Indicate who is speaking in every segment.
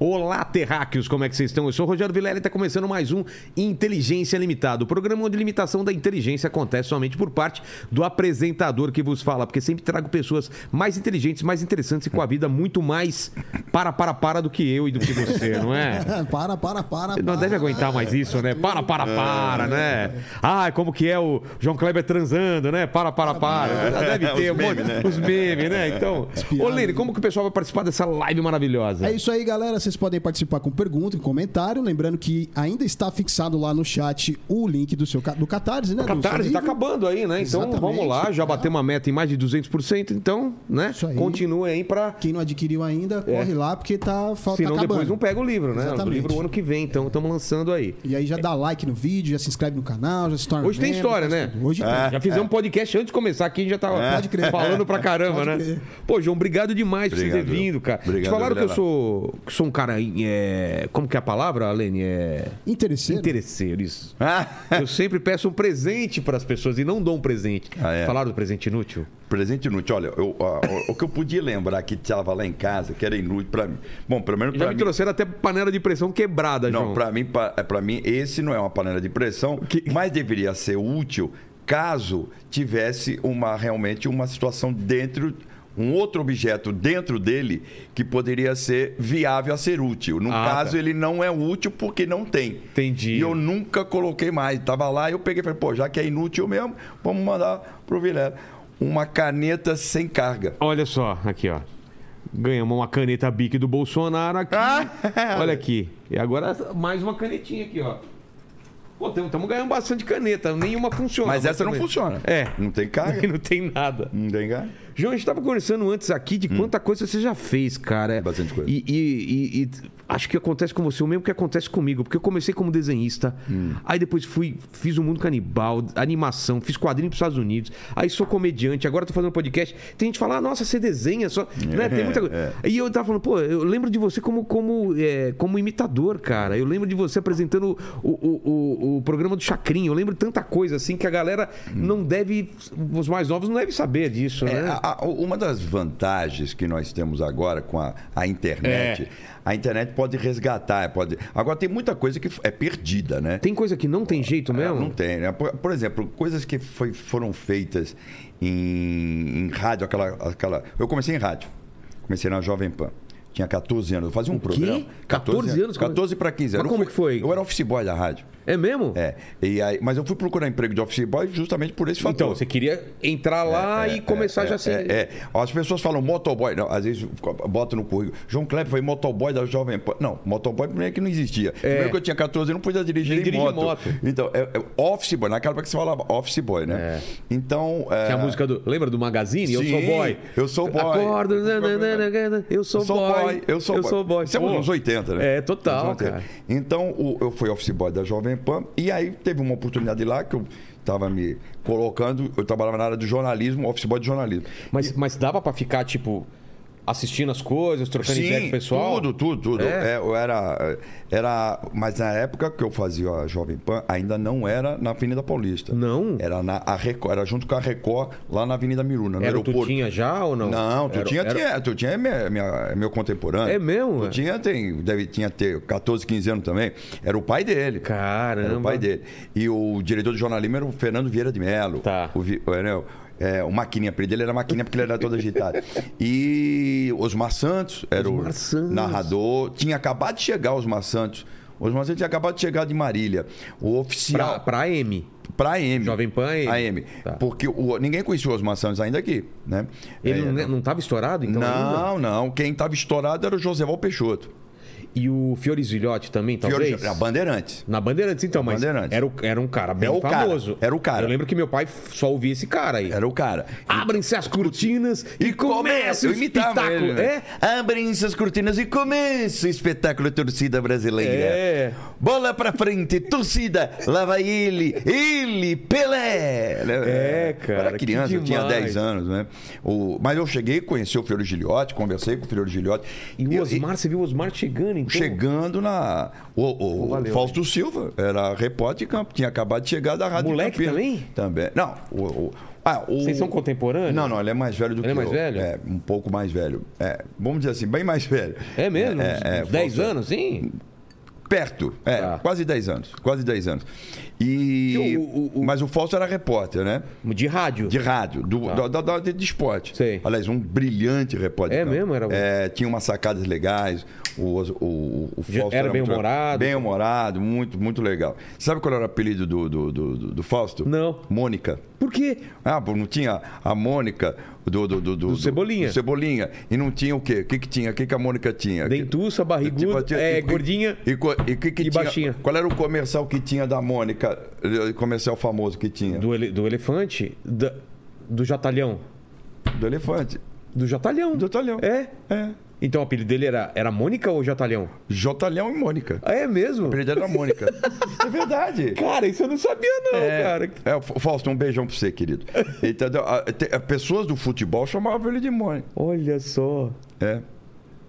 Speaker 1: Olá, terráqueos, como é que vocês estão? Eu sou o Rogério Vilela e está começando mais um Inteligência Limitada, o programa onde limitação da inteligência acontece somente por parte do apresentador que vos fala, porque sempre trago pessoas mais inteligentes, mais interessantes e com a vida muito mais para, para, para do que eu e do que você, não é?
Speaker 2: Para, para, para.
Speaker 1: Não deve aguentar mais isso, né? Para, para, para, né? Ah, como que é o João Kleber transando, né? Para, para, para. Já Deve ter
Speaker 3: É. Os
Speaker 1: um monte-
Speaker 3: memes, né?
Speaker 1: os memes, né? Então, ô Lene, como que o pessoal vai participar dessa live maravilhosa?
Speaker 2: É isso aí, galera. Vocês podem participar com pergunta e comentário. Lembrando que ainda está fixado lá no chat o link do seu ca- do Catarse, né? Do
Speaker 1: Catarse
Speaker 2: seu
Speaker 1: tá
Speaker 2: livro.
Speaker 1: acabando aí, né? Então
Speaker 2: Exatamente.
Speaker 1: vamos lá, já bateu uma meta em mais de 200%, então, né?
Speaker 2: Isso aí.
Speaker 1: Continua aí pra.
Speaker 2: Quem não adquiriu ainda, corre lá, porque tá falta
Speaker 1: É. Senão
Speaker 2: tá acabando.
Speaker 1: depois não pega o livro, né? O
Speaker 2: Exatamente.
Speaker 1: livro o ano que vem, então estamos lançando aí.
Speaker 2: E aí já dá like no vídeo, já se inscreve no canal, já se torna
Speaker 1: Hoje tem
Speaker 2: membro,
Speaker 1: história,
Speaker 2: faz
Speaker 1: né?
Speaker 2: tudo. Hoje
Speaker 3: É,
Speaker 2: tem.
Speaker 1: Já fizemos um podcast antes de começar aqui, a gente já tava
Speaker 2: Pode crer.
Speaker 1: falando pra caramba,
Speaker 2: Pode
Speaker 1: né?
Speaker 2: crer.
Speaker 1: Pô, João, obrigado demais por
Speaker 3: Obrigado,
Speaker 1: você ter vindo, cara.
Speaker 3: obrigado,
Speaker 1: Te falaram que eu
Speaker 3: Vilela.
Speaker 1: sou, que sou um cara. É, como que é a palavra, Alene? É.
Speaker 2: Interesseiro.
Speaker 1: Interesseiro, isso.
Speaker 3: Ah,
Speaker 1: Eu sempre peço um presente pras pessoas e não dou um presente.
Speaker 3: Ah, é?
Speaker 1: Falaram do presente inútil?
Speaker 3: presente inútil. Olha, eu- ó, ó, o que eu podia lembrar que estava lá em casa, que era inútil pra mim. Bom, pelo menos
Speaker 1: Já
Speaker 3: pra
Speaker 1: me
Speaker 3: mim.
Speaker 1: trouxeram até panela de pressão quebrada,
Speaker 3: Não,
Speaker 1: João.
Speaker 3: para mim, para mim esse não é uma panela de pressão, mas deveria ser útil caso tivesse uma realmente uma situação dentro um outro objeto dentro dele que poderia ser viável a ser útil. No
Speaker 1: Ah,
Speaker 3: caso,
Speaker 1: tá.
Speaker 3: ele não é útil porque não tem.
Speaker 1: Entendi.
Speaker 3: E eu nunca coloquei mais. Tava lá, eu peguei e falei, pô, já que é inútil mesmo, vamos mandar pro Vilela. Uma caneta sem carga.
Speaker 1: Olha só, aqui, ó. Ganhamos uma caneta Bic do Bolsonaro aqui.
Speaker 3: Ah,
Speaker 1: Olha aqui. E agora mais uma canetinha aqui, ó. Pô, estamos ganhando bastante caneta. Nenhuma funciona.
Speaker 3: Mas essa não
Speaker 1: também-
Speaker 3: funciona.
Speaker 1: É.
Speaker 3: Não tem carga.
Speaker 1: Não tem nada.
Speaker 3: Não tem carga.
Speaker 1: João, a gente tava conversando antes aqui de quanta coisa você já fez, cara.
Speaker 3: Hum. Bastante coisa.
Speaker 1: E, e- e- e acho que acontece com você o mesmo que acontece comigo, porque eu comecei como desenhista,
Speaker 3: Hum.
Speaker 1: aí depois fui, fiz o Mundo Canibal, animação, fiz quadrinho pros Estados Unidos, aí sou comediante, agora tô fazendo podcast. Tem gente que fala, ah, nossa, você desenha só. né?
Speaker 3: É,
Speaker 1: Tem muita coisa. E eu tava falando, pô, eu lembro de você como, como, é, como imitador, cara. Eu lembro de você apresentando o, o- o- o programa do Chacrinho. Eu lembro tanta coisa assim que a galera não deve. Os mais novos não devem saber disso,
Speaker 3: Hum. É,
Speaker 1: né?
Speaker 3: a- a- uma das vantagens que nós temos agora com a, a internet,
Speaker 1: É.
Speaker 3: a internet pode resgatar, pode. Agora tem muita coisa que é perdida, né?
Speaker 1: Tem coisa que não tem jeito
Speaker 3: É,
Speaker 1: mesmo?
Speaker 3: Não tem, né? Por, por exemplo, coisas que foi- foram feitas em, em rádio, aquela, aquela. Eu comecei em rádio. Comecei na Jovem Pan. Tinha 14 anos. Eu fazia um
Speaker 1: quê?
Speaker 3: programa.
Speaker 1: 14 anos?
Speaker 3: 14 para 15
Speaker 1: Mas
Speaker 3: Eu
Speaker 1: como
Speaker 3: fui-
Speaker 1: que foi?
Speaker 3: Eu era office boy da rádio.
Speaker 1: É mesmo?
Speaker 3: É. E aí, mas eu fui procurar emprego de office boy justamente por esse
Speaker 1: Então,
Speaker 3: fator.
Speaker 1: você queria entrar lá e começar
Speaker 3: é,
Speaker 1: já assim.
Speaker 3: É, é. As pessoas falam motoboy. Não, às vezes botam no currículo. João Kleber foi motoboy da Jovem Pan. Não, motoboy primeiro que não existia. Primeiro que eu tinha 14 eu não podia dirigir
Speaker 1: Nem
Speaker 3: em
Speaker 1: É. dirigir
Speaker 3: moto.
Speaker 1: moto.
Speaker 3: Então, é, é office boy. Naquela época que você falava office boy, né? Então... é,
Speaker 1: Tinha a música do. Lembra do Magazine? eu sou
Speaker 3: Sim,
Speaker 1: boy.
Speaker 3: eu sou boy.
Speaker 1: Acordo. eu sou,
Speaker 3: eu sou boy, eu sou boy. Isso é
Speaker 1: Pô.
Speaker 3: anos 80, né?
Speaker 1: É, total,
Speaker 3: Anos 80.
Speaker 1: cara.
Speaker 3: Então, o- eu fui office boy da Jovem Pan e aí teve uma oportunidade lá que eu estava me colocando, eu trabalhava na área de jornalismo, office boy de jornalismo.
Speaker 1: Mas, mas dava pra ficar, tipo, assistindo as coisas, trocando ideia com o pessoal?
Speaker 3: Tudo, tudo, tudo.
Speaker 1: É?
Speaker 3: É, eu era, era. Mas na época que eu fazia a Jovem Pan, ainda não era na Avenida Paulista.
Speaker 1: Não?
Speaker 3: Era na a Record, era junto com a Record, lá na Avenida Miruna, no
Speaker 1: Era o
Speaker 3: aeroporto.
Speaker 1: Tutinha já ou não?
Speaker 3: Não, tu
Speaker 1: Era-
Speaker 3: tinha,
Speaker 1: era-
Speaker 3: tinha, tu tinha é minha, minha- é meu contemporâneo.
Speaker 1: É mesmo, é?
Speaker 3: Tu tinha, tem, deve, tinha ter 14, 15 anos também. Era o pai dele.
Speaker 1: Caramba.
Speaker 3: Era o pai dele. E o diretor de jornalismo era o Fernando Vieira de Melo.
Speaker 1: Tá.
Speaker 3: O, Vi- era o- é, o Maquininha, o apelido dele era Maquininha porque ele era todo agitado. E Osmar Santos era
Speaker 1: Osmar
Speaker 3: o
Speaker 1: Santos.
Speaker 3: narrador. Tinha acabado de chegar Osmar Santos. Osmar Santos tinha acabado de chegar de Marília. O
Speaker 1: Pra,
Speaker 3: oficial...
Speaker 1: pra M.
Speaker 3: Pra M.
Speaker 1: Jovem Pan, AM.
Speaker 3: AM.
Speaker 1: Tá.
Speaker 3: Porque o- ninguém conhecia o Osmar Santos ainda aqui, né?
Speaker 1: Ele
Speaker 3: É,
Speaker 1: não, não tava estourado, então? ainda?
Speaker 3: não, não. Quem estava estourado era o Joseval Peixoto.
Speaker 1: E o Fiores Vilhote também,
Speaker 3: Fiore-
Speaker 1: talvez?
Speaker 3: a Bandeirantes.
Speaker 1: Na Bandeirantes, então, mas
Speaker 3: Bandeirantes.
Speaker 1: Era, o- era um cara bem
Speaker 3: É o cara,
Speaker 1: famoso.
Speaker 3: era o cara.
Speaker 1: Eu lembro que meu pai f- só ouvia esse cara aí.
Speaker 3: Era o cara.
Speaker 1: Abrem-se as cortinas e comece
Speaker 3: eu
Speaker 1: o
Speaker 3: imitava
Speaker 1: espetáculo.
Speaker 3: ele, né?
Speaker 1: É?
Speaker 3: Abrem suas cortinas e começa o espetáculo torcida brasileira.
Speaker 1: É.
Speaker 3: Bola pra frente, torcida, lá vai ele, ele, Pelé.
Speaker 1: É, cara,
Speaker 3: Eu era criança,
Speaker 1: que
Speaker 3: eu tinha
Speaker 1: demais.
Speaker 3: 10 anos, né? O, mas eu cheguei, conheci o Fiore Gilhote, conversei com o Fiore Gilhote.
Speaker 1: E
Speaker 3: Eu-
Speaker 1: o Osmar, você viu o Osmar chegando, então?
Speaker 3: chegando na. O, o- o
Speaker 1: Valeu.
Speaker 3: Fausto Silva era repórter de campo, tinha acabado de chegar da Rádio
Speaker 1: Moleque
Speaker 3: Campinas.
Speaker 1: também?
Speaker 3: Também. Não, o- o- Ah, o-
Speaker 1: Vocês são contemporâneos?
Speaker 3: Não, não, ele é mais velho do
Speaker 1: Ele
Speaker 3: que
Speaker 1: é mais
Speaker 3: eu.
Speaker 1: velho?
Speaker 3: É, um pouco mais velho. É, vamos dizer assim, bem mais velho.
Speaker 1: É mesmo?
Speaker 3: É, é,
Speaker 1: Uns 10
Speaker 3: volta-
Speaker 1: anos, assim? sim?
Speaker 3: Perto, é,
Speaker 1: Tá.
Speaker 3: quase 10 anos, quase 10 anos. E,
Speaker 1: E o- o- o-
Speaker 3: Mas o Fausto era repórter, né?
Speaker 1: De rádio.
Speaker 3: De rádio, do, da, da- da- de esporte.
Speaker 1: Tá. Sei.
Speaker 3: Aliás, um brilhante repórter.
Speaker 1: É
Speaker 3: Não.
Speaker 1: mesmo? Era-
Speaker 3: É, tinha umas sacadas legais, o, o, o, o
Speaker 1: Já
Speaker 3: Fausto
Speaker 1: era
Speaker 3: um
Speaker 1: bem-humorado.
Speaker 3: tra- Bem-humorado, muito, muito legal. Sabe qual era o apelido do, do, do, do- do Fausto?
Speaker 1: Não.
Speaker 3: Mônica.
Speaker 1: Por quê?
Speaker 3: Ah, pô, não tinha a Mônica do, do, do, do- do-
Speaker 1: Cebolinha.
Speaker 3: do Cebolinha. E não tinha o quê? O que, que tinha? O que, que a Mônica tinha?
Speaker 1: Dentuça, barriguda,
Speaker 3: tipo, tinha-
Speaker 1: é,
Speaker 3: e-
Speaker 1: gordinha.
Speaker 3: E, co- e que que
Speaker 1: E
Speaker 3: tinha?
Speaker 1: baixinha.
Speaker 3: Qual era o comercial que tinha da Mônica? Eh, Comercial famoso que tinha? Do,
Speaker 1: Do, ele- do elefante? da- do jatalhão?
Speaker 3: elefante.
Speaker 1: Do jatalhão.
Speaker 3: Do Jotalhão.
Speaker 1: É?
Speaker 3: É.
Speaker 1: Então o apelido dele era, era Mônica ou Jatalhão?
Speaker 3: Jotalhão e Mônica.
Speaker 1: Ah, É mesmo?
Speaker 3: O apelido era Mônica. é verdade.
Speaker 1: Cara, isso eu não sabia não, cara.
Speaker 3: É, o Fa- Fausto, um beijão pra você, querido. Entendeu? A- te- a- Pessoas do futebol chamavam ele de Mônica.
Speaker 1: Olha só,
Speaker 3: É.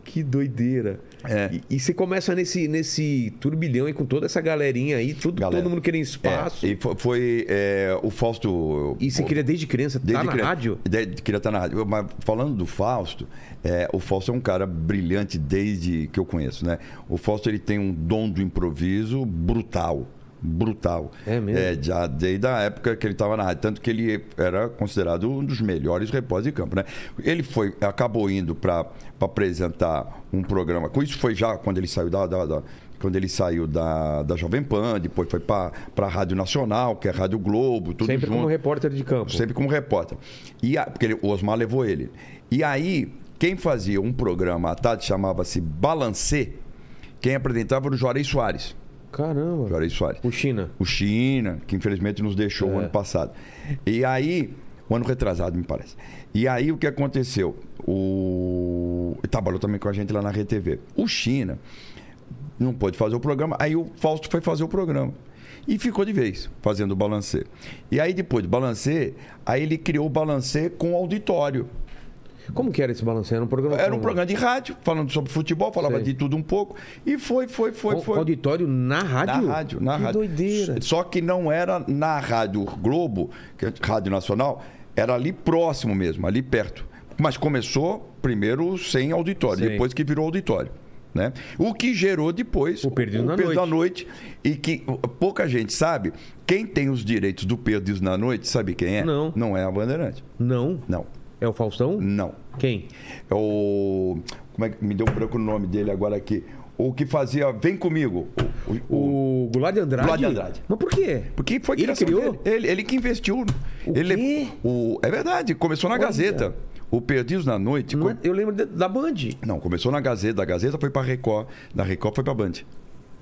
Speaker 1: que doideira.
Speaker 3: É.
Speaker 1: E, e você começa nesse, nesse turbilhão aí com toda essa galerinha aí, tudo,
Speaker 3: Galera.
Speaker 1: todo mundo querendo espaço.
Speaker 3: É, e fo- foi, é, o Fausto.
Speaker 1: E você
Speaker 3: o-
Speaker 1: queria desde criança, tá na
Speaker 3: criança-
Speaker 1: rádio?
Speaker 3: de- de- queria estar na rádio. Mas falando do Fausto, é, o Fausto é um cara brilhante desde que eu conheço, né? O Fausto ele tem um dom do improviso brutal. Brutal.
Speaker 1: É mesmo?
Speaker 3: já desde a época que ele estava na rádio. Tanto que ele era considerado um dos melhores repórteres de campo, né? Ele foi, acabou indo para apresentar um programa. Com isso foi já quando ele saiu da. da- da- quando ele saiu da, da Jovem Pan, depois foi para a Rádio Nacional, que é a Rádio Globo, tudo
Speaker 1: Sempre
Speaker 3: junto.
Speaker 1: como repórter de campo.
Speaker 3: Sempre como repórter. E a- porque ele- o Osmar levou ele. E aí, quem fazia um programa à tarde chamava-se Balancê, quem apresentava era o Juarez Soares.
Speaker 1: Caramba.
Speaker 3: Juarez Soares.
Speaker 1: O China.
Speaker 3: O China, que infelizmente nos deixou o
Speaker 1: É.
Speaker 3: ano passado. E aí, o ano retrasado, me parece. E aí, o que aconteceu? O... Trabalhou também com a gente lá na RTV. O China não pôde fazer o programa, aí o Fausto foi fazer o programa. E ficou de vez, fazendo o balancê. E aí, depois do balancê, aí ele criou o balancê com auditório.
Speaker 1: Como que era esse balanceio? Era um programa
Speaker 3: Era um
Speaker 1: com-
Speaker 3: programa de rádio, falando sobre futebol, falava
Speaker 1: Sei.
Speaker 3: de tudo um pouco. E foi, foi, foi,
Speaker 1: com- com
Speaker 3: foi.
Speaker 1: auditório na rádio?
Speaker 3: Na rádio, na
Speaker 1: que
Speaker 3: rádio.
Speaker 1: doideira.
Speaker 3: Só que não era na Rádio Globo, que é Rádio Nacional, era ali próximo mesmo, ali perto. Mas começou primeiro sem auditório,
Speaker 1: Sim.
Speaker 3: depois que virou auditório. Né? O que gerou depois
Speaker 1: O Perdido na
Speaker 3: da Noite. E que pouca gente sabe, quem tem os direitos do Perdidos na Noite, sabe quem é?
Speaker 1: Não.
Speaker 3: Não é a Bandeirante.
Speaker 1: Não.
Speaker 3: Não,
Speaker 1: É o Faustão?
Speaker 3: não.
Speaker 1: Quem?
Speaker 3: É o. Como é que me deu um branco o nome dele agora aqui? O que fazia Vem Comigo. O- o-
Speaker 1: O Goulart de Andrade?
Speaker 3: Goulart de Andrade.
Speaker 1: Mas por quê?
Speaker 3: Porque foi a
Speaker 1: Ele
Speaker 3: criação
Speaker 1: criou?
Speaker 3: dele. Ele, ele que investiu. ele,
Speaker 1: quê?
Speaker 3: o- é verdade, começou na
Speaker 1: Olha.
Speaker 3: Gazeta. O Perdidos na Noite.
Speaker 1: Não
Speaker 3: co-
Speaker 1: é- Eu lembro de- da Band.
Speaker 3: Não, começou na Gazeta. Da Gazeta foi pra Record. Da Record foi pra Band.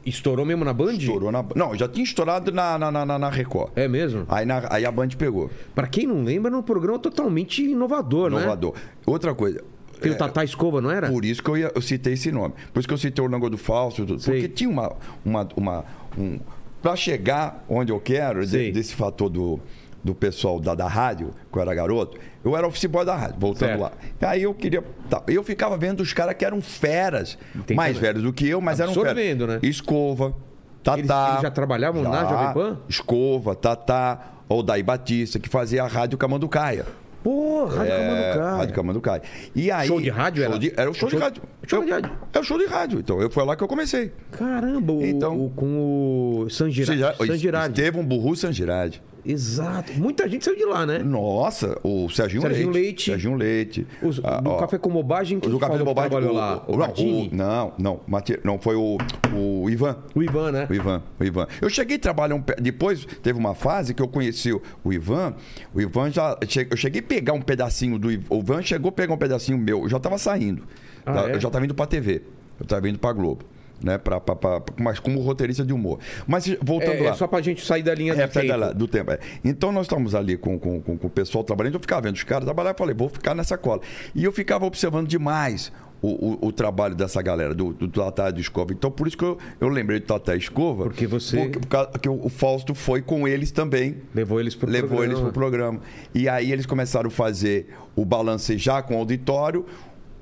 Speaker 1: Estourou mesmo na Band?
Speaker 3: Estourou na. Não, já tinha estourado na, na, na- na- na Record.
Speaker 1: É Né? mesmo?
Speaker 3: Aí, na- aí a Band pegou.
Speaker 1: Pra quem não lembra, era um programa totalmente inovador, né?
Speaker 3: Inovador. Outra coisa.
Speaker 1: Tem
Speaker 3: é,
Speaker 1: o Tatá Escova, não era?
Speaker 3: Por isso que eu, ia- eu citei esse nome. Por isso que eu citei o negócio do Fausto. do-
Speaker 1: Sei.
Speaker 3: Porque tinha uma. uma, uma um, para chegar onde eu quero, de-
Speaker 1: Sei.
Speaker 3: desse fator do, do pessoal da, da rádio, que eu era garoto, eu era office boy da rádio, voltando
Speaker 1: Certo.
Speaker 3: lá. Aí eu queria. tá, eu ficava vendo os caras que eram feras,
Speaker 1: Entendi.
Speaker 3: mais velhos do que eu, mas eram
Speaker 1: Absorvendo,
Speaker 3: feras.
Speaker 1: né?
Speaker 3: Escova,
Speaker 1: Eles-
Speaker 3: Tatá.
Speaker 1: eles já trabalhavam na Jovem Pan?
Speaker 3: Escova, Tatá, Odaí Batista, que fazia a rádio Camanducaia.
Speaker 1: Pô, Rádio
Speaker 3: É,
Speaker 1: Camanducaia.
Speaker 3: Rádio Camanducaia. E aí,
Speaker 1: Show de rádio
Speaker 3: show
Speaker 1: era?
Speaker 3: de- era o show,
Speaker 1: Show-
Speaker 3: de rádio.
Speaker 1: show
Speaker 3: Eu-
Speaker 1: de rádio.
Speaker 3: É o show de rádio. Então, eu foi lá que eu comecei.
Speaker 1: Caramba, o,
Speaker 3: Então-
Speaker 1: o- com o San Girardi.
Speaker 3: Sangira-
Speaker 1: San Girardi.
Speaker 3: Estevam Burru San Girardi.
Speaker 1: Exato. Muita gente saiu de lá, né?
Speaker 3: Nossa, o Serginho,
Speaker 1: Serginho
Speaker 3: Leite.
Speaker 1: Leite.
Speaker 3: Serginho Leite.
Speaker 1: Os-
Speaker 3: Ah,
Speaker 1: do
Speaker 3: ó,
Speaker 1: Café com Bobagem, quem
Speaker 3: do Café
Speaker 1: falou
Speaker 3: de
Speaker 1: que
Speaker 3: Bobagem.
Speaker 1: trabalhou
Speaker 3: o- né?
Speaker 1: lá?
Speaker 3: o-
Speaker 1: O
Speaker 3: não,
Speaker 1: Martini?
Speaker 3: o- não, não. Mati- não, foi o, o Ivan.
Speaker 1: O Ivan, né?
Speaker 3: O Ivan, o Ivan. Eu cheguei a trabalhar um pé. Depois teve uma fase que eu conheci o- o Ivan. O Ivan já. che- Eu cheguei a pegar um pedacinho do Ivan. O Ivan chegou a pegar um pedacinho meu. Eu já estava saindo.
Speaker 1: Ah,
Speaker 3: Tá?
Speaker 1: é?
Speaker 3: Eu já estava indo pra TV. Eu estava indo pra Globo. Né? Pra, pra- pra- mas como roteirista de humor. Mas voltando
Speaker 1: É,
Speaker 3: lá.
Speaker 1: é só pra gente sair da linha
Speaker 3: tá É,
Speaker 1: do
Speaker 3: sai
Speaker 1: tempo.
Speaker 3: da lá- do tempo. é. Então nós estávamos ali com, com, com, com o pessoal trabalhando, eu ficava vendo os caras trabalhar, eu falei, vou ficar nessa cola. E eu ficava observando demais o, o, o trabalho dessa galera, do, do Tatá e do Escova. Então por isso que eu, eu lembrei do Tatá e Escova.
Speaker 1: Porque você-
Speaker 3: Porque, por causa que o o Fausto foi com eles também.
Speaker 1: Levou eles pro
Speaker 3: Levou
Speaker 1: programa.
Speaker 3: eles pro programa. E aí eles começaram a fazer o balance já com o auditório.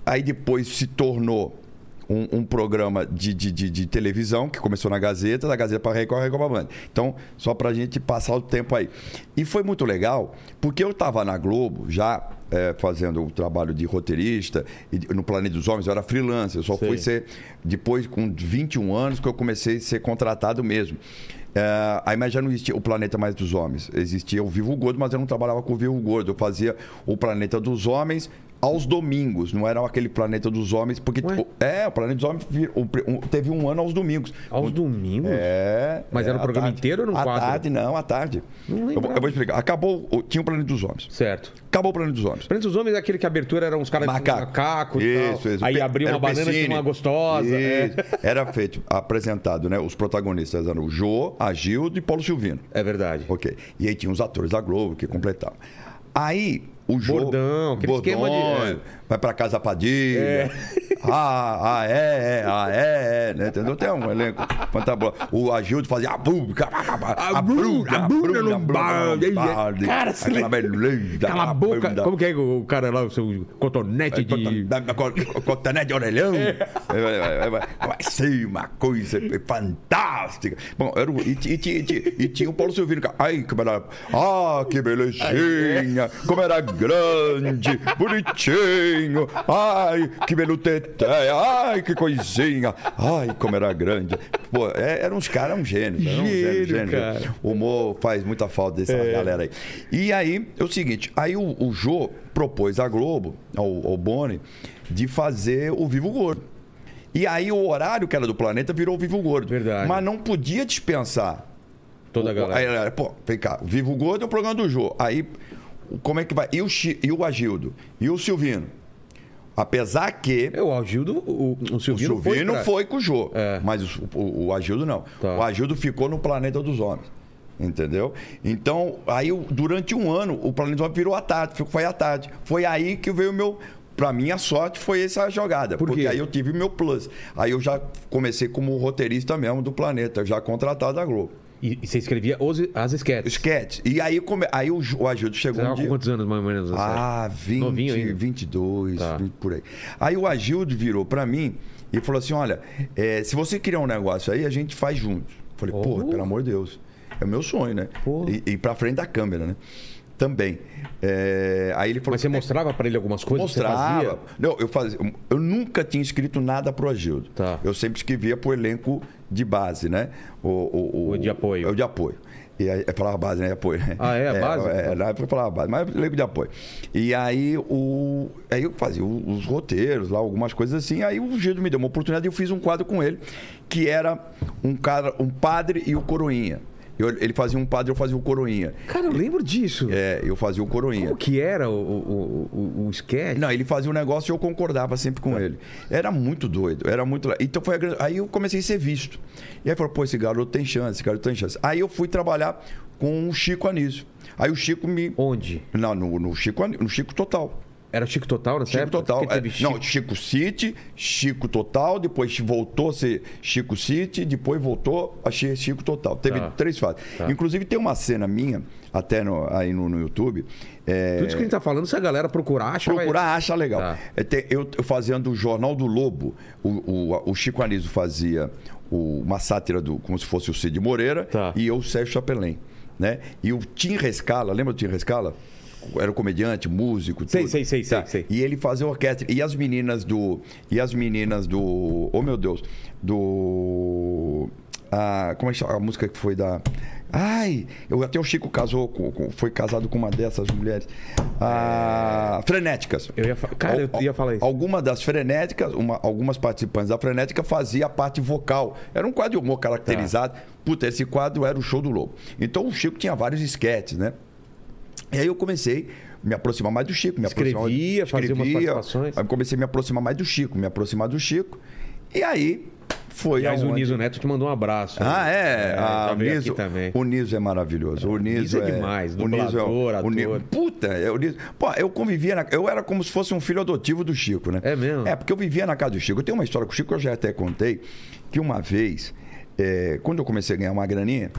Speaker 3: Aí depois se tornou um, um programa de, de, de- de televisão que começou na Gazeta, da Gazeta para a Record, Record para Band. Então, só para a gente passar o tempo aí. E foi muito legal, porque eu estava na Globo já eh, fazendo o trabalho de roteirista e de- no Planeta dos Homens, eu era freelancer, eu só
Speaker 4: Sei.
Speaker 3: fui ser depois com 21 anos que eu comecei a ser contratado mesmo. É, aí mas já não existia o Planeta Mais dos Homens. Existia o Vivo Gordo, mas eu não trabalhava com o Vivo Gordo. Eu fazia o Planeta dos Homens aos domingos. Não era aquele Planeta dos Homens, porque.
Speaker 1: Ué?
Speaker 3: é, o Planeta dos Homens vir- o pri- um- teve um ano aos domingos.
Speaker 1: Aos domingos?
Speaker 3: É.
Speaker 1: Mas
Speaker 3: é,
Speaker 1: era um
Speaker 3: à
Speaker 1: programa
Speaker 3: tarde.
Speaker 1: inteiro ou num
Speaker 3: À
Speaker 1: quadro?
Speaker 3: tarde, não, à tarde.
Speaker 1: Não
Speaker 3: eu, vou-
Speaker 1: lembrava.
Speaker 3: eu vou explicar. Acabou. o- Tinha o Planeta dos Homens.
Speaker 1: Certo.
Speaker 3: Acabou o Planeta dos Homens.
Speaker 1: Planeta dos Homens é aquele que a abertura eram uns caras
Speaker 3: Macaco.
Speaker 1: de macaco e
Speaker 3: Isso,
Speaker 1: tal.
Speaker 3: isso.
Speaker 1: Aí
Speaker 3: Pe-
Speaker 1: abriu uma
Speaker 3: era o
Speaker 1: banana e
Speaker 3: Pessini.
Speaker 1: tinha uma gostosa. É.
Speaker 3: Isso. Era feito, apresentado, né? Os protagonistas eram o Jô, a Gildo e Paulo Silvino.
Speaker 1: É verdade.
Speaker 3: Ok. E aí tinha os atores da Globo que completavam. Aí o Jô...
Speaker 1: Bordão, aquele esquema de- é.
Speaker 3: Vai pra Casa Padilha. Ah, ah, é, é, ah, é, é. Né? Entendeu? Tem um elenco fantástico. O Agildo fazia... A Bruna, a Bruna, a Bruna Lombardi.
Speaker 1: Cara, você
Speaker 3: Aquela
Speaker 1: lembra-
Speaker 3: beleza.
Speaker 1: Cala a boca.
Speaker 3: Bruna.
Speaker 1: Como que é o cara lá, o seu cotonete de. É.
Speaker 3: Da- da- co- Cotonete né, de orelhão. Vai- vai- vai- vai- Vai ser uma coisa fantástica. Bom, era o- e, ti- e, ti- e ti- e tinha o Paulo Silvino. que- Ai, como era. Ah, que belezinha! Como era grande, bonitinho! Ai, que belutete! Ai, que coisinha! Ai, como era grande! Pô, é, eram uns caras, um gênio. Era um
Speaker 1: Gênio,
Speaker 3: gênio, gênio.
Speaker 1: cara.
Speaker 3: O humor faz muita falta dessa
Speaker 1: É.
Speaker 3: galera aí. E aí, é o seguinte, aí o, o Jô propôs à Globo, ao, ao Boni, de fazer o Vivo Gordo. E aí o horário que era do planeta virou o Vivo Gordo.
Speaker 1: Verdade.
Speaker 3: Mas não podia dispensar.
Speaker 1: Toda a
Speaker 3: O- Aí
Speaker 1: galera.
Speaker 3: a galera, pô, vem cá, o Vivo Gordo é o programa do Jô. Aí, o- como é que vai? E o, Chi- e o Agildo? E o Silvino? Apesar que...
Speaker 1: É, O Algildo, o, o
Speaker 3: O
Speaker 1: Silvino, foi,
Speaker 3: Silvino
Speaker 1: pra- É.
Speaker 3: foi, com o Jô, mas o, o, o Agildo não.
Speaker 1: Tá.
Speaker 3: O Agildo ficou no Planeta dos Homens. Entendeu? Então, aí eu- durante um ano, o Planeta dos Homens virou à tarde, foi- foi à tarde. Foi aí que veio o meu. Pra minha sorte, foi essa a jogada.
Speaker 1: Por quê?
Speaker 3: Porque aí eu tive o meu plus. Aí eu já comecei como roteirista mesmo do Planeta, já contratado da Globo.
Speaker 1: E, e você escrevia os, as esquetes.
Speaker 3: Esquete. E aí, come... aí o, Ju- o Agildo
Speaker 1: Você
Speaker 3: chegou um
Speaker 1: tava com
Speaker 3: dia.
Speaker 1: quantos anos, mais ou menos? nessa
Speaker 3: Ah,
Speaker 1: época?
Speaker 3: 20,
Speaker 1: Novinho ainda.
Speaker 3: 22,
Speaker 1: Tá.
Speaker 3: 20 por aí. Aí o Agildo virou pra mim e falou assim: olha, eh, se você criar um negócio aí, a gente faz junto. Falei, pô,
Speaker 1: Oh.
Speaker 3: pelo amor de Deus. É o meu sonho, né?
Speaker 1: Pô.
Speaker 3: E, e pra frente da câmera, né? Também. Eh, aí ele falou
Speaker 1: Mas você mostrava pra ele algumas coisas que você
Speaker 3: Mostrava.
Speaker 1: fazia?
Speaker 3: Não, eu fazia. Eu nunca tinha escrito nada pro Agildo.
Speaker 1: Tá.
Speaker 3: Eu sempre escrevia pro elenco de base, né? O, o,
Speaker 1: O de apoio.
Speaker 3: O de apoio. E aí, eu falava base, né? Apoio. né?
Speaker 1: Ah, é? A base?
Speaker 3: É, na época eu falava base, mas elenco de apoio. E aí, o, aí eu fazia o- os roteiros lá, algumas coisas assim. Aí o Gildo me deu uma oportunidade e eu fiz um quadro com ele, que era um, cara, um padre e o coroinha. Eu- ele fazia um padre, eu fazia o coroinha.
Speaker 1: Cara, eu lembro disso.
Speaker 3: É, eu fazia o coroinha.
Speaker 1: Como que era o, o, o, o esquete?
Speaker 3: Não, ele fazia um negócio e eu concordava sempre com ele. Era muito doido, era muito. le- Então foi a grande- aí eu comecei a ser visto. E aí falou, pô, esse garoto tem chance, esse garoto tem chance. Aí eu fui trabalhar com o Chico Anísio. Aí o Chico me
Speaker 1: Onde?
Speaker 3: não, no, no Chico Ani- no Chico Total.
Speaker 1: Era Chico Total nessa
Speaker 3: Chico
Speaker 1: época?
Speaker 3: Total.
Speaker 1: Porque teve
Speaker 3: é,
Speaker 1: Chico-
Speaker 3: Não, Chico City, Chico Total, depois voltou a ser Chico City, depois voltou a ser Chico Total. Teve
Speaker 1: Tá.
Speaker 3: três fases.
Speaker 1: Tá.
Speaker 3: Inclusive tem uma cena minha, até no- aí no, no YouTube. é,
Speaker 1: Tudo isso que a gente tá falando, se a galera procurar, acha... vai-
Speaker 3: Procurar, acha legal.
Speaker 1: Tá.
Speaker 3: É, tem- Eu, eu fazendo o Jornal do Lobo, o, o- o Chico Anísio fazia o- uma sátira do, como se fosse o Cid Moreira
Speaker 1: Tá.
Speaker 3: e eu, o Sérgio Chapelin. Né? E o Tim Rescala, lembra do Tim Rescala? Era um comediante, músico,
Speaker 1: Sei,
Speaker 3: tudo. Tá.
Speaker 1: sei, sei, sei, sei.
Speaker 3: E ele fazia orquestra. E as meninas do. E as meninas do. Oh meu Deus! Do. Ah, como é que chama? A música que foi da. Ai! Eu, até o Chico casou, com- com- foi casado com uma dessas mulheres. Ah, frenéticas.
Speaker 1: Eu ia fa- Cara, eu
Speaker 3: Al-
Speaker 1: ia falar isso.
Speaker 3: Alguma das frenéticas, uma- algumas participantes da frenética fazia a parte vocal. Era um quadro de humor caracterizado.
Speaker 1: Tá.
Speaker 3: Puta, esse quadro era o show do lobo. Então o Chico tinha vários esquetes, né? E aí eu comecei a me aproximar mais do Chico. Me aproximar,
Speaker 1: Escrevia, fazia umas participações.
Speaker 3: Aí eu comecei a me aproximar mais do Chico, me aproximar do Chico. E aí foi
Speaker 1: Aliás, o
Speaker 3: aonde-
Speaker 1: Niso Neto te mandou um abraço.
Speaker 3: Ah, é.
Speaker 1: já
Speaker 3: ah, o,
Speaker 1: veio aqui
Speaker 3: Niso,
Speaker 1: também.
Speaker 3: o Niso é maravilhoso. O Niso,
Speaker 1: Niso é demais,
Speaker 3: O Niso é
Speaker 1: dublador,
Speaker 3: o Niso,
Speaker 1: ator.
Speaker 3: puta, é o Niso. Pô, eu convivia na, eu era como se fosse um filho adotivo do Chico, né?
Speaker 1: É mesmo?
Speaker 3: É, porque eu vivia na casa do Chico. Eu tenho uma história com o Chico que eu já até contei que uma vez, é, quando eu comecei a ganhar uma graninha,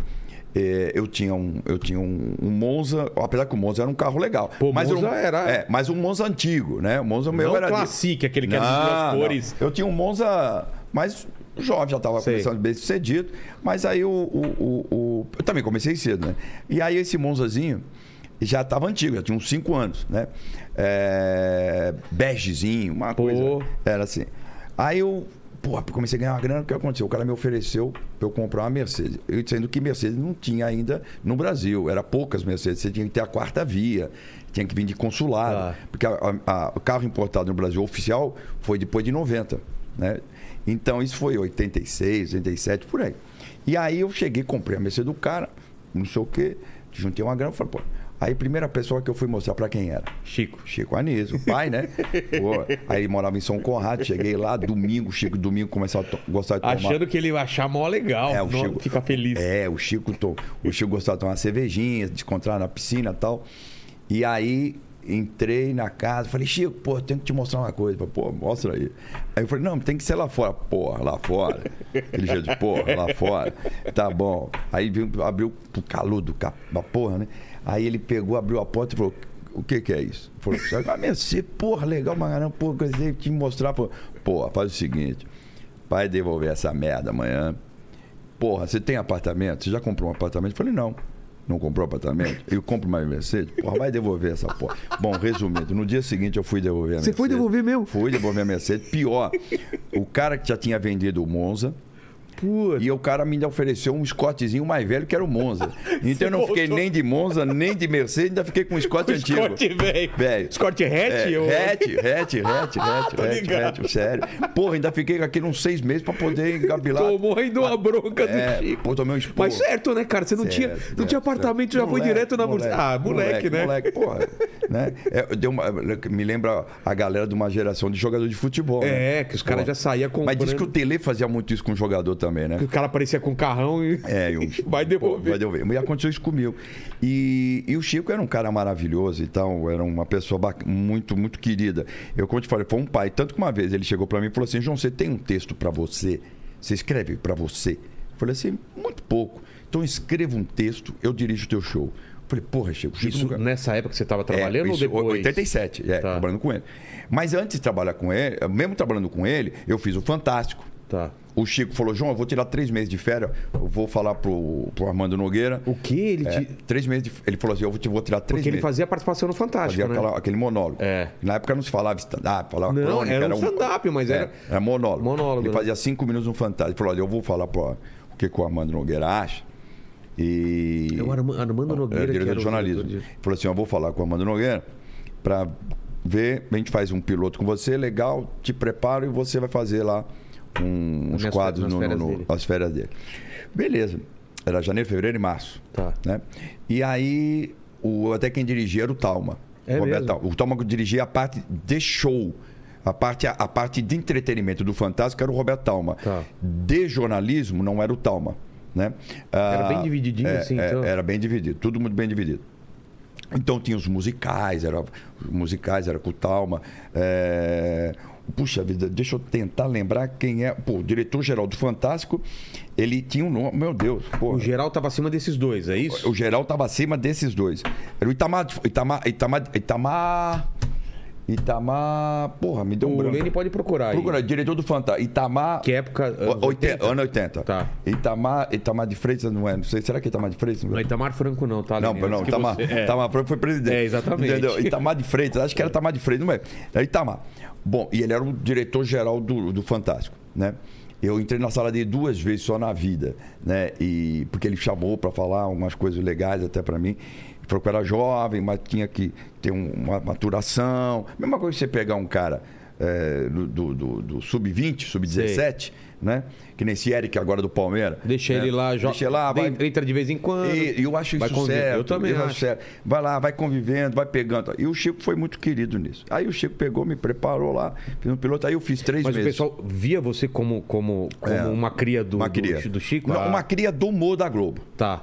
Speaker 3: é, eu tinha, um, eu tinha um, um Monza, apesar que o Monza era um carro legal.
Speaker 1: Pô,
Speaker 3: mas
Speaker 1: Monza
Speaker 3: um,
Speaker 1: era-
Speaker 3: É, mas um Monza antigo, né? O Monza meu
Speaker 4: Não
Speaker 3: era. de-
Speaker 4: classique, aquele
Speaker 1: é
Speaker 4: que era de
Speaker 3: Não,
Speaker 4: duas
Speaker 3: não.
Speaker 4: cores.
Speaker 3: Eu tinha um Monza mais jovem, já estava
Speaker 1: Sei.
Speaker 3: começando bem sucedido, mas aí o, o- o- o- Eu também comecei cedo, né? E aí esse Monzazinho já estava antigo, já tinha uns 5 anos, né? É... Begezinho, uma
Speaker 1: Pô.
Speaker 3: coisa. Era assim. Aí eu. Pô, comecei a ganhar uma grana, o que aconteceu? O cara me ofereceu pra eu comprar uma Mercedes. Eu, sendo que Mercedes não tinha ainda no Brasil. Era poucas Mercedes. Você tinha que ter a quarta via, tinha que vir de consulado.
Speaker 1: Tá.
Speaker 3: Porque a- a- a- o carro importado no Brasil oficial foi depois de 90, né? Então isso foi 86, 87, por aí. E aí eu cheguei, comprei a Mercedes do cara, não sei o quê, juntei uma grana, falei, pô. Aí a primeira pessoa que eu fui mostrar pra quem era.
Speaker 1: Chico.
Speaker 3: Chico Anísio, o pai, né? Pô, aí ele morava em São Conrado, cheguei lá, domingo, Chico, domingo começava a to- gostar de tomar.
Speaker 4: Achando que ele ia achar mó legal.
Speaker 3: É, o
Speaker 4: Nossa,
Speaker 3: Chico.
Speaker 4: Fica feliz.
Speaker 3: É, o Chico, to- o Chico gostava de tomar uma cervejinha, de encontrar na piscina e tal. E aí entrei na casa, falei, Chico, pô, tenho que te mostrar uma coisa. Falei, Pô, mostra aí. Aí eu falei, não, tem que ser lá fora. Porra, lá fora. Aquele jeito de porra, lá fora. Tá bom. Aí veio- abriu o calor do ca- da porra, né? Aí ele pegou, abriu a porta e falou, o que que é isso? Falou, ah, Mercedes, porra, legal, Magarão, porra, coisa que eu te mostrar. Pô, Pô, faz o seguinte, vai devolver essa merda amanhã, Porra, você tem apartamento? Você já comprou um apartamento? Eu falei, não. Não comprou apartamento? Eu compro mais Mercedes? Porra, vai devolver essa porra. Bom, resumindo, no dia seguinte eu fui devolver a
Speaker 1: Você
Speaker 3: Mercedes.
Speaker 1: foi devolver mesmo?
Speaker 3: Fui devolver a Mercedes. Pior, o cara que já tinha vendido o Monza.
Speaker 1: Putz.
Speaker 3: E o cara me ofereceu um escotezinho mais velho que era o Monza. Então eu não fiquei nem de Monza, nem de Mercedes, ainda fiquei com um escote antigo.
Speaker 4: Scott, velho.
Speaker 3: Velho.
Speaker 4: Scott Hatch?
Speaker 3: É,
Speaker 4: eu-
Speaker 3: hatch, hatch,
Speaker 1: Ah,
Speaker 3: hatch, hatch,
Speaker 4: tô
Speaker 3: hatch,
Speaker 4: ligado.
Speaker 3: hatch, sério. Porra, ainda fiquei aqui uns seis meses pra poder engabilar.
Speaker 1: Tomou ainda uma bronca
Speaker 3: É,
Speaker 1: do Chico.
Speaker 3: pô, tomei um esporro.
Speaker 1: Mas certo, né, cara? Você não tinha,
Speaker 3: Certo,
Speaker 1: não
Speaker 3: certo,
Speaker 1: tinha apartamento,
Speaker 3: certo.
Speaker 1: já foi
Speaker 3: É, Moleque,
Speaker 1: direto na moleque, Ah, moleque, né?
Speaker 3: Moleque, porra. né? É, deu uma- me lembra a galera de uma geração de jogador de futebol. né?
Speaker 1: É, que os caras
Speaker 3: Porra.
Speaker 1: já saíam
Speaker 3: Mas diz
Speaker 1: comprando.
Speaker 3: que o Tele fazia muito isso com o jogador também, né?
Speaker 1: O cara aparecia com um carrão e.
Speaker 3: É, eu,
Speaker 1: Vai devolver.
Speaker 3: Pô, vai devolver. E aconteceu isso comigo. E, e o Chico era um cara maravilhoso e tal, era uma pessoa bac- muito, muito querida. Eu, como eu te falei, foi um pai. Tanto que uma vez ele chegou pra mim e falou assim: João, você tem um texto pra você? Você escreve pra você? Eu falei assim: muito pouco. Então escreva um texto, eu dirijo o teu show. Eu falei: porra, Chico, o Chico
Speaker 1: Isso
Speaker 3: nunca-
Speaker 1: nessa época que você tava trabalhando
Speaker 3: é,
Speaker 1: ou
Speaker 3: isso,
Speaker 1: depois?
Speaker 3: 87, é,
Speaker 1: Tá.
Speaker 3: trabalhando com ele. Mas antes de trabalhar com ele, mesmo trabalhando com ele, eu fiz o Fantástico.
Speaker 1: Tá.
Speaker 3: O Chico falou, João, eu vou tirar três meses de férias, eu vou falar pro, pro Armando Nogueira.
Speaker 1: O que ele.
Speaker 3: É,
Speaker 1: te-
Speaker 3: três meses de, Ele falou assim, eu vou, te, vou tirar três
Speaker 1: Porque ele
Speaker 3: meses.
Speaker 1: fazia participação no Fantástico.
Speaker 3: Fazia
Speaker 1: né?
Speaker 3: aquela- aquele monólogo.
Speaker 1: É.
Speaker 3: Na época não se falava stand-up, falava
Speaker 1: Não,
Speaker 3: crônica.
Speaker 1: era um stand-up, mas
Speaker 3: é,
Speaker 1: era-
Speaker 3: Era monólogo.
Speaker 1: Monólogo,
Speaker 3: Ele
Speaker 1: né?
Speaker 3: fazia cinco minutos no Fantástico. Ele falou, olha, eu vou falar pro, o que, que o Armando Nogueira acha. E...
Speaker 1: É o Arma- Armando Nogueira.
Speaker 3: Era
Speaker 1: que
Speaker 3: diretor
Speaker 1: era o
Speaker 3: de jornalismo.
Speaker 1: diretor de-
Speaker 3: Ele Falou assim: eu vou falar com o Armando Nogueira para ver, a gente faz um piloto com você, legal, te preparo e você vai fazer lá um- uns
Speaker 1: Nas fe-
Speaker 3: quadros
Speaker 1: nas
Speaker 3: no,
Speaker 1: férias
Speaker 3: no-
Speaker 1: dele.
Speaker 3: nas férias dele. Beleza. Era janeiro, fevereiro e março.
Speaker 1: Tá.
Speaker 3: Né? E aí, o, até quem dirigia era o Talma.
Speaker 1: É mesmo?
Speaker 3: Talma. O Talma dirigia a parte de show. A parte, a, parte de entretenimento do Fantástico era o Roberto Talma.
Speaker 1: Tá.
Speaker 3: De jornalismo não era o Talma. Né?
Speaker 1: Era
Speaker 3: Ah,
Speaker 1: bem divididinho,
Speaker 3: é,
Speaker 1: assim,
Speaker 3: é,
Speaker 1: então?
Speaker 3: Era bem dividido, tudo muito bem dividido. Então tinha os musicais, era os musicais, era com o Talma. é, Puxa vida, deixa eu tentar lembrar quem é. Pô, o diretor-geral do Fantástico, ele tinha um nome. Meu Deus, porra.
Speaker 1: O geral tava acima desses dois, é isso?
Speaker 3: O geral estava acima desses dois. Era o Itamar. Itamar. Itamar. Itamar. Itamar. Porra, me deu um
Speaker 1: O
Speaker 3: branco.
Speaker 1: Lene pode procurar. aí.
Speaker 3: Procura, diretor do Fantástico. Itamar.
Speaker 1: Que época? Anos
Speaker 3: 80,
Speaker 1: 80?
Speaker 3: ano 80.
Speaker 1: Tá.
Speaker 3: Itamar, Itamar de Freitas, não é? Não sei. Será que é Itamar de Freitas?
Speaker 1: Não, Itamar Franco não, tá?
Speaker 3: Não,
Speaker 1: Lene?
Speaker 3: não,
Speaker 1: Antes que
Speaker 3: Itamar,
Speaker 1: você- é.
Speaker 3: Itamar Franco foi presidente.
Speaker 1: É, exatamente.
Speaker 3: Entendeu? Itamar de Freitas, acho que era Itamar de Freitas, não é? Era Itamar. Bom, e ele era o diretor-geral do, do Fantástico, né? Eu entrei na sala dele duas vezes só na vida, né? E porque ele chamou para falar algumas coisas legais até para mim. Ele falou que eu era jovem, mas tinha que ter um- uma maturação. Mesma coisa que você pegar um cara eh, do, do- do- do sub-20, sub-17, né? Que nem esse Eric agora do Palmeiras.
Speaker 1: Deixa
Speaker 3: né?
Speaker 1: ele lá, joga.
Speaker 3: Deixa ele lá, vai,
Speaker 1: Entra de vez em quando.
Speaker 3: e eu acho
Speaker 1: Vai
Speaker 3: isso
Speaker 1: conviver.
Speaker 3: certo.
Speaker 1: Eu também
Speaker 3: eu
Speaker 1: acho.
Speaker 3: certo. Vai lá, vai convivendo, vai pegando. E o Chico foi muito querido nisso. Aí o Chico pegou, me preparou lá, fiz um piloto. Aí eu fiz três
Speaker 1: Mas o
Speaker 3: meses.
Speaker 1: pessoal via você como, como, como
Speaker 3: É.
Speaker 1: uma cria do,
Speaker 3: uma
Speaker 1: do-
Speaker 3: cria.
Speaker 1: do, Chico?
Speaker 3: Não,
Speaker 1: Ah,
Speaker 3: Uma cria do humor da Globo.
Speaker 1: Tá.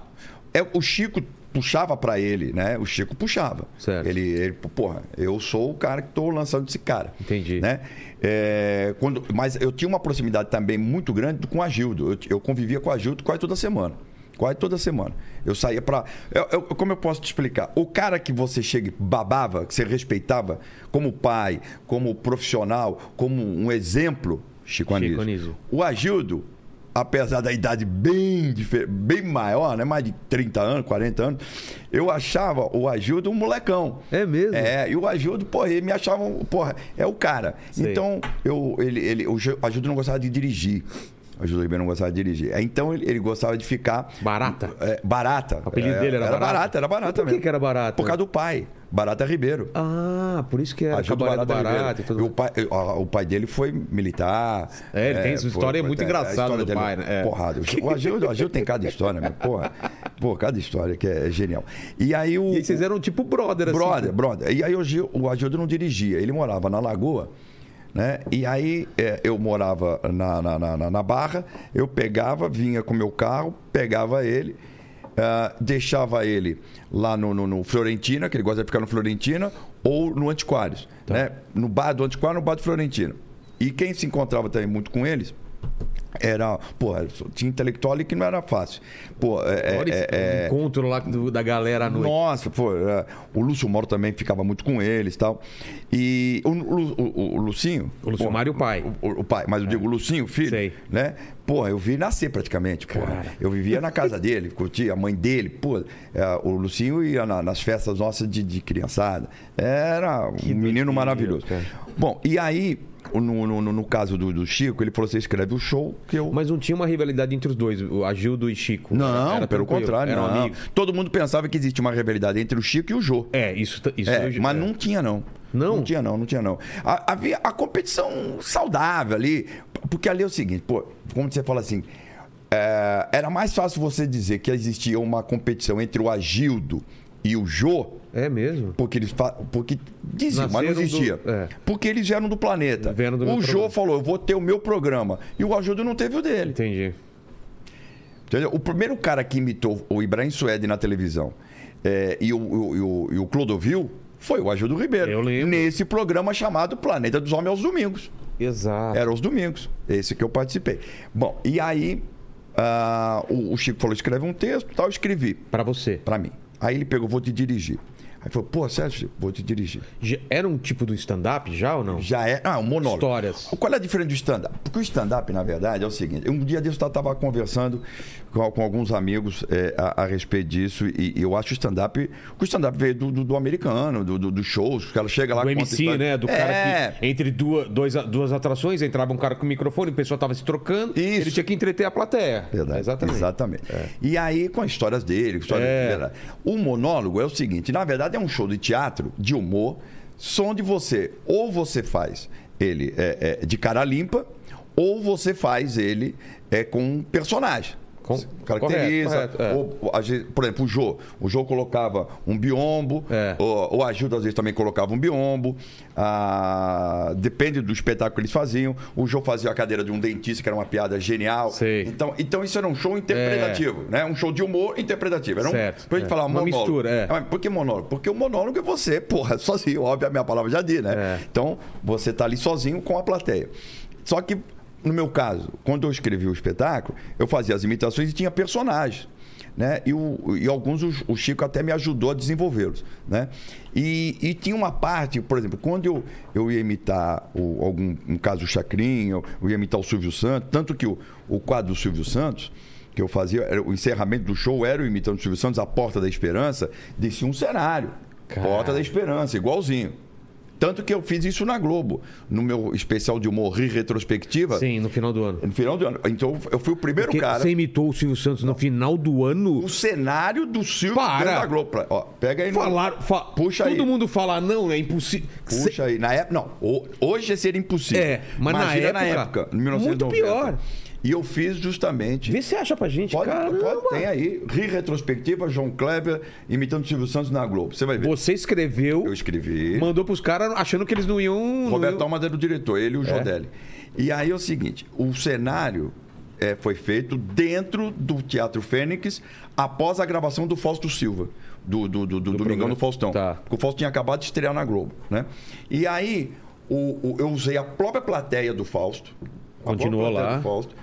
Speaker 3: É, o Chico puxava pra ele, né? O Chico puxava.
Speaker 1: Certo.
Speaker 3: Ele, ele, porra, eu sou o cara que tô lançando esse cara.
Speaker 1: Entendi.
Speaker 3: Né? É, quando, mas eu tinha uma proximidade também muito grande com a Gildo. Eu, eu convivia com a Gildo quase toda semana. Quase toda semana. Eu saía pra. eu- eu- como eu posso te explicar? O cara que você chega e babava, que você respeitava, como pai, como profissional, como um exemplo, Chico Anísio.
Speaker 1: Chico Anísio.
Speaker 3: O Agildo, apesar da idade bem, dife- bem maior, né? Mais de 30 anos, 40 anos, eu achava o Agildo um molecão.
Speaker 1: É mesmo?
Speaker 3: É, e o Agildo, porra, ele me achava, um- porra, é o cara.
Speaker 1: Sei.
Speaker 3: Então, eu, ele, ele, o Ju- o Agildo não gostava de dirigir. O Agildo Ribeiro não gostava de dirigir. Então, ele, ele gostava de ficar...
Speaker 1: Barata?
Speaker 3: É, barata.
Speaker 1: O apelido dele era Barata?
Speaker 3: Era barata,
Speaker 1: Por que
Speaker 3: mesmo.
Speaker 1: que era Barata?
Speaker 3: Por causa do pai, Barata Ribeiro.
Speaker 1: Ah, por isso que era
Speaker 3: Ajuda o
Speaker 1: cabaré do
Speaker 3: Barata Ribeiro.
Speaker 1: barato e tudo
Speaker 3: E o, pai, ó, o pai dele foi militar.
Speaker 1: É, ele tem essa história muito
Speaker 3: a
Speaker 1: engraçada
Speaker 3: história
Speaker 1: do
Speaker 3: dele
Speaker 1: pai, né? É.
Speaker 3: Porrada. O Agildo, o Agildo tem cada história, meu. Porra, porra, cada história que é genial. E aí o.
Speaker 1: E aí vocês eram tipo brother, assim.
Speaker 3: Brother, brother. E aí o, Gil- o Agildo não dirigia, ele morava na Lagoa, né? E aí é, eu morava na, na, na- na- na Barra, eu pegava, vinha com o meu carro, pegava ele, ah, deixava ele lá no, no, no Florentina, que ele gosta de ficar no Florentina, ou no Antiquários, né? No bar do Antiquário, no bar do Florentino. E quem se encontrava também muito com eles era, pô, tinha intelectual ali que não era fácil. Pô, é, é-
Speaker 1: Olha esse
Speaker 3: é- é-
Speaker 1: encontro lá do- da galera à noite.
Speaker 3: nossa, pô, é, o Lúcio Moro também ficava muito com eles e tal. E o, Lu- o- o Lucinho.
Speaker 1: O Lúcio Mário, o pai. É.
Speaker 3: O, o pai, mas eu digo o Lucinho, o filho.
Speaker 1: Sei.
Speaker 3: Né? Porra, eu vi nascer praticamente. Porra. Eu vivia na casa dele, curtia a mãe dele. Pô, é, o Lucinho ia na- nas festas nossas de, de criançada. Era um menino maravilhoso. Bom, e aí, no, no- no- no caso do, do Chico, ele falou: você escreve o show que eu.
Speaker 1: Mas não tinha uma rivalidade entre os dois, o Agildo e Chico.
Speaker 3: não,
Speaker 1: Era um tranquilo,
Speaker 3: pelo contrário,
Speaker 1: eram
Speaker 3: não.
Speaker 1: amigos.
Speaker 3: Todo mundo pensava que existia uma rivalidade entre o Chico e o Jô.
Speaker 1: É, isso, t- isso
Speaker 3: É,
Speaker 1: eu-
Speaker 3: mas
Speaker 1: é.
Speaker 3: não tinha, não.
Speaker 1: Não?
Speaker 3: Não tinha, não, não tinha, não. Ha- Havia a competição saudável ali, porque ali é o seguinte, pô, como você fala assim, é, era mais fácil você dizer que existia uma competição entre o Agildo e o Jô,
Speaker 1: É mesmo?
Speaker 3: porque eles fa- porque diziam, mas
Speaker 1: Nasceram
Speaker 3: não
Speaker 1: do-
Speaker 3: existia.
Speaker 1: é.
Speaker 3: Porque eles eram do planeta.
Speaker 1: Vieram do meu
Speaker 3: o Jô
Speaker 1: programa.
Speaker 3: falou, eu vou ter o meu programa. E o Agildo não teve o dele.
Speaker 1: Entendi.
Speaker 3: Entendeu? O primeiro cara que imitou o Ibrahim Suede na televisão é, e, o, o- e o- e o Clodovil foi o Agildo Ribeiro.
Speaker 1: Eu lembro.
Speaker 3: Nesse programa chamado Planeta dos Homens aos Domingos.
Speaker 1: Exato.
Speaker 3: Era aos domingos. Esse que eu participei. Bom, e aí ah, o, o Chico falou, escreve um texto tal. Eu escrevi
Speaker 1: Pra você.
Speaker 3: pra mim. Aí ele pegou, vou te dirigir. Aí falou, pô, Sérgio, Chico, vou te dirigir.
Speaker 1: Já- Era um tipo do stand-up já ou não?
Speaker 3: Já é. Ah, um monólogo.
Speaker 1: Histórias.
Speaker 3: Qual é a diferença do stand-up? Porque o stand-up, na verdade, é o seguinte: um dia desse eu estava conversando com, com alguns amigos é, a, a respeito disso, e, e eu acho o stand-up. O stand-up veio do, do, do americano, do, do, do shows, o cara chega lá
Speaker 1: Do
Speaker 3: conta
Speaker 1: MC,
Speaker 3: história.
Speaker 1: né? Do
Speaker 3: É.
Speaker 1: cara que entre duas, dois, duas atrações entrava um cara com o microfone, o pessoal tava se trocando,
Speaker 3: Isso.
Speaker 1: ele tinha que entreter a plateia.
Speaker 3: Verdade.
Speaker 1: Exatamente.
Speaker 3: E aí, com as histórias dele, com histórias
Speaker 1: É.
Speaker 3: verdade. O monólogo é o seguinte: na verdade, é um show de teatro, de humor, som de você. Ou você faz ele é, é, de cara limpa, ou você faz ele é, com um personagem.
Speaker 1: Com-
Speaker 3: caracteriza.
Speaker 1: correto, correto, é.
Speaker 3: ou, ou, às vezes, por exemplo, o Jô. O Jô colocava um biombo,
Speaker 1: É.
Speaker 3: ou, ou a Gilda às vezes também colocava um biombo. Ah, depende do espetáculo que eles faziam. O Jô fazia a cadeira de um dentista, que era uma piada genial.
Speaker 1: Sei. É.
Speaker 3: Então, então isso era um show interpretativo, né? Um show de humor interpretativo. Era um,
Speaker 1: Certo,
Speaker 3: pra gente
Speaker 1: é.
Speaker 3: falar
Speaker 1: Uma
Speaker 3: monólogo. Ah,
Speaker 1: mistura, é.
Speaker 3: Mas Por que monólogo? Porque o monólogo é você, porra, sozinho. Óbvio, a minha palavra já diz, né?
Speaker 1: É.
Speaker 3: Então, você tá ali sozinho com a plateia. Só que, no meu caso, quando eu escrevi o espetáculo, eu fazia as imitações e tinha personagens. Né? E, o- e alguns o, o Chico até me ajudou a desenvolvê-los. Né? E, e tinha uma parte, por exemplo, quando eu, eu ia imitar o, algum, no caso o Chacrinho, eu ia imitar o Silvio Santos, tanto que o, o quadro do Silvio Santos, que eu fazia, era- o encerramento do show era o imitando o Silvio Santos, a Porta da Esperança, descia um cenário. Porta da Esperança, igualzinho. Tanto que eu fiz isso na Globo, no meu especial de humor Rir retrospectiva,
Speaker 1: Sim, no final do ano.
Speaker 3: no final do ano. Então eu fui o primeiro
Speaker 1: Porque
Speaker 3: cara.
Speaker 1: Você imitou o Silvio Santos no final do ano?
Speaker 3: O cenário do Silvio
Speaker 1: Para!
Speaker 3: dentro da Globo. Pra- Ó, pega aí no-
Speaker 1: Falaram. fa-
Speaker 3: Puxa
Speaker 1: Todo
Speaker 3: aí.
Speaker 1: mundo fala, não, é impossível. Cê-
Speaker 3: Puxa aí, na época. Não, ho- hoje seria impossível.
Speaker 1: É, mas na
Speaker 3: Imagina
Speaker 1: época,
Speaker 3: na época, em 1990.
Speaker 1: muito pior.
Speaker 3: E eu fiz justamente.
Speaker 1: Vê se você acha pra gente,
Speaker 3: Pode,
Speaker 1: cara.
Speaker 3: pode, tem aí. Rir retrospectiva, João Kleber imitando Silvio Santos na Globo. Você vai ver.
Speaker 1: Você escreveu,
Speaker 3: Eu escrevi.
Speaker 1: mandou pros caras achando que eles não iam.
Speaker 3: Roberto
Speaker 1: não iam...
Speaker 3: Almas era o diretor, ele e
Speaker 1: É.
Speaker 3: o Jodelli. E aí é o seguinte: o cenário é, foi feito dentro do Teatro Fênix após a gravação do Fausto Silva, do, do, do, do Domingão
Speaker 1: programa.
Speaker 3: do Faustão.
Speaker 1: Tá.
Speaker 3: Porque o Fausto tinha acabado de estrear na Globo. Né? E aí o- o- eu usei a própria plateia do Fausto. a
Speaker 1: Continuou
Speaker 3: própria plateia
Speaker 1: lá.
Speaker 3: do Fausto.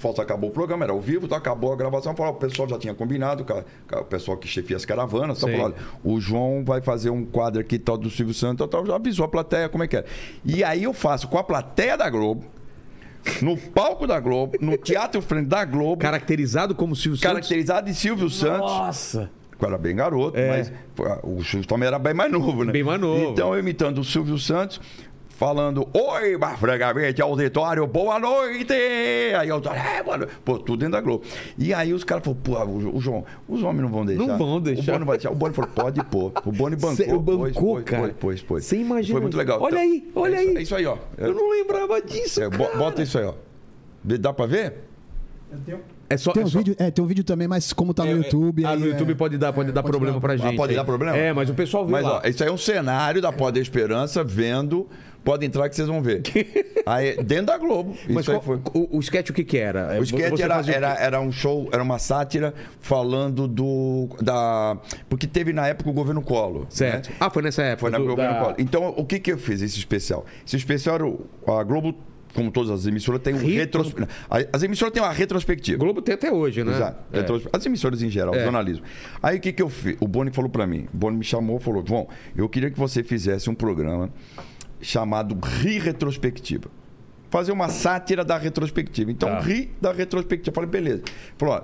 Speaker 3: Falta acabou o programa, era ao vivo, então acabou a gravação. Falou, o pessoal já tinha combinado, ca- ca- o pessoal que chefia as caravanas. Então
Speaker 4: Sim.
Speaker 3: falou, olha, o João vai fazer um quadro aqui tal do Silvio Santos, tal, tal, já avisou a plateia como é que é. E aí eu faço com a plateia da Globo, no palco da Globo, no teatro frente da Globo,
Speaker 1: Caracterizado como Silvio Santos.
Speaker 3: caracterizado de Silvio Santos.
Speaker 4: Nossa!
Speaker 3: Eu era bem garoto, mas pô, o Silvio também era bem mais novo, né?
Speaker 1: É. Bem mais novo.
Speaker 3: Então, eu imitando o Silvio Santos, falando, oi, mas francamente, auditório, boa noite! Aí eu, é, mano, pô, tudo dentro da Globo. E aí os caras falaram, pô, o, o João, os homens não vão deixar.
Speaker 1: Não vão
Speaker 3: O
Speaker 1: deixar.
Speaker 3: Boni vai deixar. O Boni falou, pode pôr. O Boni bancou.
Speaker 1: Cê- o
Speaker 3: pôs,
Speaker 1: bancou,
Speaker 3: pôs,
Speaker 1: cara.
Speaker 3: pôs, pôs, pôs.
Speaker 1: Cê imagina.
Speaker 3: Foi muito legal.
Speaker 1: Olha aí, olha
Speaker 3: é isso-
Speaker 1: aí.
Speaker 3: É isso aí, ó.
Speaker 1: Eu não lembrava disso.
Speaker 3: É, bo-
Speaker 1: cara.
Speaker 3: Bota isso aí, ó. Dá pra ver?
Speaker 1: É só.
Speaker 2: Tem
Speaker 1: é
Speaker 2: um,
Speaker 1: só-
Speaker 2: vídeo, é, tem um vídeo também, mas como tá no
Speaker 1: é-
Speaker 2: YouTube.
Speaker 1: Ah,
Speaker 2: aí
Speaker 1: no
Speaker 2: é-
Speaker 1: YouTube pode dar, pode dar problema pra gente.
Speaker 3: Ah, pode
Speaker 1: aí.
Speaker 3: dar problema?
Speaker 1: É, mas o pessoal viu
Speaker 3: Mas,
Speaker 1: lá.
Speaker 3: ó, isso aí é um cenário da Pó da Esperança vendo. Pode entrar que vocês vão ver. aí, dentro da Globo.
Speaker 1: Mas
Speaker 3: isso aí
Speaker 1: qual-
Speaker 3: foi.
Speaker 1: o, o sketch o que que era? É,
Speaker 3: O sketch
Speaker 1: você
Speaker 3: era,
Speaker 1: fazia o quê?
Speaker 3: era, era um show, era uma sátira falando do. Da, porque teve na época o governo Collor.
Speaker 1: Certo.
Speaker 3: né?
Speaker 1: Ah, foi nessa época.
Speaker 3: Foi na
Speaker 1: do-
Speaker 3: Globo
Speaker 1: da-
Speaker 3: no colo. Então, o que, que eu fiz esse especial? Esse especial era o- a Globo, como todas as emissoras, tem o
Speaker 1: Retro-
Speaker 3: retrospectivo. As emissoras têm uma retrospectiva.
Speaker 1: Globo tem até hoje, né?
Speaker 3: Exato.
Speaker 1: É.
Speaker 3: Retros- As emissoras em geral,
Speaker 1: É.
Speaker 3: jornalismo. Aí o que, que eu fiz? O Boni falou pra mim. O Boni me chamou e falou: João, eu queria que você fizesse um programa chamado Ri Retrospectiva. Fazer uma sátira da retrospectiva. Então,
Speaker 4: Tá.
Speaker 3: ri da retrospectiva. Eu falei, beleza. Ele Falou, ó,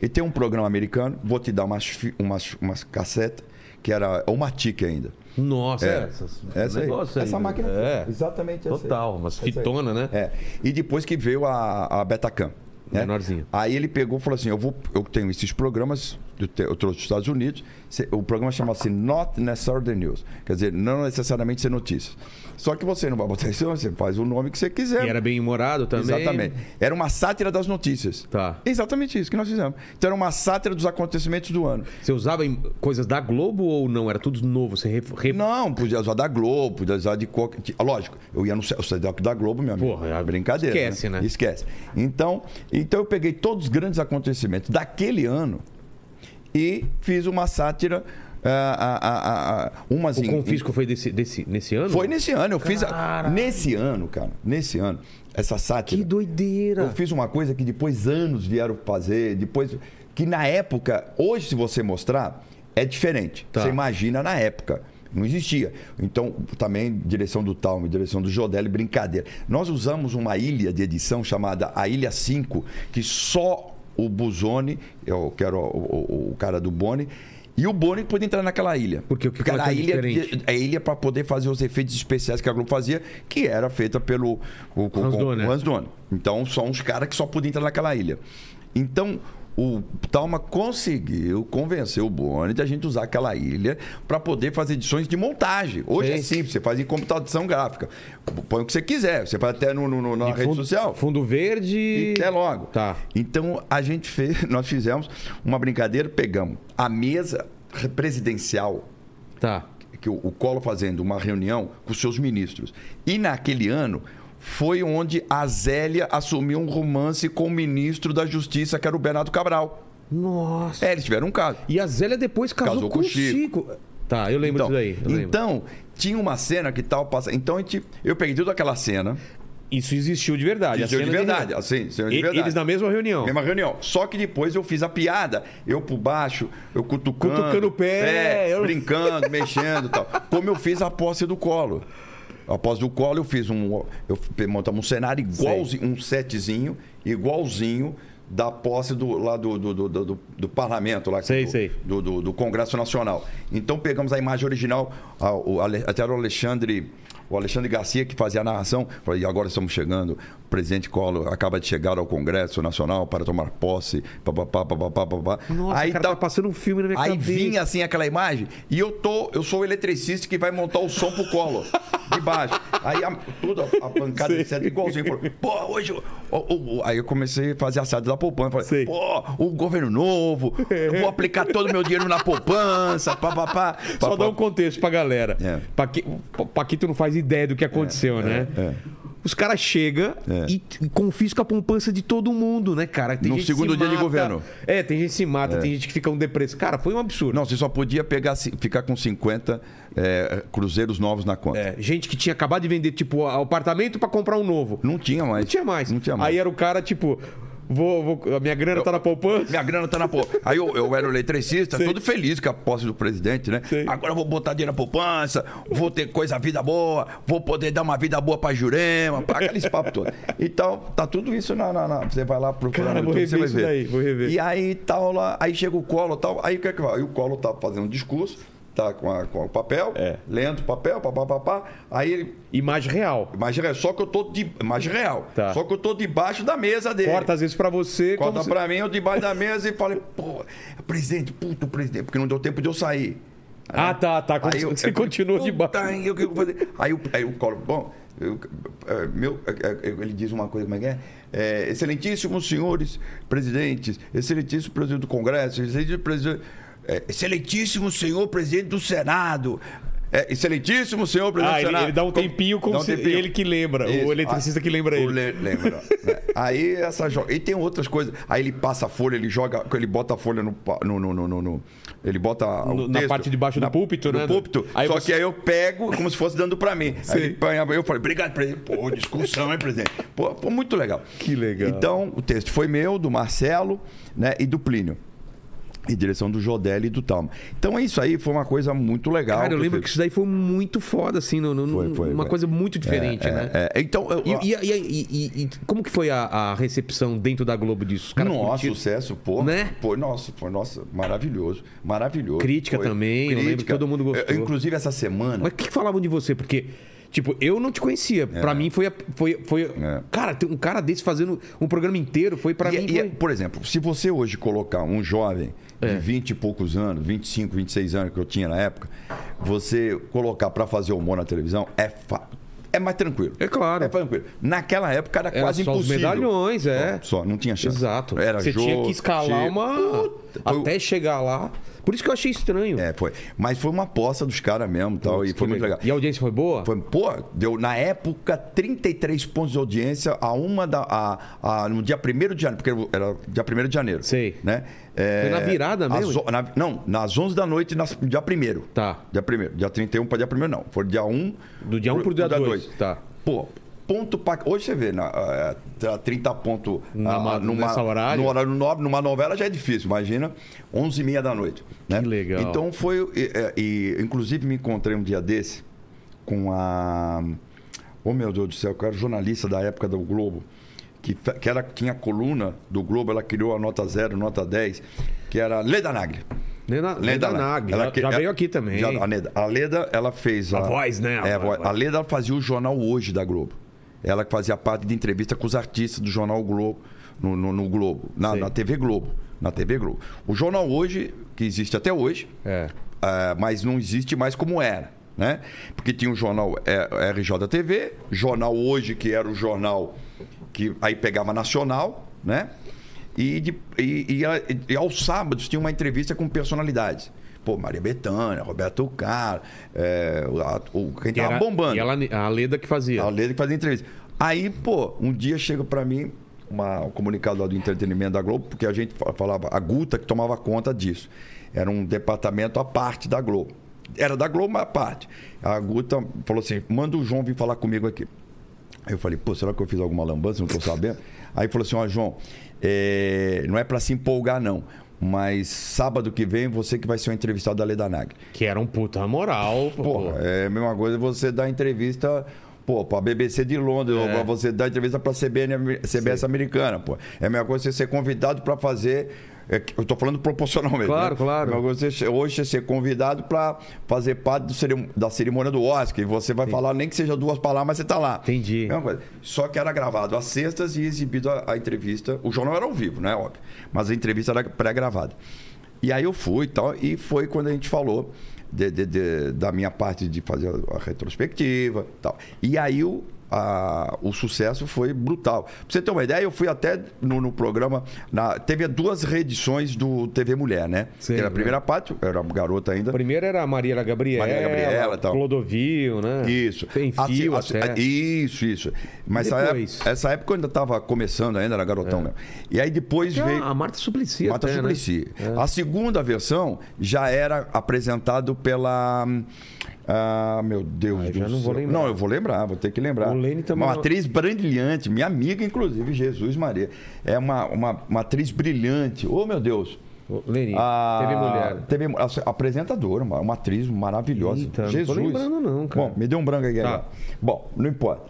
Speaker 3: e tem um programa americano, vou te dar umas, fi- umas, umas cassetas, que era ou uma tique ainda.
Speaker 1: Nossa,
Speaker 3: É.
Speaker 1: essas-
Speaker 3: Essa aí.
Speaker 1: negócio aí,
Speaker 3: Essa
Speaker 1: né?
Speaker 3: máquina.
Speaker 1: É.
Speaker 3: Exatamente essa aí.
Speaker 1: Total, umas
Speaker 3: Essa aí.
Speaker 1: fitona, né?
Speaker 3: É. E depois que veio a, a Betacam. Né?
Speaker 1: Menorzinha.
Speaker 3: Aí ele pegou e falou assim: eu, vou, eu tenho esses programas, eu, te- eu trouxe dos Estados Unidos. cê- o programa chama-se Not Necessarily the News. Quer dizer, não necessariamente ser notícias. Só que você não vai botar isso, você faz o nome que você quiser.
Speaker 1: E era bem humorado também.
Speaker 3: é. Exatamente. Era uma sátira das notícias.
Speaker 1: Tá.
Speaker 3: Exatamente isso que nós fizemos. Então era uma sátira dos acontecimentos do ano.
Speaker 1: Você usava em- coisas da Globo ou não? Era tudo novo? Você ref... re-
Speaker 3: Não, podia usar da Globo, podia usar de qualquer. de- Lógico, eu ia no ce- o CDOC da Globo, meu amigo.
Speaker 1: Porra, é
Speaker 3: é brincadeira.
Speaker 1: esquece, né?
Speaker 3: Esquece. Então, então eu peguei todos os grandes acontecimentos daquele ano e fiz uma sátira. ah, ah, ah, ah, ah, umas
Speaker 1: O
Speaker 3: em-
Speaker 1: confisco foi desse, desse, nesse ano?
Speaker 3: Foi nesse ano, eu fiz. a- Nesse ano, cara. Nesse ano. Essa sátira.
Speaker 1: Que doideira.
Speaker 3: Eu fiz uma coisa que depois anos vieram fazer, depois que na época, hoje se você mostrar, é diferente.
Speaker 1: Tá.
Speaker 3: Você imagina na época. Não existia. Então, também, direção do Talme, direção do Jodelli, brincadeira. Nós usamos uma ilha de edição chamada a Ilha 5, que só o Buzoni, eu quero o, o- o cara do Boni, e o Boni pôde entrar naquela ilha.
Speaker 1: Porque o que
Speaker 3: Porque era a
Speaker 1: colocaram
Speaker 3: ilha,
Speaker 1: diferente?
Speaker 3: de- é a ilha para poder fazer os efeitos especiais que a Globo fazia, que era feita pelo o, com-
Speaker 1: Hans
Speaker 3: com-
Speaker 1: Donner.
Speaker 3: o Hans Donner. Então, são uns caras que só podiam entrar naquela ilha. Então, o Talma conseguiu convencer o Boni da gente usar aquela ilha para poder fazer edições de montagem. Hoje é
Speaker 1: Sim.
Speaker 3: simples, você faz em computação gráfica. Põe o que você quiser, você faz até no, no- no- na rede
Speaker 1: fundo,
Speaker 3: social.
Speaker 1: Fundo Verde.
Speaker 3: E até logo.
Speaker 1: Tá.
Speaker 3: Então a gente fez, nós fizemos uma brincadeira, pegamos a mesa presidencial
Speaker 1: Tá.
Speaker 3: que o, o Collor fazendo uma reunião com seus ministros. E naquele ano foi onde a Zélia assumiu um romance com o ministro da Justiça, que era o Bernardo Cabral.
Speaker 1: Nossa.
Speaker 3: É, eles tiveram um caso.
Speaker 1: E a Zélia depois casou, com, o Chico. Tá, eu lembro
Speaker 3: Então,
Speaker 1: disso aí. eu lembro.
Speaker 3: então, tinha uma cena que tal passa. Então a gente, eu peguei toda aquela cena.
Speaker 1: Isso existiu de verdade. a
Speaker 3: Existiu de
Speaker 1: cena
Speaker 3: verdade, assim, cena de
Speaker 1: E-
Speaker 3: verdade.
Speaker 1: Eles na mesma reunião.
Speaker 3: Mesma reunião. Só que depois eu fiz a piada, eu por baixo, eu cutucando. É,
Speaker 1: Cutucando o pé, eu-
Speaker 3: Brincando, mexendo e tal. Como eu fiz a posse do colo. A posse do colo, eu fiz um. Eu f- montamos um cenário igualzinho, um setzinho, igualzinho da posse do, lá do, do, do, do- do- do parlamento, lá
Speaker 1: Sei,
Speaker 3: do,
Speaker 1: sei.
Speaker 3: Do, do- do Congresso Nacional. Então pegamos a imagem original, a- o Ale- até era o Alexandre, o Alexandre Garcia que fazia a narração, falou, e agora estamos chegando, o presidente Collor acaba de chegar ao Congresso Nacional para tomar posse, papapá, papapá, papapá.
Speaker 1: Nossa,
Speaker 3: aí
Speaker 1: cara,
Speaker 3: tá-
Speaker 1: tá passando um filme na minha
Speaker 3: Aí
Speaker 1: cabeça.
Speaker 3: vinha assim aquela imagem e eu tô, eu sou o eletricista que vai montar o som pro colo de baixo. Aí a, tudo a, a pancada etc, igualzinho. Falou, pô, hoje. eu- o- o- aí eu comecei a fazer a assado da poupança. Falei,
Speaker 1: Sei.
Speaker 3: pô, o governo novo, eu vou aplicar todo o meu dinheiro na poupança, papapá.
Speaker 1: Só dá um contexto pra galera.
Speaker 3: É.
Speaker 1: Paqui- Pa- Paquito não faz ideia do que aconteceu, né? Os caras chegam
Speaker 3: É.
Speaker 1: e e confiscam a poupança de todo mundo, né, cara? Tem
Speaker 3: No
Speaker 1: gente que
Speaker 3: segundo
Speaker 1: se
Speaker 3: dia de
Speaker 1: mata.
Speaker 3: governo.
Speaker 1: É, tem gente que se mata, tem gente que fica um depresso. Cara, foi um absurdo.
Speaker 3: Não, você só podia pegar, ci- ficar com 50 é, cruzeiros novos na conta.
Speaker 1: É, gente que tinha acabado de vender, tipo, o apartamento pra comprar um novo.
Speaker 3: Não tinha mais.
Speaker 1: Não tinha mais.
Speaker 3: Não tinha mais.
Speaker 1: Aí era o cara, tipo,
Speaker 4: Vou, vou- a minha grana tá na poupança.
Speaker 3: Minha grana tá na poupança. Aí eu, eu era o eletricista, todo feliz com a posse do presidente, né?
Speaker 4: Sim.
Speaker 3: Agora eu vou botar dinheiro na poupança, vou ter coisa, vida boa, vou poder dar uma vida boa pra Jurema, pra aqueles papos todos. Então, tá tudo isso na. na- na- você vai lá procurar
Speaker 4: Cara,
Speaker 3: no
Speaker 4: vou
Speaker 3: YouTube, você vai
Speaker 4: rever isso
Speaker 3: ver.
Speaker 4: daí, vou rever.
Speaker 3: E aí tal, lá, aí chega o colo tal. Aí o que é que vai? Aí o colo tá fazendo um discurso, tá com, a- com o papel,
Speaker 4: É.
Speaker 3: lendo o papel, papapá. Aí ele.
Speaker 4: Imagem real.
Speaker 3: Imagem real, só que eu tô de. Imagem real.
Speaker 4: Tá.
Speaker 3: Só que eu tô debaixo da mesa dele.
Speaker 4: Corta às vezes pra você. como
Speaker 3: Corta
Speaker 4: se-
Speaker 3: pra mim, eu debaixo da mesa e falei, pô, é presidente, puto presidente, porque não deu tempo de eu sair.
Speaker 4: Ah, tá, tá.
Speaker 3: Aí eu-
Speaker 4: Você
Speaker 3: eu-
Speaker 4: continua de
Speaker 3: Puta,
Speaker 4: baixo.
Speaker 3: aí eu- o que eu vou fazer? Aí, o- aí o Collor, bom, eu- é, meu, é, é, ele diz uma coisa, como é que é? É, Excelentíssimos senhores presidentes, excelentíssimo presidente do Congresso, excelentíssimo presidente. é, excelentíssimo senhor presidente do Senado. é, excelentíssimo senhor presidente
Speaker 4: Ah,
Speaker 3: do
Speaker 4: ele-
Speaker 3: Senado.
Speaker 4: ele dá um tempinho com
Speaker 3: Dá
Speaker 4: você- ele que lembra, É o eletricista que lembra
Speaker 3: Ah, o
Speaker 4: ele.
Speaker 3: le- lembra. né? Aí essa jo... E tem outras coisas. Aí ele passa a folha, ele joga, ele bota a folha no. pa- no, no, no, no- no- ele bota o
Speaker 4: No- na
Speaker 3: texto
Speaker 4: parte de baixo do púlpito,
Speaker 3: no
Speaker 4: né?
Speaker 3: púlpito.
Speaker 4: Aí
Speaker 3: Só
Speaker 4: você-
Speaker 3: que aí eu pego como se fosse dando pra mim. Aí ele põe a- eu falei, obrigado, presidente. Pô, discussão, hein, presidente? Pô, pô, muito legal.
Speaker 4: Que legal.
Speaker 3: Então, o texto foi meu, do Marcelo, né, e do Plínio. E direção do Jodelli e do Talma. Então, isso aí foi uma coisa muito legal.
Speaker 1: Cara, eu
Speaker 3: que
Speaker 1: lembro
Speaker 3: eu
Speaker 1: que isso daí foi muito foda, assim, no, no-
Speaker 3: Foi, foi,
Speaker 1: uma
Speaker 3: foi.
Speaker 1: coisa muito diferente,
Speaker 3: fiz.
Speaker 1: né?
Speaker 3: É, é, então, eu-
Speaker 1: E, e- e- e- e como que foi a, a recepção dentro da Globo disso? Os caras
Speaker 3: nossa,
Speaker 1: curtiram?
Speaker 3: sucesso, pô.
Speaker 1: Né?
Speaker 3: Pô, nossa, foi, nossa, maravilhoso. Maravilhoso.
Speaker 1: Crítica
Speaker 3: Foi.
Speaker 1: também, eu lembro que todo mundo gostou.
Speaker 3: Eu, inclusive, essa semana.
Speaker 1: Mas o que, que falavam de você? Porque, tipo, eu não te conhecia. Pra mim foi. a- foi, foi
Speaker 3: É.
Speaker 1: Cara, tem um cara desse fazendo um programa inteiro. Foi pra
Speaker 3: E- é,
Speaker 1: mim.
Speaker 3: e,
Speaker 1: foi- É.
Speaker 3: por exemplo, se você hoje colocar um jovem de 20 e poucos anos, 25, 26 anos que eu tinha na época, você colocar pra fazer humor na televisão é fa- É mais tranquilo.
Speaker 1: É claro.
Speaker 3: É tranquilo. Naquela época era,
Speaker 1: Era
Speaker 3: quase
Speaker 1: só os
Speaker 3: impossível.
Speaker 1: medalhões, é.
Speaker 3: Só, só, não tinha chance.
Speaker 1: Exato.
Speaker 3: Era
Speaker 1: Você
Speaker 3: jogo,
Speaker 1: tinha que escalar
Speaker 3: tiro.
Speaker 1: uma.
Speaker 3: Foi-
Speaker 1: Até chegar lá. Por isso que eu achei estranho.
Speaker 3: É, foi. Mas foi uma aposta dos caras mesmo tal, e
Speaker 1: Putz,
Speaker 3: foi
Speaker 1: que
Speaker 3: muito legal.
Speaker 1: E a audiência foi boa?
Speaker 3: Foi, pô, deu na época 33 pontos de audiência a uma da. A, a- no dia 1 de janeiro, porque era dia 1 de janeiro.
Speaker 1: Sei.
Speaker 3: Né? É,
Speaker 1: Foi na virada
Speaker 3: às
Speaker 1: mesmo?
Speaker 3: o- na- não, nas 11 da noite, nas, dia 1.
Speaker 1: Tá.
Speaker 3: Dia 1. Dia 31 para dia 1, não. Foi dia 1.
Speaker 1: Do dia 1 pro dia 2. Tá.
Speaker 3: Pô, ponto pra. Hoje você vê, na, ah, tá 30 pontos
Speaker 1: Na ma- nessa horário?
Speaker 3: no horário nobre, numa novela já é difícil, imagina. 11h30 da noite. Né?
Speaker 1: Que legal.
Speaker 3: Então foi. E, é, e, inclusive me encontrei um dia desse com a. Oh meu Deus do céu, que era jornalista da época do Globo, que, fe- que era, tinha a coluna do Globo, ela criou a nota 0, nota 10, que era Leda Nagli.
Speaker 1: Leda, Leda Nagli.
Speaker 3: Ela
Speaker 1: Já,
Speaker 3: que-
Speaker 1: já
Speaker 3: ela-
Speaker 1: veio aqui também.
Speaker 3: já- a, Leda, a Leda, ela fez.
Speaker 1: A voz, né? A
Speaker 3: é, a,
Speaker 1: voz,
Speaker 3: voz.
Speaker 1: voz.
Speaker 3: A Leda ela fazia o Jornal Hoje da Globo. Ela que fazia parte de entrevista com os artistas do Jornal Globo, no, no- no Globo, na,
Speaker 1: Sei.
Speaker 3: na TV Globo. Na TV Globo. O Jornal Hoje, que existe até hoje,
Speaker 1: É.
Speaker 3: ah, mas não existe mais como era. Né? Porque tinha o jornal é, RJTV, Jornal Hoje, que era o jornal que aí pegava nacional, né? E, de- e- e a- e aos sábados tinha uma entrevista com personalidades. Pô, Maria Bethânia, Roberto Carlos, é, o- a- o, quem
Speaker 1: E
Speaker 3: tava
Speaker 1: era-
Speaker 3: bombando.
Speaker 1: E ela, a Leda que fazia.
Speaker 3: A Leda que fazia entrevista. Aí, pô, um dia chega pra mim uma, um comunicado lá do entretenimento da Globo, porque a gente fa- falava, a Guta que tomava conta disso. Era um departamento à parte da Globo. Era da Globo, mas à parte. A Guta falou assim: manda o João vir falar comigo aqui. Aí eu falei, pô, será que eu fiz alguma lambança? Não tô sabendo. Aí falou assim, ó, João, é, não é pra se empolgar, não. Mas sábado que vem, você que vai ser o entrevistado da Leda Nagli.
Speaker 4: Que era um puta moral, pô.
Speaker 3: Porra, é a mesma coisa você dar entrevista, pô, pra BBC de Londres,
Speaker 1: É.
Speaker 3: ou pra você dar entrevista pra CBN, am- CBS americana, pô. É a mesma coisa você ser convidado pra fazer. é que- Eu tô falando proporcionalmente.
Speaker 1: Claro,
Speaker 3: né?
Speaker 1: claro.
Speaker 3: É a mesma coisa você che- hoje você ser convidado pra fazer parte do cerim- da cerimônia do Oscar. E você vai falar, nem que seja duas palavras, mas você tá lá.
Speaker 1: Entendi.
Speaker 3: Mesma coisa. Só que era gravado às sextas e exibido a, a entrevista. O jornal era ao vivo, né? Óbvio. Mas a entrevista era pré-gravada. E aí eu fui e tal. E foi quando a gente falou de- de- de- da minha parte de fazer a retrospectiva e tal. E aí o, a- o sucesso foi brutal. Pra você ter uma ideia, eu fui até no, no programa. na- teve duas reedições do TV Mulher, né?
Speaker 1: Sim,
Speaker 3: Teve a
Speaker 1: né?
Speaker 3: primeira parte, eu era garota ainda.
Speaker 1: A primeira era a Maria Gabriela.
Speaker 3: Maria Gabriela, tal.
Speaker 1: Clodovil, né?
Speaker 3: Isso.
Speaker 1: Tem
Speaker 3: Assim,
Speaker 1: fio
Speaker 3: assim,
Speaker 1: até.
Speaker 3: Isso, isso. Mas essa época,
Speaker 1: Depois? É.
Speaker 3: essa época eu ainda estava começando, ainda era garotão mesmo. E aí depois
Speaker 1: Ah,
Speaker 3: veio.
Speaker 1: a Marta Suplicy
Speaker 3: Mata
Speaker 1: até, né?
Speaker 3: Suplicy. A segunda versão já era apresentado pela. hum, Ah, meu Deus
Speaker 1: Ah, eu
Speaker 3: do
Speaker 1: já não vou
Speaker 3: céu.
Speaker 1: lembrar.
Speaker 3: Não, eu vou lembrar, vou ter que lembrar.
Speaker 1: O Lene também
Speaker 3: Uma
Speaker 1: não-
Speaker 3: atriz brilhante, minha amiga, inclusive, Jesus Maria. É uma, uma, uma atriz brilhante. Oh, meu Deus.
Speaker 1: Ô, Leni,
Speaker 3: Ah,
Speaker 1: teve mulher.
Speaker 3: Teve mu- a- apresentadora, uma, uma atriz maravilhosa.
Speaker 1: Eita, não tô
Speaker 3: Jesus.
Speaker 1: lembrando não, cara.
Speaker 3: Bom, me deu um branco
Speaker 4: Tá.
Speaker 3: aqui. agora. Bom, não importa.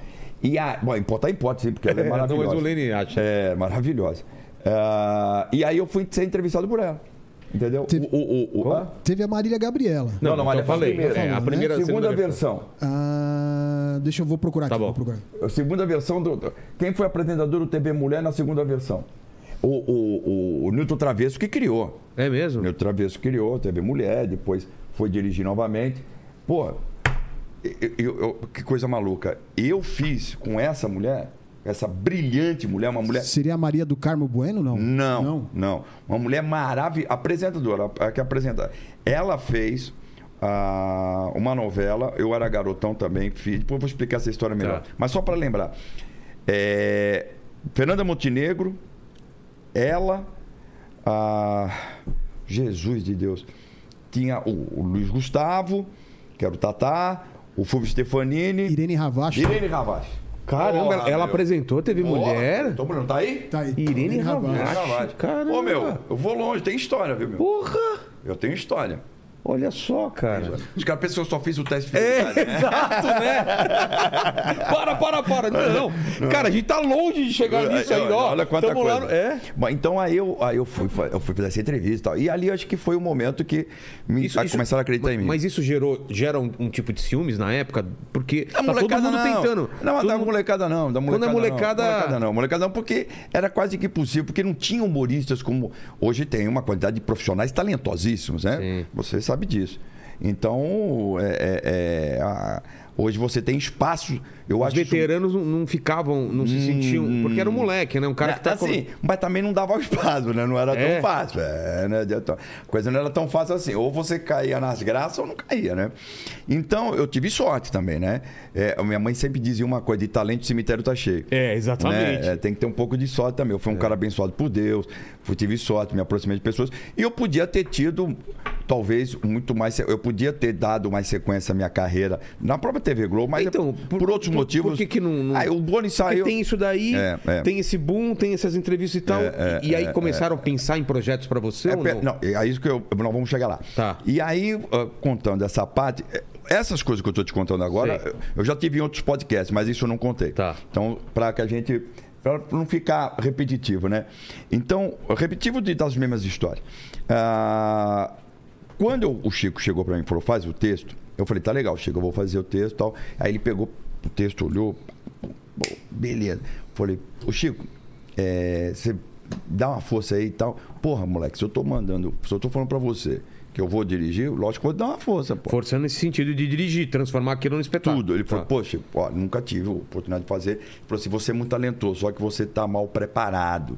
Speaker 3: E a, bom, importa, importa sim, porque ela é
Speaker 4: Não,
Speaker 3: maravilhosa.
Speaker 4: mas o Lene acha.
Speaker 3: É, maravilhosa. Ah, e aí eu fui ser entrevistado por ela. Entendeu?
Speaker 2: Teve-
Speaker 3: O, o, o, o- hã?
Speaker 2: Teve a Marília Gabriela.
Speaker 3: Não,
Speaker 4: Não,
Speaker 3: não,
Speaker 4: não,
Speaker 3: olha,
Speaker 1: então
Speaker 4: eu falei.
Speaker 3: primeira, Uhum.
Speaker 4: é,
Speaker 2: né?
Speaker 4: a primeira
Speaker 3: segunda
Speaker 4: segunda versão.
Speaker 3: versão.
Speaker 2: Ah, deixa eu vou procurar
Speaker 4: Tá
Speaker 2: aqui.
Speaker 4: bom.
Speaker 2: Vou procurar.
Speaker 3: A segunda versão do. do- Quem foi apresentador do TV Mulher na segunda versão? O, o, o, o Newton Travesso que criou.
Speaker 1: É mesmo?
Speaker 3: O Newton Travesso criou, TV Mulher, depois foi dirigir novamente. Pô, eu- eu- eu- que coisa maluca. Eu fiz com essa mulher, essa brilhante mulher, uma mulher
Speaker 2: Seria a Maria do Carmo Bueno, não?
Speaker 3: não, não, Uma mulher maravilhosa, apresentadora, a que apresenta. Ela fez ah, uma novela, eu era garotão também, fiz, depois eu vou explicar essa história melhor.
Speaker 1: Tá.
Speaker 3: Mas só para lembrar, é, Fernanda Montenegro, ela, ah, Jesus de Deus, tinha o, o Luiz Gustavo, que era o Tatá, o Fulvio Stefanini,
Speaker 2: Irene Ravache.
Speaker 3: Irene Ravaz.
Speaker 1: Caramba, ela, ela apresentou, teve mulher.
Speaker 3: Tô Bruno, tá aí?
Speaker 2: Tá aí.
Speaker 1: Irene
Speaker 2: Ravache.
Speaker 1: Ravache.
Speaker 3: Caravaggio.
Speaker 1: Caramba.
Speaker 3: é Ô, meu, eu vou longe, tem história, viu, meu?
Speaker 1: Porra!
Speaker 3: Eu tenho história.
Speaker 1: Olha só, cara.
Speaker 3: Os caras pensam que eu só fiz o teste de
Speaker 1: É,
Speaker 3: fidelidade, né?
Speaker 1: Exato, né? para, para, para. Não, Cara, a gente tá longe de chegar nisso ainda, ó.
Speaker 3: É, Olha quanta
Speaker 1: Tamo lá
Speaker 3: coisa.
Speaker 1: no- É.
Speaker 3: Bom, então aí eu, aí eu fui, fa- eu fui fazer essa entrevista e tal. E ali eu acho que foi o momento que me,
Speaker 1: Isso-
Speaker 3: aí
Speaker 1: isso-
Speaker 3: começaram a acreditar em mim.
Speaker 1: Mas isso gerou, gera um, um tipo de ciúmes na época? Porque
Speaker 3: Da
Speaker 1: tá todo mundo
Speaker 3: não.
Speaker 1: tentando.
Speaker 3: Não, mas
Speaker 1: Todo
Speaker 3: da
Speaker 1: mundo-
Speaker 3: molecada não. Da
Speaker 1: Quando
Speaker 3: molecada
Speaker 1: é molecada-
Speaker 3: Não, molecada não. Molecada não, porque era quase que impossível, porque não tinha humoristas como hoje tem uma quantidade de profissionais talentosíssimos, né?
Speaker 1: Sim.
Speaker 3: Você sabe disso. Então, é- é- é, a- hoje você tem espaço. Eu
Speaker 1: Os
Speaker 3: acho isso- um
Speaker 1: veteranos não, não ficavam, não se sentiam. Porque era um moleque, né? Um cara
Speaker 3: Hum. É,
Speaker 1: que tá com-
Speaker 3: assim, mas também não dava espaço, né? Não era
Speaker 1: É.
Speaker 3: tão fácil. É, né? De- A coisa não era tão fácil assim. Ou você caía nas graças ou não caía, né? Então, eu tive sorte também, né? É, a minha mãe sempre dizia uma coisa: de talento, o cemitério tá cheio.
Speaker 4: É, exatamente.
Speaker 3: Né? É, tem que ter um pouco de sorte também. Eu
Speaker 1: É.
Speaker 3: fui um cara abençoado por Deus, fui, tive sorte, me aproximei de pessoas. E eu podia ter tido, talvez, muito mais. Eu podia ter dado mais sequência à minha carreira na própria TV Globo, mas
Speaker 1: Então,
Speaker 3: por, outros motivos.
Speaker 1: Por que, que não. não...
Speaker 3: Aí o Boni
Speaker 1: Porque
Speaker 3: saiu.
Speaker 1: tem isso daí,
Speaker 3: É, é.
Speaker 1: tem esse boom, tem essas entrevistas e tal. e e aí começaram a pensar em projetos pra você
Speaker 3: É,
Speaker 1: ou
Speaker 3: pe-
Speaker 1: não?
Speaker 3: não, é isso que eu. Nós vamos chegar lá.
Speaker 1: Tá.
Speaker 3: E aí, ah, contando essa parte, eh, essas coisas que eu estou te contando agora,
Speaker 1: Sei.
Speaker 3: eu- eu já tive em outros podcasts, mas isso eu não contei.
Speaker 1: Tá.
Speaker 3: Então, para que a gente. Para não ficar repetitivo, né? Então, repetitivo de, das mesmas histórias. Ah, quando eu- o Chico chegou para mim e falou, faz o texto, eu falei, tá legal, Chico, eu vou fazer o texto e tal. Aí ele pegou o texto, olhou, Bom, beleza. Falei, ô Chico, é, você dá uma força aí e tal. Porra, moleque, se eu tô mandando, se eu tô falando pra você que eu vou dirigir, lógico que eu vou dar uma força, pô.
Speaker 1: Forçando nesse sentido de dirigir, transformar aquilo num espetáculo.
Speaker 3: Tudo. Ele falou,
Speaker 1: Tá.
Speaker 3: poxa, ó, nunca tive a oportunidade de fazer. Ele falou assim, você é muito talentoso, só que você tá mal preparado.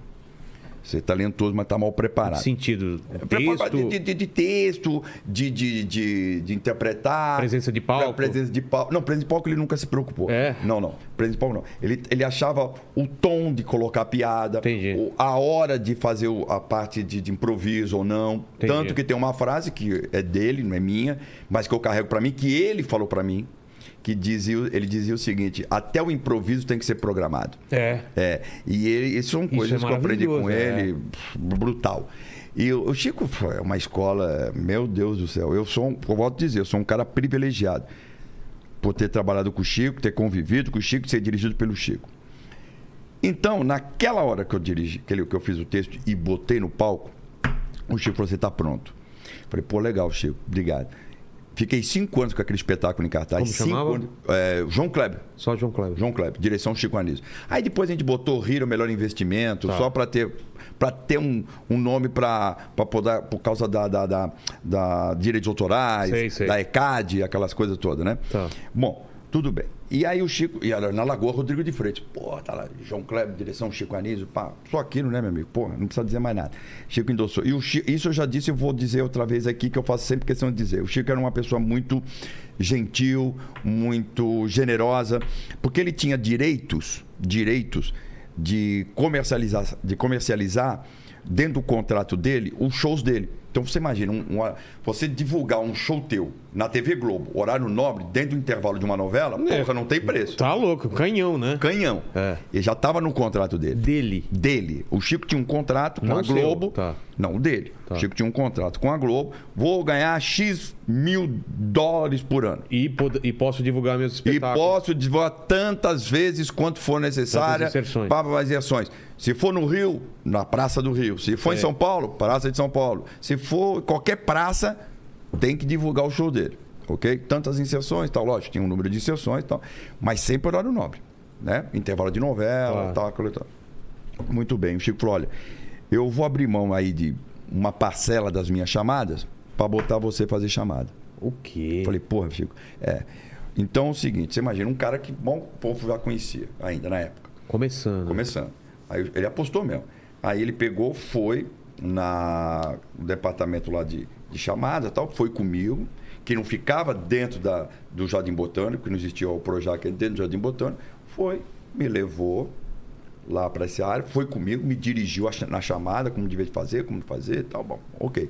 Speaker 3: Você é talentoso, mas tá mal preparado.
Speaker 1: Sentido.
Speaker 3: Preparado
Speaker 1: Texto,
Speaker 3: É, De, de- de texto, de, de, de, de interpretar.
Speaker 1: Presença de palco.
Speaker 3: Pre- Presença de palco. Não, presença de palco ele nunca se preocupou.
Speaker 1: É?
Speaker 3: Não, não. Presença de palco não. Ele, ele achava o tom de colocar a piada,
Speaker 1: Entendi.
Speaker 3: o- a hora de fazer o- a parte de, de improviso ou não.
Speaker 1: Entendi.
Speaker 3: Tanto que tem uma frase que é dele, não é minha, mas que eu carrego pra mim, que ele falou pra mim, que dizia, ele dizia o seguinte: até o improviso tem que ser programado.
Speaker 4: É.
Speaker 3: É, e ele, isso são coisas que eu aprendi com
Speaker 1: é maravilhoso, é.
Speaker 3: ele, pff, brutal. E o o Chico pô, é uma escola, meu Deus do céu, eu sou, um, eu volto a dizer, eu sou um cara privilegiado por ter trabalhado com o Chico, ter convivido com o Chico, ser dirigido pelo Chico. Então, naquela hora que eu dirigi, que ele- que eu fiz o texto e botei no palco, o Chico falou: "Você está pronto?" Falei: "Pô, legal, Chico, obrigado." Fiquei cinco anos com aquele espetáculo em cartaz.
Speaker 1: Como
Speaker 3: cinco
Speaker 1: chamava?
Speaker 3: anos- é, João Kleber.
Speaker 1: Só João Cláudio.
Speaker 3: João Kleber, direção Chico Anísio. Aí depois a gente botou Riro, melhor investimento,
Speaker 4: Tá.
Speaker 3: só para ter para ter um, um nome para poder por causa da, da, da, da direitos autorais,
Speaker 4: Sei, sei.
Speaker 3: da ECAD, aquelas coisas todas, né?
Speaker 1: Tá.
Speaker 3: Bom, tudo bem. E aí o Chico, e era na Lagoa Rodrigo de Freitas. Pô, tá lá, João Kleber, direção Chico Anísio, pá, só aquilo, né, meu amigo? Pô, não precisa dizer mais nada. Chico endossou. E o Chico, isso eu já disse, eu vou dizer outra vez aqui, que eu faço sempre questão de dizer. O Chico era uma pessoa muito gentil, muito generosa, porque ele tinha direitos, direitos de comercializar, de comercializar dentro do contrato dele os shows dele. Então você imagina, um- um- você divulgar um show teu na TV Globo, horário nobre, dentro do intervalo de uma novela,
Speaker 4: É.
Speaker 3: porra, não tem preço.
Speaker 4: Tá louco, canhão, né?
Speaker 3: Canhão.
Speaker 4: É.
Speaker 3: Ele já estava no contrato dele.
Speaker 4: Dele.
Speaker 3: Dele. O Chico tinha um contrato com
Speaker 4: Não
Speaker 3: a
Speaker 4: o seu,
Speaker 3: Globo.
Speaker 4: tá.
Speaker 3: Não, o dele. O Chico tinha um contrato com a Globo. Vou ganhar X mil dólares por ano.
Speaker 4: E, pod- e posso divulgar meus
Speaker 3: E
Speaker 4: espetáculos.
Speaker 3: posso divulgar tantas vezes quanto for necessária
Speaker 4: Tantas inserções.
Speaker 3: para as inserções. Se for no Rio, na Praça do Rio. Se
Speaker 4: É.
Speaker 3: for em São Paulo, Praça de São Paulo. Se for qualquer praça, tem que divulgar o show dele. Ok? Tantas inserções, tal, lógico, tinha um número de inserções e tal. Mas sempre horário nobre. Né? Intervalo de novela,
Speaker 4: Claro.
Speaker 3: tal, aquilo e tal. Muito bem. O Chico falou: olha, eu vou abrir mão aí de uma parcela das minhas chamadas para botar você fazer chamada.
Speaker 4: O quê?
Speaker 3: Eu Falei, porra, Chico. É. Então é o seguinte, você imagina um cara que bom o povo já conhecia ainda na época,
Speaker 4: Começando.
Speaker 3: começando. Aí ele apostou mesmo. Aí ele pegou, foi na no departamento lá de, de chamada, e tal, foi comigo, que não ficava dentro da, do Jardim Botânico, que não existia o Projac dentro do Jardim Botânico, foi, me levou lá para essa área, foi comigo, me dirigiu a cha- na chamada, como devia fazer, como fazer, e tal, bom, ok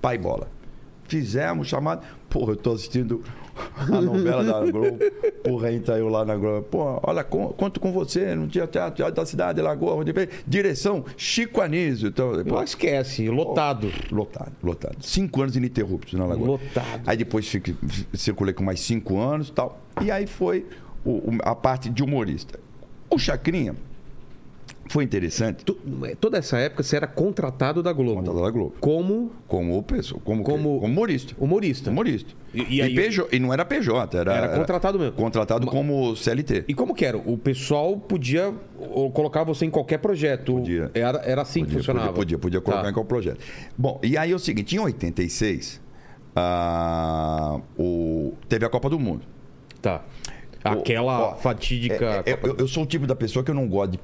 Speaker 3: pai bola. Fizemos chamada. Porra, eu tô assistindo a novela da Globo. Porra, entra eu lá na Globo. Porra, olha, con- conto com você. Não tinha teatro, teatro da cidade, Lagoa, onde vem. Direção, Chico Anísio. Então,
Speaker 4: Não
Speaker 3: pô,
Speaker 4: esquece, lotado.
Speaker 3: Lotado, lotado. Cinco anos ininterruptos na Lagoa.
Speaker 4: Lotado.
Speaker 3: Aí depois fiquei- circulei com mais cinco anos e tal. E aí foi o- o- a parte de humorista. O Chacrinha foi interessante
Speaker 1: Tu-
Speaker 4: é,
Speaker 1: toda essa época você era contratado da Globo.
Speaker 3: Contratado da Globo.
Speaker 1: Como
Speaker 3: como, pessoa, como,
Speaker 1: Como-
Speaker 3: como humorista.
Speaker 1: humorista.
Speaker 3: Humorista.
Speaker 4: E- e aí-
Speaker 3: PJ, e não era PJ, era.
Speaker 4: Era contratado mesmo.
Speaker 3: Contratado como CLT.
Speaker 4: E como que era? O pessoal podia ou, colocar você em qualquer projeto.
Speaker 3: Podia.
Speaker 4: Era, era assim que funcionava.
Speaker 3: Podia, podia, podia colocar
Speaker 4: Tá.
Speaker 3: em qual projeto. Bom, e aí é o seguinte, em 86, ah, o, teve a Copa do Mundo.
Speaker 4: Tá. Aquela
Speaker 3: Ó,
Speaker 4: fatídica.
Speaker 3: é, é,
Speaker 4: Copa-
Speaker 3: eu, eu sou o tipo da pessoa que eu não gosto de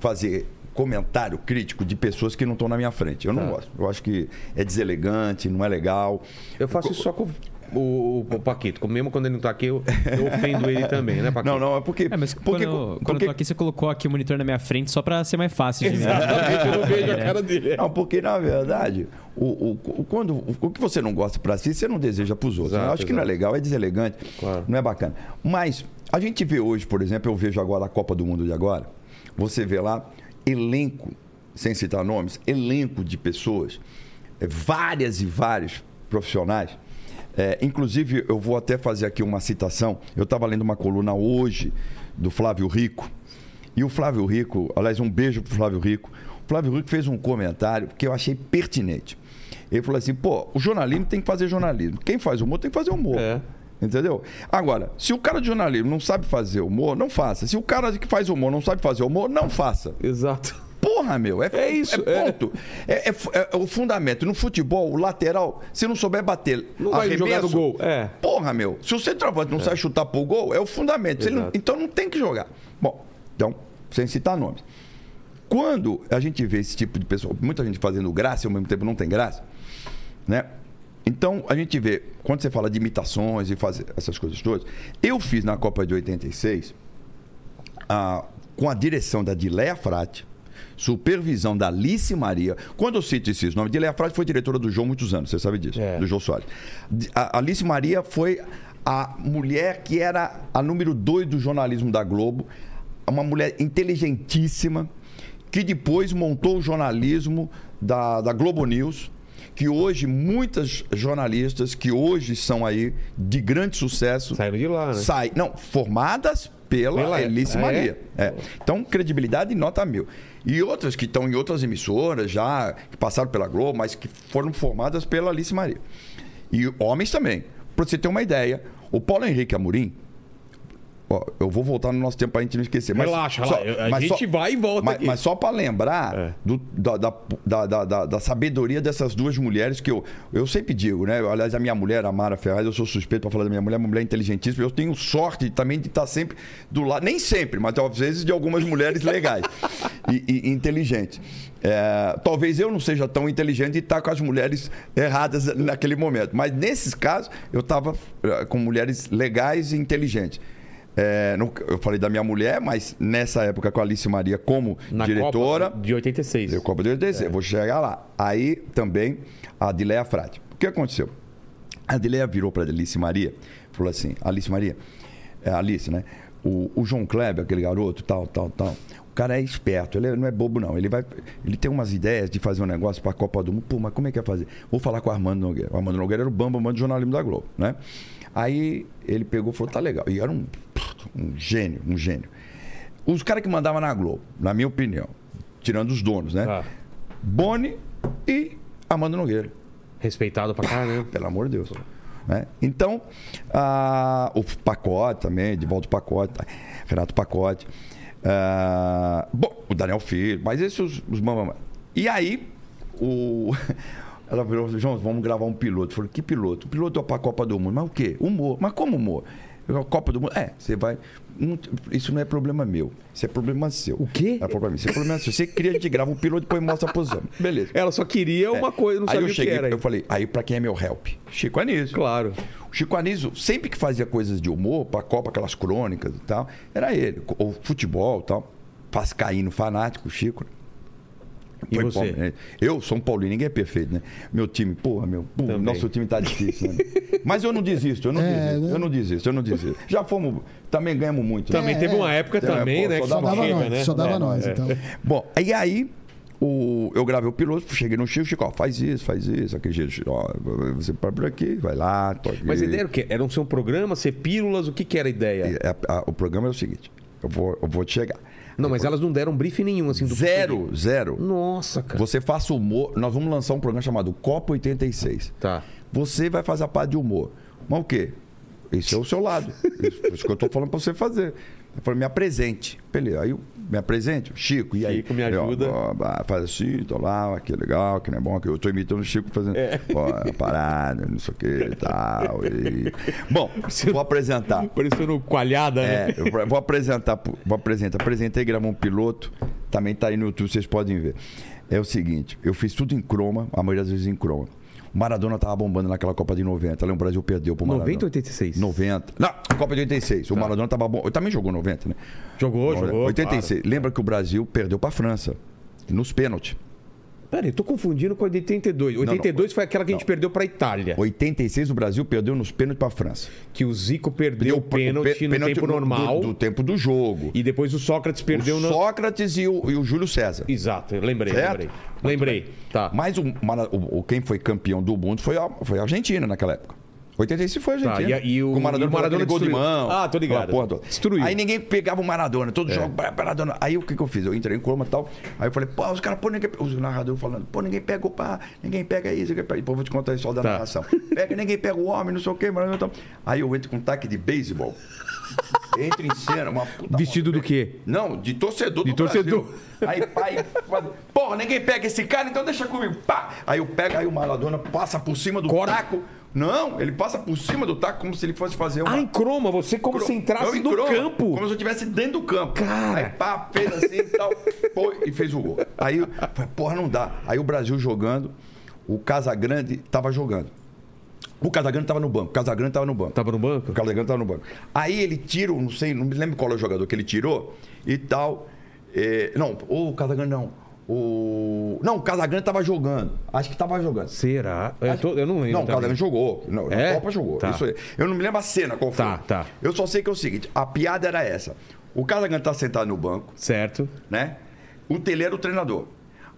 Speaker 3: fazer comentário crítico de pessoas que não estão na minha frente. Eu
Speaker 4: Tá.
Speaker 3: não gosto. Eu acho que é deselegante, não é legal.
Speaker 4: Eu faço isso só com o, o Paquito. Mesmo quando ele não tá aqui, eu, eu ofendo ele também, né, Paquito?
Speaker 3: Não, não, é porque.
Speaker 5: É, mas
Speaker 3: porque,
Speaker 5: quando, quando
Speaker 3: porque-
Speaker 5: eu tô aqui, você colocou aqui o monitor na minha frente só pra ser mais fácil de ver.
Speaker 4: Exatamente, eu não vejo a
Speaker 3: É.
Speaker 4: cara dele.
Speaker 3: Não, porque na verdade, o, o- o- quando, o, o que você não gosta pra si, você não deseja pros outros. né?
Speaker 4: Exato,
Speaker 3: Eu acho que não é
Speaker 4: exato.
Speaker 3: legal, é deselegante,
Speaker 4: Claro.
Speaker 3: não é bacana. Mas a gente vê hoje, por exemplo, eu vejo agora a Copa do Mundo de agora, você vê lá elenco, sem citar nomes, elenco de pessoas, eh, várias e vários profissionais. Eh, inclusive, eu vou até fazer aqui uma citação. Eu estava lendo uma coluna hoje do Flávio Rico, e o Flávio Rico, aliás, um beijo pro Flávio Rico. O Flávio Rico fez um comentário que eu achei pertinente. Ele falou assim: pô, o jornalismo tem que fazer jornalismo. Quem faz humor tem que fazer humor.
Speaker 4: É.
Speaker 3: Entendeu? Agora, se o cara de jornalismo não sabe fazer humor, não faça. Se o cara que faz humor não sabe fazer humor, não faça.
Speaker 4: Exato.
Speaker 3: Porra, meu, é,
Speaker 4: É isso,
Speaker 3: É ponto. É, é fu- é- é o fundamento. No futebol, o lateral, se não souber bater,
Speaker 4: Não vai
Speaker 3: arremesso,
Speaker 4: jogar no gol, é.
Speaker 3: Porra, meu, se o centroavante não sabe chutar pro gol, é o fundamento. Se ele não-
Speaker 4: Exato.
Speaker 3: então não tem que jogar. Bom, então, sem citar nomes. Quando a gente vê esse tipo de pessoa, muita gente fazendo graça e ao mesmo tempo não tem graça, né? Então, a gente vê, quando você fala de imitações e fazer essas coisas todas, eu fiz na Copa de 86 a- com a direção da Dileia Frate, supervisão da Alice Maria. Quando eu cito esses nomes, Dileia Frate foi diretora do João muitos anos, você sabe disso,
Speaker 4: É.
Speaker 3: do João Soares. Di- A Alice Maria foi a mulher que era a número dois do jornalismo da Globo, uma mulher inteligentíssima, que depois montou o jornalismo da, da Globo News, que hoje muitas jornalistas que hoje são aí de grande sucesso
Speaker 4: Saíram de lá, né?
Speaker 3: sai, não, formadas pela,
Speaker 4: Pela-
Speaker 3: Alice
Speaker 4: Ah, é?
Speaker 3: Maria. É. Então, credibilidade nota mil. E outras que estão em outras emissoras já, que passaram pela Globo, mas que foram formadas pela Alice Maria. E homens também. Para você ter uma ideia, o Paulo Henrique Amorim. ó, eu vou voltar no nosso tempo para a gente não esquecer. mas
Speaker 4: Relaxa,
Speaker 3: só-
Speaker 4: relaxa. A
Speaker 3: mas
Speaker 4: gente vai e volta
Speaker 3: Mas,
Speaker 4: aqui.
Speaker 3: mas só para lembrar do- da, da, da- da- da- da sabedoria dessas duas mulheres que eu, eu sempre digo, né? Aliás, a minha mulher, a Mara Ferraz, eu sou suspeito para falar da minha mulher, uma mulher é inteligentíssima. Eu tenho sorte também de estar sempre do lado, nem sempre, mas às vezes de algumas mulheres legais e, e inteligentes. É, talvez eu não seja tão inteligente e estar com as mulheres erradas é, naquele momento, mas nesses casos eu estava com mulheres legais e inteligentes. É, no- eu falei da minha mulher, mas nessa época com a Alice Maria como
Speaker 4: Na
Speaker 3: diretora.
Speaker 4: Copa É. de 86.
Speaker 3: Eu Copa de 86, eu vou chegar lá. Aí também a Adileia Frade. O que aconteceu? A Adileia virou para Alice Maria, falou assim: Alice Maria, é, Alice, né? O, o João Kleber, aquele garoto, tal, tal, tal. O cara é esperto, ele não é bobo, não. Ele vai. Ele tem umas ideias de fazer um negócio para a Copa do Mundo. Pô, mas como é que é fazer? Vou falar com o Armando Nogueira. O Armando Nogueira era o bamba, bamba do jornalismo da Globo, né? Aí ele pegou e falou: tá legal. E era um, um gênio, um gênio. Os caras que mandavam na Globo, na minha opinião, tirando os donos, né?
Speaker 4: Tá.
Speaker 3: Boni e Amanda Nogueira,
Speaker 4: Respeitado pra caramba.
Speaker 3: pelo amor de Deus. Né? Então, ah, o Pacote também, Edivaldo Pacote, tá? Renato Pacote. ah, bom, o Daniel Filho, mas esses os, os mamãe. E aí, o. Ela virou e falou, João, vamos gravar um piloto. Eu falei, que piloto? Piloto para a Copa do Mundo. Mas o quê? Humor. Mas como humor? Eu, Copa do Mundo? É, você vai. não- isso não é problema meu. Isso é problema seu. O
Speaker 4: quê?
Speaker 3: Não é problema meu. Isso é problema seu. Você cria, a gente grava um piloto e depois mostra a posição. Beleza.
Speaker 4: Ela só queria é uma coisa, não
Speaker 3: É. aí
Speaker 4: sabia
Speaker 3: eu cheguei,
Speaker 4: o que era.
Speaker 3: eu falei, aí pra quem é meu help? Chico Anísio.
Speaker 4: Claro.
Speaker 3: O Chico Anísio, sempre que fazia coisas de humor, pra Copa, aquelas crônicas e tal, era ele. Ou futebol e tal. Pascaíno fanático, o Chico.
Speaker 4: E
Speaker 3: Foi
Speaker 4: você?
Speaker 3: Palmeiras. Eu, São Paulino, ninguém é perfeito, né? Meu time, porra, meu, pô,
Speaker 4: Também.
Speaker 3: nosso time tá difícil, né? Mas eu não desisto, eu não
Speaker 2: É,
Speaker 3: desisto,
Speaker 2: né?
Speaker 3: eu não desisto, eu não desisto. Já fomos, também ganhamos muito. né?
Speaker 4: Também
Speaker 2: É,
Speaker 4: teve uma
Speaker 2: é.
Speaker 4: época
Speaker 3: É,
Speaker 4: também,
Speaker 3: pô,
Speaker 4: né?
Speaker 3: só
Speaker 4: que
Speaker 2: Só
Speaker 3: dava
Speaker 4: não
Speaker 2: dava
Speaker 4: chega,
Speaker 2: nós,
Speaker 4: né?
Speaker 2: só dava
Speaker 4: É.
Speaker 2: nós, então.
Speaker 3: Bom, e aí o, eu gravei o piloto, cheguei no Chico, Chico, ó, faz isso, faz isso, aquele jeito, Chico, ó, você para por aqui, vai lá, toca.
Speaker 4: Mas a ideia era o quê? Era um seu programa, ser pílulas? O que que era a ideia?
Speaker 3: É, a- a- O programa é o seguinte, eu vou, eu vou te chegar.
Speaker 4: Não, mas elas não deram briefing nenhum, assim, do que
Speaker 3: Zero,
Speaker 4: seria.
Speaker 3: zero.
Speaker 4: Nossa, cara.
Speaker 3: Você faça humor, nós vamos lançar um programa chamado Copa 86.
Speaker 4: Tá.
Speaker 3: Você vai fazer a parte de humor. Mas o quê? Isso é o seu lado. Isso, isso que eu tô falando pra você fazer. Eu falei, me apresente. Beleza. Aí eu me apresente, Chico. E aí?
Speaker 4: Chico, me
Speaker 3: Eu,
Speaker 4: ajuda.
Speaker 3: ó, ó, faz assim, tô lá, que é legal, que não é bom. Que eu tô imitando o Chico fazendo.
Speaker 4: É.
Speaker 3: Ó, parada, não sei o que tal. e- Bom, vou apresentar.
Speaker 4: Parecendo coalhada, né?
Speaker 3: É, eu vou- vou apresentar, pro- vou apresentar. Apresentei, gravou um piloto, também tá aí no YouTube, vocês podem ver. É o seguinte, eu fiz tudo em croma, a maioria das vezes em croma. O Maradona tava bombando naquela Copa de 90, lembra? O Brasil perdeu pro Maradona.
Speaker 4: 90 ou 86?
Speaker 3: 90. Não, Copa de 86. O Maradona tava bom. Também jogou 90, né?
Speaker 4: Jogou, Tá. jogou.
Speaker 3: 86. Lembra que o Brasil perdeu pra França, nos pênaltis.
Speaker 4: Claro. Pera, eu tô confundindo com a de 82. 82 foi aquela que a gente perdeu pra Itália.
Speaker 3: 86 o Brasil perdeu nos pênaltis pra França.
Speaker 4: Que o Zico perdeu o
Speaker 3: Deu
Speaker 4: pênalti no tempo normal.
Speaker 3: Do, do tempo do jogo.
Speaker 4: E depois o Sócrates perdeu
Speaker 3: o
Speaker 4: na.
Speaker 3: Sócrates e o, e o Júlio César.
Speaker 4: Exato, eu lembrei,
Speaker 3: Certo?
Speaker 4: lembrei. Lembrei. Tá.
Speaker 3: Mas o, Mara- o- o- quem foi campeão do mundo foi a, foi a Argentina naquela época. 86 foi a
Speaker 4: Tá,
Speaker 3: Argentina.
Speaker 4: e a- e o-
Speaker 3: Com Maradona,
Speaker 4: e o Maradona
Speaker 3: aquele gol de
Speaker 4: destruiu.
Speaker 3: mão.
Speaker 4: Ah, tô ligado.
Speaker 3: aquela porra toda.
Speaker 4: Destruiu. É.
Speaker 3: Aí ninguém pegava o Maradona, todo jogo, Mar- Maradona. Aí o que, que eu fiz? Eu entrei em coma e tal. Aí eu falei, pô, os caras, pô, ninguém. Os narradores falando, pô, ninguém pega o pá, ninguém pega isso. Ninguém pega. Depois eu vou te contar isso só da
Speaker 4: Tá.
Speaker 3: narração. Pega, ninguém pega o homem, não sei o quê, Maradona e tal. Aí eu entro com um taque de beisebol. Entra em cena, uma puta.
Speaker 4: Vestido do quê?
Speaker 3: Não, de torcedor
Speaker 4: De
Speaker 3: do
Speaker 4: torcedor.
Speaker 3: Brasil. Aí, pai, fala, porra, ninguém pega esse cara, então deixa comigo. Pá! Aí eu pego, aí o Maradona passa por cima do
Speaker 4: Corta.
Speaker 3: taco. Não, ele passa por cima do taco como se ele fosse fazer uma...
Speaker 4: Ah, em croma, você como se
Speaker 3: Não,
Speaker 4: entrasse
Speaker 3: em
Speaker 4: no
Speaker 3: croma,
Speaker 4: campo.
Speaker 3: Como se eu estivesse dentro do campo.
Speaker 4: Cara.
Speaker 3: Aí pá, fez assim e tal. pô, e fez o gol. Aí, eu falei, porra, não dá. Aí o Brasil jogando, o Casagrande tava jogando. O Casagrande tava no banco, o Casagrande tava no banco.
Speaker 4: Tava no banco?
Speaker 3: O Carlos Legrand tava no banco. Aí ele tira, o- não sei, não me lembro qual é o jogador que ele tirou e tal. É, não, o Casagrande não. O. Não, o Casagrande tava jogando. Acho que tava jogando.
Speaker 4: Será? Eu, Ah, tô- eu não lembro. tá
Speaker 3: Não, o
Speaker 4: também.
Speaker 3: Casagrande jogou. Não,
Speaker 4: É?
Speaker 3: na Copa jogou.
Speaker 4: Tá.
Speaker 3: Isso aí. Eu não me lembro a cena qual foi.
Speaker 4: Tá, tá.
Speaker 3: Eu só sei que é o seguinte: a piada era essa. O Casagrande tá sentado no banco,
Speaker 4: Certo.
Speaker 3: né? O Tele era o treinador.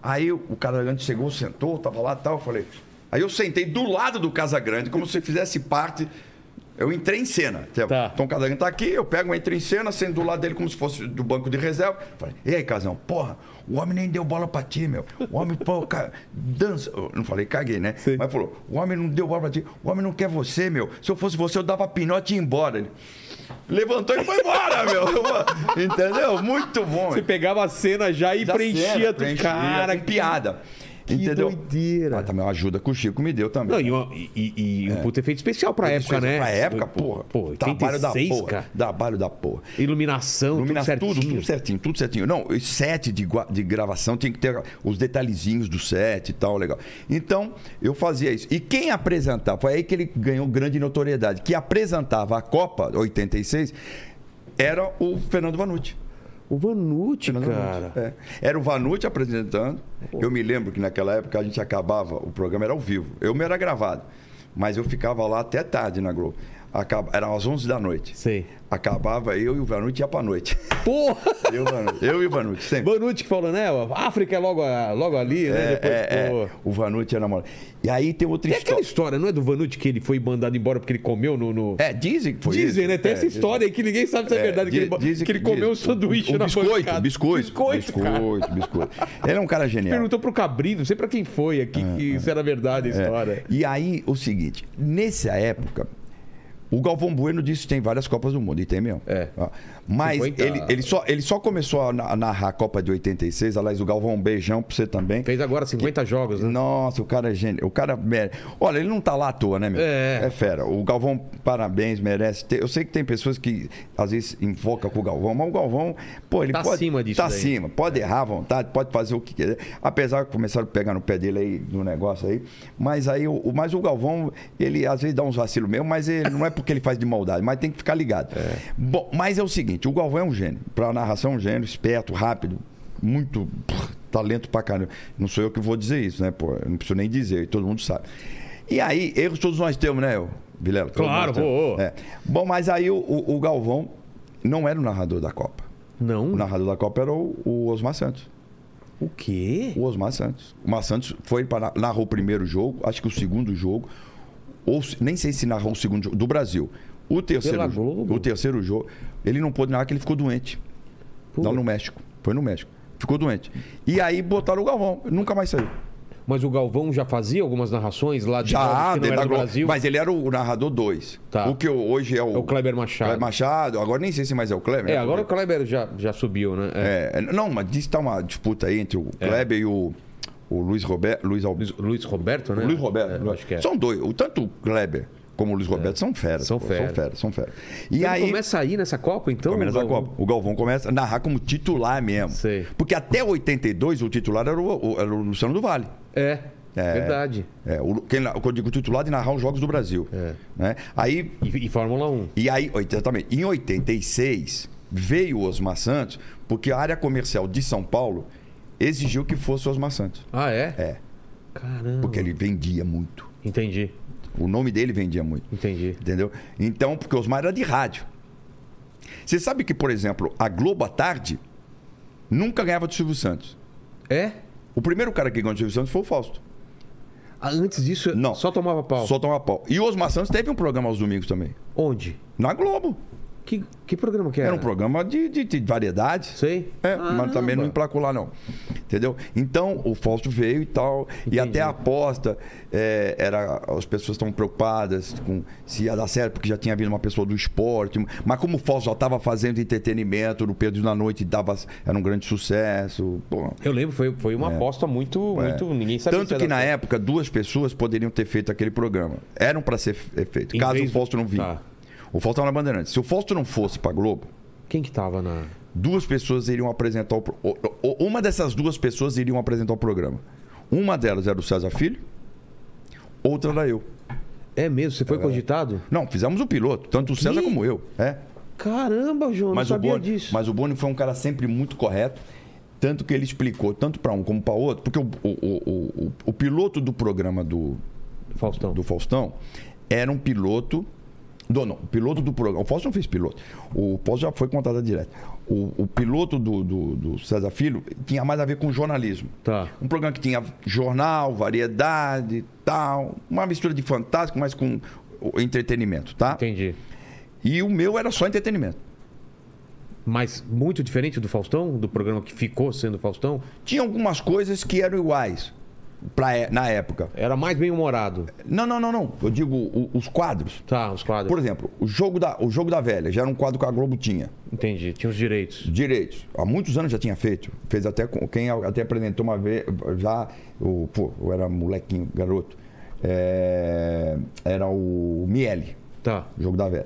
Speaker 3: Aí o Casagrande chegou, sentou, tava lá e tal, eu falei. Aí eu sentei do lado do Casagrande, como se fizesse parte. Eu entrei em cena. Então
Speaker 4: Tá.
Speaker 3: o Casagrande tá aqui, eu pego, entro em cena, sendo do lado dele como se fosse do banco de reserva. Falei, e aí, Casão, porra, o homem nem deu bola pra ti, meu. O homem, pô, cara, dança. Eu não falei, caguei, né? Mas falou, o homem não deu bola pra ti, o homem não quer você, meu. Se eu fosse você, eu dava pinote e ia embora. Ele levantou e foi embora, meu. Entendeu? Muito bom. então.
Speaker 4: Você pegava a cena já e
Speaker 3: Já
Speaker 4: preenchia
Speaker 3: cena,
Speaker 4: tu.
Speaker 3: preenchia,
Speaker 4: Cara,
Speaker 3: com piada.
Speaker 4: que
Speaker 3: entendeu?
Speaker 4: doideira.
Speaker 3: Mas também uma ajuda que o Chico me deu também.
Speaker 4: Não, e, uma- e- e- e um puta efeito especial pra época, né?
Speaker 3: É. Pra época,
Speaker 4: Pô,
Speaker 3: porra.
Speaker 4: Pô,
Speaker 3: trabalho da
Speaker 4: 86,
Speaker 3: porra.
Speaker 4: cara.
Speaker 3: Trabalho da porra.
Speaker 4: Iluminação,
Speaker 3: Ilumina
Speaker 4: tudo certinho.
Speaker 3: tudo, tudo certinho, tudo certinho. Não, e set de, gua- de gravação tem que ter os detalhezinhos do set e tal, legal. Então, eu fazia isso. E quem apresentava, foi aí que ele ganhou grande notoriedade, que apresentava a Copa 86 era o Fernando Vanucci.
Speaker 1: O Vanucci,
Speaker 3: Fernando
Speaker 1: cara.
Speaker 3: É. Era o Vanucci apresentando. Eu me lembro que naquela época a gente acabava, o programa era ao vivo. Eu me era gravado, mas eu ficava lá até tarde na Globo. Acaba, eram às 11 da noite.
Speaker 1: Sei.
Speaker 3: Acabava eu e o Vanucci ia pra noite.
Speaker 1: Porra!
Speaker 3: Eu, e o Vanucci- eu e o Vanucci, sempre.
Speaker 1: Vanucci que falou, né? A África é logo, a- logo ali, né?
Speaker 3: É,
Speaker 1: Depois,
Speaker 3: é,
Speaker 1: pô.
Speaker 3: é. O Vanucci era namorado. E aí tem outra
Speaker 1: Tem aquela
Speaker 3: história.
Speaker 1: história, não é do Vanucci que ele foi mandado embora porque ele comeu no. no...
Speaker 3: É, dizem que foi
Speaker 1: dizem,
Speaker 3: isso.
Speaker 1: né? Tem
Speaker 3: É,
Speaker 1: essa
Speaker 3: dizem.
Speaker 1: história aí que ninguém sabe se é,
Speaker 3: É,
Speaker 1: verdade. Que
Speaker 3: di-
Speaker 1: ele, bo-
Speaker 3: dizem
Speaker 1: que ele comeu um
Speaker 3: dizem.
Speaker 1: sanduíche
Speaker 3: Um
Speaker 1: na
Speaker 3: biscoito,
Speaker 1: bancada.
Speaker 3: Biscoito,
Speaker 1: Biscoito,
Speaker 3: biscoito,
Speaker 1: cara.
Speaker 3: biscoito, Ele é um cara genial.
Speaker 1: Perguntou pro Cabrini, não sei pra quem foi aqui, que isso era verdade a
Speaker 3: É.
Speaker 1: história.
Speaker 3: E aí, o seguinte, nessa época, o Galvão Bueno disse que tem várias Copas do Mundo, e tem mesmo.
Speaker 1: É.
Speaker 3: Ó, Mas
Speaker 1: 50.
Speaker 3: ele, ele só, ele só começou a na- narrar a Copa de 86, aliás, o Galvão, um beijão pra você também.
Speaker 1: Fez agora 50 jogos, né?
Speaker 3: Nossa, o cara é gênio. O cara mere- Olha, ele não tá lá à toa, né, meu?
Speaker 1: É.
Speaker 3: fera. O Galvão, parabéns, merece. ter- Eu sei que tem pessoas que às vezes invocam com o Galvão, mas o Galvão, pô, ele
Speaker 1: Tá
Speaker 3: pode.
Speaker 1: acima disso
Speaker 3: Tá
Speaker 1: daí.
Speaker 3: acima. Pode errar à vontade, pode fazer o que quiser. Apesar que começaram a pegar no pé dele aí, no negócio aí. Mas aí, o, o- mas o Galvão, ele às vezes dá uns vacilos mesmo, mas ele, não é porque ele faz de maldade, mas tem que ficar ligado. Bom, mas é o seguinte: o Galvão é um gênio. Pra narração, é um gênio, esperto, rápido, muito pô, talento pra caramba. Não sou eu que vou dizer isso, né, pô? Eu Não preciso nem dizer, todo mundo sabe. E aí, erros todos nós temos, né, ô, Vilela? Todos
Speaker 1: Claro,
Speaker 3: nós temos.
Speaker 1: ô, ô.
Speaker 3: É. Bom, mas aí o- o- o Galvão não era o narrador da Copa.
Speaker 1: Não.
Speaker 3: O narrador da Copa era o, o Osmar Santos.
Speaker 1: O quê?
Speaker 3: O Osmar Santos. O Osmar Santos foi para narrou o primeiro jogo, acho que o segundo jogo, ou se- nem sei se narrou o segundo jogo do Brasil. O terceiro,
Speaker 1: Pela
Speaker 3: jo-
Speaker 1: Globo?
Speaker 3: o terceiro jogo, ele não pôde narrar que ele ficou doente. Não no México, foi no México. Ficou doente. E aí botaram o Galvão, nunca mais saiu.
Speaker 1: Mas o Galvão já fazia algumas narrações lá de jogos
Speaker 3: Já,
Speaker 1: que não
Speaker 3: dentro
Speaker 1: era
Speaker 3: da
Speaker 1: do
Speaker 3: Globo.
Speaker 1: Brasil?
Speaker 3: Mas ele era o narrador 2.
Speaker 1: Tá.
Speaker 3: O que hoje é o,
Speaker 1: É o Kleber Machado.
Speaker 3: Kleber Machado. Agora nem sei se mais é o Kleber.
Speaker 1: É,
Speaker 3: né?
Speaker 1: agora o Kleber já, já subiu, né? É.
Speaker 3: É, não, mas diz que tá uma disputa aí entre o Kleber e o, o Luiz Roberto. Luiz, Al...
Speaker 1: Luiz, Luiz Roberto, né?
Speaker 3: Luiz Roberto.
Speaker 1: É, eu acho que é.
Speaker 3: São dois. O- Tanto o Kleber como o Luiz Roberto são feras.
Speaker 1: São
Speaker 3: pô,
Speaker 1: feras.
Speaker 3: São feras, são feras. E
Speaker 1: Ele
Speaker 3: aí.
Speaker 1: Então começa a ir nessa Copa, então?
Speaker 3: começa a
Speaker 1: Galvão?
Speaker 3: Copa. O Galvão começa a narrar como titular mesmo.
Speaker 1: Sei.
Speaker 3: Porque até 82 o titular era o, o- era o Luciano do Vale.
Speaker 1: É,
Speaker 3: É.
Speaker 1: verdade.
Speaker 3: É, o, quem, na- quando eu digo titular de narrar os jogos do Brasil.
Speaker 1: É.
Speaker 3: Né? Aí
Speaker 1: E, e Fórmula 1.
Speaker 3: E aí, exatamente, em 86, veio o Osmar Santos, porque a área comercial de São Paulo exigiu que fosse o Osmar Santos.
Speaker 1: Ah, é?
Speaker 3: É,
Speaker 1: Caramba.
Speaker 3: porque ele vendia muito.
Speaker 1: Entendi,
Speaker 3: O nome dele vendia muito.
Speaker 1: entendi.
Speaker 3: Entendeu? Então, porque o Osmar era de rádio. Você sabe que, por exemplo, a Globo à tarde nunca ganhava do Silvio Santos.
Speaker 1: É?
Speaker 3: O primeiro cara que ganhou do Silvio Santos foi o Fausto.
Speaker 1: Ah, Antes disso,
Speaker 3: Não.
Speaker 1: só tomava pau.
Speaker 3: Só tomava pau. E o Osmar Santos teve um programa aos domingos também.
Speaker 1: Onde?
Speaker 3: Na Globo.
Speaker 1: Que, que programa que era?
Speaker 3: Era um programa de, de, de variedades.
Speaker 1: Sei.
Speaker 3: É,
Speaker 1: Caramba.
Speaker 3: mas também não emplacou lá, não. Entendeu? Então, o Fausto veio e tal. E até a aposta é, era. As pessoas estavam preocupadas com se ia dar certo, porque já tinha vindo uma pessoa do esporte. Mas como o Fausto já estava fazendo entretenimento no Pedro na noite, dava, era um grande sucesso. Pô,
Speaker 1: Eu lembro, foi, foi uma aposta muito,
Speaker 3: é.
Speaker 1: muito. Ninguém sabia se
Speaker 3: Tanto
Speaker 1: ia
Speaker 3: que
Speaker 1: dar
Speaker 3: na
Speaker 1: certo.
Speaker 3: época duas pessoas poderiam ter feito aquele programa. Eram para ser fe- feito,
Speaker 1: Em
Speaker 3: caso
Speaker 1: vez
Speaker 3: o Fausto
Speaker 1: do-
Speaker 3: não vinha.
Speaker 1: Tá.
Speaker 3: O Fausto estava na Bandeirantes. Se o Fausto não fosse para Globo,
Speaker 1: Quem que tava na.
Speaker 3: duas pessoas iriam apresentar o, pro- o- o- uma dessas duas pessoas iriam apresentar o programa. Uma delas era o César Filho, outra era eu.
Speaker 1: É mesmo? Você foi cogitado?
Speaker 3: Não, fizemos o piloto, tanto o César como eu. É.
Speaker 1: Caramba, João,
Speaker 3: Mas
Speaker 1: não
Speaker 3: o
Speaker 1: sabia
Speaker 3: Boni,
Speaker 1: disso.
Speaker 3: mas o Boni foi um cara sempre muito correto, tanto que ele explicou tanto para um como para outro, porque o, o- o- o- o- o piloto do programa do,
Speaker 1: Faustão.
Speaker 3: do Faustão era um piloto. Não, não, o piloto do programa. O Fausto não fez piloto. O Fausto já foi contratado direto. O, o piloto do, do- do César Filho tinha mais a ver com jornalismo.
Speaker 1: Tá.
Speaker 3: Um programa que tinha jornal, variedade e tal. Uma mistura de fantástico, mas com o entretenimento, tá?
Speaker 1: Entendi.
Speaker 3: E o meu era só entretenimento.
Speaker 1: Mas muito diferente do Faustão, do programa que ficou sendo Faustão,
Speaker 3: Tinha algumas coisas que eram iguais pra, é- na época.
Speaker 1: era mais bem humorado.
Speaker 3: Não, não, não, não. Eu digo o- os quadros.
Speaker 1: Tá, os quadros.
Speaker 3: Por exemplo, o jogo, da, o jogo da Velha já era um quadro que a Globo tinha.
Speaker 1: Entendi, tinha os direitos.
Speaker 3: direitos. Há muitos anos já tinha feito. Fez até com quem até apresentou uma vez, já, o, pô, eu era molequinho, garoto. É, era o Miele,
Speaker 1: Tá.
Speaker 3: jogo da velha.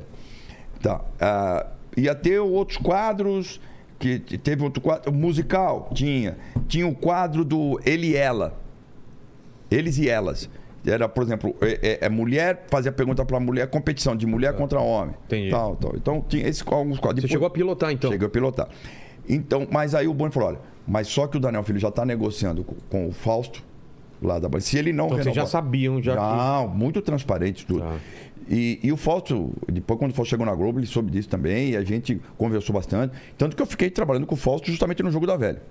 Speaker 3: Tá. ah, ia ter outros quadros, que t- teve outro quadro, musical, tinha. Tinha o quadro do Ele e Ela. Eles e Elas. Era, por exemplo, é, é- é mulher, fazia pergunta pra mulher, competição de mulher contra homem.
Speaker 4: Tá. Entendi.
Speaker 3: Tal, tal. Então tinha esses alguns quadros.
Speaker 4: Você chegou a pilotar, então.
Speaker 3: Chegou a pilotar. Então, mas aí o Boni falou: olha, mas só que o Daniel Filho já está negociando com, com o Fausto lá da Bahia. Se ele não
Speaker 4: Então vocês já
Speaker 3: renovar-
Speaker 4: sabiam, já. que- Tá.
Speaker 3: não, muito transparente tudo. E, e o Fausto, depois quando o Fausto chegou na Globo, ele soube disso também, e a gente conversou bastante. Tanto que eu fiquei trabalhando com o Fausto justamente no Jogo da Velha.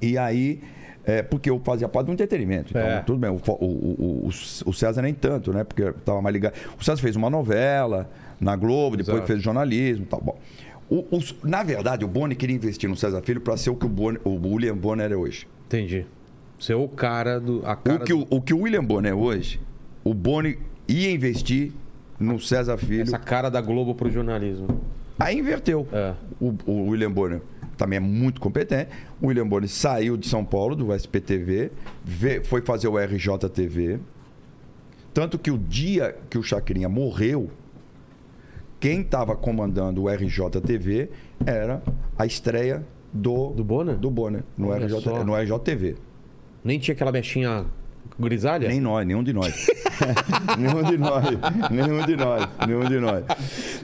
Speaker 3: E aí, é, porque eu fazia parte do entretenimento. Então,
Speaker 4: É.
Speaker 3: tudo bem, o, Fa- o- o- o- o César nem tanto, né? Porque estava mais ligado. O César fez uma novela na Globo, depois
Speaker 4: Exato.
Speaker 3: fez jornalismo e tal. Bom, o- os- na verdade, o Boni queria investir no César Filho para ser o que o, Boni, o William Bonner é hoje.
Speaker 4: Entendi. Você é o cara do. A
Speaker 3: O
Speaker 4: cara
Speaker 3: que
Speaker 4: do-
Speaker 3: o, o que o William Bonner é hoje, o Boni ia investir no César Filho,
Speaker 4: Essa cara da Globo pro jornalismo.
Speaker 3: aí inverteu.
Speaker 4: É.
Speaker 3: O, o William Bonner também é muito competente. O William Bonner saiu de São Paulo, do SPTV, vê- foi fazer o RJTV. Tanto que o dia que o Chacrinha morreu, quem estava comandando o RJTV era a estreia do,
Speaker 4: Do Bonner?
Speaker 3: do Bonner no,
Speaker 4: Olha
Speaker 3: RJ,
Speaker 4: só.
Speaker 3: no RJTV.
Speaker 4: Nem tinha aquela mechinha grisalha?
Speaker 3: Nem nós, nenhum de nós. nenhum de nós. Nenhum de nós. Nenhum de nós.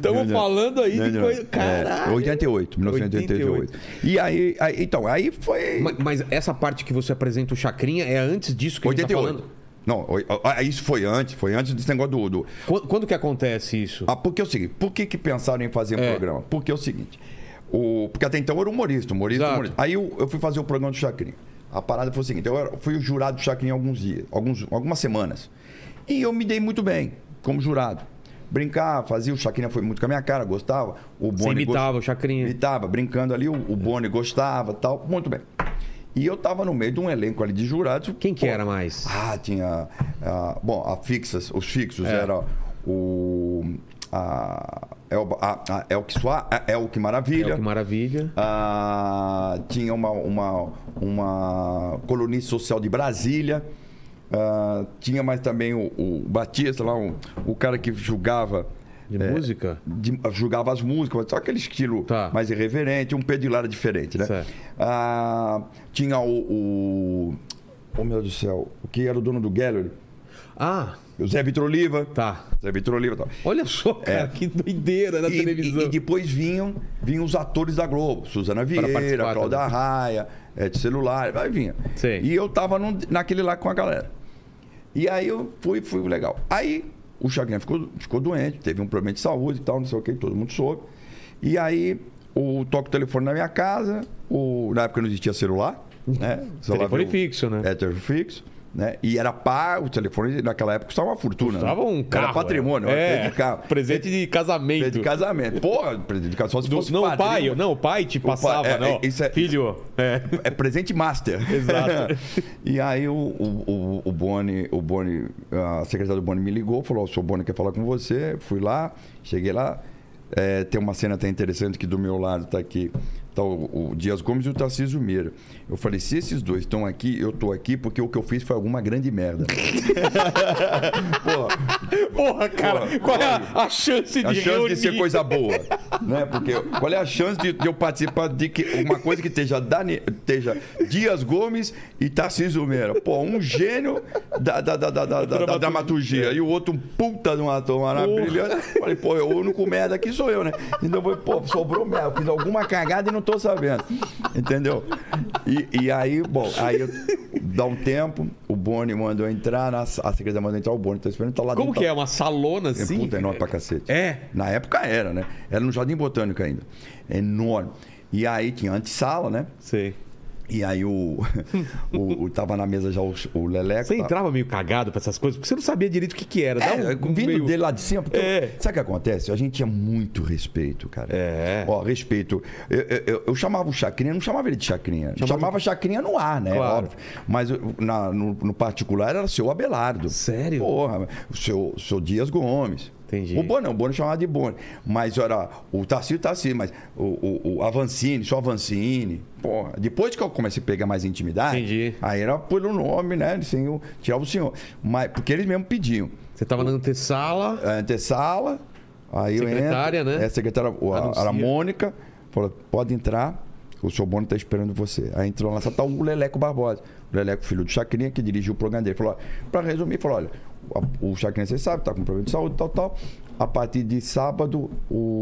Speaker 3: Nenhum de nós.
Speaker 4: falando aí de
Speaker 3: Nenhum
Speaker 4: coisa-
Speaker 3: nós.
Speaker 4: Caralho!
Speaker 3: É, 88, 1988. E aí, aí- então, aí foi.
Speaker 4: Ma- Mas, essa parte que você apresenta o Chacrinha é antes disso que a gente tá
Speaker 3: 88.
Speaker 4: falando?
Speaker 3: Não, oi- ah, isso foi antes, foi antes desse negócio do. do-
Speaker 4: Quando, quando que acontece isso?
Speaker 3: Ah, porque é o seguinte, por que, que pensaram em fazer um
Speaker 4: É.
Speaker 3: programa? Porque é o seguinte. O, porque até então eu era humorista, humorista,
Speaker 4: Exato.
Speaker 3: humorista. Aí eu, eu fui fazer o programa do Chacrinha. A parada foi o seguinte: eu era- fui o jurado do Chacrinha alguns dias, alguns, algumas semanas. E eu me dei muito bem como jurado. Brincar, fazia, o Chacrinha foi muito com a minha cara, gostava. O
Speaker 4: Você
Speaker 3: Boni
Speaker 4: imitava o Chacrinha.
Speaker 3: Imitava, brincando ali, o, o Boni gostava tal, muito bem. E eu tava no meio de um elenco ali de jurados.
Speaker 4: Quem que
Speaker 3: pô,
Speaker 4: era mais?
Speaker 3: ah, tinha. ah, bom, a fixas, os fixos era o. A, Elba, a, a Elk Swa- a Elk Maravilha.
Speaker 4: É, que maravilha.
Speaker 3: Ah, tinha uma, uma, uma colunista social de Brasília. Ah, tinha mais também o, o Batista lá, um- o cara que julgava.
Speaker 4: De
Speaker 3: É.
Speaker 4: música?
Speaker 3: de- julgava as músicas, só aquele estilo
Speaker 4: Tá.
Speaker 3: mais irreverente, um pedilara diferente, né?
Speaker 4: Certo.
Speaker 3: Ah, tinha o, o. Oh meu Deus do céu, o que era o dono do Gallery?
Speaker 4: Ah,
Speaker 3: O Zé Vitor Oliva.
Speaker 4: tá.
Speaker 3: Zé Vitor Oliva e tal.
Speaker 4: Olha só, cara, que doideira na
Speaker 3: É. E,
Speaker 4: televisão.
Speaker 3: e- e depois vinham, vinham os atores da Globo, Suzana Vieira,
Speaker 4: participar
Speaker 3: Cláudia
Speaker 4: também.
Speaker 3: Raia, é, de celular, aí vinha.
Speaker 4: Sei.
Speaker 3: E eu tava num- naquele lá com a galera. E aí eu fui, fui legal. Aí o Chagrin ficou, ficou doente, teve um problema de saúde e tal, não sei o que, todo mundo soube. E aí o toco o telefone na minha casa, o, na época não existia celular, né? O celular
Speaker 4: Telefone
Speaker 3: veio-
Speaker 4: fixo, né?
Speaker 3: É, telefone fixo. Né? E era pago, o telefone naquela época custava uma fortuna. né?
Speaker 4: Tava um carro.
Speaker 3: Era patrimônio,
Speaker 4: é.
Speaker 3: era presente de carro.
Speaker 4: Presente de casamento.
Speaker 3: Presente de casamento. Porra, presente de casamento. Só se
Speaker 4: Do-
Speaker 3: fosse
Speaker 4: não, o
Speaker 3: padrinho.
Speaker 4: pai, não, o pai te passava,
Speaker 3: é,
Speaker 4: não.
Speaker 3: é, isso é-
Speaker 4: Filho, é.
Speaker 3: É presente master.
Speaker 4: Exato.
Speaker 3: e aí o, o, o- o Boni, o Boni, a secretária do Boni me ligou, falou, o seu Boni quer falar com você. Fui lá, cheguei lá. É, tem uma cena até interessante que do meu lado tá aqui tá o, o Dias Gomes e o Tarcísio Meira. Eu falei, se esses dois estão aqui, eu tô aqui porque o que eu fiz foi alguma grande merda. Porra,
Speaker 4: Porra, cara,
Speaker 3: Porra,
Speaker 4: qual é a, a chance de
Speaker 3: a chance
Speaker 4: reunir?
Speaker 3: de ser coisa boa, né? Porque qual é a chance de, de eu participar de que uma coisa que esteja, Dani, esteja Dias Gomes e Tarcísio Meira? Pô, um gênio da, da, da, da, da, da- da dramaturgia e o outro um puta de um ator maravilhoso. Falei, pô, eu- o único merda aqui sou eu, né? Então, falei, pô, sobrou merda, fiz alguma cagada e não tô sabendo, entendeu? E, e aí, bom, aí eu- dá um tempo, o Boni mandou entrar, na- a secretária mandou entrar, o Boni tá esperando, tá lá
Speaker 4: Como
Speaker 3: dentro.
Speaker 4: que é? Uma salona
Speaker 3: É
Speaker 4: assim?
Speaker 3: puta enorme pra cacete.
Speaker 4: É?
Speaker 3: Na época era, né? Era no Jardim Botânico ainda. Enorme. E aí tinha antessala, né?
Speaker 4: Sei.
Speaker 3: E aí o, o, o- Tava na mesa já o, o Leleco.
Speaker 4: Você
Speaker 3: tá-
Speaker 4: entrava meio cagado pra essas coisas, porque você não sabia direito o que que era. Dá
Speaker 3: É,
Speaker 4: um, um
Speaker 3: vindo
Speaker 4: meio...
Speaker 3: dele lá de cima. Porque
Speaker 4: É.
Speaker 3: Sabe o que acontece? A gente tinha muito respeito, cara.
Speaker 4: É.
Speaker 3: Ó, respeito. Eu, eu- eu- eu chamava o Chacrinha, não chamava ele de Chacrinha. Chamava, Chacrinha no ar, né?
Speaker 4: Claro.
Speaker 3: Óbvio. Mas eu- na- no, no particular era seu Abelardo.
Speaker 4: Sério?
Speaker 3: Porra, o seu, seu Dias Gomes.
Speaker 4: Entendi.
Speaker 3: O Boni, não, o Boni chamava de Boni. Mas era o Tarcísio, Tarcísio, mas o, o, o Avancini, só Avancini. Porra, depois que eu comecei a pegar mais intimidade,
Speaker 4: Entendi.
Speaker 3: aí era pelo nome, né? Sem o, tirava o senhor. Mas, porque eles mesmo pediam
Speaker 4: Você tava na antessala.
Speaker 3: a antessala, aí eu entro.
Speaker 4: Secretária, né?
Speaker 3: É, secretária, o- a,
Speaker 4: Anuncia.
Speaker 3: a Mônica, falou, pode entrar. O seu Bono está esperando você. Aí entrou lá, só tá o Leleco Barbosa. O Leleco, filho do Chacrinha, que dirigiu o programa dele. Falou, para resumir, falou, olha, a- o Chacrinha, você sabe, tá com problema de saúde, tal, tal. A partir de sábado,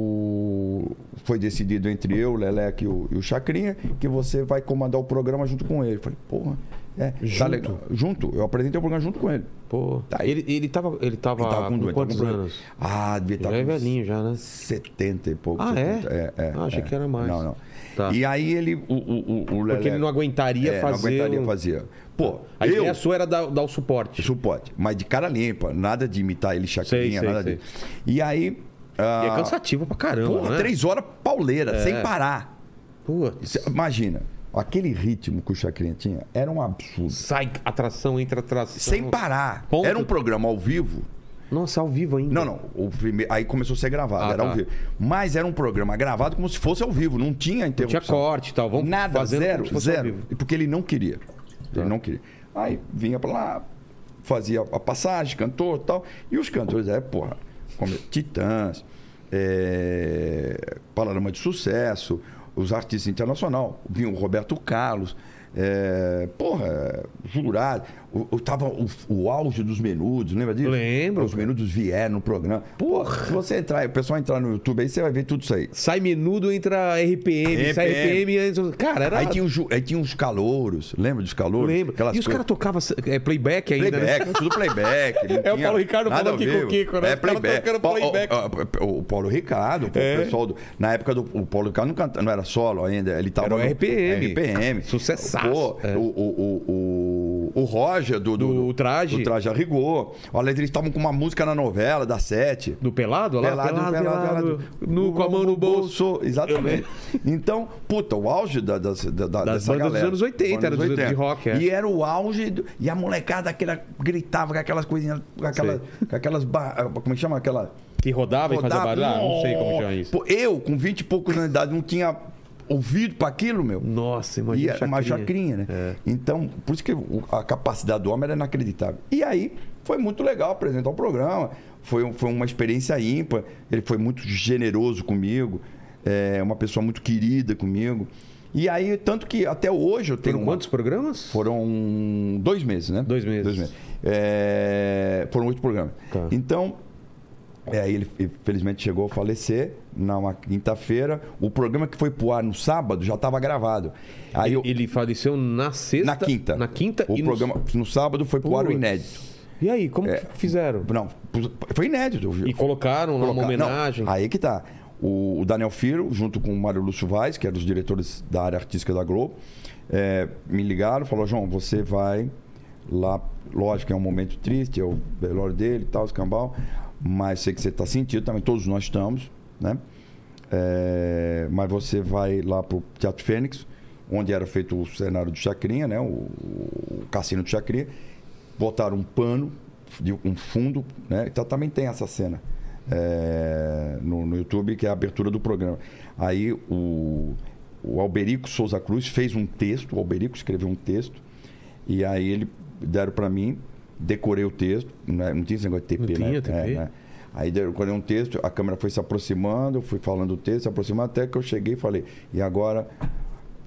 Speaker 3: o... foi decidido entre eu, o Leleco e o, e o Chacrinha, que você vai comandar o programa junto com ele. Eu Falei, porra, é, junto? Junto, eu apresentei o programa junto com ele.
Speaker 4: Pô,
Speaker 3: Tá,
Speaker 4: ele, ele tava, ele tava,
Speaker 3: Ele tava
Speaker 4: Ah, com
Speaker 3: doente,
Speaker 4: quantos
Speaker 3: tava com
Speaker 4: anos?
Speaker 3: problema. Ah, devia estar
Speaker 4: Já é
Speaker 3: com
Speaker 4: velhinho já, né?
Speaker 3: 70 e pouco.
Speaker 4: Ah, é?
Speaker 3: 70, é, é,
Speaker 4: Ah, achei
Speaker 3: é.
Speaker 4: que era mais.
Speaker 3: Não, não.
Speaker 4: Tá.
Speaker 3: E aí ele, o, o, o, o Lelé...
Speaker 4: Porque ele não aguentaria
Speaker 3: é,
Speaker 4: fazer.
Speaker 3: Não aguentaria
Speaker 4: um-
Speaker 3: fazer. Pô,
Speaker 4: A
Speaker 3: eu...
Speaker 4: ideia sua era dar, dar o suporte.
Speaker 3: Isso pode, mas de cara limpa, nada de imitar ele chacrinha,
Speaker 4: Sei, sei,
Speaker 3: nada
Speaker 4: sei.
Speaker 3: de... E aí...
Speaker 4: E é
Speaker 3: ah,
Speaker 4: cansativo pra caramba.
Speaker 3: Porra,
Speaker 4: né? É.
Speaker 3: três horas pauleira, sem parar.
Speaker 4: Putz.
Speaker 3: Cê- Imagina, aquele ritmo que o Chacrinha tinha era um absurdo.
Speaker 4: Sai atração, entra atração.
Speaker 3: Sem parar.
Speaker 4: Ponto.
Speaker 3: Era um programa ao vivo
Speaker 4: Nossa, ao vivo ainda.
Speaker 3: Não, não. O primeiro, aí começou a ser gravado,
Speaker 4: Ah,
Speaker 3: era
Speaker 4: tá.
Speaker 3: ao vivo. Mas era um programa gravado como se fosse ao vivo, não tinha
Speaker 4: Tinha
Speaker 3: interrupção.
Speaker 4: corte e tal. Vamos
Speaker 3: Nada,
Speaker 4: fazendo como se
Speaker 3: zero,
Speaker 4: fosse ao
Speaker 3: zero.
Speaker 4: vivo. Tá.
Speaker 3: E Porque ele não queria. Ele não queria. Aí vinha pra lá, fazia a passagem, cantor e tal. E os cantores, é, porra, como Titãs, é, Panorama de Sucesso, os artistas internacionais. Vinha o Roberto Carlos. É, porra, jurado. O, o- tava o, o auge dos menudos, lembra disso?
Speaker 4: Lembro,
Speaker 3: Os menudos vieram no programa. Porra, se você entrar, o pessoal entrar no YouTube aí, você vai ver tudo isso aí.
Speaker 4: Sai menudo, entra RPM. Sai
Speaker 3: RPM.
Speaker 4: RPM. entra- Cara, era.
Speaker 3: Aí tinha, os, ju- aí tinha os calouros, lembra dos calouros?
Speaker 4: Lembro.
Speaker 3: Aquelas
Speaker 4: E os
Speaker 3: coisas-
Speaker 4: caras tocavam é, playback ainda, né?
Speaker 3: Playback, é tudo playback. não
Speaker 4: É, o
Speaker 3: tinha
Speaker 4: Paulo Ricardo
Speaker 3: nada
Speaker 4: falou
Speaker 3: ao
Speaker 4: aqui com
Speaker 3: vivo.
Speaker 4: o Kiko,
Speaker 3: É
Speaker 4: né? Os caras
Speaker 3: playback.
Speaker 4: tocando
Speaker 3: Pa-
Speaker 4: playback. É.
Speaker 3: o- o- o Paulo Ricardo, pô, o pessoal do, na época do o Paulo Ricardo não, canta, não era solo ainda, ele tava
Speaker 4: Era o
Speaker 3: no-
Speaker 4: RPM.
Speaker 3: RPM.
Speaker 4: Sucessaço.
Speaker 3: Pô,
Speaker 4: É.
Speaker 3: o, o, o, o, o Roger do,
Speaker 4: Do Traje.
Speaker 3: do traje a rigor. Olha, eles estavam com uma música na novela da Sete.
Speaker 4: Do pelado? Olha lá, pelado, pelado, No, com a mão no bolso.
Speaker 3: Exatamente. Então, puta, o auge da, das- da- da-
Speaker 4: Das
Speaker 3: dessa
Speaker 4: bandas dos
Speaker 3: galera.
Speaker 4: anos 80, era dos- de rock, é.
Speaker 3: E era o auge. do- e a molecada aquela, gritava com aquelas coisinhas. Com aquelas. Com aquelas ba- como é que chama? Aquela.
Speaker 4: Que rodava e fazia
Speaker 3: rodava.
Speaker 4: barulho. Ah, não sei como chama isso.
Speaker 3: Pô, eu, com 20 e poucos anos de idade, não tinha ouvido para aquilo, meu.
Speaker 4: Nossa,
Speaker 3: E
Speaker 4: imagina.
Speaker 3: era uma chacrinha, né?
Speaker 4: É.
Speaker 3: Então, por isso que o- a capacidade do homem era inacreditável. E aí, foi muito legal apresentar o programa. Foi, um- foi uma experiência ímpar. Ele foi muito generoso comigo. É uma pessoa muito querida comigo. E aí, tanto que até hoje eu tenho.
Speaker 4: Tem
Speaker 3: uma-
Speaker 4: quantos programas?
Speaker 3: Foram dois meses, né?
Speaker 4: Dois meses.
Speaker 3: É, foram oito programas.
Speaker 4: Tá.
Speaker 3: Então, é, aí ele infelizmente chegou a falecer numa quinta-feira. O programa que foi pro ar no sábado já estava gravado. Aí eu,
Speaker 4: Ele faleceu na sexta.
Speaker 3: na quinta.
Speaker 4: Na quinta
Speaker 3: O
Speaker 4: e no-
Speaker 3: programa É. no... sábado foi pro ar o
Speaker 4: Putz.
Speaker 3: inédito.
Speaker 4: E aí, como que fizeram?
Speaker 3: Não, foi inédito.
Speaker 4: E colocaram lá uma
Speaker 3: Colocar- não,
Speaker 4: homenagem.
Speaker 3: aí que tá. O, o Daniel Firo, junto com o Mário Lúcio Vaz, que era os diretores da área artística da Globo, eh, me ligaram falou João, você vai lá. Lógico que é um momento triste, é o velório dele e tal, escambau. Mas sei que você está sentindo, também todos nós estamos, né? Eh, mas você vai lá pro Teatro Fênix, onde era feito o cenário do Chacrinha, né? O, o cassino do Chacrinha. Botaram um pano, de um fundo, né? Então também tem essa cena é, no, no YouTube, que é a abertura do programa. Aí o, o Alberico Souza Cruz fez um texto, o Alberico escreveu um texto, e aí ele deram para mim, decorei o texto, né? não tinha esse negócio de TP,
Speaker 4: Não
Speaker 3: né?
Speaker 4: tinha TP.
Speaker 3: É, né? Aí decorei um texto, a câmera foi se aproximando, eu fui falando o texto, se aproximando, até que eu cheguei e falei, e agora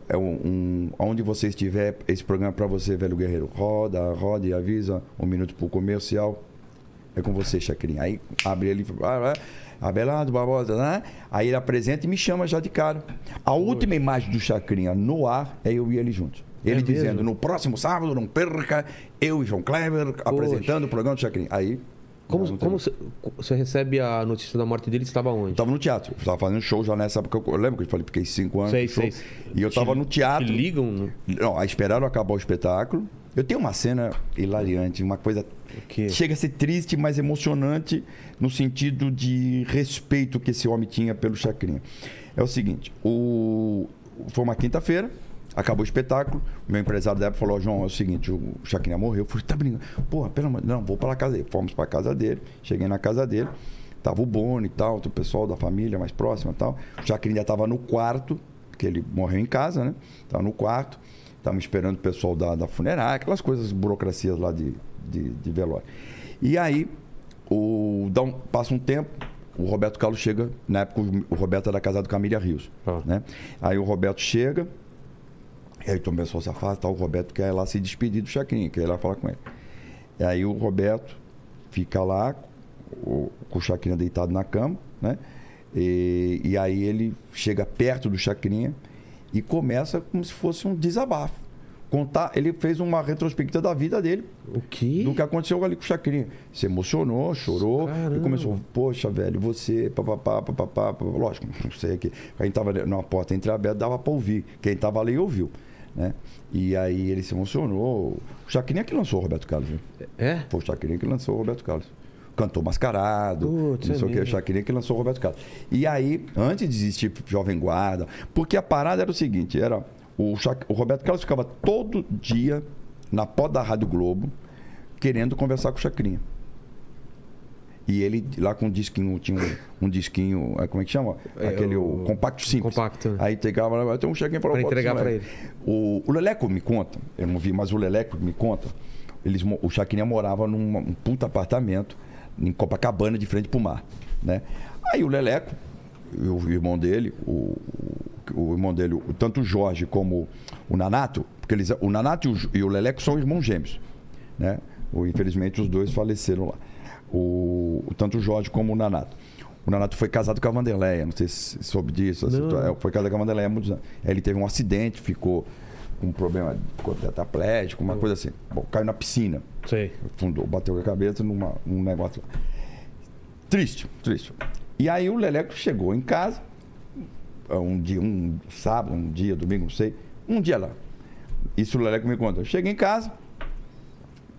Speaker 3: é um, um- onde você estiver, esse programa é para você, velho guerreiro. Roda, roda e avisa, um minuto pro comercial. É com você, Chacrinha. Aí abre ali, ah, ah, Abelardo Barbosa, né? Aí ele apresenta e me chama já de cara. A última imagem do Chacrinha no ar é eu e ele juntos. Ele
Speaker 4: mesmo?
Speaker 3: dizendo, no próximo sábado, não perca, eu e João Kleber apresentando o programa do Chacrinha. Aí.
Speaker 4: Como,
Speaker 3: não tem- Então,
Speaker 4: como você- você recebe a notícia da morte dele? Você estava
Speaker 3: eu
Speaker 4: onde?
Speaker 3: tava no teatro, eu tava fazendo show já nessa época. Eu lembro que eu falei, fiquei cinco anos.
Speaker 4: Sei,
Speaker 3: no show,
Speaker 4: sei.
Speaker 3: E eu tava no
Speaker 4: Te
Speaker 3: teatro.
Speaker 4: ligam? né?
Speaker 3: Não, aí esperaram acabar o espetáculo. Eu tenho uma cena hilariante, uma coisa.
Speaker 4: quê?
Speaker 3: Chega a ser triste, mas emocionante no sentido de respeito que esse homem tinha pelo Chacrinha. É o seguinte: o... foi uma quinta-feira, acabou o espetáculo. O meu empresário da época falou: Ó, João, é o seguinte, o Chacrinha morreu. Eu falei: tá brincando? Porra, pelo amor de Não, vou para casa dele. Fomos para casa dele, cheguei na casa dele. Tava o Boni e tal, o pessoal da família mais próxima e tal. O Chacrinha já tava no quarto, porque ele morreu em casa, né? Tava no quarto. Estavam esperando o pessoal da, da funerária, aquelas coisas, burocracias lá de, de, de velório. E aí, o, dá um- passa um tempo, o Roberto Carlos chega. Na época, o, o Roberto era casado com a Miriam Rios.
Speaker 4: Ah.
Speaker 3: Né? Aí o Roberto chega, E aí começou a se afastar, o Roberto quer ir lá se despedir do Chacrinha, quer ir lá falar com ele. E aí o Roberto fica lá, o- com o Chacrinha deitado na cama, né? E, e aí ele chega perto do Chacrinha e começa como se fosse um desabafo. Contar, ele fez uma retrospectiva da vida dele,
Speaker 1: O quê?
Speaker 3: do que aconteceu ali com o Chacrinha. Se emocionou, chorou e começou, poxa, velho, você, papapá, papapá, papapá. lógico, não sei aqui. A gente tava numa porta entreaberta, dava pra ouvir. Quem tava ali ouviu, né? E aí ele se emocionou. O Chacrinha que lançou o Roberto Carlos, né?
Speaker 1: É?
Speaker 3: Foi o Chacrinha que lançou o Roberto Carlos. Cantou Mascarado,
Speaker 1: Putz,
Speaker 3: não sei
Speaker 1: é
Speaker 3: o que, o
Speaker 1: mesmo.
Speaker 3: Chacrinha que lançou o Roberto Carlos. E aí, antes de existir Jovem Guarda, porque a parada era o seguinte, era o, Chac- o Roberto Carlos ficava todo dia na porta da Rádio Globo querendo conversar com o Chacrinha. E ele lá com um disquinho, tinha um, um disquinho, eh, como é que chama? Aquele o,
Speaker 1: o-
Speaker 3: compacto simples.
Speaker 1: compacto, né?
Speaker 3: Aí pegava, tem um Chacrinha e falou,
Speaker 1: Pra entregar pra ele.
Speaker 3: o, o Leleco me conta, eu não vi, mas o Leleco me conta. Eles, mo- o Chacrinha morava num um puta apartamento em Copacabana, de frente pro mar. Né? Aí o Leleco, e o irmão dele, o, o o irmão dele, o- tanto o Jorge como o Nanato, porque eles, o Nanato e o, Jo- e o Leleco são irmãos gêmeos. Né? O- infelizmente os dois faleceram lá. O, o- tanto o Jorge como o Nanato. O Nanato foi casado com a Vanderleia, não sei se soube disso. essa situa- é, Foi casado com a Vanderleia há muitos anos. Aí Ele teve um acidente, ficou com um problema, ficou tetraplégico, uma coisa assim. Bom, caiu na piscina,
Speaker 4: Sei.
Speaker 3: fundou, bateu com a cabeça numa, num negócio lá. Triste, triste. E aí o Leleco chegou em casa, é, um dia, um sábado, um dia, domingo, não sei, um dia lá. Isso o Leleco me conta. Chega em casa,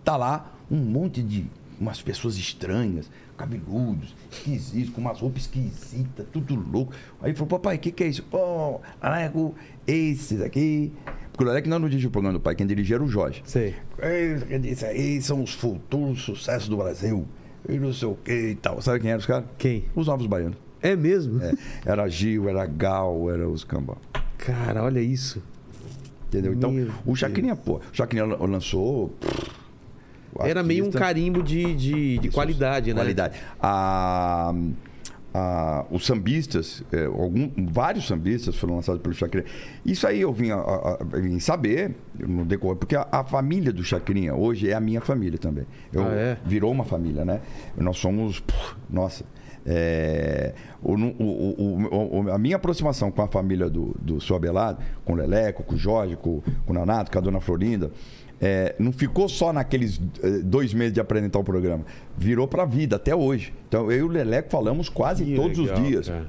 Speaker 3: tá lá um monte de umas pessoas estranhas, cabeludos, esquisitos, com umas roupas esquisitas, tudo louco. Aí ele falou, papai, o que, que é isso? Pô, Leleco, esse daqui. Porque o Leleco não dirigiu o programa do pai, quem dirigia era o Jorge.
Speaker 1: Sei.
Speaker 3: Ei, Isso aí são os futuros sucessos do Brasil. E não sei o que e tal. Sabe quem eram os caras?
Speaker 1: Quem?
Speaker 3: Os novos baianos.
Speaker 1: É mesmo?
Speaker 3: É, Era Gil, era Gal, era os cambal.
Speaker 1: Cara, olha isso.
Speaker 3: Entendeu? Então,
Speaker 1: Meu
Speaker 3: o Chacrinha, pô, o Chacrinha lan- lançou. pff, o
Speaker 1: Era meio um
Speaker 3: artista.
Speaker 1: carimbo de, de, de qualidade, né?
Speaker 3: Qualidade. A- a- os sambistas, é, algum- vários sambistas foram lançados pelo Chacrinha. Isso aí eu vim, a- a- a- vim saber no decorrer, porque a, a família do Chacrinha hoje é a minha família também. Eu-
Speaker 1: Ah, é?
Speaker 3: Virou uma família, né? Nós somos. puf, nossa. é, o- o- o- o- a minha aproximação com a família do, do seu Abelardo, com o Leleco, com o Jorge, com, com o Nanato, com a dona Florinda, é, não ficou só naqueles eh, dois meses de apresentar o programa. Virou pra vida até hoje. Então eu e o Leleco falamos quase
Speaker 4: Que
Speaker 3: todos
Speaker 4: legal,
Speaker 3: os dias.
Speaker 4: cara.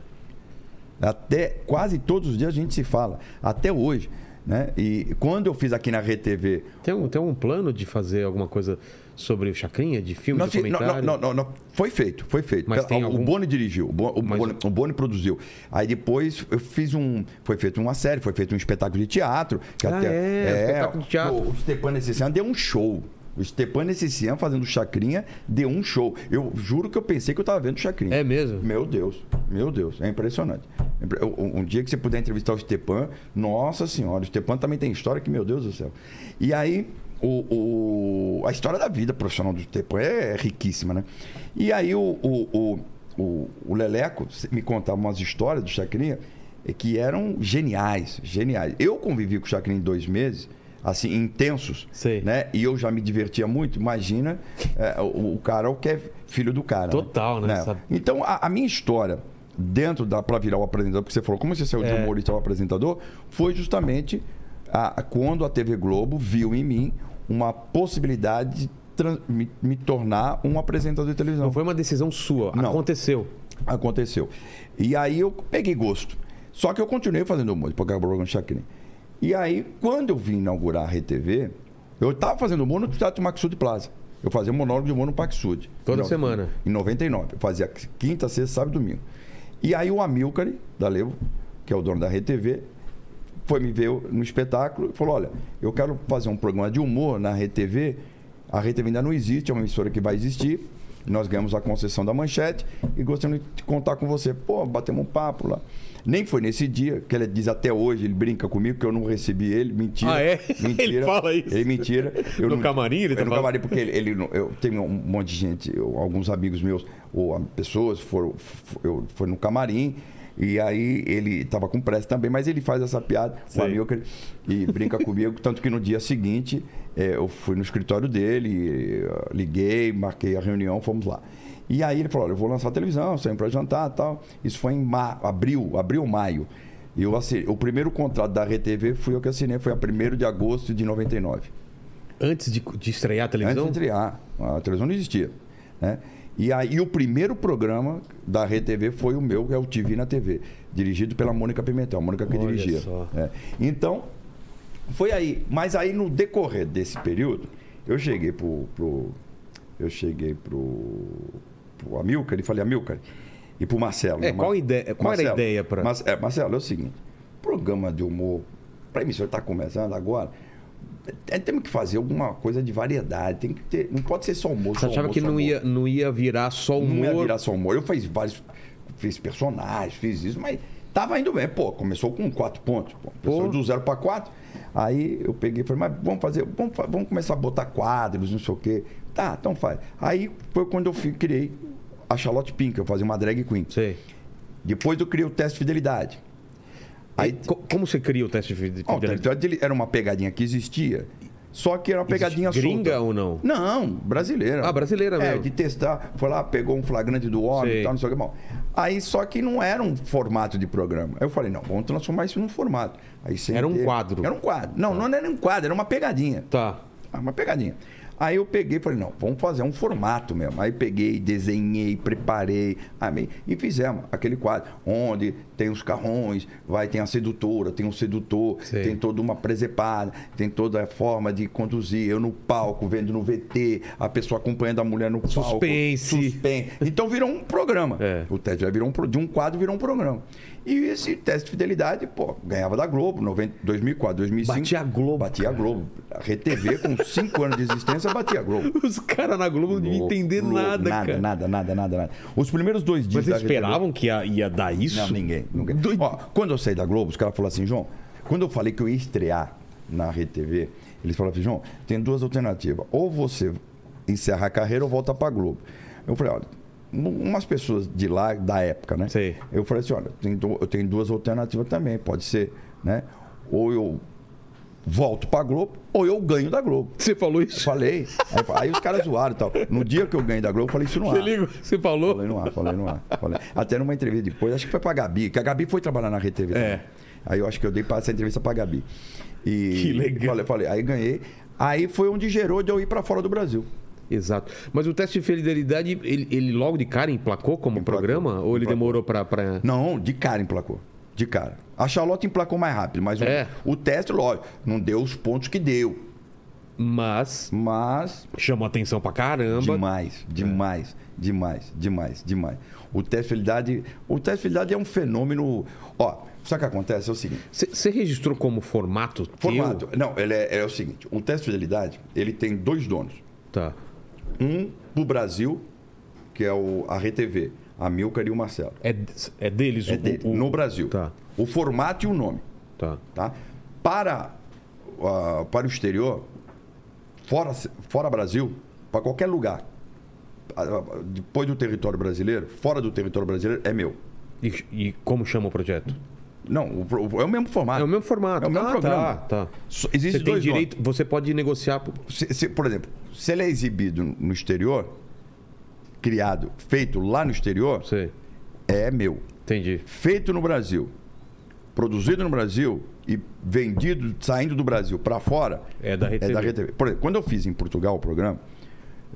Speaker 3: Até quase todos os dias a gente se fala, até hoje. Né? E quando eu fiz aqui na RedeTV
Speaker 4: Tem um, tem um plano de fazer alguma coisa sobre o Chacrinha, de filme,
Speaker 3: Não,
Speaker 4: de
Speaker 3: fi- não,
Speaker 4: comentário?
Speaker 3: não, não, não, foi feito, foi feito.
Speaker 4: Mas
Speaker 3: Pela-
Speaker 4: tem
Speaker 3: o
Speaker 4: algum-
Speaker 3: Boni dirigiu, o Bo- o Boni,
Speaker 4: Mas-
Speaker 3: o Boni produziu. Aí depois eu fiz um. Foi feito uma série, foi feito um espetáculo de teatro. Que
Speaker 1: Ah,
Speaker 3: até,
Speaker 1: é, espetáculo de teatro.
Speaker 3: O, o Stepan Necessian deu um show. O Stepan Necessian fazendo chacrinha deu um show. Eu juro que eu pensei que eu tava vendo chacrinha.
Speaker 4: É mesmo?
Speaker 3: Meu Deus, meu Deus, é impressionante. Impre- Um, um dia que você puder entrevistar o Stepan, nossa senhora, o Stepan também tem história que, meu Deus do céu. E aí, o, o- a história da vida profissional do Stepan é, é riquíssima, né? E aí, o, o, o, o- o Leleco me contava umas histórias do Chacrinha eh, que eram geniais, geniais. Eu convivi com o Chacrinha em dois meses, assim, intensos,
Speaker 4: Sei.
Speaker 3: né? E eu já me divertia muito, imagina eh, o, o Carol que é filho do cara.
Speaker 4: Total, né? Essa
Speaker 3: Então, a, a minha história dentro da para virar o apresentador, porque você falou como você saiu de
Speaker 4: É.
Speaker 3: humorista ao apresentador, foi justamente a- a- quando a TV Globo viu em mim uma possibilidade de tran- me, me tornar um apresentador de televisão.
Speaker 4: Não foi uma decisão sua,
Speaker 3: Não.
Speaker 4: aconteceu.
Speaker 3: Aconteceu. E aí eu peguei gosto. Só que eu continuei fazendo humor, porque acabou com Chacrin. E aí, quando eu vim inaugurar a RTV, eu estava fazendo humor no Teatro Maxud Plaza. Eu fazia monólogo de humor no Parque Sud.
Speaker 4: Toda
Speaker 3: Em no-
Speaker 4: semana.
Speaker 3: Em 99. Eu fazia quinta, sexta, sábado e domingo. E aí o Amilcar, da Levo, que é o dono da RTV, foi me ver no espetáculo e falou: Olha, eu quero fazer um programa de humor na RTV. A RTV ainda não existe, é uma emissora que vai existir. Nós ganhamos a concessão da manchete e gostaríamos de contar com você. Pô, batemos um papo lá. Nem foi nesse dia, que ele diz até hoje, ele brinca comigo que eu não recebi ele, mentira.
Speaker 4: Ah, é?
Speaker 3: Mentira.
Speaker 4: Ele fala isso.
Speaker 3: Ele mentira. Eu
Speaker 4: No
Speaker 3: não-
Speaker 4: camarim, ele
Speaker 3: eu
Speaker 4: tá
Speaker 3: no
Speaker 4: falando?
Speaker 3: camarim, porque ele, ele não- eu tenho um monte de gente, eu- alguns amigos meus, ou ah, pessoas, foram, f- eu, foi no camarim. E aí ele tava com pressa também, mas ele faz essa piada com o Amilcar e brinca comigo. Tanto que no dia seguinte eh, eu fui no escritório dele, eh, liguei, marquei a reunião, fomos lá. E aí ele falou: Olha, eu vou lançar a televisão, saímos pra jantar e tal. Isso foi em ma abril, abril, maio. E eu assinei, o primeiro contrato da RTV fui eu que assinei, foi a 1 de agosto de 99.
Speaker 4: Antes de, de estrear a televisão?
Speaker 3: Antes de estrear. A televisão não existia. Né? E aí o primeiro programa da RedeTV foi o meu, que é o TV na TV, dirigido pela Mônica Pimentel, a Mônica que
Speaker 4: Olha
Speaker 3: dirigia.
Speaker 4: só.
Speaker 3: É. Então, foi aí. Mas aí no decorrer desse período, eu cheguei pro. pro- eu cheguei pro, pro Amilcar e falei, Amilcar, e pro Marcelo.
Speaker 4: É, qual ideia- qual era a ideia pra-
Speaker 3: Mas, é, Marcelo, é o seguinte: programa de humor, para emissora está começando agora, é, temos que fazer alguma coisa de variedade. Tem que ter, não pode ser só humor.
Speaker 4: Você
Speaker 3: só
Speaker 4: achava
Speaker 3: humor,
Speaker 4: que
Speaker 3: só
Speaker 4: não
Speaker 3: humor.
Speaker 4: ia, não ia virar só humor?
Speaker 3: Não ia virar só humor. Eu fiz vários. Fiz personagens, fiz isso, mas tava indo bem. Pô, começou com quatro pontos. Pô, começou do zero para quatro. Aí eu peguei e falei, mas vamos fazer, vamos, fa- vamos começar a botar quadros, não sei o quê. Tá, então faz. Aí foi quando eu fi- criei a Charlotte Pink, eu fazia uma drag queen.
Speaker 4: Sei.
Speaker 3: Depois eu criei o teste de fidelidade. Aí,
Speaker 4: E co- como você cria o teste de fide-
Speaker 3: Ó, o
Speaker 4: fidelidade?
Speaker 3: teste de fidelidade era uma pegadinha que existia, só que era uma pegadinha
Speaker 4: Gringa
Speaker 3: solta.
Speaker 4: ou não?
Speaker 3: Não, brasileira.
Speaker 4: Ah, brasileira
Speaker 3: É,
Speaker 4: mesmo.
Speaker 3: de testar. Foi lá, pegou um flagrante do homem
Speaker 4: Sei.
Speaker 3: e tal, não sei o que. Bom, aí só que não era um formato de programa. Aí eu falei, não, vamos transformar isso num formato. Aí sentei-
Speaker 4: Era um quadro.
Speaker 3: Era um quadro. Não, não era um quadro, era uma pegadinha.
Speaker 4: Tá.
Speaker 3: Ah, Uma pegadinha. Aí eu peguei e falei, não, vamos fazer um formato mesmo. Aí peguei, desenhei, preparei, amei. E fizemos aquele quadro, onde tem os carrões, vai, tem a sedutora, tem o sedutor,
Speaker 4: Sei.
Speaker 3: tem toda uma presepada, tem toda a forma de conduzir. Eu no palco, vendo no VT, a pessoa acompanhando a mulher no palco.
Speaker 4: Suspense.
Speaker 3: Suspense. Então virou um programa.
Speaker 4: É.
Speaker 3: O teste já virou um, pro- de um quadro virou um programa. E esse teste de fidelidade, pô, ganhava da Globo, 90, 2004, 2005.
Speaker 4: Batia a Globo,
Speaker 3: Batia a Globo. A RedeTV, com 5 anos de existência, batia a Globo.
Speaker 4: Os caras na Globo não deviam
Speaker 3: Louco,
Speaker 4: entender
Speaker 3: louco,
Speaker 4: nada,
Speaker 3: nada,
Speaker 4: cara.
Speaker 3: Nada, nada, nada, nada. Os primeiros dois dias
Speaker 4: Mas
Speaker 3: da
Speaker 4: eles
Speaker 3: RedeTV
Speaker 4: esperavam que ia, ia dar isso?
Speaker 3: não, ninguém. ninguém. Ó, quando eu saí da Globo, os caras falaram assim, João, quando eu falei que eu ia estrear na RedeTV, eles falaram assim, João, tem duas alternativas. Ou você encerra a carreira ou volta pra Globo. Eu falei, olha, um- umas pessoas de lá, da época, né?
Speaker 4: Sei.
Speaker 3: Eu falei assim, olha, tem du- eu tenho duas alternativas também, pode ser, né? Ou eu volto pra Globo, ou eu ganho da Globo.
Speaker 4: Você falou
Speaker 3: Eu
Speaker 4: isso?
Speaker 3: Falei. Aí, aí os caras zoaram e tal. No dia que eu ganhei da Globo, eu falei isso no ar.
Speaker 4: Você liga? Você falou?
Speaker 3: Falei no ar, falei no ar. falei. Até numa entrevista depois, acho que foi pra Gabi, que a Gabi foi trabalhar na Rede TV.
Speaker 4: É.
Speaker 3: Aí eu acho que eu dei pra essa entrevista pra Gabi. E
Speaker 4: Que legal.
Speaker 3: Falei, falei, aí ganhei. Aí foi onde gerou de eu ir pra fora do Brasil.
Speaker 4: Exato. Mas o teste de fidelidade, ele, ele logo de cara emplacou como
Speaker 3: Emplacou.
Speaker 4: programa? Ou ele
Speaker 3: Emplacou.
Speaker 4: demorou pra... pra...
Speaker 3: Não, de cara emplacou. De cara. A Charlotte emplacou mais rápido, mas o-
Speaker 4: É.
Speaker 3: o, teste, lógico, não deu os pontos que deu.
Speaker 4: Mas
Speaker 3: Mas
Speaker 4: chamou atenção pra caramba.
Speaker 3: Demais, demais, demais, demais, demais. O teste de fidelidade, o teste de fidelidade é um fenômeno. Ó, sabe o que acontece? É o seguinte.
Speaker 4: Você registrou como formato? teu?
Speaker 3: Formato. Não, ele é, é o seguinte. O teste de fidelidade, ele tem dois donos.
Speaker 4: Tá.
Speaker 3: Um pro Brasil, que é o a RTV, a Milcar e o Marcelo.
Speaker 4: É, é deles
Speaker 3: É
Speaker 4: o-
Speaker 3: dele,
Speaker 4: o...
Speaker 3: no Brasil.
Speaker 4: Tá.
Speaker 3: O formato e o nome,
Speaker 4: Tá.
Speaker 3: tá? Para ah, para o exterior, fora fora Brasil, para qualquer lugar. ah, ah, Depois do território brasileiro, fora do território brasileiro, é meu.
Speaker 4: E, e como chama o projeto?
Speaker 3: Não, o pro- é o mesmo formato.
Speaker 4: É o mesmo formato.
Speaker 3: É o mesmo
Speaker 4: Ah,
Speaker 3: programa.
Speaker 4: Tá, tá.
Speaker 3: Só-
Speaker 4: Você
Speaker 3: Existe
Speaker 4: tem
Speaker 3: dois nomes.
Speaker 4: direito, você pode negociar. por-
Speaker 3: Se- se- por exemplo, se ele é exibido no exterior, criado, feito lá no exterior,
Speaker 4: Sei.
Speaker 3: é meu.
Speaker 4: Entendi.
Speaker 3: Feito no Brasil, produzido no Brasil e vendido, saindo do Brasil para fora,
Speaker 4: É da RedeTV.
Speaker 3: RedeTV. Por exemplo, quando eu fiz em Portugal o programa,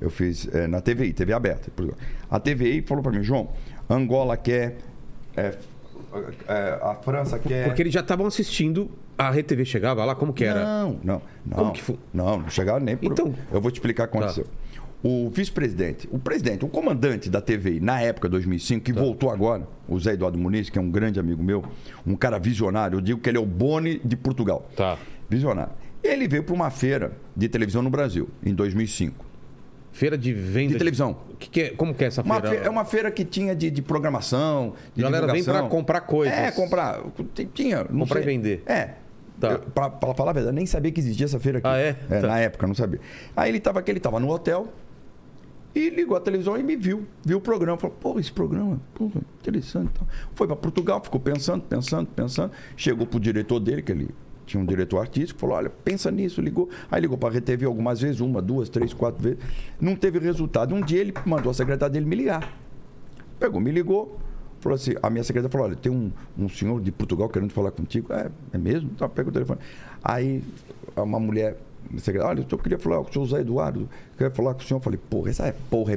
Speaker 3: eu fiz eh, na TVI, TV aberta. em Portugal. A TVI falou para mim, João, Angola quer, eh, eh, a França quer...
Speaker 4: Porque eles já estavam assistindo. A RTV chegava lá, como que era?
Speaker 3: Não, não, não.
Speaker 4: Como que fu-
Speaker 3: Não, não chegava nem por...
Speaker 4: Então-
Speaker 3: Eu vou te explicar o que aconteceu. O vice-presidente, o presidente, o comandante da TVI na época 2005,
Speaker 4: Tá.
Speaker 3: que voltou agora, o Zé Eduardo Muniz, que é um grande amigo meu, um cara visionário, eu digo que ele é o Boni de Portugal.
Speaker 4: Tá.
Speaker 3: Visionário. Ele veio para uma feira de televisão no Brasil, em 2005.
Speaker 4: Feira de venda.
Speaker 3: De televisão.
Speaker 4: Que que é- como que é essa
Speaker 3: Uma
Speaker 4: feira?
Speaker 3: fe- é uma feira que tinha de, de programação, de
Speaker 4: Galera vem
Speaker 3: divulgação.
Speaker 4: pra comprar coisas.
Speaker 3: É, comprar. t- Tinha. não sei.
Speaker 4: Comprar e vender.
Speaker 3: É.
Speaker 4: Tá.
Speaker 3: Eu, pra, pra falar a verdade, nem sabia que existia essa feira aqui.
Speaker 4: Ah, é? Tá.
Speaker 3: Na época, eu não sabia. Aí ele tava aqui, ele tava no hotel. E ligou a televisão e me viu. Viu o programa. Falou, pô, esse programa, porra, interessante. e tal. Foi para Portugal, ficou pensando, pensando, pensando. Chegou pro diretor dele, que ele tinha um diretor artístico, falou, olha, pensa nisso, ligou. Aí ligou para a RTV algumas vezes, uma, duas, três, quatro vezes. Não teve resultado. Um dia ele mandou a secretária dele me ligar. Pegou, me ligou. Falou assim, a minha secretária falou, olha, tem um, um senhor de Portugal querendo falar contigo. É, é mesmo? Tá, pega o telefone. Aí uma mulher, a secretária, olha, eu queria falar com o senhor Zé Eduardo, queria falar com o senhor. Eu falei, porra, essa é porra é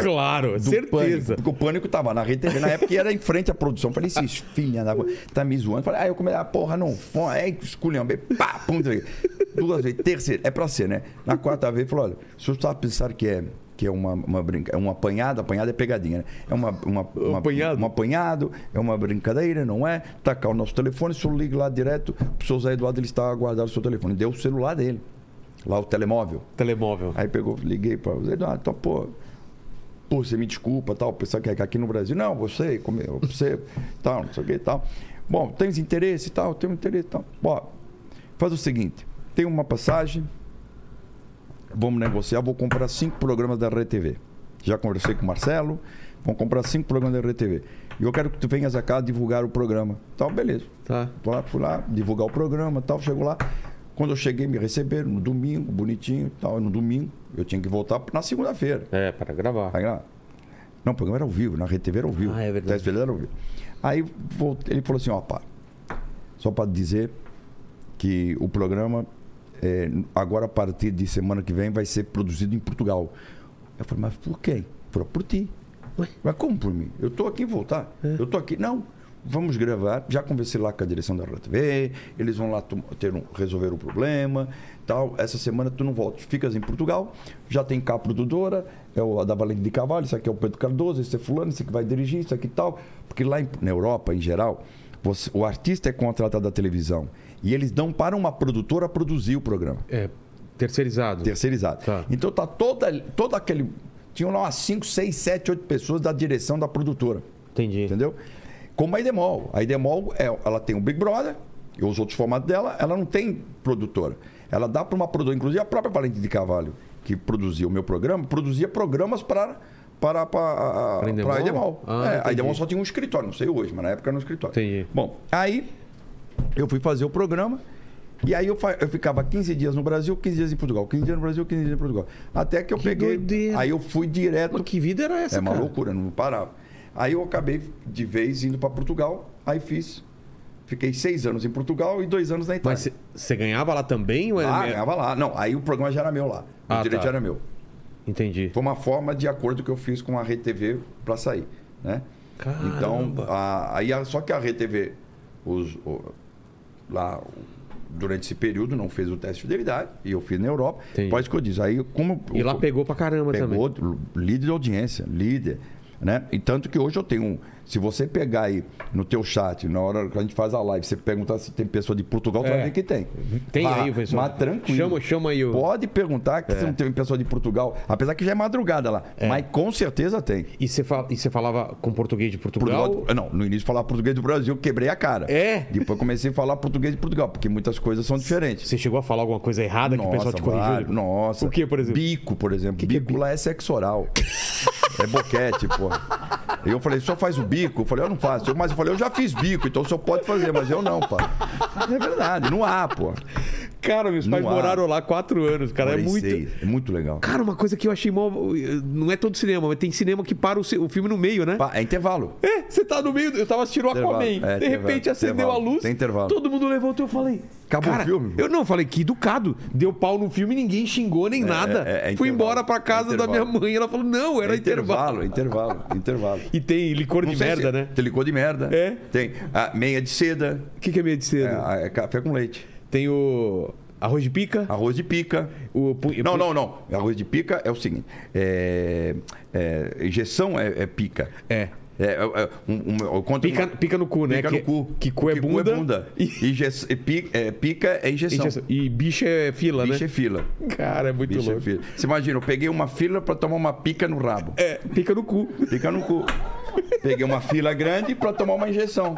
Speaker 4: Claro,
Speaker 3: Do Pânico, porque o pânico tava na Rede TV na época e era em frente à produção. Eu Falei, esses filha da puta, tá me zoando. Eu Falei, ah, eu comecei, ah, porra, não, fome, é esculhambei, pá, pum, tá ligado? duas vezes, terceira, é pra ser, né? Na quarta vez, falou, olha, o senhor tá pensando que é. Que é uma, uma brinca, é um apanhado, apanhado é pegadinha, né? É uma, uma, uma-
Speaker 4: Apanhado?
Speaker 3: um apanhado, é uma brincadeira, não é? Tacar o nosso telefone, o senhor liga lá direto, o senhor Zé Eduardo ele está aguardando o seu telefone. Deu o celular dele, lá o telemóvel.
Speaker 4: Telemóvel.
Speaker 3: Aí pegou, liguei para o Zé Eduardo, então, pô, pô, você me desculpa, tal, pensar que é aqui no Brasil, não, você, como eu, você, tal, não sei o que, tal. Bom, tens interesse e tal, tenho interesse e tal. Bom, faz o seguinte, tem uma passagem, vamos negociar, vou comprar cinco programas da RTV. Já conversei com o Marcelo, vão comprar cinco programas da RTV. E eu quero que tu venhas a cá divulgar o programa. Tal, beleza.
Speaker 4: Tá.
Speaker 3: Fui lá, fui lá divulgar o programa tal, chegou lá. Quando eu cheguei, me receberam no domingo, bonitinho tal. No domingo, eu tinha que voltar na segunda-feira.
Speaker 4: É, para gravar.
Speaker 3: Aí lá. Não, o programa era ao vivo, na Rede TV era ao vivo.
Speaker 4: Ah, é verdade.
Speaker 3: Tá, esse era ao vivo. Aí voltei- ele falou assim, ó, pá, só para dizer que o programa, é, agora a partir de semana que vem, vai ser produzido em Portugal. Eu falei, mas por quem? Ele Falou, por ti. Mas como por mim? Eu tô aqui em voltar. Eu tô aqui. Não, vamos gravar. Já conversei lá com a direção da Rede TV, eles vão lá tom- ter um- resolver o problema. Tal. Essa semana tu não volta. Ficas em Portugal, já tem cá a produtora, é o da Valente de Cavalho, esse aqui é o Pedro Cardoso, esse é fulano, esse que vai dirigir, isso aqui e tal. Porque lá em- na Europa, em geral, você- o artista é contratado da televisão. E eles dão para uma produtora produzir o programa
Speaker 4: É, terceirizado.
Speaker 3: terceirizado.
Speaker 4: Tá.
Speaker 3: Então tá toda, todo aquele. Tinham lá umas 5, 6, 7, 8 pessoas da direção da produtora.
Speaker 4: Entendi.
Speaker 3: Entendeu? Como a Idemol. A Idemol, é, ela tem o Big Brother e os outros formatos dela, ela não tem produtora. Ela dá para uma produtora, inclusive a própria Valente de Carvalho, que produzia o meu programa, produzia programas para. Para, para,
Speaker 4: Pra
Speaker 3: para,
Speaker 4: Idemol?
Speaker 3: a Idemol.
Speaker 4: Ah,
Speaker 3: É, a
Speaker 4: entendi.
Speaker 3: Idemol só tinha um escritório, não sei hoje, mas na época era um escritório.
Speaker 4: Entendi.
Speaker 3: Bom, aí eu fui fazer o programa. E aí eu, fa- eu ficava 15 dias no Brasil, 15 dias em Portugal, 15 dias no Brasil, 15 dias em Portugal. Até que eu peguei.
Speaker 4: doideira.
Speaker 3: Aí eu fui direto.
Speaker 4: Mas que vida era essa,
Speaker 3: é uma
Speaker 4: cara?
Speaker 3: loucura, não parava. Aí eu acabei de vez indo para Portugal, aí fiz. Fiquei seis anos em Portugal e dois anos na Itália.
Speaker 4: Mas você ganhava lá também? Ou era
Speaker 3: lá,
Speaker 4: me-
Speaker 3: ganhava lá. Não, aí o programa já era meu lá. O
Speaker 4: Ah,
Speaker 3: direito
Speaker 4: tá.
Speaker 3: já era meu.
Speaker 4: Entendi.
Speaker 3: Foi uma forma de acordo que eu fiz com a RTV para sair, né?
Speaker 4: Caramba.
Speaker 3: Então, a- aí a- só que a RTV os- o- lá o- durante esse período não fez o teste de fidelidade e eu fiz na Europa.
Speaker 4: Entendi.
Speaker 3: Pode que eu disse, aí como
Speaker 4: E lá pegou pra caramba também.
Speaker 3: pegou líder de audiência, líder, né? E tanto que hoje eu tenho, um- se você pegar aí no teu chat, na hora que a gente faz a live, você perguntar se tem pessoa de Portugal, tu
Speaker 4: É.
Speaker 3: vai ver que tem.
Speaker 4: Tem
Speaker 3: Mas-
Speaker 4: aí, pessoal.
Speaker 3: Mas tranquilo.
Speaker 4: Chama- chama aí o- É.
Speaker 3: Pode perguntar que se não tem pessoa de Portugal, apesar que já é madrugada lá, mas com certeza tem.
Speaker 4: E você fa- e você falava com português de Portugal?
Speaker 3: Portugal, não, no início falava português do Brasil, quebrei a cara.
Speaker 4: É?
Speaker 3: Depois comecei a falar português de Portugal, porque muitas coisas são diferentes.
Speaker 4: Você chegou a falar alguma coisa errada que o pessoal te corrigiu?
Speaker 3: vários. Nossa.
Speaker 4: O que, por exemplo?
Speaker 3: Bico, por exemplo. bico, lá é sexo oral. é boquete, pô. E eu falei, o senhor faz o bico? Eu falei, eu não faço. Mas eu falei, eu já fiz bico, então o senhor pode fazer, mas eu não, pá. É verdade, não há, pô.
Speaker 4: Cara, meus pais
Speaker 3: Não há.
Speaker 4: moraram lá quatro anos, cara.
Speaker 3: Falei,
Speaker 4: é muito.
Speaker 3: sei, é muito legal.
Speaker 4: Cara, uma coisa que eu achei mó. Não é todo cinema, mas tem cinema que para o, ci- o filme no meio, né?
Speaker 3: Pá, é intervalo.
Speaker 4: É, você tá no meio. Eu tava assistindo o
Speaker 3: Intervalo,
Speaker 4: Aquaman.
Speaker 3: é,
Speaker 4: de
Speaker 3: intervalo,
Speaker 4: repente acendeu
Speaker 3: intervalo,
Speaker 4: a luz.
Speaker 3: tem intervalo.
Speaker 4: Todo mundo levantou. Eu falei.
Speaker 3: Acabou
Speaker 4: cara,
Speaker 3: o filme?
Speaker 4: Eu não, falei que educado. Deu pau no filme, ninguém xingou nem nada.
Speaker 3: é, é
Speaker 4: Fui
Speaker 3: intervalo,
Speaker 4: embora pra
Speaker 3: é
Speaker 4: casa da minha
Speaker 3: intervalo.
Speaker 4: mãe. Ela falou: não, era
Speaker 3: é
Speaker 4: intervalo.
Speaker 3: intervalo, intervalo, intervalo.
Speaker 4: E tem licor
Speaker 3: Não
Speaker 4: de
Speaker 3: sei
Speaker 4: merda,
Speaker 3: se-
Speaker 4: né?
Speaker 3: Tem licor de merda.
Speaker 4: É?
Speaker 3: Tem ah, meia de seda.
Speaker 4: O que, que é meio de
Speaker 3: é,
Speaker 4: cedo?
Speaker 3: ah, é café com leite.
Speaker 4: Tem o arroz de pica.
Speaker 3: Arroz de pica.
Speaker 4: O pu-
Speaker 3: Não, não, não. Arroz de pica é o seguinte: é, é, injeção é, é pica.
Speaker 4: É.
Speaker 3: É, é, é, um- um- eu conto
Speaker 4: Pica- pica no cu, né?
Speaker 3: Pica
Speaker 4: Que-
Speaker 3: no cu.
Speaker 4: que cu é bunda. E-
Speaker 3: Inje- e pi- é, pica é injeção.
Speaker 4: Injeção. E bicho é fila,
Speaker 3: Bicho é
Speaker 4: né?
Speaker 3: fila.
Speaker 4: Cara, é muito
Speaker 3: Bicho é
Speaker 4: louco.
Speaker 3: fila. Você imagina, eu peguei uma fila pra tomar uma pica no rabo.
Speaker 4: É, pica no cu.
Speaker 3: Pica no cu. Peguei uma fila grande pra tomar uma injeção.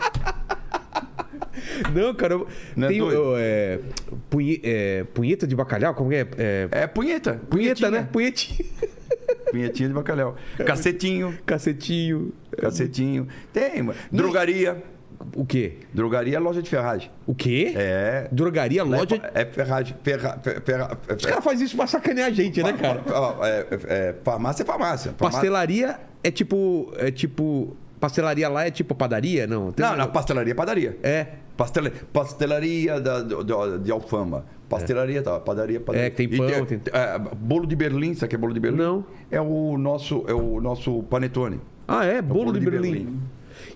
Speaker 4: Não, cara, eu...
Speaker 3: Não é
Speaker 4: tem o-
Speaker 3: doido?
Speaker 4: é, punhe- é, punheta de bacalhau, como é? É,
Speaker 3: É punheta.
Speaker 4: punheta,
Speaker 3: punhetinha.
Speaker 4: né? Punhetinha.
Speaker 3: Vinhetinha de bacalhau. Cacetinho,
Speaker 4: Cacetinho.
Speaker 3: cacetinho. Tem, mano. Drogaria.
Speaker 4: O quê?
Speaker 3: Drogaria é loja de ferragem.
Speaker 4: O quê?
Speaker 3: É.
Speaker 4: Drogaria, loja.
Speaker 3: É, é ferragem. Ferra, fer- ferra- fer-
Speaker 4: Os caras fazem isso pra sacanear a gente, né, cara?
Speaker 3: Ó, é, é, é, farmácia é farmácia. farmácia.
Speaker 4: Pastelaria é tipo. É tipo. Pastelaria lá é tipo padaria? Não. tem
Speaker 3: Não,
Speaker 4: um-
Speaker 3: na pastelaria, é padaria.
Speaker 4: É.
Speaker 3: Pastela- pastelaria da, do- do- de Alfama. Pastelaria, tá, padaria, padaria.
Speaker 4: É, que tem pão,
Speaker 3: E
Speaker 4: tem-
Speaker 3: é, bolo de Berlim, sabe o que é bolo de Berlim?
Speaker 4: Não.
Speaker 3: É o nosso, é o nosso panetone.
Speaker 4: Ah, é? Bolo,
Speaker 3: bolo
Speaker 4: de,
Speaker 3: de
Speaker 4: Berlim.
Speaker 3: Berlim.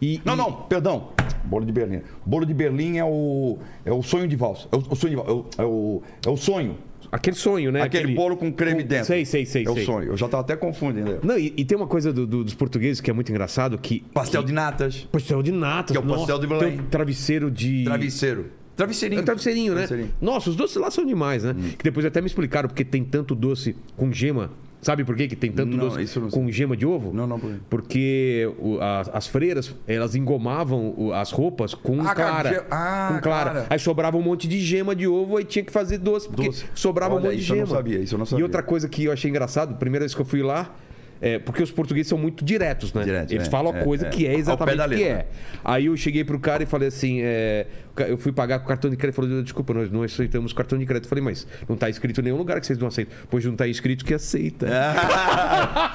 Speaker 4: E,
Speaker 3: Não,
Speaker 4: e-
Speaker 3: não, perdão. Bolo de Berlim. Bolo de Berlim é o, é o sonho de valsa. É o, o sonho de valsa. É o, é o, é o sonho.
Speaker 4: Aquele sonho, né?
Speaker 3: Aquele, bolo com creme dentro.
Speaker 4: Sei, sei, sei.
Speaker 3: É
Speaker 4: sei.
Speaker 3: o sonho. Eu já tava até confundindo. né?
Speaker 4: Não, e, e tem uma coisa do- do- dos portugueses que é muito engraçado que...
Speaker 3: Pastel
Speaker 4: que-
Speaker 3: de natas,
Speaker 4: Pastel de nata.
Speaker 3: Que é o pastel de Belém.
Speaker 4: um travesseiro de...
Speaker 3: travesseiro.
Speaker 4: É
Speaker 3: Travesseirinho. Hum.
Speaker 4: um travesseirinho, né? Nossa, os doces lá são demais, né? Que depois até me explicaram porque tem tanto doce com gema. Sabe por quê que tem tanto
Speaker 3: Não,
Speaker 4: doce
Speaker 3: isso eu não sei.
Speaker 4: com gema de ovo?
Speaker 3: Não, não, por quê?
Speaker 4: Porque o- a- as freiras, elas engomavam o- as roupas com
Speaker 3: Ah, cara,
Speaker 4: clara.
Speaker 3: ge- ah,
Speaker 4: com clara.
Speaker 3: clara.
Speaker 4: Aí sobrava um monte de gema de ovo, aí tinha que fazer doce, porque
Speaker 3: Doce.
Speaker 4: sobrava
Speaker 3: Olha,
Speaker 4: um monte de
Speaker 3: isso eu não
Speaker 4: gema.
Speaker 3: sabia, isso eu não sabia.
Speaker 4: E outra coisa que eu achei engraçado, primeira vez que eu fui lá, é porque os portugueses são muito diretos, né?
Speaker 3: Direto,
Speaker 4: Eles
Speaker 3: é,
Speaker 4: falam a
Speaker 3: é,
Speaker 4: coisa
Speaker 3: é.
Speaker 4: que é
Speaker 3: Ao pé
Speaker 4: exatamente
Speaker 3: da
Speaker 4: o que
Speaker 3: letra.
Speaker 4: é. Aí eu cheguei pro cara e falei assim: é, eu fui pagar com o cartão de crédito. Ele falou: desculpa, nós não aceitamos cartão de crédito. Eu falei, mas não tá escrito em nenhum lugar que vocês não aceitam. Pois não tá escrito que aceita.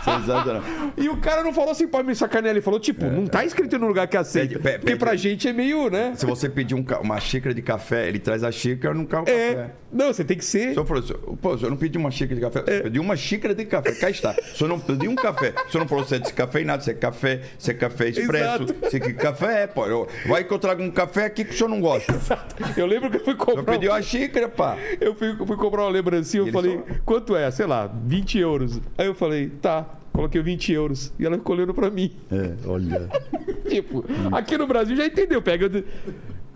Speaker 3: Sensacional.
Speaker 4: E o cara não falou assim pra me sacanear. Ele falou: tipo,
Speaker 3: É,
Speaker 4: não tá escrito no lugar que aceita.
Speaker 3: Pede- pe-
Speaker 4: porque
Speaker 3: pede-
Speaker 4: pra gente é meio, né?
Speaker 3: Se você pedir um ca- uma xícara de café, ele traz a xícara no carro
Speaker 4: É.
Speaker 3: café.
Speaker 4: Não, você tem que ser.
Speaker 3: O senhor falou, senhor, pô, o senhor não pediu uma xícara de café, você pediu uma xícara de café, cá está. O senhor não pediu um café, o senhor não falou se é descafeinado, se é café, se é café expresso, se que café é, pô. Eu- vai que eu trago um café aqui que o senhor não gosta. O
Speaker 4: Exato. Eu lembro que eu fui
Speaker 3: senhor
Speaker 4: comprar. um-
Speaker 3: pediu a xícara, pá.
Speaker 4: Eu fui, eu fui comprar uma lembrancinha,
Speaker 3: E
Speaker 4: eu
Speaker 3: ele
Speaker 4: falei,
Speaker 3: só-
Speaker 4: quanto é? Sei lá, 20 euros. Aí eu falei, tá, coloquei 20 euros. E ela ficou olhando pra mim.
Speaker 3: É, olha.
Speaker 4: Tipo, aqui no Brasil já entendeu, pega.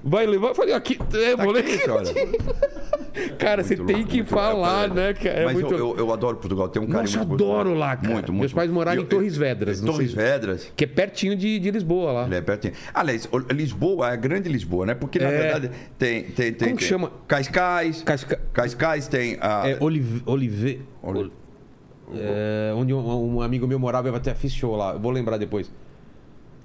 Speaker 4: Vai levar, eu falei, aqui, é, vou
Speaker 3: Tá aqui,
Speaker 4: levar.
Speaker 3: senhora.
Speaker 4: Cara, você tem que falar, né, cara? É
Speaker 3: Mas
Speaker 4: muito...
Speaker 3: eu, eu, eu adoro Portugal, tenho um carinho
Speaker 4: Nossa,
Speaker 3: muito por Portugal.
Speaker 4: adoro lá, cara.
Speaker 3: Muito, muito.
Speaker 4: Meus pais moraram
Speaker 3: E
Speaker 4: em
Speaker 3: eu-
Speaker 4: Torres Vedras, não
Speaker 3: Torres
Speaker 4: sei-
Speaker 3: Vedras.
Speaker 4: Que é pertinho de, de Lisboa lá.
Speaker 3: Ele é pertinho. Aliás, o- Lisboa é a grande Lisboa, né? Porque, na
Speaker 4: É.
Speaker 3: verdade, tem. tem, tem
Speaker 4: Como que
Speaker 3: tem
Speaker 4: chama?
Speaker 3: Cascais.
Speaker 4: Casca-
Speaker 3: Cascais tem. A...
Speaker 4: É Olive... Olive...
Speaker 3: Oli-
Speaker 4: É, onde um, um amigo meu morava, eu até fiz show lá. Eu vou lembrar depois.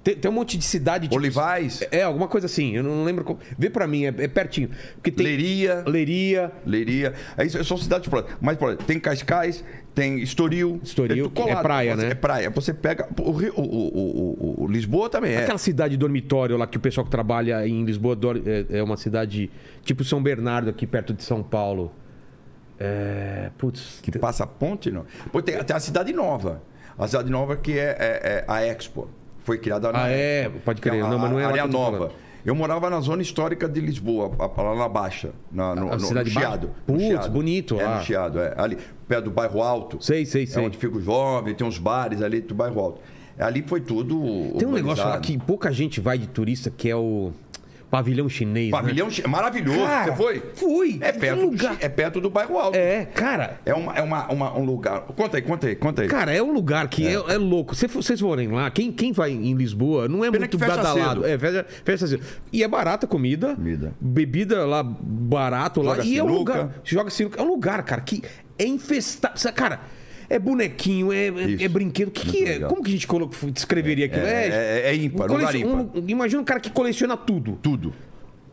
Speaker 4: Tem, tem um monte de cidade... tipo,
Speaker 3: Olivais.
Speaker 4: É, alguma coisa assim. Eu não lembro como. Vê pra mim, é, é pertinho. Porque tem
Speaker 3: Leiria.
Speaker 4: Leiria.
Speaker 3: Leiria. É Aí são são cidades próximas. Mas, por exemplo, tem Cascais, tem Estoril.
Speaker 4: Estoril,
Speaker 3: é tudo
Speaker 4: que é
Speaker 3: colado.
Speaker 4: praia,
Speaker 3: Você-
Speaker 4: né?
Speaker 3: É praia. Você pega. O, Rio- o, o, o, o- o Lisboa também é.
Speaker 4: Aquela cidade dormitório lá que o pessoal que trabalha em Lisboa dor- é, é uma cidade tipo São Bernardo, aqui perto de São Paulo. É. Putz.
Speaker 3: Que passa a ponte, não? Pô, tem até a Cidade Nova. A Cidade Nova que é, é- é a Expo. Foi criada na
Speaker 4: Ah, é? Pode crer.
Speaker 3: Que a-
Speaker 4: Não, mas não é
Speaker 3: a
Speaker 4: lá
Speaker 3: área
Speaker 4: que eu tô
Speaker 3: nova.
Speaker 4: falando.
Speaker 3: Eu morava na zona histórica de Lisboa, a- a- lá na Baixa, na, no,
Speaker 4: A- a
Speaker 3: no,
Speaker 4: cidade
Speaker 3: no
Speaker 4: baixa?
Speaker 3: Chiado. no
Speaker 4: Putz,
Speaker 3: Chiado.
Speaker 4: bonito
Speaker 3: É,
Speaker 4: lá.
Speaker 3: no Chiado, é. Ali, perto do bairro Alto.
Speaker 4: Sei, sei,
Speaker 3: É
Speaker 4: sei.
Speaker 3: onde fica o jovem, tem uns bares ali do bairro Alto. Ali foi tudo
Speaker 4: Tem um negócio lá
Speaker 3: urbanizado.
Speaker 4: que pouca gente vai de turista, que é o pavilhão chinês. né?
Speaker 3: Pavilhão chi- maravilhoso,
Speaker 4: Cara,
Speaker 3: você foi?
Speaker 4: fui.
Speaker 3: É
Speaker 4: Que
Speaker 3: perto,
Speaker 4: lugar.
Speaker 3: do, chi- é perto do bairro Alto. É,
Speaker 4: É, cara.
Speaker 3: uma, é uma, uma- um lugar... Conta aí, conta aí, conta aí.
Speaker 4: Cara, é um lugar que é, é louco. Se vocês forem lá, quem, quem vai em Lisboa não é
Speaker 3: Pena
Speaker 4: muito
Speaker 3: que fecha
Speaker 4: badalado.
Speaker 3: cedo.
Speaker 4: É, fecha, fecha cedo. E é barata a comida,
Speaker 3: Comida.
Speaker 4: bebida lá barato lá.
Speaker 3: Joga
Speaker 4: e é um
Speaker 3: sinuca.
Speaker 4: lugar. Joga sinuca. É um lugar, cara, que é infestado. Sa- Cara, é bonequinho, é, é,
Speaker 3: Isso.
Speaker 4: é brinquedo. O que,
Speaker 3: Muito
Speaker 4: que é?
Speaker 3: legal.
Speaker 4: Como que a gente colo- descreveria aquilo?
Speaker 3: É, é- é ímpar,
Speaker 4: um
Speaker 3: um lugar
Speaker 4: colecion-
Speaker 3: ímpar.
Speaker 4: um- Imagina um cara que coleciona tudo.
Speaker 3: Tudo.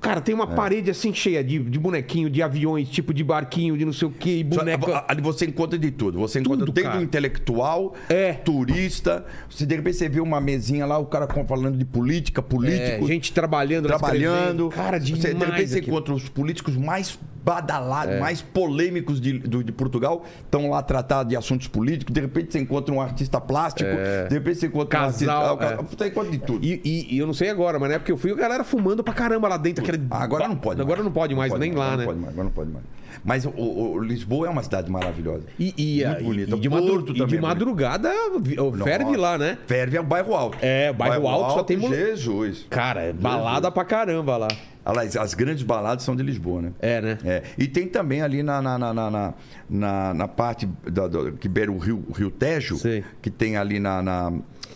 Speaker 4: Cara, tem uma
Speaker 3: É.
Speaker 4: parede assim cheia de, de bonequinho, de aviões, tipo de barquinho, de não sei o que,
Speaker 3: Só-
Speaker 4: boneco.
Speaker 3: a- Ali você encontra de tudo. Você encontra
Speaker 4: Tudo,
Speaker 3: desde
Speaker 4: cara.
Speaker 3: um intelectual,
Speaker 4: É.
Speaker 3: turista. Você, de repente você vê uma mesinha lá, o cara com- falando de política,
Speaker 4: É,
Speaker 3: político.
Speaker 4: gente trabalhando, lá
Speaker 3: Trabalhando.
Speaker 4: escrevendo. Cara, demais
Speaker 3: você, de repente você
Speaker 4: aquilo.
Speaker 3: encontra os políticos mais badalados,
Speaker 4: É.
Speaker 3: mais polêmicos de, do- de Portugal, estão lá tratados de assuntos políticos. De repente você encontra um artista plástico, de repente você encontra
Speaker 4: É. Casal,
Speaker 3: um artista.
Speaker 4: é.
Speaker 3: Você encontra de tudo.
Speaker 4: E, e- e eu não sei agora, mas na época que eu fui, a galera fumando pra caramba lá dentro. Aquele...
Speaker 3: Ah, Agora não pode
Speaker 4: Agora não pode mais, nem lá,
Speaker 3: agora
Speaker 4: né?
Speaker 3: Não pode mais, agora não pode mais. Mas o- o- o Lisboa é uma cidade maravilhosa.
Speaker 4: E, e,
Speaker 3: Muito
Speaker 4: e-
Speaker 3: bonito.
Speaker 4: e de,
Speaker 3: Porto
Speaker 4: madru- e de
Speaker 3: também é bonito.
Speaker 4: madrugada vi- ferve
Speaker 3: Nossa.
Speaker 4: lá, né?
Speaker 3: Ferve é o bairro alto.
Speaker 4: É, o bairro alto só tem mole-
Speaker 3: Jesus.
Speaker 4: Cara, é balada pra caramba lá.
Speaker 3: Aliás, as grandes baladas são de Lisboa, né?
Speaker 4: É, né?
Speaker 3: É. E tem também ali na, na, na, na, na- na- na parte da- da- que beira o rio, o rio Tejo,
Speaker 4: Sei.
Speaker 3: que tem ali na, na,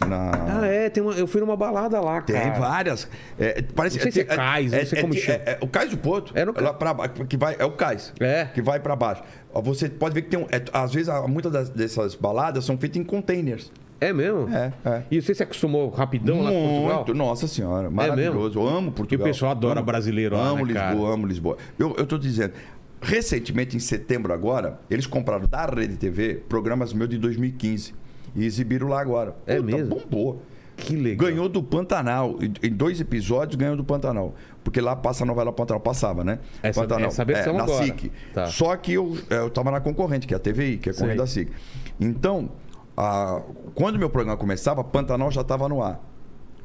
Speaker 3: na-
Speaker 4: Ah, é, tem uma- eu fui numa balada lá,
Speaker 3: Tem
Speaker 4: cara.
Speaker 3: várias. É, parece,
Speaker 4: Não sei se é
Speaker 3: tem-
Speaker 4: cais, não sei como chama.
Speaker 3: é- é o cais do Porto.
Speaker 4: É no cais.
Speaker 3: lá pra, ba- que vai, é o cais.
Speaker 4: É.
Speaker 3: Que vai para baixo. Ó, Você pode ver que tem um. é, às vezes, há- muitas das- dessas baladas são feitas em containers.
Speaker 4: É mesmo?
Speaker 3: É, é.
Speaker 4: E você se acostumou rapidão lá em Portugal? É
Speaker 3: Muito, nossa senhora, maravilhoso. Eu amo
Speaker 4: E o
Speaker 3: Portugal.
Speaker 4: pessoal adora
Speaker 3: Amo-
Speaker 4: brasileiro lá,
Speaker 3: Amo
Speaker 4: né,
Speaker 3: Lisboa,
Speaker 4: cara?
Speaker 3: amo Lisboa. Eu, eu tô dizendo, recentemente, em setembro agora, eles compraram da Rede TV programas meus de 2015 e exibiram lá agora.
Speaker 4: É mesmo?
Speaker 3: Bombou.
Speaker 4: Que legal.
Speaker 3: Ganhou do Pantanal. Em- Em dois episódios ganhou do Pantanal. Porque lá passa a novela Pantanal. Passava, né?
Speaker 4: Essa-
Speaker 3: Pantanal.
Speaker 4: essa versão
Speaker 3: é, na
Speaker 4: agora.
Speaker 3: SIC.
Speaker 4: Tá.
Speaker 3: Só que eu, eh, eu tava na concorrente, que é a TVI, que é a corrente da SIC. Então, a- quando meu programa começava, Pantanal já estava no ar.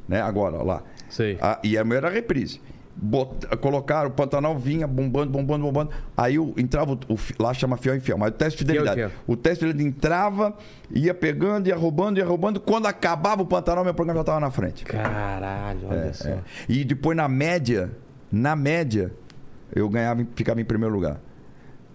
Speaker 3: Né? Agora, lá.
Speaker 4: Sei.
Speaker 3: Ah, e a minha era reprise. Bot, colocaram, o Pantanal vinha bombando, bombando, bombando. Aí eu entrava, o, o fi- lá chama fiel e fiel, mas o teste de
Speaker 4: Fiel e
Speaker 3: fidelidade.
Speaker 4: fiel.
Speaker 3: O teste ele entrava, ia pegando, ia roubando, ia roubando. Quando acabava o Pantanal, meu programa já estava na frente.
Speaker 4: Caralho, olha só.
Speaker 3: É. E depois, na média, na média, eu ganhava, e ficava em primeiro lugar.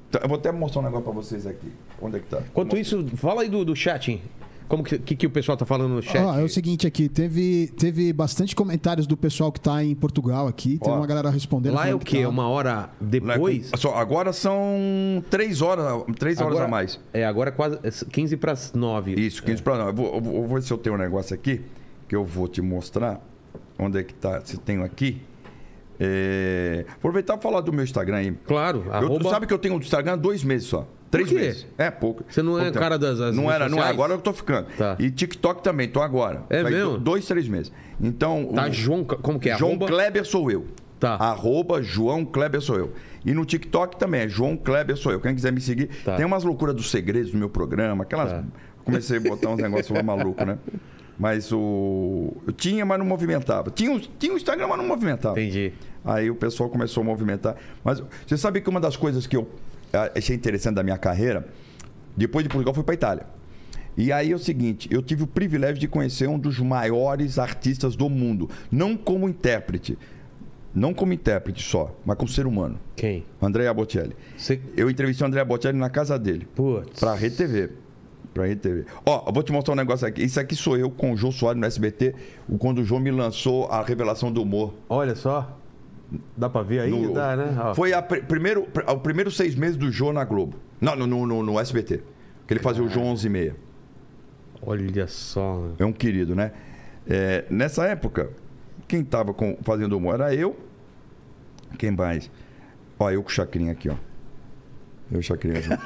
Speaker 3: Então, eu vou até mostrar um negócio pra vocês aqui. Onde é que tá?
Speaker 4: Enquanto isso, fala aí do, do chat, hein? Como que, que, que o pessoal tá falando no chat?
Speaker 2: Ó,
Speaker 3: Ah,
Speaker 2: é o seguinte aqui, teve, teve bastante comentários do pessoal que tá em Portugal aqui. Tem
Speaker 3: Ó.
Speaker 2: uma galera respondendo.
Speaker 4: lá é o
Speaker 2: falando
Speaker 4: quê?
Speaker 2: tá-
Speaker 4: Uma hora
Speaker 3: Não é
Speaker 4: depois?
Speaker 3: com- só, agora são três horas, três horas a mais.
Speaker 4: É, agora é quase é 15 para 9.
Speaker 3: Isso, 15 pra não. Eu vou, eu vou- eu vou ver se eu tenho um negócio aqui que eu vou te mostrar. Onde é que tá? Se tenho aqui. É... Aproveitar pra falar do meu Instagram aí.
Speaker 4: Claro,
Speaker 3: Eu-
Speaker 4: arroba...
Speaker 3: Sabe que eu tenho um Instagram há dois meses só. Três
Speaker 4: quê?
Speaker 3: meses. É pouco.
Speaker 4: Você não é
Speaker 3: Pouco tempo.
Speaker 4: cara das- das
Speaker 3: Não
Speaker 4: redes
Speaker 3: era, não é.
Speaker 4: sociais?
Speaker 3: Agora eu tô ficando.
Speaker 4: Tá.
Speaker 3: E TikTok também, tô agora.
Speaker 4: É
Speaker 3: Faz
Speaker 4: mesmo?
Speaker 3: Dois, três meses. Então.
Speaker 4: Tá,
Speaker 3: o-
Speaker 4: João... Como que é?
Speaker 3: João
Speaker 4: Arroba-
Speaker 3: Kleber sou eu.
Speaker 4: Tá.
Speaker 3: Arroba João Kleber sou eu. E no TikTok também é João Kleber sou eu. Quem quiser me seguir,
Speaker 4: Tá.
Speaker 3: tem umas loucuras dos segredos do meu programa, aquelas. Comecei a botar uns negócios lá maluco, né? Mas o. Eu tinha, mas não movimentava. Tinha, um- tinha um Instagram, mas não movimentava.
Speaker 4: Entendi.
Speaker 3: Aí o pessoal começou a movimentar. Mas você sabe que uma das coisas que eu ah, achei interessante da minha carreira, depois de Portugal, fui para Itália. E aí é o seguinte, eu tive o privilégio de conhecer um dos maiores artistas do mundo, não como intérprete, não como intérprete só, mas como ser humano,
Speaker 4: Quem?
Speaker 3: Andrea Bocelli.
Speaker 4: Você...
Speaker 3: Eu entrevistei o Andrea Bocelli na casa dele.
Speaker 4: Putz.
Speaker 3: Pra Rede TV. Pra Rede TV. Ó, eu vou te mostrar um negócio aqui. Isso aqui sou eu com o Jô Soares no SBT, quando o Jô me lançou a revelação do humor.
Speaker 4: Olha só. Dá pra ver aí?
Speaker 3: No-
Speaker 4: Dá, né? Ó.
Speaker 3: Foi a pr- primeiro, pr- o primeiro seis meses do Jô na Globo. Não, no, no, no- no SBT. Que ele fazia o Jô 11 e meia.
Speaker 4: Olha só. mano.
Speaker 3: É um querido, né? É, nessa época, quem tava com- fazendo humor era eu. Quem mais? Ó, eu com o Chacrinha aqui, ó. Eu e o Chacrinha junto.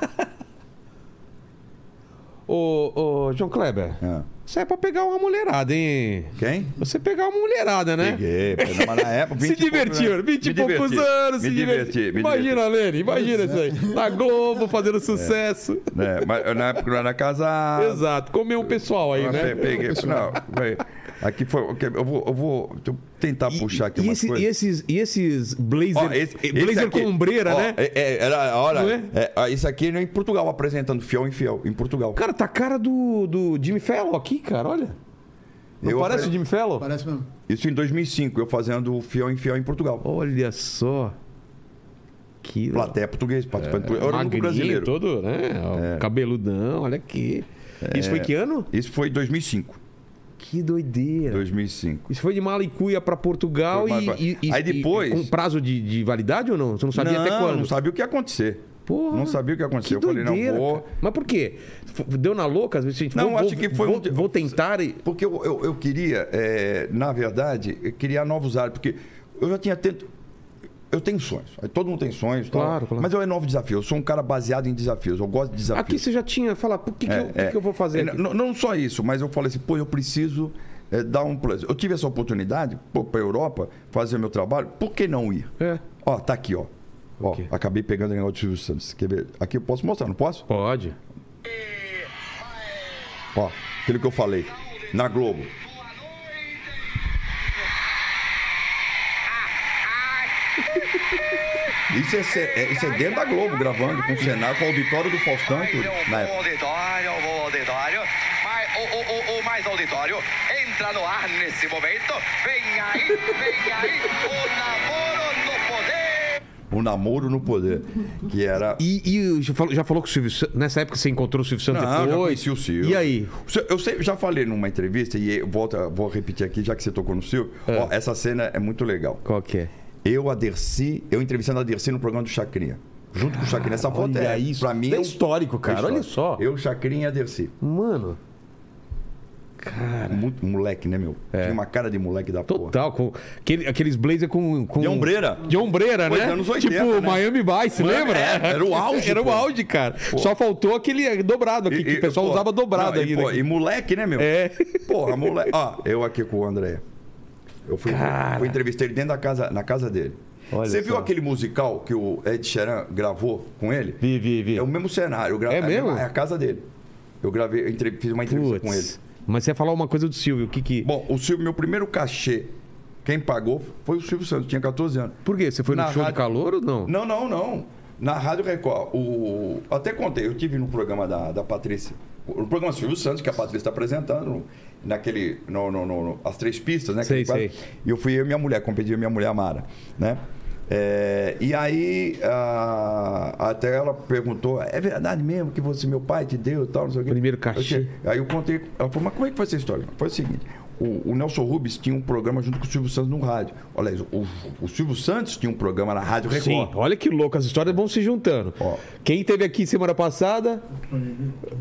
Speaker 4: Ô, ô, João Kleber.
Speaker 3: Ah.
Speaker 4: Você é pra pegar uma mulherada, hein?
Speaker 3: Quem?
Speaker 4: Você pegar uma mulherada, né?
Speaker 3: Peguei, peguei, mas na época.
Speaker 4: Se
Speaker 3: 20 e pouco,
Speaker 4: divertiram,
Speaker 3: né?
Speaker 4: 20 e
Speaker 3: Me
Speaker 4: poucos
Speaker 3: diverti,
Speaker 4: anos,
Speaker 3: me
Speaker 4: se divertiram.
Speaker 3: me
Speaker 4: Imagina, Lene, imagina isso aí. Na Globo, fazendo sucesso.
Speaker 3: Né, mas eu, na época eu não era
Speaker 4: Ah.
Speaker 3: casado.
Speaker 4: Exato, comeu um pessoal aí,
Speaker 3: Eu
Speaker 4: né?
Speaker 3: pe- peguei- não, vai. aqui foi. ok, Eu vou, eu vou deixa eu tentar puxar aqui
Speaker 4: e,
Speaker 3: umas
Speaker 4: esse-
Speaker 3: coisas.
Speaker 4: e esses, e esses blazer,
Speaker 3: Ó, esse- esse
Speaker 4: blazer
Speaker 3: aqui,
Speaker 4: com ombreira,
Speaker 3: ó,
Speaker 4: né?
Speaker 3: é- é, era, olha,
Speaker 4: Não é?
Speaker 3: é, ó, isso aqui é em Portugal, apresentando fiel em fiel, em Portugal.
Speaker 4: Cara, tá a cara do, do Jimmy Fallon aqui, cara, olha. Não
Speaker 3: Eu
Speaker 4: parece
Speaker 3: apre-
Speaker 4: o Jimmy Fallon?
Speaker 2: Parece mesmo.
Speaker 3: Isso em 2005, eu fazendo fiel em fiel em Portugal.
Speaker 4: Olha só. Que É,
Speaker 3: Plateia português, participante português. Eu era o único
Speaker 4: magrinho
Speaker 3: brasileiro.
Speaker 4: todo, né? Ó, Cabeludão, olha aqui. Isso foi que ano?
Speaker 3: Isso foi em 2005.
Speaker 4: É. Que doideira.
Speaker 3: 2005.
Speaker 4: Isso foi de Malicuia pra Portugal
Speaker 3: Foi
Speaker 4: e,
Speaker 3: Malicuia.
Speaker 4: e- e-
Speaker 3: Aí depois-
Speaker 4: e com prazo de, de validade ou não? Você não sabia
Speaker 3: não,
Speaker 4: até quando?
Speaker 3: não sabia o que ia acontecer.
Speaker 4: Porra,
Speaker 3: não sabia o que ia acontecer.
Speaker 4: Que
Speaker 3: eu falei, não
Speaker 4: doideira,
Speaker 3: vou.
Speaker 4: cara. Mas por quê? F- Deu na louca? Às vezes, gente,
Speaker 3: Não,
Speaker 4: vou,
Speaker 3: acho
Speaker 4: vou-
Speaker 3: que foi
Speaker 4: vou,
Speaker 3: um-
Speaker 4: vou tentar e...
Speaker 3: Porque eu, eu, eu queria, é, na verdade, eu criar novos áreas, porque eu já tinha tento. Eu tenho sonhos. aí Todo mundo tem sonhos. tal,
Speaker 4: Claro, claro.
Speaker 3: Mas eu é novo desafio. Eu sou um cara baseado em desafios. Eu gosto de desafios.
Speaker 4: Aqui você já tinha... Fala, por que, que,
Speaker 3: É,
Speaker 4: eu, o que
Speaker 3: é.
Speaker 4: que eu vou fazer
Speaker 3: É,
Speaker 4: aqui?
Speaker 3: Não, não só isso, mas eu falei assim, pô, eu preciso é, dar um plus. Eu tive essa oportunidade, pô, pra Europa, fazer meu trabalho, por que não ir?
Speaker 4: É.
Speaker 3: Ó, tá aqui, ó. Ó,
Speaker 4: quê?
Speaker 3: acabei pegando o negócio do Silvio Santos. Quer ver? Aqui eu posso mostrar, não posso?
Speaker 4: Pode.
Speaker 3: Ó, aquilo que eu falei. Na Globo. Isso é, ce- é- isso é dentro da Globo, gravando com o cenário, com o auditório do Faustão e tudo. Na
Speaker 6: é um Bom
Speaker 3: época.
Speaker 6: auditório, é um bom auditório. Mas, o, o, o, o mais auditório entra no ar nesse momento. Vem aí, vem aí, o namoro do poder.
Speaker 3: O namoro no poder. Que era.
Speaker 1: E, e já, falou, já falou que o Silvio Santos. Nessa época você encontrou o Silvio Santos
Speaker 3: Não,
Speaker 1: depois?
Speaker 3: Ah, já conheci o Silvio.
Speaker 1: E aí?
Speaker 3: O Silvio- Eu sei- já falei numa entrevista, e eu volto, vou repetir aqui, já que você tocou no Silvio. Ó, essa cena é muito legal.
Speaker 1: Qual que é?
Speaker 3: Eu, a Dercy, eu entrevistando a Dercy no programa do Chacrinha. Junto com o Chacrinha. Essa foto
Speaker 1: olha
Speaker 3: é,
Speaker 1: isso.
Speaker 3: pra mim...
Speaker 1: É
Speaker 3: um-
Speaker 1: histórico, cara, olha só.
Speaker 3: Eu, Chacrinha e a Dercy.
Speaker 1: Mano,
Speaker 3: Muito moleque, né, meu? Tinha uma cara de moleque da porra.
Speaker 1: É. total. Com, aquele- aqueles blazer com, com.
Speaker 3: De ombreira.
Speaker 1: De ombreira,
Speaker 3: Foi
Speaker 1: né?
Speaker 3: dos anos 80,
Speaker 1: tipo
Speaker 3: né?
Speaker 1: Miami Vice, lembra?
Speaker 3: é, era o auge,
Speaker 1: Era o
Speaker 3: pô.
Speaker 1: auge, cara. Só faltou aquele dobrado aqui, que o pessoal
Speaker 3: pô,
Speaker 1: usava dobrado
Speaker 3: não,
Speaker 1: aí,
Speaker 3: e, pô,
Speaker 1: né?
Speaker 3: e moleque, né, meu?
Speaker 1: É.
Speaker 3: Porra, moleque. Ó, eu aqui com o André. Eu fui, fui entrevistar ele dentro da casa, na casa dele. Você viu aquele musical que o Ed Sheeran gravou com ele?
Speaker 1: Vi, vi, vi.
Speaker 3: É o mesmo cenário. eu gra-
Speaker 1: É
Speaker 3: a mesma-
Speaker 1: mesmo?
Speaker 3: É a casa dele. Eu gravei, eu entre- fiz uma entrevista com ele.
Speaker 1: Putz. Mas você ia falar uma coisa do Silvio, o que que.
Speaker 3: Bom, o Silvio, meu primeiro cachê, quem pagou foi o Silvio Santos, tinha 14 anos.
Speaker 1: Por quê? Você foi no
Speaker 3: Na
Speaker 1: show do
Speaker 3: rádio-
Speaker 1: calor ou não?
Speaker 3: Não, não, não. Na Rádio Record, o... até contei, eu tive no programa da, da Patrícia, no programa Silvio Santos, que a Patrícia está apresentando, naquele, no, no, no- no- as três pistas, né?
Speaker 1: Sei,
Speaker 3: que quase-
Speaker 1: sei.
Speaker 3: E eu fui eu e minha mulher, competi eu e minha mulher Mara, né? É, e aí, a- até ela perguntou, é verdade mesmo que você, meu pai te deu e tal, não sei o quê?
Speaker 1: Primeiro cachê.
Speaker 3: Eu che- Aí eu contei, ela falou, mas como é que foi essa história? Foi o seguinte, o, o Nelson Rubens tinha um programa junto com o Silvio Santos no rádio. Olha, o, o Silvio Santos tinha um programa na Rádio Record.
Speaker 1: Sim, olha que louco, as histórias vão se juntando.
Speaker 3: Ó.
Speaker 1: Quem teve aqui semana passada?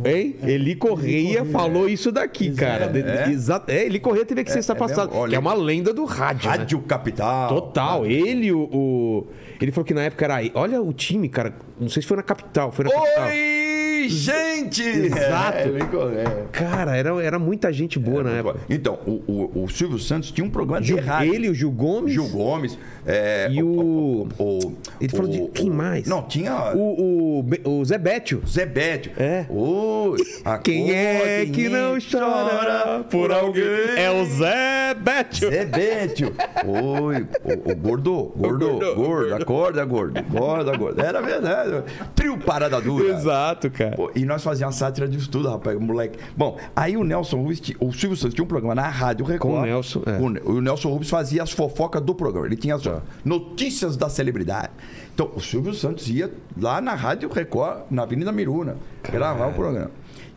Speaker 1: Hein?
Speaker 3: É.
Speaker 1: Eli Correia falou isso daqui, cara. De- de- Exato. É, Eli Correia teve aqui sexta
Speaker 3: é
Speaker 1: passada,
Speaker 3: mesmo? Olha,
Speaker 1: que é uma lenda do rádio. né?
Speaker 3: Rádio Capital.
Speaker 1: Total. Ele, o, o- Ele falou que na época era. Olha o time, cara. Não sei se foi na capital. Foi na capital.
Speaker 3: Oi, gente!
Speaker 1: Exato.
Speaker 3: É, ele correu.
Speaker 1: Cara, era, era muita gente boa na época.
Speaker 3: Então, o, o- o Silvio Santos tinha um programa de
Speaker 1: Gil-
Speaker 3: rádio.
Speaker 1: ele, o Gil Gomes.
Speaker 3: Gil Gomes. é,
Speaker 1: E o-
Speaker 3: o-
Speaker 1: Ele falou de-
Speaker 3: o-
Speaker 1: quem
Speaker 3: o-
Speaker 1: mais?
Speaker 3: Não, tinha.
Speaker 1: O, o, Be- o Zé Bétio.
Speaker 3: Zé Bédio.
Speaker 1: É.
Speaker 3: Oi,
Speaker 1: Quem é
Speaker 3: acorde,
Speaker 1: que não chora por alguém? É o Zé Bétio.
Speaker 3: Zé Bédio. Oi, o, o gordo, gordo, gordo, acorda, gordo, acorda, gordo. Era verdade. Trio Parada Dura.
Speaker 1: Exato, cara.
Speaker 3: Pô, E nós fazíamos sátira disso tudo, rapaz, moleque. Bom, aí o Nelson Rubens, ti- o Silvio Santos tinha um programa na Rádio Record.
Speaker 1: Com o Nelson, é. Tá.
Speaker 3: O, Ne- o Nelson Rubens fazia as fofocas do programa. Ele tinha as notícias da celebridade. Então, o Silvio Santos ia lá na Rádio Record, na Avenida Miruna, gravar o programa.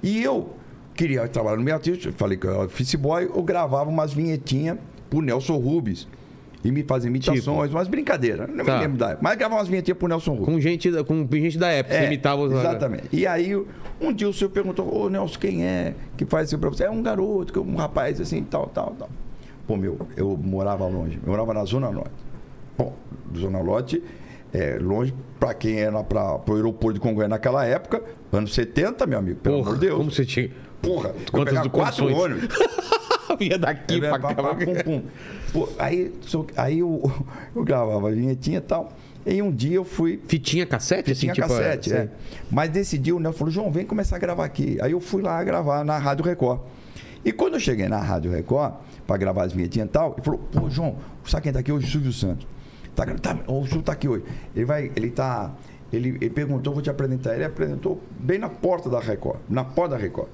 Speaker 3: E eu queria trabalhar no meio artístico, falei que eu era office boy, eu gravava umas vinhetinhas pro Nelson Rubens. E me fazia imitações, umas brincadeiras. Não
Speaker 1: Tipo? Tá.
Speaker 3: me lembro da época. Mas gravava umas vinhetinhas pro Nelson Rubens.
Speaker 1: Com gente, da- com gente da época.
Speaker 3: É,
Speaker 1: Você imitava os.
Speaker 3: Exatamente. E aí, um dia o senhor perguntou, ô Nelson, quem é que faz isso pra você? É um garoto, que é um rapaz assim, tal, tal, tal. Pô, meu, eu morava longe, eu morava na Zona Norte. Bom, Zona Norte, é, longe pra quem era para o aeroporto de Congonha naquela época, anos 70, meu amigo, pelo
Speaker 1: Porra,
Speaker 3: amor de Deus.
Speaker 1: como você tinha.
Speaker 3: Porra, eu
Speaker 1: Quantas
Speaker 3: pegava quatro
Speaker 1: condições?
Speaker 3: ônibus.
Speaker 1: Vinha daqui
Speaker 3: É,
Speaker 1: pra
Speaker 3: pá, pá,
Speaker 1: cá.
Speaker 3: pum, pum. Pô, aí só- aí eu, eu gravava a vinhetinha e tal. E um dia eu fui
Speaker 1: Fitinha cassete? assim,
Speaker 3: tinha
Speaker 1: tipo,
Speaker 3: cassete,
Speaker 1: assim?
Speaker 3: é. Mas decidiu, né? Falou, João, vem começar a gravar aqui. Aí eu fui lá gravar na Rádio Record. E quando eu cheguei na Rádio Record, pra gravar as vinhetinhas e tal, ele falou, pô, João, sabe quem tá aqui hoje? O Silvio Santos. Tá, gra- tá, o Silvio tá aqui hoje. Ele vai, ele tá. Ele, ele perguntou, vou te apresentar. Ele apresentou bem na porta da Record, na porta da Record.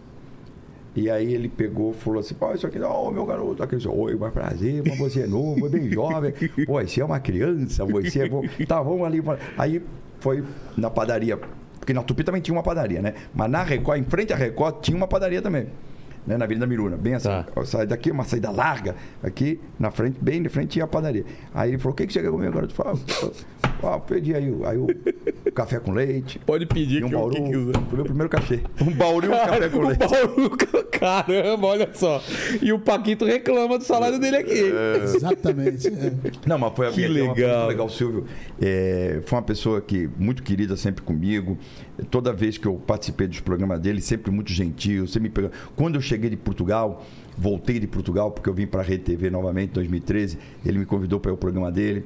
Speaker 3: E aí ele pegou, falou assim, pô, isso aqui, ó, meu garoto, aquele, disse, oi, mas prazer, mas você é novo, é bem jovem, pô, você é uma criança, você é bom, tá, vamos ali. vamos- Aí foi na padaria, porque na Tupi também tinha uma padaria, né? Mas na Record, em frente à Record, tinha uma padaria também, né? Na Avenida Miruna, bem assim,
Speaker 1: Tá.
Speaker 3: ó, sai daqui, uma saída larga, aqui na frente, bem de frente tinha a padaria. Aí ele falou, o que que você quer comer, garoto? Eu falei, ah, eu- ah, pedi aí, o- aí o café com leite,
Speaker 1: Pode pedir
Speaker 3: e um
Speaker 1: que eu-
Speaker 3: bauru,
Speaker 1: que quiser.
Speaker 3: foi meu primeiro cachê, um bauru e um café com
Speaker 1: O
Speaker 3: leite.
Speaker 1: Bauru, caramba, olha só. E o Paquito reclama do salário dele aqui.
Speaker 2: Exatamente. é.
Speaker 3: Não, mas foi a minha
Speaker 1: legal.
Speaker 3: foi muito legal, Silvio. É, foi uma pessoa que muito querida sempre comigo. Toda vez que eu participei dos programas dele, sempre muito gentil, sempre me pegou. Quando eu cheguei de Portugal, voltei de Portugal porque eu vim para a Rede TV novamente em 2013, ele me convidou para o programa dele.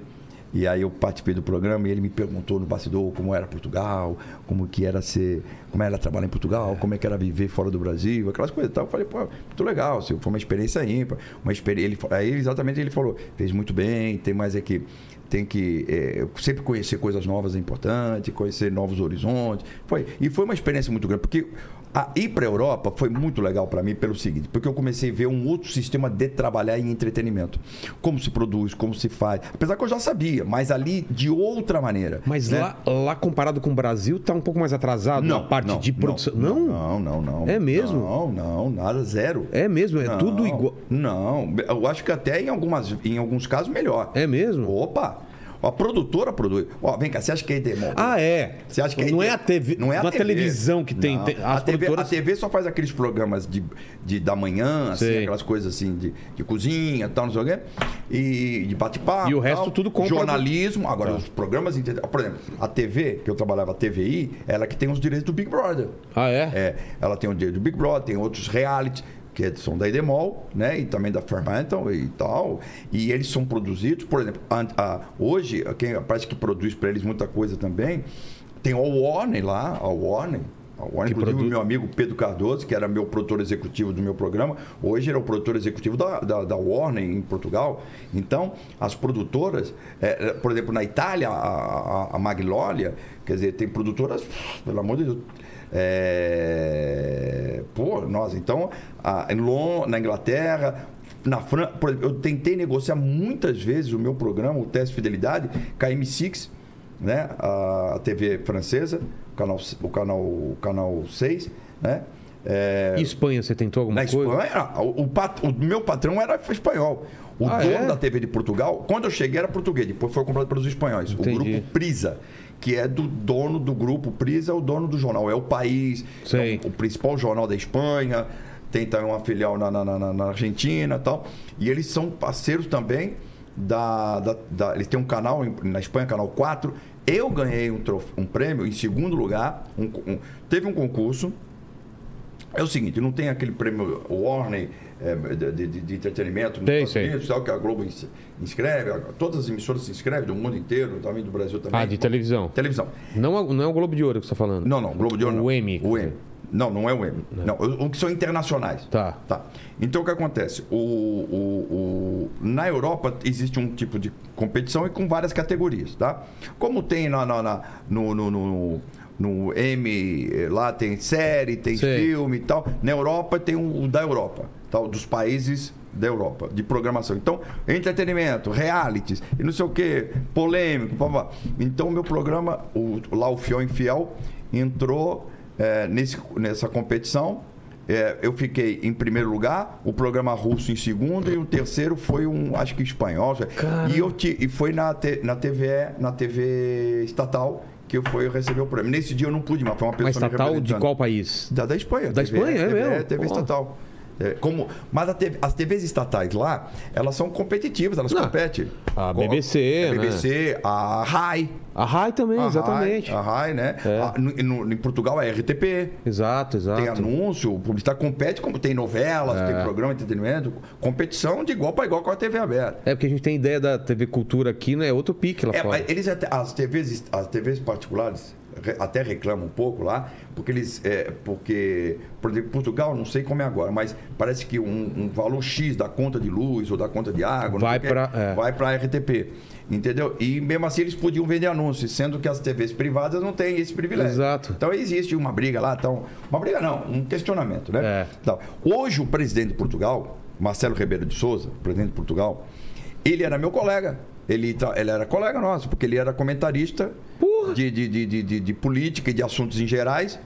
Speaker 3: E aí eu participei do programa e ele me perguntou no bastidor como era Portugal, como que era ser, como era trabalhar em Portugal, como é que era viver fora do Brasil, aquelas coisas e tal. Eu falei, pô, muito legal, Silvio, foi uma experiência ímpar. Uma experi... ele, fa- aí exatamente ele falou, fez muito bem, tem mais é que tem que é, sempre conhecer coisas novas é importante, conhecer novos horizontes. Foi, e foi uma experiência muito grande, porque A ir para a Europa foi muito legal para mim pelo seguinte, porque eu comecei a ver um outro sistema de trabalhar em entretenimento. Como se produz, como se faz. Apesar que eu já sabia, mas ali de outra maneira.
Speaker 1: Mas
Speaker 3: né?
Speaker 1: lá, lá, comparado com o Brasil, tá um pouco mais atrasado na parte de produção. Não?
Speaker 3: Não, não, não.
Speaker 1: É mesmo?
Speaker 3: Não, não, nada, zero.
Speaker 1: É mesmo, é
Speaker 3: Não,
Speaker 1: tudo igual.
Speaker 3: Não, eu acho que até em, algumas, em alguns casos melhor.
Speaker 1: É mesmo?
Speaker 3: Opa! A produtora produz. Ó, vem cá, você acha que é demônio?
Speaker 1: Ah, é.
Speaker 3: Você acha que
Speaker 1: não é
Speaker 3: ide-
Speaker 1: a TV, não é a
Speaker 3: TV.
Speaker 1: televisão que tem,
Speaker 3: Não.
Speaker 1: tem-
Speaker 3: a,
Speaker 1: as
Speaker 3: TV,
Speaker 1: produtoras.
Speaker 3: a TV só faz aqueles programas de, de da manhã, assim,
Speaker 1: Sei.
Speaker 3: aquelas coisas assim de, de cozinha, tal, não sei o quê, e de bate-papo.
Speaker 1: E o resto
Speaker 3: tal.
Speaker 1: tudo compra- Tá.
Speaker 3: Jornalismo. Agora, os programas. inte- Por exemplo, a TV, que eu trabalhava, a TVI, ela que tem os direitos do Big Brother.
Speaker 1: Ah, é?
Speaker 3: É, ela tem o dia do Big Brother, tem outros reality que são da Edemol, né? E também da Fremantle e tal. E eles são produzidos, por exemplo, a- a- hoje, a quem parece que produz para eles muita coisa também, tem o Warner lá, a Warner. A Warner, inclusive, o meu amigo Pedro Cardoso, que era meu produtor executivo do meu programa, hoje ele é o produtor executivo da, da, da Warner em Portugal. Então, as produtoras, é, é, por exemplo, na Itália, a, a, a Magnolia, quer dizer, tem produtoras, pelo amor de Deus, é... Pô, nossa, então, a- em Lon- na Inglaterra, na França, por exemplo, eu tentei negociar muitas vezes o meu programa, o Teste de Fidelidade, com a M6, né? a, a TV francesa, o canal, o canal, o canal 6, né? É,
Speaker 1: E Espanha, você tentou alguma
Speaker 3: na
Speaker 1: coisa?
Speaker 3: Espanha, ah, o, o pat- o meu patrão era espanhol. O
Speaker 1: Ah,
Speaker 3: dono
Speaker 1: é?
Speaker 3: da TV de Portugal, quando eu cheguei, era português, depois foi comprado pelos espanhóis. O
Speaker 1: Entendi.
Speaker 3: grupo Prisa, que é do dono do grupo Prisa, é o dono do jornal, é o país,
Speaker 1: Sei.
Speaker 3: é o, o principal jornal da Espanha, tem também uma filial na, na, na- na- na Argentina e tal. E eles são parceiros também da. da- da- eles têm um canal em- na Espanha, canal 4. Eu ganhei um, trof- um prêmio em segundo lugar. um co- um- teve um concurso é o seguinte, não tem aquele prêmio Warner é, de, de- de entretenimento nos
Speaker 1: Tem,
Speaker 3: Estados
Speaker 1: tem.
Speaker 3: Unidos, tal, que a Globo ins- inscreve, a- todas as emissoras se inscrevem do mundo inteiro, também do Brasil também.
Speaker 1: Ah, de televisão.
Speaker 3: Televisão.
Speaker 1: Não, é- não é o Globo de Ouro que você tá falando.
Speaker 3: Não, não, Globo de Ouro
Speaker 1: O
Speaker 3: não.
Speaker 1: M.
Speaker 3: O M. Não, não é o M. Não, o, o que são internacionais.
Speaker 1: Tá.
Speaker 3: Tá. Então o que acontece? O, o- o- na Europa existe um tipo de competição e com várias categorias, tá? Como tem na, na- na- no, no, no- no M, eh, lá tem série, tem
Speaker 1: Sei.
Speaker 3: filme e tal. Na Europa tem o, o da Europa, tal, dos países da Europa, de programação. Então, entretenimento, realities, e não sei o quê, polêmico, pá, pá. Então, meu programa, o, lá o Fiel Infiel, entrou eh, nesse, nessa competição é, eu fiquei em primeiro lugar, o programa russo em segundo e o terceiro foi um, acho que espanhol. E, eu ti- e foi na, te- na TV, na TV estatal que eu fui receber o prêmio. Nesse dia eu não pude, mas foi uma pessoa
Speaker 1: Mas
Speaker 3: me
Speaker 1: estatal de
Speaker 3: representando.
Speaker 1: qual país?
Speaker 3: Da, da Espanha.
Speaker 1: Da Espanha, é
Speaker 3: TV,
Speaker 1: mesmo?
Speaker 3: TV
Speaker 1: Ó.
Speaker 3: estatal. É, como, mas a TV as TVs estatais lá, elas são competitivas, elas
Speaker 1: Não.
Speaker 3: competem.
Speaker 1: A
Speaker 3: Com-
Speaker 1: BBC,
Speaker 3: a BBC, a RAI.
Speaker 1: A RAI também,
Speaker 3: a
Speaker 1: exatamente. É.
Speaker 3: RAI, a RAI, né? A- no- no- em Portugal é a RTP.
Speaker 1: Exato, exato. É.
Speaker 3: Tem anúncio, publicidade compete, como tem novelas, tem programa de entretenimento, competição de igual para igual com a TV aberta.
Speaker 1: É porque a gente tem ideia da TV Cultura aqui, né? É outro pique lá
Speaker 3: É,
Speaker 1: fora.
Speaker 3: mas eles até- as TVs as TVs particulares re- até reclamam um pouco lá, porque eles é, porque por exemplo, Portugal, não sei como é agora, mas parece que um, um valor X da conta de luz ou da conta de água, não
Speaker 1: Vai
Speaker 3: sei o quê,
Speaker 1: pra- é.
Speaker 3: vai para RTP, entendeu? E mesmo assim eles podiam vender anúncios, sendo que as TVs privadas não têm esse privilégio.
Speaker 1: Exato.
Speaker 3: Então existe uma briga lá, então, uma briga não, um questionamento, né?
Speaker 1: É.
Speaker 3: Então, hoje o presidente de Portugal, Marcelo Ribeiro de Souza, presidente de Portugal, ele era meu colega. Ele, tra- ele era colega nosso, porque ele era comentarista de, de, de, de, de- de política e de assuntos em gerais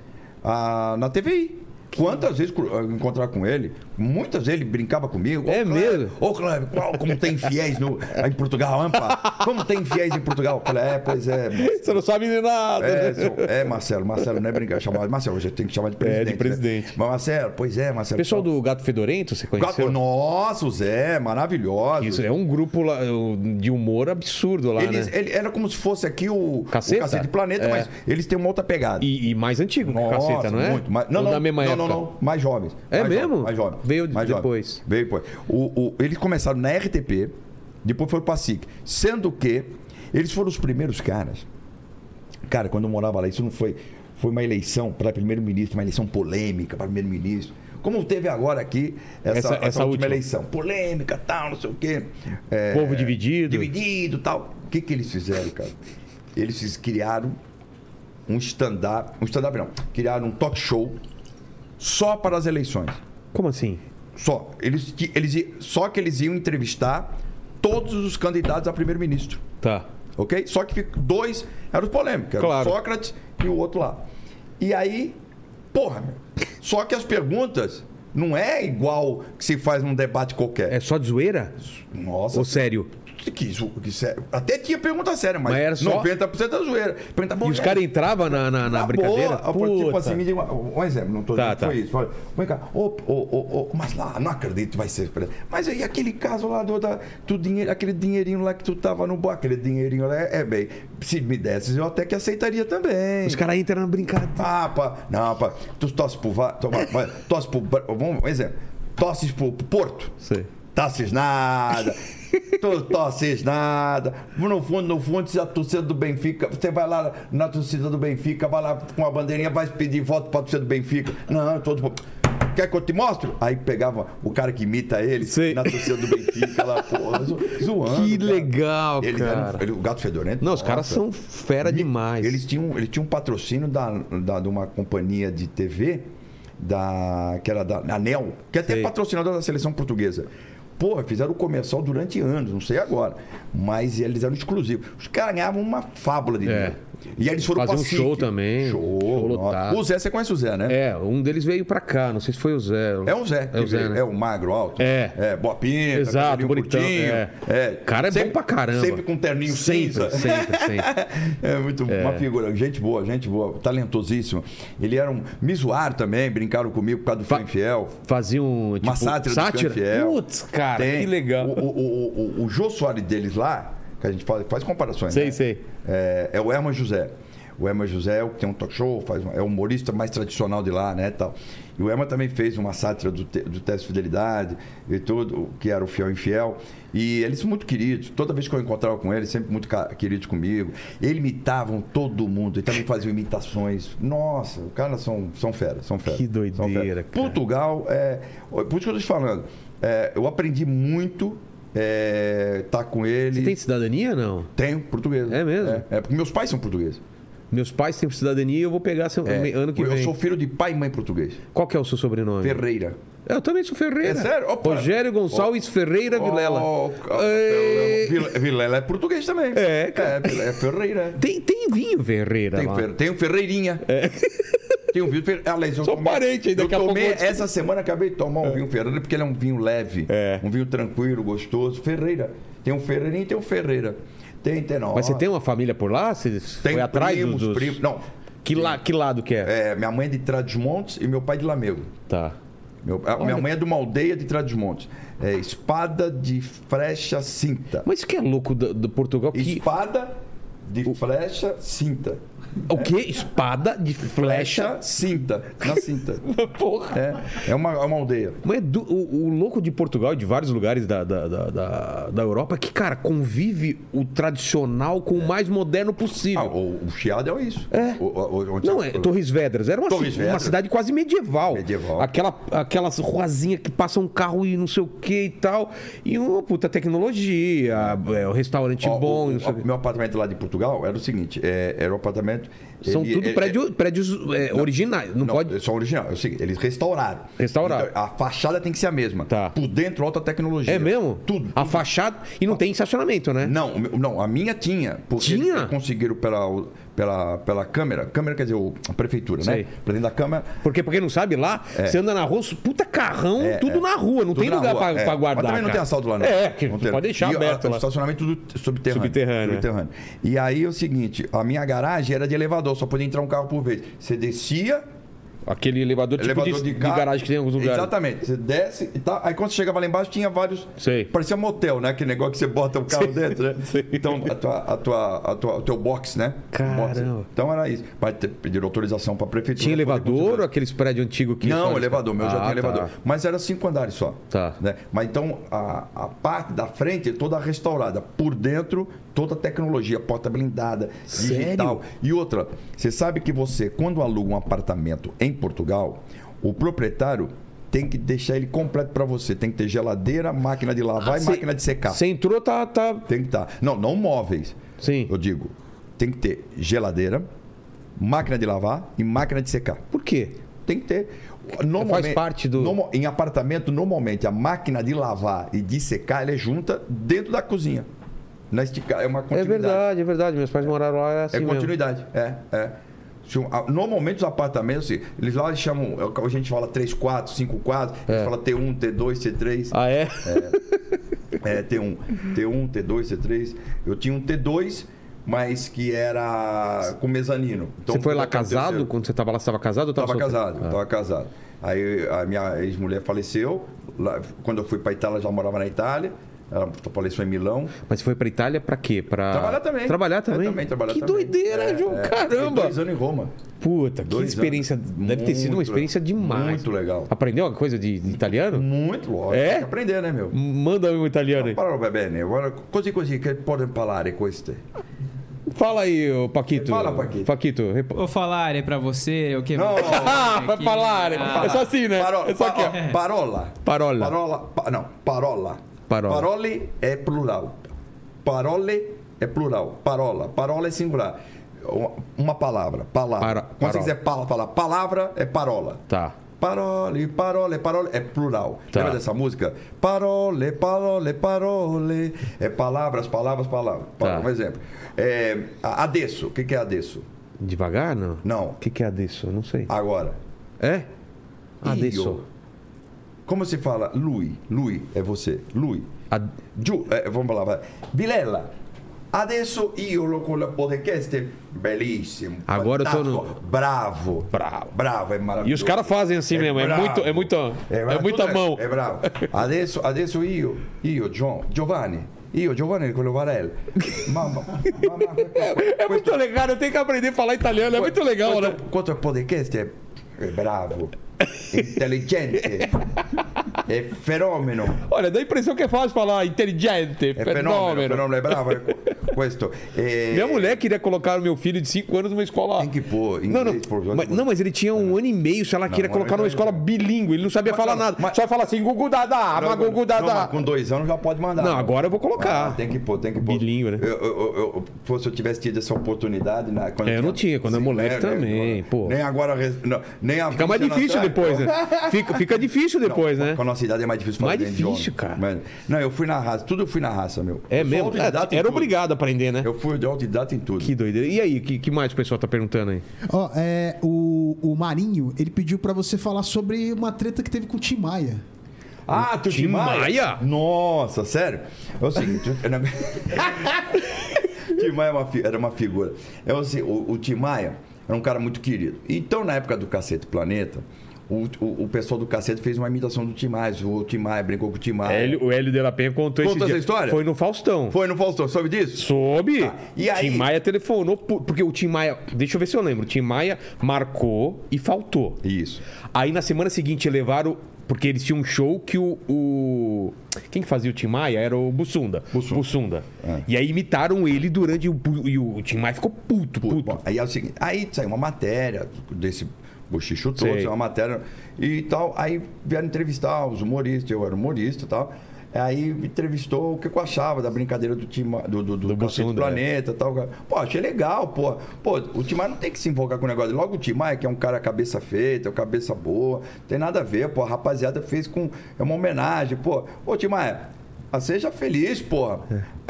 Speaker 3: ah, na TVI. Quantas vezes cru- eu encontrar com ele? Muitas vezes ele brincava comigo.
Speaker 1: É
Speaker 3: "Ô, Kleber,
Speaker 1: mesmo?
Speaker 3: Ô, Cleber, qual, como tem fiéis no, em Portugal, Ampa? Como tem fiéis em Portugal? Eu falei, é, pois é.
Speaker 1: Você não sabe de nada. né?
Speaker 3: É, seu- é, Marcelo, Marcelo, não é brincar, chamar Marcelo, hoje tem que chamar de presidente. né?
Speaker 1: É, presidente.
Speaker 3: Mas Marcelo, pois é, Marcelo.
Speaker 1: Pessoal do Gato Fedorento, você
Speaker 3: Gato-
Speaker 1: conheceu?
Speaker 3: Nossa, o Zé, maravilhoso.
Speaker 1: Isso é um grupo lá, uh, de humor absurdo lá,
Speaker 3: Eles- é-
Speaker 1: né?
Speaker 3: ele, era como se fosse aqui o
Speaker 1: Caceta?
Speaker 3: o Cacete Planeta,
Speaker 1: É.
Speaker 3: mas eles têm uma outra pegada.
Speaker 1: E, e mais antigo que o
Speaker 3: Nossa,
Speaker 1: caceta, não é?
Speaker 3: Muito. Mas, não,
Speaker 1: Ou
Speaker 3: não,
Speaker 1: da mesma
Speaker 3: não,
Speaker 1: época?
Speaker 3: não, não. Mais jovens.
Speaker 1: É
Speaker 3: mais
Speaker 1: mesmo?
Speaker 3: jovens, mais jovens.
Speaker 1: Veio
Speaker 3: mais
Speaker 1: depois.
Speaker 3: jovens. Veio depois. O, o- eles começaram na RTP, depois foram pra SIC. Sendo que eles foram os primeiros caras. Cara, quando eu morava lá, isso não foi. Foi uma eleição para primeiro-ministro, uma eleição polêmica para primeiro-ministro. Como teve agora aqui essa, essa
Speaker 5: Essa- essa
Speaker 3: última
Speaker 5: última.
Speaker 3: eleição. Polêmica, tal, não sei o quê. É,
Speaker 1: Povo dividido.
Speaker 3: Dividido tal. O que, que eles fizeram, cara? Eles fiz- criaram um stand-up. Um stand-up não. Criaram um talk show só para as eleições.
Speaker 4: Como assim?
Speaker 3: Só. Eles, que- eles, i- só que eles iam entrevistar todos os candidatos a primeiro-ministro.
Speaker 4: Tá.
Speaker 3: Ok? Só que fic- dois eram polêmicos. Era
Speaker 4: Claro.
Speaker 3: o Sócrates e o outro lá. E aí, porra, meu, só que as perguntas não é igual que se faz num debate qualquer.
Speaker 4: É só de zoeira?
Speaker 3: Nossa,
Speaker 4: É. Ou sério?
Speaker 3: que isso, que sério. Até tinha pergunta séria, mas,
Speaker 4: Mas era só-
Speaker 3: 90% da é zoeira. Pergunta, é, tá
Speaker 4: E os caras entravam na, na, na brincadeira?
Speaker 3: Boa, Por- tipo
Speaker 4: Puta.
Speaker 3: assim, me diga um um exemplo, não tô dizendo
Speaker 4: Tá,
Speaker 3: que
Speaker 4: tá.
Speaker 3: foi isso. Olha, vem cá, ô, ô, ô, ô, mas lá, não acredito, vai ser preso. Mas e aquele caso lá do, da- do dinheiro, aquele dinheirinho lá que tu tava no bar, aquele dinheirinho lá, é, é bem, se me desses eu até que aceitaria também.
Speaker 4: Os caras entram na brincadeira.
Speaker 3: Ah, pá, não, pá, tu tosse pro, Va- toma, vai, tosse pro, Bra- vamos, um exemplo, tosses pro, pro Porto,
Speaker 4: Sei.
Speaker 3: tosses nada. Tu tosses nada. No fundo, no fundo, se a torcida do Benfica, você vai lá na torcida do Benfica, vai lá com a bandeirinha, vai pedir voto pra torcida do Benfica. Não, todo Quer que eu te mostre? Aí pegava o cara que imita ele
Speaker 4: Sei.
Speaker 3: na torcida do Benfica lá, porra, zo- zoando.
Speaker 4: Que
Speaker 3: cara.
Speaker 4: legal,
Speaker 3: Ele era um-
Speaker 4: cara.
Speaker 3: ele- o gato fedorento.
Speaker 4: Não, os caras
Speaker 3: nossa.
Speaker 4: são fera demais.
Speaker 3: Eles tinham, eles tinham um patrocínio da, da- de uma companhia de TV, da, que era da Anel, que é até
Speaker 4: Sei.
Speaker 3: patrocinadora da seleção portuguesa. Porra, fizeram o comercial durante anos, não sei agora. Mas eles eram exclusivos. Os caras ganhavam uma fábula de dinheiro. E aí eles foram
Speaker 4: É. Faziam
Speaker 3: pra
Speaker 4: um
Speaker 3: SIC.
Speaker 4: show também,
Speaker 3: Show,
Speaker 4: show
Speaker 3: nossa.
Speaker 4: lotado.
Speaker 3: O Zé, você conhece o Zé, né?
Speaker 4: É, um deles veio pra cá, não sei se foi o Zé.
Speaker 3: É o Zé.
Speaker 4: É o
Speaker 3: que
Speaker 4: Zé,
Speaker 3: veio.
Speaker 4: né?
Speaker 3: É o magro alto.
Speaker 4: É.
Speaker 3: É, boa pinta.
Speaker 4: Exato,
Speaker 3: cabelinho
Speaker 4: bonitão.
Speaker 3: curtinho.
Speaker 4: É. Cara é bom pra caramba.
Speaker 3: Sempre com terninho
Speaker 4: sempre,
Speaker 3: cinza.
Speaker 4: Sempre, sempre.
Speaker 3: É muito uma figura, gente boa, gente boa, talentosíssimo. Ele era um me zoaram também, brincaram comigo por causa do
Speaker 4: Fa-
Speaker 3: Fã Infiel.
Speaker 4: Fazia um, tipo...
Speaker 3: Uma sátira, do Fã Infiel.
Speaker 4: Putz, cara,
Speaker 3: Tem.
Speaker 4: que legal.
Speaker 3: O, o, o, o, o Jô Soares deles lá, que a gente faz, faz comparações.
Speaker 4: Sei,
Speaker 3: né?
Speaker 4: sei.
Speaker 3: É, é o Herman José. O Herman José é o que tem um talk show, faz uma- é o humorista mais tradicional de lá, né? Tal. E o Herman também fez uma sátira do, te- do teste de fidelidade e tudo, que era o Fiel Infiel. E eles são muito queridos. Toda vez que eu encontrava com eles, sempre muito ca- queridos comigo. Eles imitavam todo mundo e também faziam imitações. Nossa, os caras são, são fera, são fera.
Speaker 4: Que
Speaker 3: são fera.
Speaker 4: doideira, cara.
Speaker 3: Portugal, é, por isso que eu tô te falando, é, eu aprendi muito é, tá com ele.
Speaker 4: Você tem cidadania, não?
Speaker 3: Tenho português.
Speaker 4: É mesmo?
Speaker 3: É, é, porque meus pais são portugueses.
Speaker 4: Meus pais têm cidadania e eu vou pegar seu-
Speaker 3: É,
Speaker 4: me- ano que
Speaker 3: eu
Speaker 4: vem.
Speaker 3: sou filho de pai e mãe português.
Speaker 4: Qual que é o seu sobrenome?
Speaker 3: Ferreira.
Speaker 4: Eu também sou Ferreira.
Speaker 3: É sério? Opa.
Speaker 4: Rogério Gonçalves Ferreira Vilela.
Speaker 3: Oh, ca-
Speaker 4: É...
Speaker 3: Vila- Vilela é português também.
Speaker 4: É, cara.
Speaker 3: É, é Ferreira.
Speaker 4: Tem, tem vinho Ferreira
Speaker 3: Tem,
Speaker 4: lá.
Speaker 3: o Fer- tem o Ferreirinha. Tem um vinho Ferreira. Aliás, eu
Speaker 4: Sou
Speaker 3: tomei-
Speaker 4: parente aí,
Speaker 3: eu
Speaker 4: daqui a pouco
Speaker 3: tomei-
Speaker 4: eu vou descobrir.
Speaker 3: Essa semana acabei de tomar um vinho Ferreira, porque ele é um vinho leve.
Speaker 4: É.
Speaker 3: Um vinho tranquilo, gostoso. Ferreira. Tem um Ferreirinha e tem um Ferreira. Tem, tem, não.
Speaker 4: Mas você
Speaker 3: Ó,
Speaker 4: tem uma família por lá? Você
Speaker 3: tem
Speaker 4: foi atrás
Speaker 3: primos,
Speaker 4: dos...
Speaker 3: primos. Não.
Speaker 4: Que, la... que lado que é?
Speaker 3: É, minha mãe é de Trás-os-Montes e meu pai é de Lamego.
Speaker 4: Tá.
Speaker 3: Meu- a- minha mãe é de uma aldeia de Trás-os-Montes. É, espada de frecha cinta.
Speaker 4: Mas isso que é louco do, do Portugal? Que...
Speaker 3: Espada de flecha cinta.
Speaker 4: O quê? Espada de flecha?
Speaker 3: Flecha cinta. Na cinta.
Speaker 4: Porra.
Speaker 3: É, é uma, é uma aldeia.
Speaker 4: Mas é do- o, o louco de Portugal e de vários lugares da, da, da, da, da Europa é que, cara, convive o tradicional com o mais moderno
Speaker 3: É. Ah,
Speaker 4: possível.
Speaker 3: o, o Chiado é isso.
Speaker 4: É.
Speaker 3: O- o- onde-
Speaker 4: Não, é Torres Vedras. Era uma, ci-
Speaker 3: Torres
Speaker 4: uma
Speaker 3: Vedras.
Speaker 4: cidade quase medieval.
Speaker 3: Medieval.
Speaker 4: Aquela, aquelas ruazinhas que passa um carro e não sei o que e tal. E uma puta tecnologia, é, um restaurante
Speaker 3: Ó,
Speaker 4: bom,
Speaker 3: o-
Speaker 4: não
Speaker 3: o-
Speaker 4: sei o quê.
Speaker 3: meu apartamento lá de Portugal era o seguinte: é, era um apartamento.
Speaker 4: São
Speaker 3: ele-
Speaker 4: tudo
Speaker 3: ele-
Speaker 4: prédio- prédios é, originais. Não,
Speaker 3: é Não,
Speaker 4: pode.
Speaker 3: são original. Eu sei, eles restauraram.
Speaker 4: Restauraram.
Speaker 3: Então, a fachada tem que ser a mesma.
Speaker 4: Tá.
Speaker 3: Por dentro, alta tecnologia.
Speaker 4: É mesmo?
Speaker 3: Tudo.
Speaker 4: A fachada. E não tem estacionamento, né?
Speaker 3: Não, o meu- não, a minha tinha. Porque
Speaker 4: Tinha?
Speaker 3: eles conseguiram pela, pela, pela Câmara. Câmara quer dizer, o- a prefeitura,
Speaker 4: Sei.
Speaker 3: né? Presidente da Câmara.
Speaker 4: Porque, pra quem não sabe, lá você anda na rua, puta carrão,
Speaker 3: É,
Speaker 4: tudo
Speaker 3: é.
Speaker 4: na rua, não
Speaker 3: Tudo
Speaker 4: tem
Speaker 3: na
Speaker 4: lugar
Speaker 3: rua,
Speaker 4: pra,
Speaker 3: é.
Speaker 4: pra guardar.
Speaker 3: Mas também não
Speaker 4: cara.
Speaker 3: tem assalto lá, não.
Speaker 4: É, que
Speaker 3: Não tem.
Speaker 4: pode deixar
Speaker 3: E,
Speaker 4: aberto
Speaker 3: ah,
Speaker 4: lá.
Speaker 3: Estacionamento tudo subterrâneo.
Speaker 4: Subterrâneo, é.
Speaker 3: Subterrâneo. E aí é o seguinte: a minha garagem era de elevador, só podia entrar um carro por vez. Você descia,
Speaker 4: Aquele elevador tipo
Speaker 3: elevador
Speaker 4: de,
Speaker 3: de,
Speaker 4: de
Speaker 3: carro.
Speaker 4: garagem que tem em alguns lugares.
Speaker 3: Exatamente. Você desce e tal. Aí quando você chegava lá embaixo, tinha vários.
Speaker 4: Sei.
Speaker 3: Parecia motel, né? Aquele negócio que você bota o carro dentro, né? Então, a tua, a tua, a tua, o teu box, né?
Speaker 4: Caramba.
Speaker 3: Box. Então era isso. Mas te- pediram autorização pra prefeitura.
Speaker 4: Tinha
Speaker 3: pra poder
Speaker 4: elevador ou
Speaker 3: construir.
Speaker 4: aqueles prédios antigos que.
Speaker 3: Não,
Speaker 4: só-
Speaker 3: elevador. Meu já
Speaker 4: Ah,
Speaker 3: tinha elevador.
Speaker 4: tá.
Speaker 3: Mas era cinco andares só.
Speaker 4: Tá.
Speaker 3: Né? Mas então a, a parte da frente é toda restaurada. Por dentro, toda a tecnologia, porta blindada, digital. E outra, você sabe que você, quando aluga um apartamento em Portugal, o proprietário tem que deixar ele completo para você. Tem que ter geladeira, máquina de lavar e
Speaker 4: Ah, Cê-
Speaker 3: máquina de secar.
Speaker 4: Você entrou, tá. tá...
Speaker 3: Tem que estar. Não, não móveis.
Speaker 4: Sim.
Speaker 3: Eu digo, tem que ter geladeira, máquina de lavar e máquina de secar.
Speaker 4: Por quê? É
Speaker 3: Tem que ter. Normalmente,
Speaker 4: Faz parte do-
Speaker 3: norma- em apartamento, normalmente, a máquina de lavar e de secar, ela é junta dentro da cozinha. Na esticada, é uma
Speaker 4: É
Speaker 3: continuidade.
Speaker 4: verdade, é verdade. Meus pais moraram lá era assim
Speaker 3: É
Speaker 4: mesmo.
Speaker 3: continuidade, é, é. Se um- a- Normalmente os apartamentos, assim, eles lá eles chamam, é o que a gente fala 3, 4, 5, 4, eles falam T1, T2, T3.
Speaker 4: É. Ah, é?
Speaker 3: É, T1. T1, T2, T3. Eu tinha um T2, mas que era com mezanino. Então,
Speaker 4: Você foi lá
Speaker 3: colocar o terceiro.
Speaker 4: casado? Quando você tava lá, você tava casado ou tava
Speaker 3: Tava
Speaker 4: solteiro?
Speaker 3: casado, tava casado. Aí a minha ex-mulher faleceu. Lá- quando eu fui pra Itália, ela já morava na Itália. Ela faleceu em Milão.
Speaker 4: Mas você foi pra Itália pra quê? Pra...
Speaker 3: Trabalhar também.
Speaker 4: Ah, Trabalhar também?
Speaker 3: Eu também trabalhar
Speaker 4: que
Speaker 3: também.
Speaker 4: doideira,
Speaker 3: É,
Speaker 4: João.
Speaker 3: é.
Speaker 4: Caramba.
Speaker 3: Fiquei Dois anos em Roma.
Speaker 4: Puta, que
Speaker 3: Dois
Speaker 4: experiência.
Speaker 3: anos.
Speaker 4: Deve ter sido uma
Speaker 3: Muito
Speaker 4: experiência
Speaker 3: legal.
Speaker 4: demais.
Speaker 3: Muito legal.
Speaker 4: Aprendeu alguma coisa de, de italiano?
Speaker 3: Muito lógico.
Speaker 4: É?
Speaker 3: Tem que aprender, né, meu?
Speaker 4: Manda um italiano aí.
Speaker 3: Parla bene, ora, così così che podem parlare queste.
Speaker 4: Fala aí, ô Paquito.
Speaker 3: Fala, Paquito.
Speaker 4: Paquito, repa-
Speaker 5: Vou falar é pra você, o que
Speaker 3: Não,
Speaker 4: Ah, vai falar.
Speaker 5: Ah.
Speaker 4: É só assim, né?
Speaker 3: Paro-
Speaker 4: é só aqui, ó.
Speaker 3: pa- oh, parola.
Speaker 4: Parola.
Speaker 3: Parola. pa- não, parola.
Speaker 4: Parola.
Speaker 3: Parole é plural. Parole é plural. Parola. Parola é singular. Uma- Uma palavra. Palavra.
Speaker 4: Para-
Speaker 3: Quando
Speaker 4: parola.
Speaker 3: você quiser pala- falar palavra, é parola.
Speaker 4: Tá.
Speaker 3: Parole, parole, parole. É plural.
Speaker 4: Tá.
Speaker 3: Lembra dessa música? Parole, parole, parole. É palavras, palavras, palavras.
Speaker 4: Tá.
Speaker 3: Um exemplo. É, a- adesso. O que, que é adesso?
Speaker 4: Devagar, não?
Speaker 3: Não. Ah.
Speaker 4: O que, que é adesso? Eu Não sei.
Speaker 3: Agora.
Speaker 4: É? Adesso.
Speaker 3: Como se fala? Lui. Lui é você. Lui.
Speaker 4: Ad...
Speaker 3: Giù, eh, vamos lá, vai. Vilela, adesso io lo con la podcast, bellissimo.
Speaker 4: Agora eu tô no-
Speaker 3: fantástico, Bravo.
Speaker 4: Bravo.
Speaker 3: Bravo, é maravilhoso.
Speaker 4: E os caras fazem assim mesmo, é
Speaker 3: bravo. Eh,
Speaker 4: muito- é muito- é
Speaker 3: bravo,
Speaker 4: muita
Speaker 3: tudo
Speaker 4: mão.
Speaker 3: É bravo. Adesso, adesso io, io, Gio- Giovanni, io, Giovanni quello Varel. Mamma, mamma,
Speaker 4: É muito legal, eu tenho que aprender a falar italiano, é muito legal, né?
Speaker 3: quanto, quanto podcast é, é bravo, inteligente, é fenomeno.
Speaker 4: Olha, dá a impressão que é fácil falar inteligente,
Speaker 3: È
Speaker 4: fenômeno.
Speaker 3: fenomeno, fenomeno, è bravo è qu- questo. Eh, E-
Speaker 4: Minha mulher queria colocar o meu filho de 5 anos numa escola.
Speaker 3: Tem que pôr
Speaker 4: Não, não.
Speaker 3: inglês, português,
Speaker 4: Mas, não, mas ele tinha um ano e meio, se ela queria
Speaker 3: um
Speaker 4: colocar
Speaker 3: ano
Speaker 4: numa
Speaker 3: e
Speaker 4: escola
Speaker 3: meio.
Speaker 4: bilíngue, ele não sabia falar
Speaker 3: não,
Speaker 4: nada.
Speaker 3: mas-
Speaker 4: Só fala assim, gugu dadá,
Speaker 3: Não,
Speaker 4: ama gugu
Speaker 3: não, mas
Speaker 4: dadá.
Speaker 3: com dois anos já pode mandar.
Speaker 4: Não, agora eu vou colocar.
Speaker 3: Ah, tem que pôr, tem que pôr.
Speaker 4: Bilíngue, né?
Speaker 3: Eu, eu, eu- eu- pô, se eu tivesse tido essa oportunidade. Na, quando
Speaker 4: É, eu não tinha, quando eu
Speaker 3: Sim,
Speaker 4: moleque também, pô.
Speaker 3: Nem agora. res- Não, nem há
Speaker 4: Fica mais
Speaker 3: 20 anos
Speaker 4: difícil
Speaker 3: atrás.
Speaker 4: depois, né? Fica, fica difícil
Speaker 3: Não,
Speaker 4: depois, né?
Speaker 3: Com a nossa idade é mais difícil falar
Speaker 4: Mais
Speaker 3: dentro de
Speaker 4: difícil,
Speaker 3: homem.
Speaker 4: cara.
Speaker 3: Mas- não, eu fui na raça, tudo eu fui na raça, meu.
Speaker 4: É
Speaker 3: Eu sou
Speaker 4: mesmo?
Speaker 3: autodidata em
Speaker 4: Era
Speaker 3: tudo.
Speaker 4: obrigado a aprender, né?
Speaker 3: Eu fui de autodidata em tudo.
Speaker 4: Que doideira. E aí, o que, que mais o pessoal tá perguntando aí?
Speaker 2: Ó, é, o, o Marinho, ele pediu pra você falar sobre uma treta que teve com o Tim Maia.
Speaker 3: Ah, tu
Speaker 4: Tim Maia?
Speaker 3: Nossa, sério? É o seguinte. eu- eu não- Tim Maia é uma fi- era uma figura. É o, se- o, o Tim Maia era um cara muito querido. Então, na época do Cacete Planeta, o, o, o pessoal do Cacete fez uma imitação do Tim Maia. O Tim Maia brincou com o Tim Maia.
Speaker 4: Hélio- o Hélio de la Penha contou
Speaker 3: Conta
Speaker 4: esse dia.
Speaker 3: essa história?
Speaker 4: Foi no Faustão.
Speaker 3: Foi no Faustão, soube disso?
Speaker 4: Soube.
Speaker 3: Tá. E aí?
Speaker 4: Tim Maia telefonou, pu- porque o Tim Maia... Deixa eu ver se eu lembro. O Tim Maia marcou e faltou.
Speaker 3: Isso.
Speaker 4: Aí na semana seguinte levaram. Porque eles tinham um show que o. o- quem que fazia o Tim Maia era o Bussunda. Bussunda.
Speaker 3: É.
Speaker 4: E aí imitaram ele durante. O, e o Tim Maia ficou puto, puto.
Speaker 3: Bom, aí é o seguinte, aí saiu uma matéria desse bochicho todo,
Speaker 4: Sei.
Speaker 3: saiu uma matéria e tal, aí vieram entrevistar os humoristas, eu era humorista e tal. Aí me entrevistou o que eu achava da brincadeira do time do, do, do, Cacete
Speaker 4: Bussunda, é.
Speaker 3: Planeta e tal. Pô, achei legal, pô. Pô, o Timar não tem que se envolver com o negócio. Logo o Timar, que é um cara cabeça feita, é um cabeça boa, não tem nada a ver, pô. A rapaziada fez com. É uma homenagem, pô. Ô, Timar, ah, seja feliz, porra.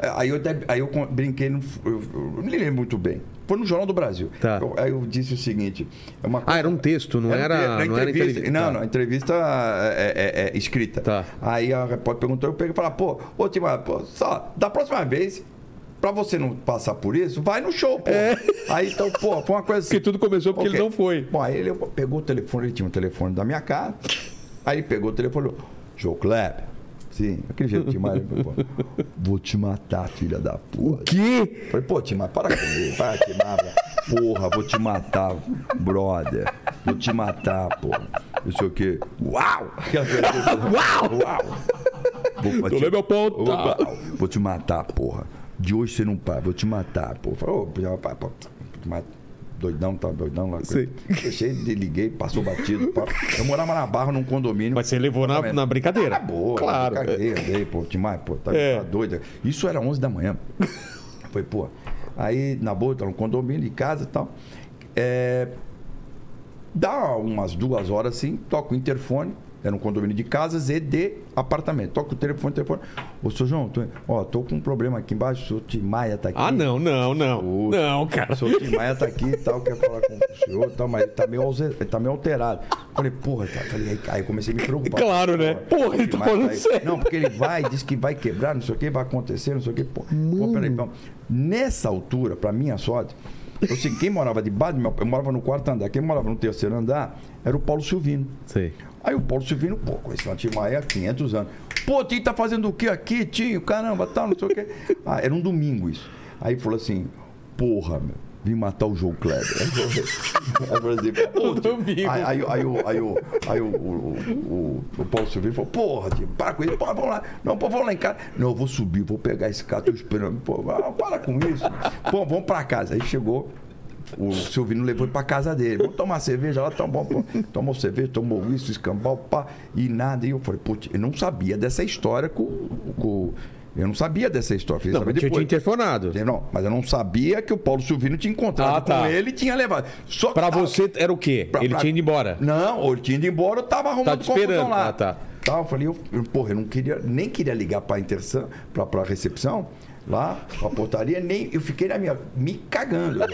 Speaker 3: É, Aí, eu, até- aí eu con- brinquei, no, eu, eu não me lembro muito bem. Foi no Jornal do Brasil.
Speaker 4: Tá.
Speaker 3: Eu- aí eu disse o seguinte: é uma
Speaker 4: Ah, era um texto, não era.
Speaker 3: um te-
Speaker 4: não
Speaker 3: entrevista.
Speaker 4: era entrevista.
Speaker 3: Não,
Speaker 4: Tá.
Speaker 3: não, a entrevista é, é- é escrita.
Speaker 4: Tá.
Speaker 3: Aí a repórter perguntou, eu peguei e falei, "Ah, pô, ô Timar, pô, só, da próxima vez, pra você não passar por isso, vai no show, pô.
Speaker 4: É.
Speaker 3: Aí então, pô, foi uma coisa assim.
Speaker 4: Porque tudo começou porque
Speaker 3: Ok.
Speaker 4: ele não foi.
Speaker 3: Bom, aí ele pegou o telefone, ele tinha um telefone da minha casa. Aí ele pegou o telefone e falou, Joe Kleber. Sim, aquele jeito de Timar, ele falou, pô, vou te matar, filha da puta.
Speaker 4: Que?
Speaker 3: Falei, pô, Timar, para com isso, para, Timar. Porra, vou te matar, brother. Vou te matar, porra. Não sei o quê. Uau! Uau! Uau! Vou,
Speaker 4: Tô meu ponto.
Speaker 3: Opa, vou te matar, porra. De hoje você não para, vou te matar, porra. Falei, ô, já pá, pá, mata. Doidão, tá doidão lá.
Speaker 4: Sei.
Speaker 3: Deixei, liguei, passou batido. pá. Eu morava na Barra, num condomínio.
Speaker 4: Mas você levou na, na brincadeira.
Speaker 3: Tá boa,
Speaker 4: Claro.
Speaker 3: Caguei, andei, pô, demais, pô, tá,
Speaker 4: É.
Speaker 3: tá doido. Isso era 11 da manhã. Foi, pô. Aí, na boa, tá no condomínio de casa e tal. É, Dá umas duas horas assim, toca o interfone. Era um condomínio de casas e de apartamento. Toca o telefone, telefone. Ô, seu João, tô, ó, tô com um problema aqui embaixo. O seu Tim Maia tá aqui.
Speaker 4: Ah, não, não, não.
Speaker 3: O-
Speaker 4: Não, cara.
Speaker 3: O seu Tim Maia tá aqui e tal, quer falar com o senhor e tal, mas ele tá meio, ausen- ele tá meio alterado. Falei, porra, cara. Falei, aí, aí eu comecei a me preocupar.
Speaker 4: Claro, né? Porra, ele tá
Speaker 3: Mas
Speaker 4: falando
Speaker 3: aí-
Speaker 4: sério.
Speaker 3: Não, porque ele vai, diz que vai quebrar, não sei o que, vai acontecer, não sei o que. Pô, pô peraí, então. Nessa altura, pra minha sorte, eu sei, quem morava de baixo, meu- eu morava no quarto andar, quem morava no terceiro andar era o Paulo Silvino.
Speaker 4: Sei.
Speaker 3: Aí o Paulo Silvino, pô, conheci o Antimaia há 500 anos. Pô, Tim, tá fazendo o que aqui, Tinho? Caramba, tal, não sei o quê. Ah, era um domingo isso. Aí falou assim, porra, meu, vim matar o João Kleber. Aí eu falei assim, pô, Tim.
Speaker 4: domingo.
Speaker 3: Aí, aí, aí, o- aí, o- aí o, o, o, o Paulo Silvino falou, porra, Tim, para com isso, pô, vamos lá. Não, pô, vamos lá em casa. Não, eu vou subir, vou pegar esse cara, tô esperando. Pô, ah, para com isso. Pô, vamos pra casa. Aí chegou, o Silvino levou ele pra casa dele. Vamos tomar cerveja lá, tomou, tomou cerveja, tomou isso, escambau, pá, e nada. E eu falei, putz, eu não sabia dessa história com. com- eu não sabia dessa história. Fiz
Speaker 4: Não,
Speaker 3: saber
Speaker 4: mas tinha te
Speaker 3: depois.
Speaker 4: interfonado.
Speaker 3: Não, mas eu não sabia que o Paulo Silvino tinha encontrado
Speaker 4: Ah, tá.
Speaker 3: com ele e tinha levado. Só que
Speaker 4: Pra
Speaker 3: tava-
Speaker 4: você era o quê?
Speaker 3: Pra-
Speaker 4: ele
Speaker 3: pra-
Speaker 4: tinha ido embora.
Speaker 3: Não, ou ele tinha ido embora, eu tava arrumando
Speaker 4: Tá te
Speaker 3: confusão
Speaker 4: esperando.
Speaker 3: lá.
Speaker 4: Ah, tá.
Speaker 3: Tá, eu falei, eu, eu- porra, eu não queria, nem queria ligar pra interção, pra, pra recepção, lá, pra portaria, nem. Eu fiquei na minha. me cagando. lá.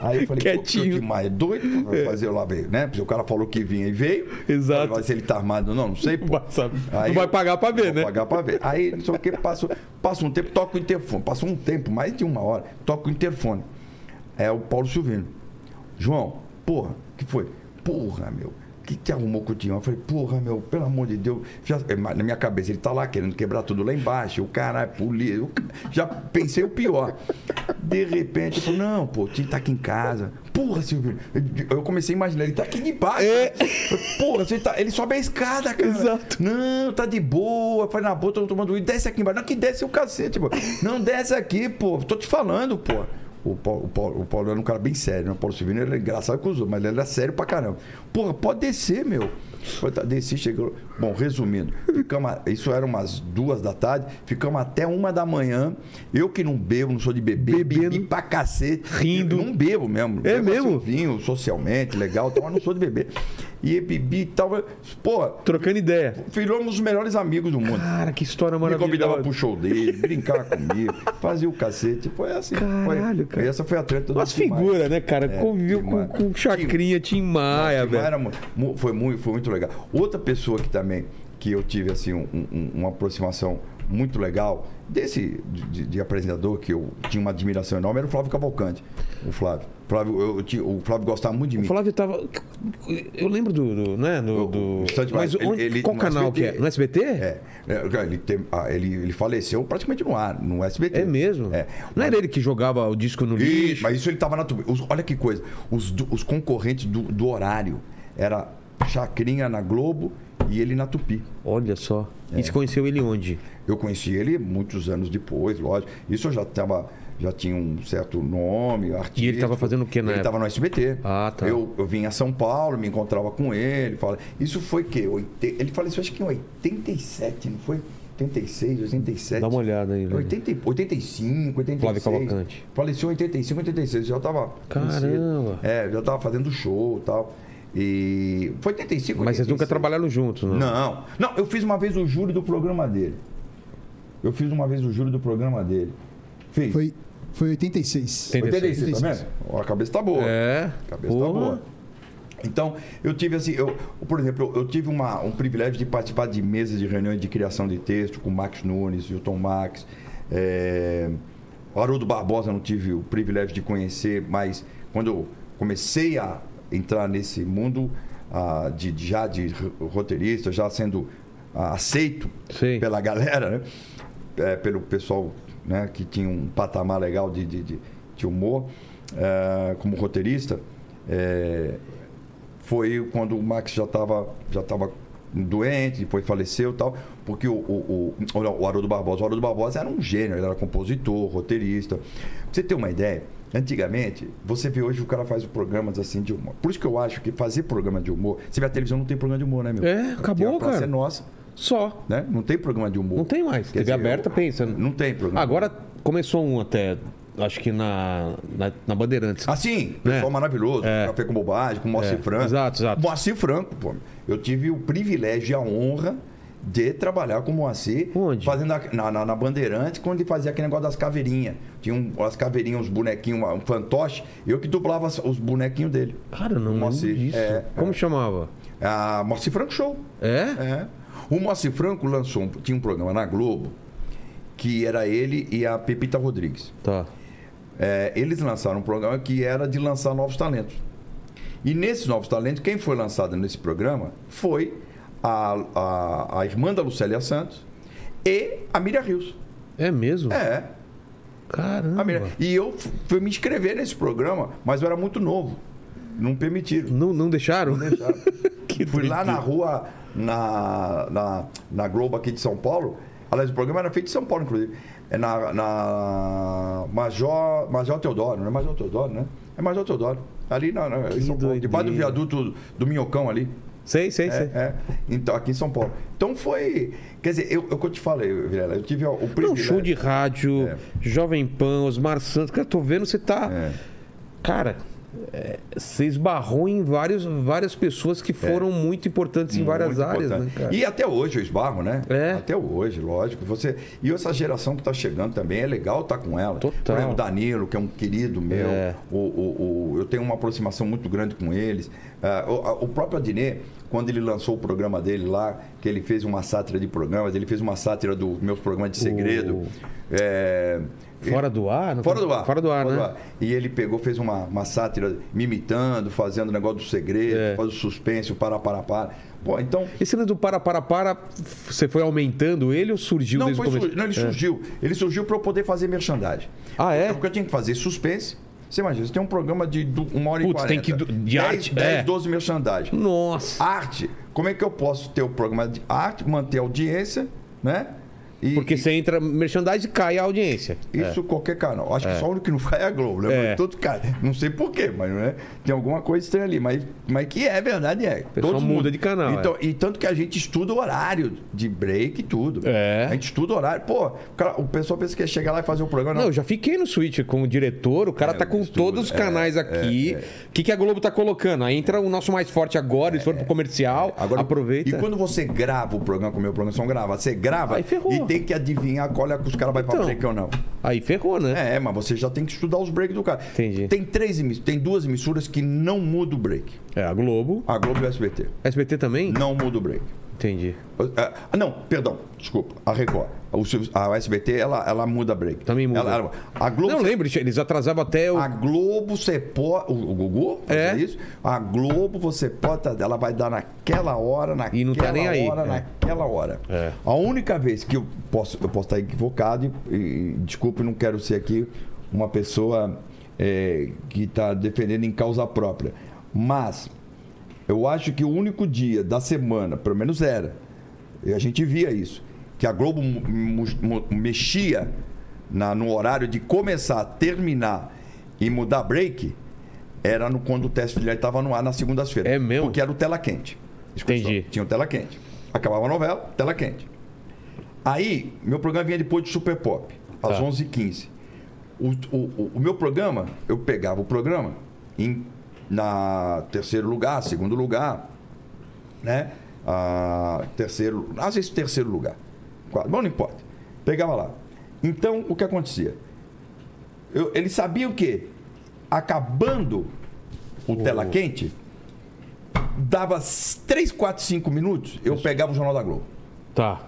Speaker 3: Aí eu falei,
Speaker 4: Quietinho.
Speaker 3: pô, que demais, é doido pra fazer lá, veio, né? Porque o cara falou que vinha e veio.
Speaker 4: Exato.
Speaker 3: Agora, se ele tá armado ou não, não sei, pô.
Speaker 4: Vai saber.
Speaker 3: Aí
Speaker 4: Não vai
Speaker 3: eu-
Speaker 4: pagar pra ver,
Speaker 3: não
Speaker 4: né?
Speaker 3: vai pagar pra ver. Aí, não sei o que, passa, passa um tempo, toca o interfone. Passou um tempo, mais de uma hora, toca o interfone. É o Paulo Silvino. João, porra, que foi? Porra, meu, que te arrumou com o Tião? Eu falei, porra, meu, pelo amor de Deus. Já, eh, mas na minha cabeça, ele tá lá querendo quebrar tudo lá embaixo. O caralho, polícia. Eu já pensei o pior. De repente, eu falei, não, pô, o Tião tá aqui em casa. Porra, Silvino. Eu comecei a imaginar, ele tá aqui debaixo. Porra, você tá- ele sobe a escada, cara. Exato. Não, tá de boa. Faz na boa, tô tomando isso. Desce aqui embaixo. Não, que desce o cacete, pô. Não, desce aqui, pô. Tô te falando, pô. O Paulo, o, Paulo, o Paulo era um cara bem sério, né? O Paulo Silvino era engraçado com os outros, mas ele era sério pra caramba. Porra, pode descer, meu. Falei, tá, Desci, chegou. Bom, resumindo, ficamos, a- isso era umas duas da tarde, ficamos até uma da manhã. Eu que não bebo, não sou de beber, bebi
Speaker 4: Bebendo.
Speaker 3: pra cacete.
Speaker 4: Rindo.
Speaker 3: Não bebo mesmo.
Speaker 4: É
Speaker 3: Bebo
Speaker 4: mesmo?
Speaker 3: assim, Vinho, socialmente, legal, tal, mas não sou de beber. E bebi e tal. Porra,
Speaker 4: Trocando ideia.
Speaker 3: viramos os melhores amigos do mundo.
Speaker 4: Cara, que história
Speaker 3: Me convidava um
Speaker 4: maravilhosa.
Speaker 3: pro show dele, brincar comigo, fazia o cacete. Foi assim.
Speaker 4: Caralho,
Speaker 3: foi,
Speaker 4: cara.
Speaker 3: Essa foi a treta do
Speaker 4: Umas
Speaker 3: Tim Maia.
Speaker 4: figuras, né, cara?
Speaker 3: É,
Speaker 4: Conviveu
Speaker 3: Tim
Speaker 4: com,
Speaker 3: Maia.
Speaker 4: com Chacrinha, Tim
Speaker 3: Tim Maia
Speaker 4: Maia, velho.
Speaker 3: era mu- mu- foi, muito, foi muito legal. Outra pessoa que também, que eu tive assim, um- um- uma aproximação muito legal desse de, de apresentador que eu tinha uma admiração enorme era o Flávio Cavalcante. O Flávio. Flávio eu, eu tinha- o Flávio gostava muito de mim.
Speaker 4: O Flávio tava. Eu lembro do. do né? Do,
Speaker 3: O- o Stand
Speaker 4: do...
Speaker 3: By.
Speaker 4: Mas
Speaker 3: Ele-
Speaker 4: onde,
Speaker 3: ele-
Speaker 4: qual
Speaker 3: no
Speaker 4: canal
Speaker 3: SBT.
Speaker 4: que é? No SBT?
Speaker 3: É, é, ele, tem- ah, ele, ele faleceu praticamente no ar, no SBT.
Speaker 4: É mesmo?
Speaker 3: É.
Speaker 4: Não era ele que jogava o disco no
Speaker 3: Ih,
Speaker 4: lixo?
Speaker 3: mas isso ele tava na tuba. Os- olha que coisa. Os, do- os concorrentes do, do horário era Chacrinha na Globo e ele na Tupi.
Speaker 4: Olha só.
Speaker 3: É.
Speaker 4: E se conheceu ele onde?
Speaker 3: Eu conheci ele muitos anos depois, lógico. Isso eu já tava, já tinha um certo nome, artista.
Speaker 4: tava fazendo o quê na
Speaker 3: Ele
Speaker 4: época?
Speaker 3: estava no SBT.
Speaker 4: Ah, tá.
Speaker 3: Eu, eu vim a São Paulo, me encontrava com ele. Fala... Isso foi que? Ele faleceu acho que em 87, não foi? 86, 87.
Speaker 4: Dá uma olhada aí, né?
Speaker 3: 80, e- 85, 86.
Speaker 4: Flávio Cavalcante.
Speaker 3: Faleceu em 85, 86. Já tava.
Speaker 4: Caramba.
Speaker 3: É, já tava fazendo show e tal. E. Foi 85,
Speaker 4: Mas vocês nunca
Speaker 3: 86.
Speaker 4: trabalharam juntos, né? não?
Speaker 3: Não. Não, eu fiz uma vez o júri do programa dele. Eu fiz uma vez o júri do programa dele. Fiz.
Speaker 2: Foi, foi 86.
Speaker 3: 86,
Speaker 4: 86.
Speaker 3: tá vendo? Ó, a cabeça tá boa.
Speaker 4: É.
Speaker 3: A cabeça
Speaker 4: Porra.
Speaker 3: tá boa. Então, eu tive assim, eu, por exemplo, eu, eu tive uma- um privilégio de participar de mesas de reuniões de criação de texto com Max Nunes, Hilton Max, é, o Haroldo Barbosa eu não tive o privilégio de conhecer, mas quando eu comecei a entrar nesse mundo ah, de, de- já de ro- roteirista, já sendo ah, aceito
Speaker 4: Sei.
Speaker 3: pela galera, né? É, pelo pessoal né, que tinha um patamar legal de, de, de- de humor é, como roteirista, é, foi quando o Max já estava já tava doente, depois faleceu e tal, porque o, o, o, o- não, o Haroldo Barbosa, o Haroldo Barbosa era um gênio, ele era compositor, roteirista. Pra você ter uma ideia, antigamente, você vê hoje o cara faz programas assim de humor. Por isso que eu acho que fazer programa de humor, você vê a televisão não tem programa de humor, né, meu?
Speaker 4: É,
Speaker 3: tem
Speaker 4: acabou,
Speaker 3: a Praça
Speaker 4: cara.
Speaker 3: é nossa,
Speaker 4: Só.
Speaker 3: né? Não tem programa de humor.
Speaker 4: Não tem mais.
Speaker 3: Quer
Speaker 4: TV
Speaker 3: dizer,
Speaker 4: aberta,
Speaker 3: eu-
Speaker 4: pensa.
Speaker 3: Não tem programa.
Speaker 4: Agora começou um até acho que na, na, na Bandeirantes.
Speaker 3: Assim, pessoal
Speaker 4: É.
Speaker 3: maravilhoso, Café com Bobagem, com Moacir
Speaker 4: É,
Speaker 3: Franco.
Speaker 4: exato, exato.
Speaker 3: Moacir Franco, pô. Eu tive o privilégio e a honra de trabalhar com o Moacir
Speaker 4: Onde?
Speaker 3: fazendo a- na, na, na Bandeirante, quando ele fazia aquele negócio das caveirinhas. Tinha um, as caveirinhas, uns bonequinhos, uma- um fantoche. Eu que dublava as- os bonequinhos dele.
Speaker 4: Cara, eu não lembro
Speaker 3: Moacir,
Speaker 4: disso.
Speaker 3: é,
Speaker 4: Como chamava?
Speaker 3: Ah, Moacir Franco Show.
Speaker 4: É?
Speaker 3: É. O Moacir Franco lançou um, tinha um programa na Globo que era ele e a Pepita Rodrigues.
Speaker 4: Tá.
Speaker 3: É, eles lançaram um programa que era de lançar novos talentos. E nesses novos talentos, quem foi lançada nesse programa foi a, a, a irmã da Lucélia Santos e a Miriam Rios.
Speaker 4: É mesmo?
Speaker 3: É,
Speaker 4: Caramba.
Speaker 3: a Miriam. E eu f- fui me inscrever nesse programa, mas eu era muito novo. Não permitiram.
Speaker 4: Não, não deixaram?
Speaker 3: Fui lá na rua, na, na, na Globo aqui de São Paulo. Aliás, o programa era feito em São Paulo, inclusive. É na, na Major, Major Teodoro, não é Major Teodoro, né? É Major Teodoro. Ali na, na, em São Paulo, debaixo do viaduto do Minhocão ali.
Speaker 4: Sei, sei,
Speaker 3: É,
Speaker 4: sei.
Speaker 3: é. Então, aqui em São Paulo. Então foi. Quer dizer, eu, eu que eu te falei, Virela, eu tive o privilégio.
Speaker 4: Não, show de rádio,
Speaker 3: É.
Speaker 4: Jovem Pan, Osmar Santos. Cara, tô vendo você tá.
Speaker 3: É.
Speaker 4: Cara, é, você esbarrou em vários, várias pessoas que foram muito importantes em várias
Speaker 3: É. Muito
Speaker 4: áreas,
Speaker 3: importante.
Speaker 4: né, cara?
Speaker 3: E até hoje eu esbarro, né?
Speaker 4: É.
Speaker 3: Até hoje, lógico. Você... E essa geração que está chegando também, é legal estar com ela.
Speaker 4: Total.
Speaker 3: Por exemplo, o Danilo, que é um querido meu.
Speaker 4: É.
Speaker 3: O, o- o- eu tenho uma aproximação muito grande com eles. Ah, o, a- o próprio Adnet, quando ele lançou o programa dele lá, que ele fez uma sátira de programas, ele fez uma sátira dos meus programas de segredo. É,
Speaker 4: Fora do ar? não-
Speaker 3: Fora do ar.
Speaker 4: Fora do ar, né?
Speaker 3: E ele pegou, fez uma, uma sátira me imitando, fazendo o negócio do segredo,
Speaker 4: É.
Speaker 3: faz o suspense, o para, para, para. Pô, então.
Speaker 4: Esse lance do para, para, para, f- você foi aumentando ele ou surgiu
Speaker 3: Não,
Speaker 4: desde o
Speaker 3: foi,
Speaker 4: começo?
Speaker 3: sur- não, ele surgiu. Ele surgiu para eu poder fazer merchandising.
Speaker 4: É. Ah, é?
Speaker 3: Porque eu tinha que fazer suspense. Você imagina, você tem um programa de du- uma hora
Speaker 4: Putz,
Speaker 3: e
Speaker 4: tem
Speaker 3: quarenta.
Speaker 4: que du- de
Speaker 3: 10,
Speaker 4: arte,
Speaker 3: 10,
Speaker 4: é.
Speaker 3: 12 merchandising.
Speaker 4: Nossa!
Speaker 3: Arte. Como é que eu posso ter o programa de arte, manter a audiência, né? E-
Speaker 4: Porque
Speaker 3: e-
Speaker 4: você entra merchandising cai a audiência.
Speaker 3: Isso qualquer canal. Acho que só o único que não vai é a Globo, né?
Speaker 4: É.
Speaker 3: Mas todo cara. Não sei porquê, mas né? tem alguma coisa estranha ali. Mas, mas que é verdade, é.
Speaker 4: pessoal
Speaker 3: Todo
Speaker 4: muda
Speaker 3: mundo.
Speaker 4: de canal, é.
Speaker 3: Então, E tanto que a gente estuda o horário de break e tudo.
Speaker 4: É.
Speaker 3: A gente estuda o horário. Pô, o cara- o pessoal pensa que é chegar lá e fazer o programa.
Speaker 4: Não,
Speaker 3: Não, É,
Speaker 4: eu já fiquei no Switch com o diretor, o cara tá com
Speaker 3: estudo,
Speaker 4: todos os
Speaker 3: é,
Speaker 4: canais aqui. O que, que a Globo tá colocando? Aí entra o nosso mais forte agora, eles foram pro comercial, aproveita.
Speaker 3: É. E quando você grava o programa, como meu programa são gravados, você grava
Speaker 4: Aí ferrou.
Speaker 3: e tem que adivinhar qual é que os caras vão pra
Speaker 4: Então.
Speaker 3: break ou não.
Speaker 4: Aí ferrou, né?
Speaker 3: É, mas você já tem que estudar os breaks do cara.
Speaker 4: Entendi.
Speaker 3: Tem três emiss- tem duas emissoras que não mudam o break.
Speaker 4: É, a Globo.
Speaker 3: A Globo e o SBT.
Speaker 4: SBT também?
Speaker 3: Não muda o break.
Speaker 4: Entendi.
Speaker 3: Ah, não, perdão, desculpa. A Record. O Silvio- a SBT, ela, ela muda break.
Speaker 4: Também muda.
Speaker 3: Ela- ela- a Globo.
Speaker 4: Não lembro, eles atrasavam até o.
Speaker 3: A Globo você pode. O o Gugu? fazia
Speaker 4: É.
Speaker 3: Isso? A Globo você pode. Ela vai dar naquela hora, naquela
Speaker 4: E não tá nem aí,
Speaker 3: hora,
Speaker 4: é.
Speaker 3: naquela hora.
Speaker 4: É.
Speaker 3: A única vez que eu posso, eu posso estar equivocado, e, e desculpe, não quero ser aqui uma pessoa é, que está defendendo em causa própria. Mas eu acho que o único dia da semana, pelo menos era, e a gente via isso, que a Globo mu- mu- mu- mexia na- no horário de começar, terminar e mudar break, era no, quando o teste filial estava no ar nas segundas-feiras.
Speaker 4: É mesmo?
Speaker 3: Porque era o tela quente. Discussão.
Speaker 4: Entendi.
Speaker 3: Tinha o tela quente. Acabava a novela, tela quente. Aí, meu programa vinha depois de Super Pop, às 11h15. O, o- o- o meu programa, eu pegava o programa em, na terceiro lugar, segundo lugar, né? Ah, terceiro, às vezes terceiro lugar. Quarto, bom, não importa. Pegava lá. Então, o que acontecia? Eu, ele sabia o quê? Acabando o tela quente, dava 3, 4, 5 minutos, eu pegava o Jornal da Globo.
Speaker 4: Tá.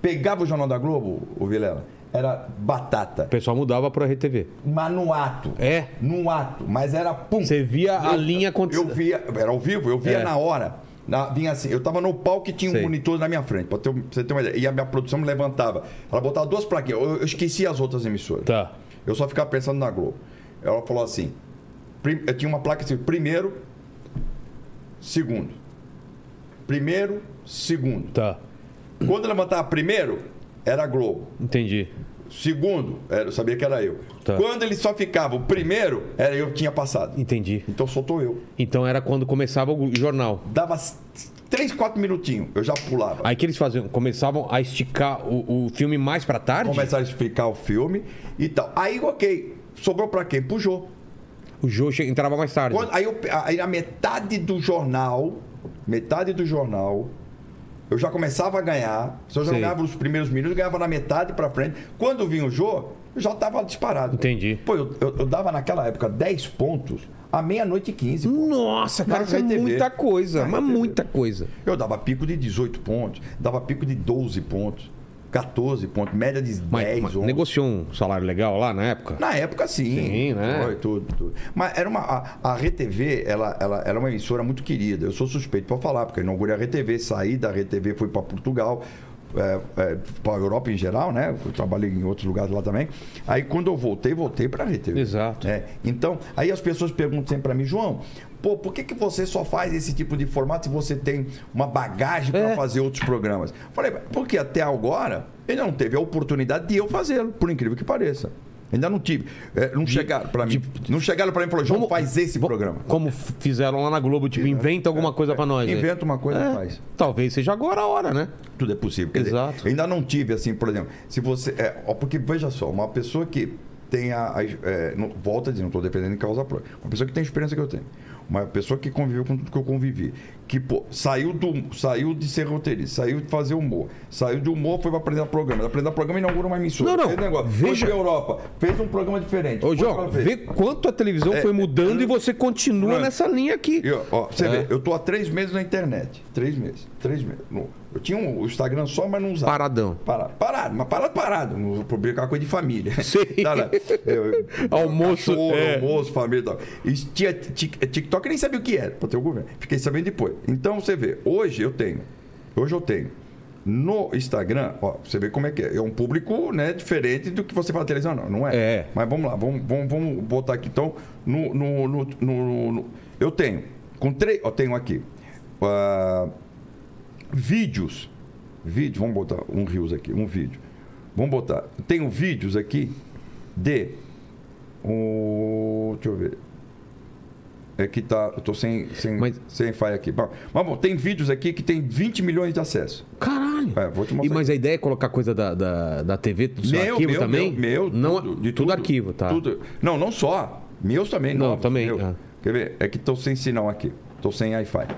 Speaker 3: Pegava o Jornal da Globo, o Vilela, era batata.
Speaker 4: O pessoal mudava pra RTV.
Speaker 3: Mas no ato.
Speaker 4: É?
Speaker 3: No ato. Mas era pum.
Speaker 4: Você via a linha
Speaker 3: Eu
Speaker 4: acontecendo.
Speaker 3: via, era ao vivo, eu via
Speaker 4: É.
Speaker 3: na hora. Na- vinha assim, eu tava no palco e tinha um
Speaker 4: Sei.
Speaker 3: monitor na minha frente, pra, ter, um, pra você ter uma ideia. E a minha produção me levantava. Ela botava duas plaquinhas. Eu, eu esqueci as outras emissoras.
Speaker 4: Tá.
Speaker 3: Eu só ficava pensando na Globo. Ela falou assim: prim- eu tinha uma placa assim, primeiro, segundo. Primeiro, segundo.
Speaker 4: Tá.
Speaker 3: Quando levantava primeiro, era Globo.
Speaker 4: Entendi.
Speaker 3: segundo, era, eu sabia que era eu.
Speaker 4: Tá.
Speaker 3: Quando ele só ficava o primeiro, era eu que tinha passado.
Speaker 4: Entendi.
Speaker 3: Então soltou eu.
Speaker 4: Então era quando começava o jornal.
Speaker 3: Dava s- três, quatro minutinhos, eu já pulava.
Speaker 4: Aí que eles faziam? Começavam a esticar o, o filme mais pra tarde?
Speaker 3: Começaram a explicar o filme e tal. Aí, ok, sobrou pra quem? Pro Jô.
Speaker 4: O Jô che- entrava mais tarde.
Speaker 3: Quando- aí, eu, aí a metade do jornal, metade do jornal, eu já começava a ganhar. Se eu já
Speaker 4: Sei.
Speaker 3: ganhava os primeiros minutos, eu ganhava na metade pra frente. Quando vinha o Jô, eu já tava disparado.
Speaker 4: Entendi.
Speaker 3: Pô, eu, eu- eu dava naquela época 10 pontos à meia-noite e 15.
Speaker 4: Hum.
Speaker 3: pô.
Speaker 4: Nossa, cara,
Speaker 3: Na
Speaker 4: isso é
Speaker 3: RTV.
Speaker 4: muita coisa.
Speaker 3: Na
Speaker 4: Mas
Speaker 3: RTV.
Speaker 4: muita coisa.
Speaker 3: Eu dava pico de 18 pontos, dava pico de 12 pontos, 14 pontos, média de 10,
Speaker 4: Mas, mas
Speaker 3: 11.
Speaker 4: negociou um salário legal lá na época?
Speaker 3: Na época, sim.
Speaker 4: Sim, né?
Speaker 3: Foi, tudo, tudo. Mas era uma, a, a RTV, ela, ela era uma emissora muito querida. Eu sou suspeito para falar, porque eu inaugurei a RTV, saí da RTV, fui para Portugal, para a Europa em geral, né? Eu trabalhei em outros lugares lá também. Aí, quando eu voltei, voltei para a RTV.
Speaker 4: Exato.
Speaker 3: É, então, aí as pessoas perguntam sempre para mim, João, pô, por que, que você só faz esse tipo de formato se você tem uma bagagem para
Speaker 4: É.
Speaker 3: fazer outros programas? Falei, porque até agora ele não teve a oportunidade de eu fazê-lo, por incrível que pareça. Ainda não tive. É, não chegaram para mim. não chegaram para mim e falaram, João, faz esse
Speaker 4: vo-
Speaker 3: programa. É,
Speaker 4: Como f- fizeram lá na Globo, tipo, inventa alguma coisa pra nós. aí.
Speaker 3: Inventa uma coisa e
Speaker 4: É,
Speaker 3: faz.
Speaker 4: Talvez seja agora a hora, né?
Speaker 3: Tudo é possível. Quer
Speaker 4: Exato.
Speaker 3: Dizer, eu ainda não tive, assim, por exemplo, se você. É, ó, porque, veja só, uma pessoa que tem a. a- é, não- volta a dizer, não estou defendendo em causa própria. Uma pessoa que tem a experiência que eu tenho. Uma pessoa que conviveu com tudo que eu convivi. Que pô, saiu, do, saiu de ser roteirista, saiu de fazer humor. Saiu de humor, foi para apresentar programa. Apresentar programa inaugura uma emissora.
Speaker 4: Não, não,
Speaker 3: Fez negócio.
Speaker 4: veja-
Speaker 3: Foi pra Europa. Fez um programa diferente.
Speaker 4: Ô,
Speaker 3: foi
Speaker 4: João,
Speaker 3: pra
Speaker 4: vê quanto a televisão
Speaker 3: É,
Speaker 4: foi mudando e você continua
Speaker 3: Pronto.
Speaker 4: nessa linha aqui.
Speaker 3: eu, ó, pra você
Speaker 4: É.
Speaker 3: vê, eu tô há três meses na internet. Três meses. Três meses. No- Eu tinha um- o Instagram só, mas não usava.
Speaker 4: Paradão.
Speaker 3: Parado, parado, mas parado, parado. Não vou publicar coisa de família.
Speaker 4: Sim.
Speaker 3: Tá lá. Eu-
Speaker 4: Almoço,
Speaker 3: cachorro,
Speaker 4: é.
Speaker 3: almoço, família e tal. E tinha tic- TikTok, eu nem sabia o que era, pra ter o governo. Fiquei sabendo depois. Então você vê, hoje eu tenho. Hoje eu tenho. No Instagram, ó, você vê como é que é. É um público né, diferente do que você fala televisão, não, não é?
Speaker 4: É.
Speaker 3: Mas vamos lá, vamos, vamos, vamos botar aqui. Então, no, no, no- no- no- eu tenho, com três, eu tenho aqui, ah, vídeos, vídeo, vamos botar um rios aqui, um vídeo. Vamos botar, eu tenho vídeos aqui de, o, deixa eu ver, é que tá, eu tô sem, sem,
Speaker 4: Mas-
Speaker 3: sem file aqui. Bom, mas bom, tem vídeos aqui que tem 20 milhões de acessos.
Speaker 4: Caralho.
Speaker 3: É, vou te mostrar
Speaker 4: E, mas a ideia é colocar coisa da, da, da TV, do seu
Speaker 3: meu,
Speaker 4: arquivo
Speaker 3: meu,
Speaker 4: também?
Speaker 3: Meu, meu
Speaker 4: não, é-
Speaker 3: tudo, de
Speaker 4: tudo, arquivo, tá?
Speaker 3: tudo. Não, não só. Meus também,
Speaker 4: Não,
Speaker 3: novos,
Speaker 4: também,
Speaker 3: meu.
Speaker 4: ah.
Speaker 3: Quer ver? É que estou sem sinal aqui. Estou sem Wi-Fi.
Speaker 4: Se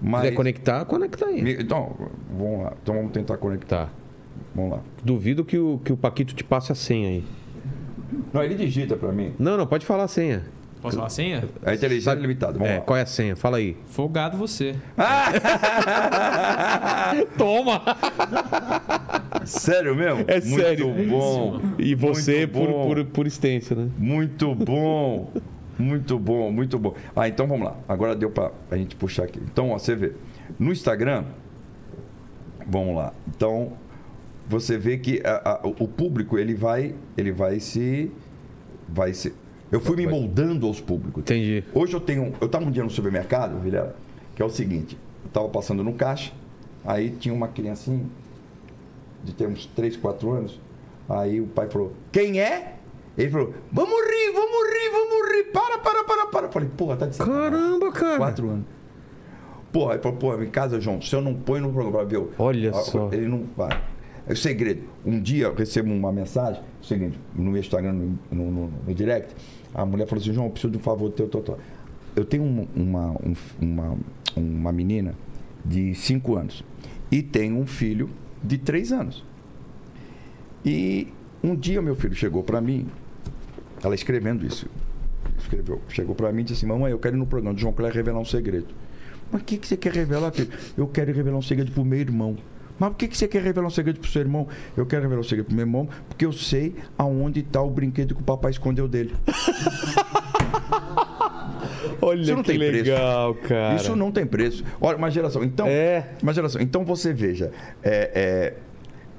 Speaker 3: Mas.
Speaker 4: quiser conectar, conecta aí.
Speaker 3: me- Então, vamos lá. Então vamos tentar conectar.
Speaker 4: Tá.
Speaker 3: Vamos lá.
Speaker 4: Duvido que o, que o Paquito te passe a senha aí.
Speaker 3: Não, ele digita para mim.
Speaker 4: Não, não, pode falar a senha.
Speaker 5: Posso falar a senha?
Speaker 3: A inteligência é limitada. Vamos
Speaker 4: É,
Speaker 3: lá.
Speaker 4: qual é a senha? Fala aí.
Speaker 5: Folgado você.
Speaker 4: Toma!
Speaker 3: Sério mesmo?
Speaker 4: É
Speaker 3: Muito
Speaker 4: sério.
Speaker 3: bom.
Speaker 4: E você
Speaker 3: Muito
Speaker 4: por,
Speaker 3: bom.
Speaker 4: por, por extência, né?
Speaker 3: Muito bom. Muito bom, muito bom. Ah, então vamos lá. Agora deu pra a gente puxar aqui. Então, ó, você vê. No Instagram, vamos lá. Então, você vê que a- a- o público, ele vai, ele vai se vai se Eu fui me moldando aos públicos.
Speaker 4: Entendi.
Speaker 3: Hoje eu tenho, eu tava um dia no supermercado, Vilela, que é o seguinte, eu tava passando no caixa, aí tinha uma criancinha de ter uns 3, 4 anos. Aí o pai falou: "Quem é?" Ele falou: "Vamos rir, vamos rir, vamos rir. Para, para, para, para." Eu falei: "Porra, tá de sacanagem."
Speaker 4: Caramba, cara.
Speaker 3: Quatro anos. Porra, ele falou, porra, em casa, João, se eu não põe no programa, viu?
Speaker 4: Olha
Speaker 3: Ah,
Speaker 4: só.
Speaker 3: Ele não vai. É o segredo. Um dia eu recebo uma mensagem, o seguinte, no meu Instagram, no, no- no- no direct, a mulher falou assim, João, eu preciso de um favor teu, teu, teu. Eu tenho um- uma, um- uma, uma menina de 5 anos e tenho um filho de 3 anos. E um dia meu filho chegou para mim, ela escrevendo isso, escreveu, chegou para mim e disse assim, mamãe, eu quero ir no programa do João Cléber revelar um segredo. Mas o que, que você quer revelar, filho? Eu quero revelar um segredo pro meu irmão. Mas por que, que você quer revelar um segredo pro seu irmão? Eu quero revelar um segredo pro meu irmão porque eu sei aonde tá o brinquedo que o papai escondeu dele.
Speaker 4: Olha
Speaker 3: Isso não
Speaker 4: que
Speaker 3: tem preço.
Speaker 4: legal, cara.
Speaker 3: Isso não tem preço. Olha, uma geração. Então,
Speaker 4: É.
Speaker 3: uma geração. Então você veja, é, é,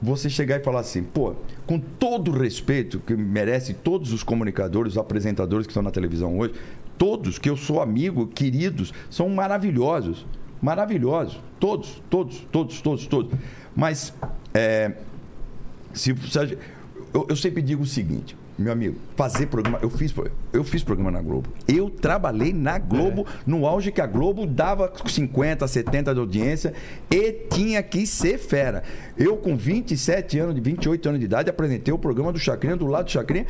Speaker 3: você chegar e falar assim, pô, com todo o respeito que merece todos os comunicadores, os apresentadores que estão na televisão hoje, todos que eu sou amigo, queridos, são maravilhosos, maravilhosos, todos, todos, todos, todos, todos. Mas é, se, se a gen- eu, eu sempre digo o seguinte, meu amigo, fazer programa. Eu fiz, eu fiz programa na Globo. Eu trabalhei na
Speaker 4: É.
Speaker 3: Globo, no auge que a Globo dava 50, 70 de audiência e tinha que ser fera. Eu, com 27 anos, de 28 anos de idade, apresentei o programa do Chacrinha, do lado do Chacrinha.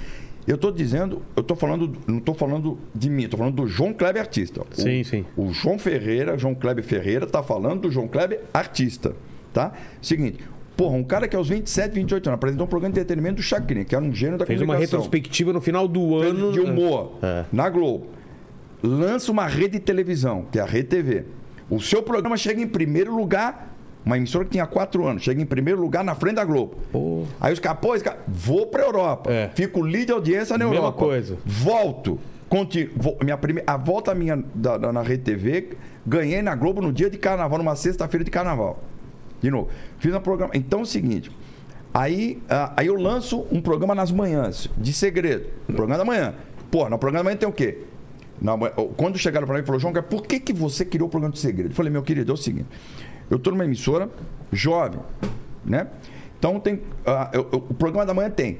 Speaker 3: Eu tô dizendo, eu tô falando, não tô falando de mim, tô falando do João Kleber artista. O-
Speaker 4: Sim, sim.
Speaker 3: o João Ferreira, João Kleber Ferreira, tá falando do João Kleber artista, tá? Seguinte, porra, um cara que aos 27, 28 anos apresentou um programa de entretenimento do Chacrinha, que era um gênio da
Speaker 4: Fez uma
Speaker 3: comunicação.
Speaker 4: retrospectiva no final do ano.
Speaker 3: de um humor
Speaker 4: É.
Speaker 3: na Globo. Lança uma rede de televisão, que é a Rede TV. O seu programa chega em primeiro lugar, uma emissora que tinha quatro anos, chega em primeiro lugar na frente da Globo. Aí os caras, pô, esse cara, vou pra Europa.
Speaker 4: É.
Speaker 3: Fico líder de audiência na
Speaker 4: Mesma
Speaker 3: Europa.
Speaker 4: coisa.
Speaker 3: Volto. Conti, vo- minha prime, a volta minha da, da- na Rede TV, ganhei na Globo no dia de carnaval, numa sexta-feira de carnaval. De novo. Fiz um programa. Então é o seguinte. Aí, ah, aí eu lanço um programa nas manhãs, de segredo. Um programa da manhã. Pô, no programa da manhã tem o quê? Na manhã- oh, quando chegaram pra mim e falaram, João, Gabriel, por que, que você criou o programa de segredo? Eu falei, meu querido, é o seguinte. Eu tô numa emissora jovem, né? Então tem. ah, eu- eu- o programa da manhã tem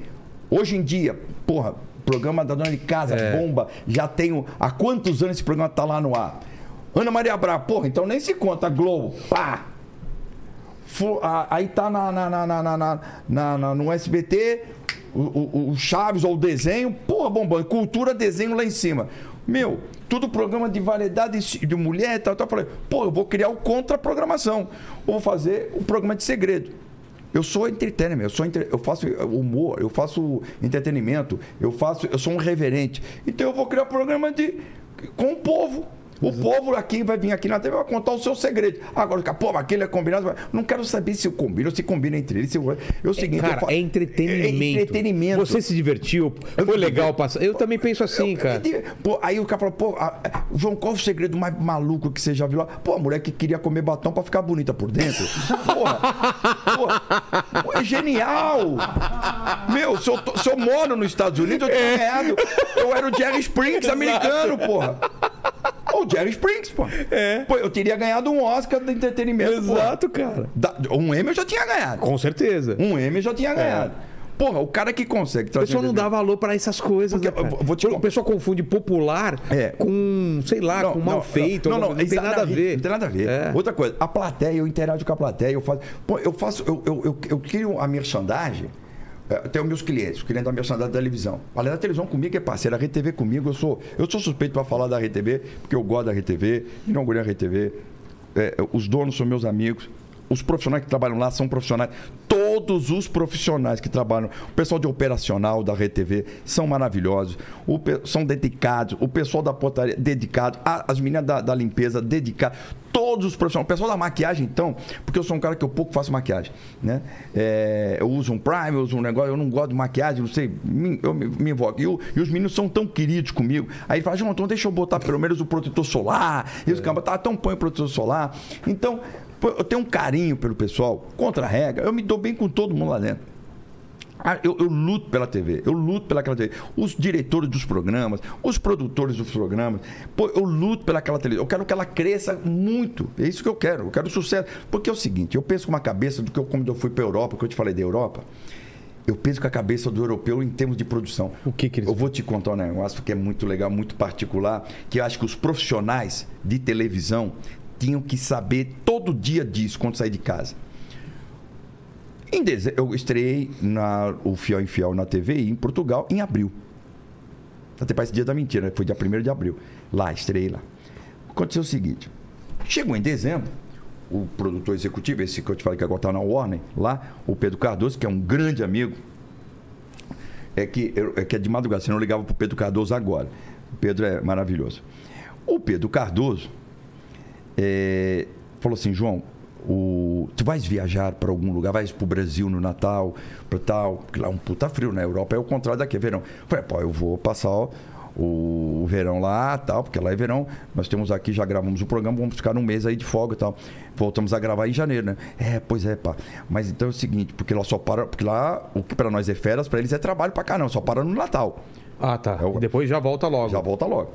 Speaker 3: Hoje em dia, porra, programa da dona de casa, bomba, já tenho. Há quantos anos esse programa tá lá no ar? Ana Maria Bra, porra, então nem se conta, Globo, pá! Fu- a- Aí tá na, na, na, na, na, na- na- na- no SBT, o, o- o Chaves ou o desenho, porra, bombando, cultura, desenho lá em cima. Meu, tudo programa de variedade de de mulher e tal, tal. Falei, pô, eu vou criar o contra-programação. Eu Vou fazer o programa de segredo. Eu sou entertainment, eu, sou entre- eu faço humor, eu faço entretenimento, eu faço, eu sou um reverente. Então eu vou criar um programa de com o povo. O povo aqui vai vir aqui na TV e vai contar o seu segredo. Agora, fica, pô, mas aquele é combinado. Não quero saber se eu combino, se combina entre eles. Se eu... É o seguinte, eu
Speaker 4: Cara,
Speaker 3: fa-
Speaker 4: é entretenimento.
Speaker 3: É entretenimento.
Speaker 4: Você se divertiu, foi legal passar. Eu também penso assim, cara.
Speaker 3: E, pô, aí o cara fala, pô, a- a- João, qual o segredo mais maluco que você já viu lá? Pô, a mulher que queria comer batom pra ficar bonita por dentro. Porra! porra pô, é genial! Meu, se eu, tô- se eu moro nos Estados Unidos, eu
Speaker 4: É.
Speaker 3: tinha ganhado. Eu era o Jerry Springs americano, porra! O Jerry Springs, pô. Pô, eu teria ganhado um Oscar de entretenimento.
Speaker 4: É. Exato,
Speaker 3: porra.
Speaker 4: cara.
Speaker 3: Da- um Emmy eu já tinha ganhado.
Speaker 4: Com certeza.
Speaker 3: Um Emmy eu já tinha ganhado. Porra, o cara que consegue
Speaker 4: O
Speaker 3: trazer.
Speaker 4: pessoal É. não dá valor pra essas coisas.
Speaker 3: Porque
Speaker 4: né, cara?
Speaker 3: eu vou te
Speaker 4: o
Speaker 3: con-
Speaker 4: pessoal confunde popular
Speaker 3: É.
Speaker 4: com, sei lá, com mal feito.
Speaker 3: Não, não,
Speaker 4: alguma coisa.
Speaker 3: isso
Speaker 4: tem nada a ver.
Speaker 3: Não tem nada a ver.
Speaker 4: É.
Speaker 3: Outra coisa, a plateia, eu interajo com a plateia, eu faço. Pô, eu faço, eu, eu, eu, eu crio a merchandagem. eh, Eu tenho meus clientes, o cliente da merchandagem da televisão. A da televisão comigo é parceira, a RTV comigo, eu sou, eu sou suspeito para falar da RTV, porque eu gosto da RTV, inaugurei a RTV. eh, os donos são meus amigos. Os profissionais que trabalham lá são profissionais. Todos os profissionais que trabalham, o pessoal de operacional da RTV são maravilhosos, o pe- são dedicados, o pessoal da portaria dedicado, a- as meninas da, da limpeza dedicado, todos os profissionais, o pessoal da maquiagem então, porque eu sou um cara que eu pouco faço maquiagem, né? É, eu uso um prime, eu uso um negócio, eu não gosto de maquiagem, não sei, me- eu me, me envolvo. E, o- e os meninos são tão queridos comigo. Aí ele fala, João, então deixa eu botar pelo menos o protetor solar. E os caras, tá, então põe o protetor solar. Então, Pô, Eu tenho um carinho pelo pessoal, contra a regra. Eu me dou bem com todo mundo lá dentro. Ah, Eu, eu luto pela TV, eu luto pelaquela TV. Os diretores dos programas, os produtores dos programas, pô, eu luto pelaquela televisão. Eu quero que ela cresça muito. É isso que eu quero. Eu quero sucesso. Porque é o seguinte, eu penso com uma cabeça do que eu, quando eu fui para Europa, que eu te falei da Europa. Eu penso com a cabeça do europeu em termos de produção.
Speaker 4: O que que eles
Speaker 3: Eu vou te contar um negócio que é muito legal, muito particular, que eu acho que os profissionais de televisão tinham que saber todo dia disso quando sair de casa. Em deze... Eu estreiei na... o Fiel em Fiel na TV em Portugal em abril. Até parece dia da mentira, né? foi dia 1 de abril. Lá, estreiei lá. Aconteceu o seguinte: chegou em dezembro, o produtor executivo, esse que eu te falei que agora está na Warner, lá, o Pedro Cardoso, que é um grande amigo, é que, eu- é que é de madrugada, senão eu ligava pro Pedro Cardoso agora. O Pedro é maravilhoso. O Pedro Cardoso é, falou assim, João, o, tu vais viajar para algum lugar, vais pro Brasil no Natal, para tal, porque lá é um puta frio, na Europa é o contrário daqui, é verão. Eu falei, pô, eu vou passar o, o verão lá, tal, porque lá é verão, nós temos aqui, já gravamos o programa, vamos ficar um mês aí de folga e tal. Voltamos a gravar em janeiro, né? É, pois é, pá. Mas então é o seguinte, porque lá só para, porque lá o que para nós é férias, para eles é trabalho pra caramba, só para no Natal.
Speaker 4: Ah, tá.
Speaker 3: É o-
Speaker 4: E Depois já volta logo.
Speaker 3: Já volta logo.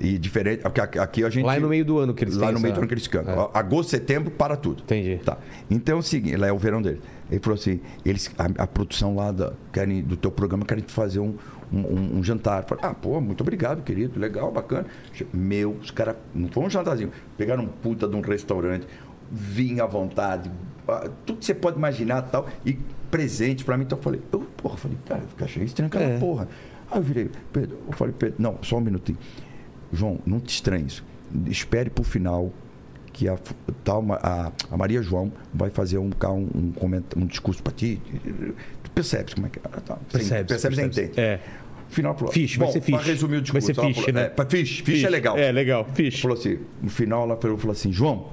Speaker 3: E diferente. Porque aqui aqui a gente.
Speaker 4: Lá é no meio do ano que eles
Speaker 3: Lá
Speaker 4: têm
Speaker 3: no meio
Speaker 4: essa-
Speaker 3: do ano que eles cantam. Agosto, setembro, para tudo.
Speaker 4: É. Entendi.
Speaker 3: Tá. Então é o seguinte, lá é o verão dele. Ele falou assim: eles, a, a produção lá da, querem, do teu programa querem te fazer um, um, um- um jantar. Eu falei, ah, pô, muito obrigado, querido. Legal, bacana. Che- Meu, os caras. Não foi um jantarzinho. Pegaram um puta de um restaurante, vinho à vontade, ah, tudo que você pode imaginar e tal. E presente pra mim. Então eu falei, eu, porra, falei, cara, eu achei estranho aquela
Speaker 4: É.
Speaker 3: porra. Aí eu virei, Pedro, eu falei, Pedro, não, só um minutinho. João, não te estranhes. Espere pro final que a, tal, ma- a, a Maria João vai fazer um, ca- um, um, comenta- um discurso para ti. Tu percebes como é que ela tá.
Speaker 4: Percebes,
Speaker 3: Percebes,
Speaker 4: percebes.
Speaker 3: entende.
Speaker 4: É.
Speaker 3: Final pro
Speaker 4: Fish, vai ser
Speaker 3: Para
Speaker 4: fish.
Speaker 3: resumir o
Speaker 4: Vai
Speaker 3: discurso.
Speaker 4: ser
Speaker 3: ela
Speaker 4: fish,
Speaker 3: falou-
Speaker 4: né?
Speaker 3: É, pra fish, fish, é legal.
Speaker 4: É, legal. Fish.
Speaker 3: Falou assim, no final ela falou, falou assim, João,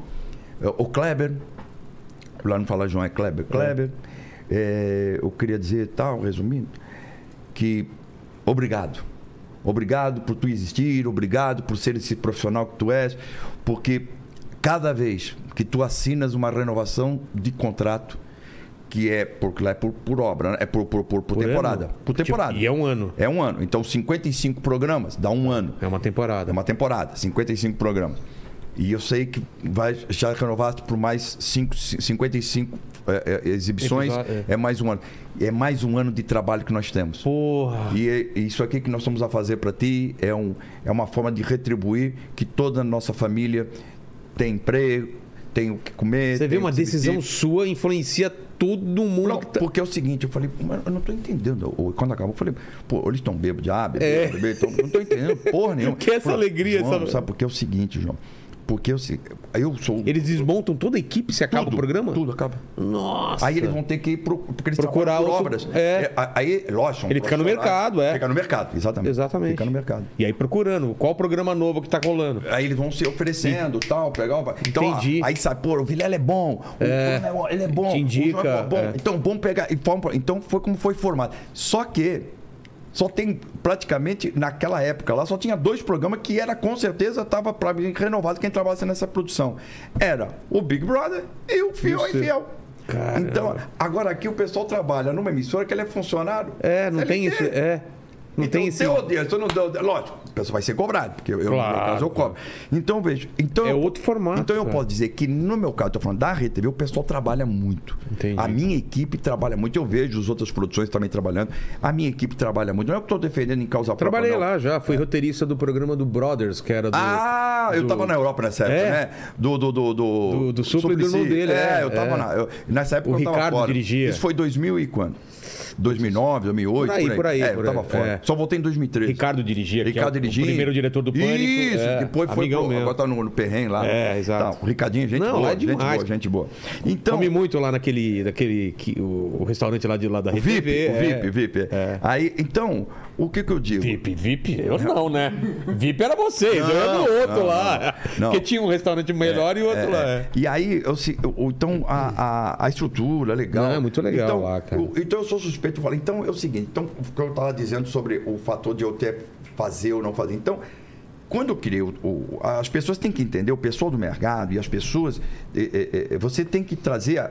Speaker 3: eh, o Kleber, lá não fala João, é Kleber, Kleber, eh,
Speaker 4: É.
Speaker 3: eu queria dizer tal, resumindo, que obrigado. Obrigado por tu existir, obrigado por ser esse profissional que tu és, porque cada vez que tu assinas uma renovação de contrato, que é porque lá é por, por obra, né? é por, por, por, por
Speaker 4: Por
Speaker 3: temporada.
Speaker 4: ano.
Speaker 3: Por
Speaker 4: Tipo,
Speaker 3: temporada.
Speaker 4: e é um ano.
Speaker 3: É um ano. Então, 55 programas dá um ano.
Speaker 4: É uma temporada.
Speaker 3: É uma temporada, 55 programas. E eu sei que vai já renovado por mais cinco, ci- 55 é, é, exibições.
Speaker 4: Episódio,
Speaker 3: é. mais um ano. É mais um ano de trabalho que nós temos.
Speaker 4: Porra.
Speaker 3: E é- e isso aqui que nós estamos a fazer para ti é, um, é uma forma de retribuir que toda a nossa família tem emprego, tem o que comer.
Speaker 4: Você vê
Speaker 3: tem o
Speaker 4: uma
Speaker 3: que se
Speaker 4: decisão
Speaker 3: vestir.
Speaker 4: sua influencia todo mundo.
Speaker 3: Não,
Speaker 4: que tá-
Speaker 3: porque é o seguinte, eu falei, mas eu não tô entendendo. Ou Quando acabou, eu falei, pô, eles estão bêbados, já, bebê,
Speaker 4: É.
Speaker 3: bebê, então, não tô entendendo porra nenhuma.
Speaker 4: Que essa
Speaker 3: Falei,
Speaker 4: alegria,
Speaker 3: João,
Speaker 4: essa-
Speaker 3: Sabe porque é o seguinte, João? Porque eu, se- eu sou.
Speaker 4: Eles desmontam toda a equipe se acaba
Speaker 3: Tudo,
Speaker 4: o programa?
Speaker 3: Tudo acaba.
Speaker 4: Nossa.
Speaker 3: Aí eles vão ter que ir pro, porque eles
Speaker 4: Procurar
Speaker 3: trabalham por
Speaker 4: outro-
Speaker 3: obras.
Speaker 4: é.
Speaker 3: a- Aí, lógico. são
Speaker 4: Ele fica no
Speaker 3: profissionais.
Speaker 4: mercado, é.
Speaker 3: Fica no mercado, exatamente.
Speaker 4: Exatamente.
Speaker 3: Fica no mercado.
Speaker 4: E aí procurando qual programa novo que tá rolando.
Speaker 3: Aí eles vão se oferecendo, tal, pegar o... Então, ó,
Speaker 4: Entendi.
Speaker 3: aí sabe, pô, o Vilela é bom, o João é- ele é bom, o
Speaker 4: Te
Speaker 3: João é
Speaker 4: indica,
Speaker 3: bom.
Speaker 4: é.
Speaker 3: Então, vamos pegar... e vamos- Então, foi como foi formado. Só que, só tem praticamente, naquela época lá, só tinha dois programas que era, com certeza, tava pra mim renovado quem trabalhasse nessa produção. Era o Big Brother e o Fiel e Fiel. Então, agora aqui o pessoal trabalha numa emissora que ele é funcionário.
Speaker 4: É, não tem
Speaker 3: CLT.
Speaker 4: isso. É. Não
Speaker 3: Então,
Speaker 4: tem
Speaker 3: se
Speaker 4: esse.
Speaker 3: eu odeio, se eu não dou, lógico, o pessoal vai ser cobrado, porque eu, eu, no
Speaker 4: Claro,
Speaker 3: meu caso, eu cobro. Então, vejo. Então,
Speaker 4: É outro formato,
Speaker 3: Então, eu
Speaker 4: cara.
Speaker 3: posso dizer que, no meu caso, eu tô falando da RTV, o pessoal trabalha muito.
Speaker 4: Entendi.
Speaker 3: A minha equipe trabalha muito. Eu vejo as outras produções também trabalhando. A minha equipe trabalha muito. Não é que eu tô defendendo em causa própria.
Speaker 4: Trabalhei
Speaker 3: não.
Speaker 4: lá já, fui roteirista do programa do Brothers, que era do.
Speaker 3: Ah, eu
Speaker 4: do-
Speaker 3: tava na Europa nessa época,
Speaker 4: É.
Speaker 3: né? Do do do do,
Speaker 4: Do- do Supla e do irmão
Speaker 3: Suplicy.
Speaker 4: dele,
Speaker 3: É,
Speaker 4: é,
Speaker 3: eu tava
Speaker 4: é.
Speaker 3: na eu- nessa época
Speaker 4: O
Speaker 3: eu tava
Speaker 4: Ricardo
Speaker 3: fora.
Speaker 4: dirigia.
Speaker 3: Isso foi 2000 e quando? 2009, 2008,
Speaker 4: Por aí, por aí,
Speaker 3: É, eu
Speaker 4: por
Speaker 3: tava
Speaker 4: aí,
Speaker 3: fora.
Speaker 4: é.
Speaker 3: Só voltei em 2013.
Speaker 4: Ricardo dirigia, que é
Speaker 3: Ricardo
Speaker 4: o- o
Speaker 3: dirigia.
Speaker 4: primeiro diretor do Pânico,
Speaker 3: Isso,
Speaker 4: é,
Speaker 3: depois foi
Speaker 4: amigão
Speaker 3: pro,
Speaker 4: meu.
Speaker 3: agora tá no, no Perren lá.
Speaker 4: É, exato.
Speaker 3: Tá, o Ricardinho, gente
Speaker 4: Não,
Speaker 3: boa,
Speaker 4: lá é
Speaker 3: gente
Speaker 4: demais.
Speaker 3: boa, gente boa. Então,
Speaker 4: Comi muito lá naquele. daquele que, o, o restaurante lá de lá da
Speaker 3: o VIP,
Speaker 4: RTV,
Speaker 3: o
Speaker 4: é.
Speaker 3: VIP, VIP. é. Aí, então, o que que eu digo?
Speaker 4: VIP, VIP, eu não, né? VIP era vocês, eu era do outro lá.
Speaker 3: não.
Speaker 4: Porque tinha um restaurante melhor e outro
Speaker 3: É,
Speaker 4: lá.
Speaker 3: é.
Speaker 4: é.
Speaker 3: E aí, eu, se- eu- então, a, a, a estrutura é legal.
Speaker 4: Não, é muito legal
Speaker 3: então,
Speaker 4: lá, cara.
Speaker 3: eu- então, eu sou suspeito. Eu falo, então, é o seguinte. Então, o que eu estava dizendo sobre o fator de eu ter fazer ou não fazer. Então, quando eu criei... o- o- as pessoas têm que entender, o pessoal do mercado e as pessoas... eh, eh, eh, você tem que trazer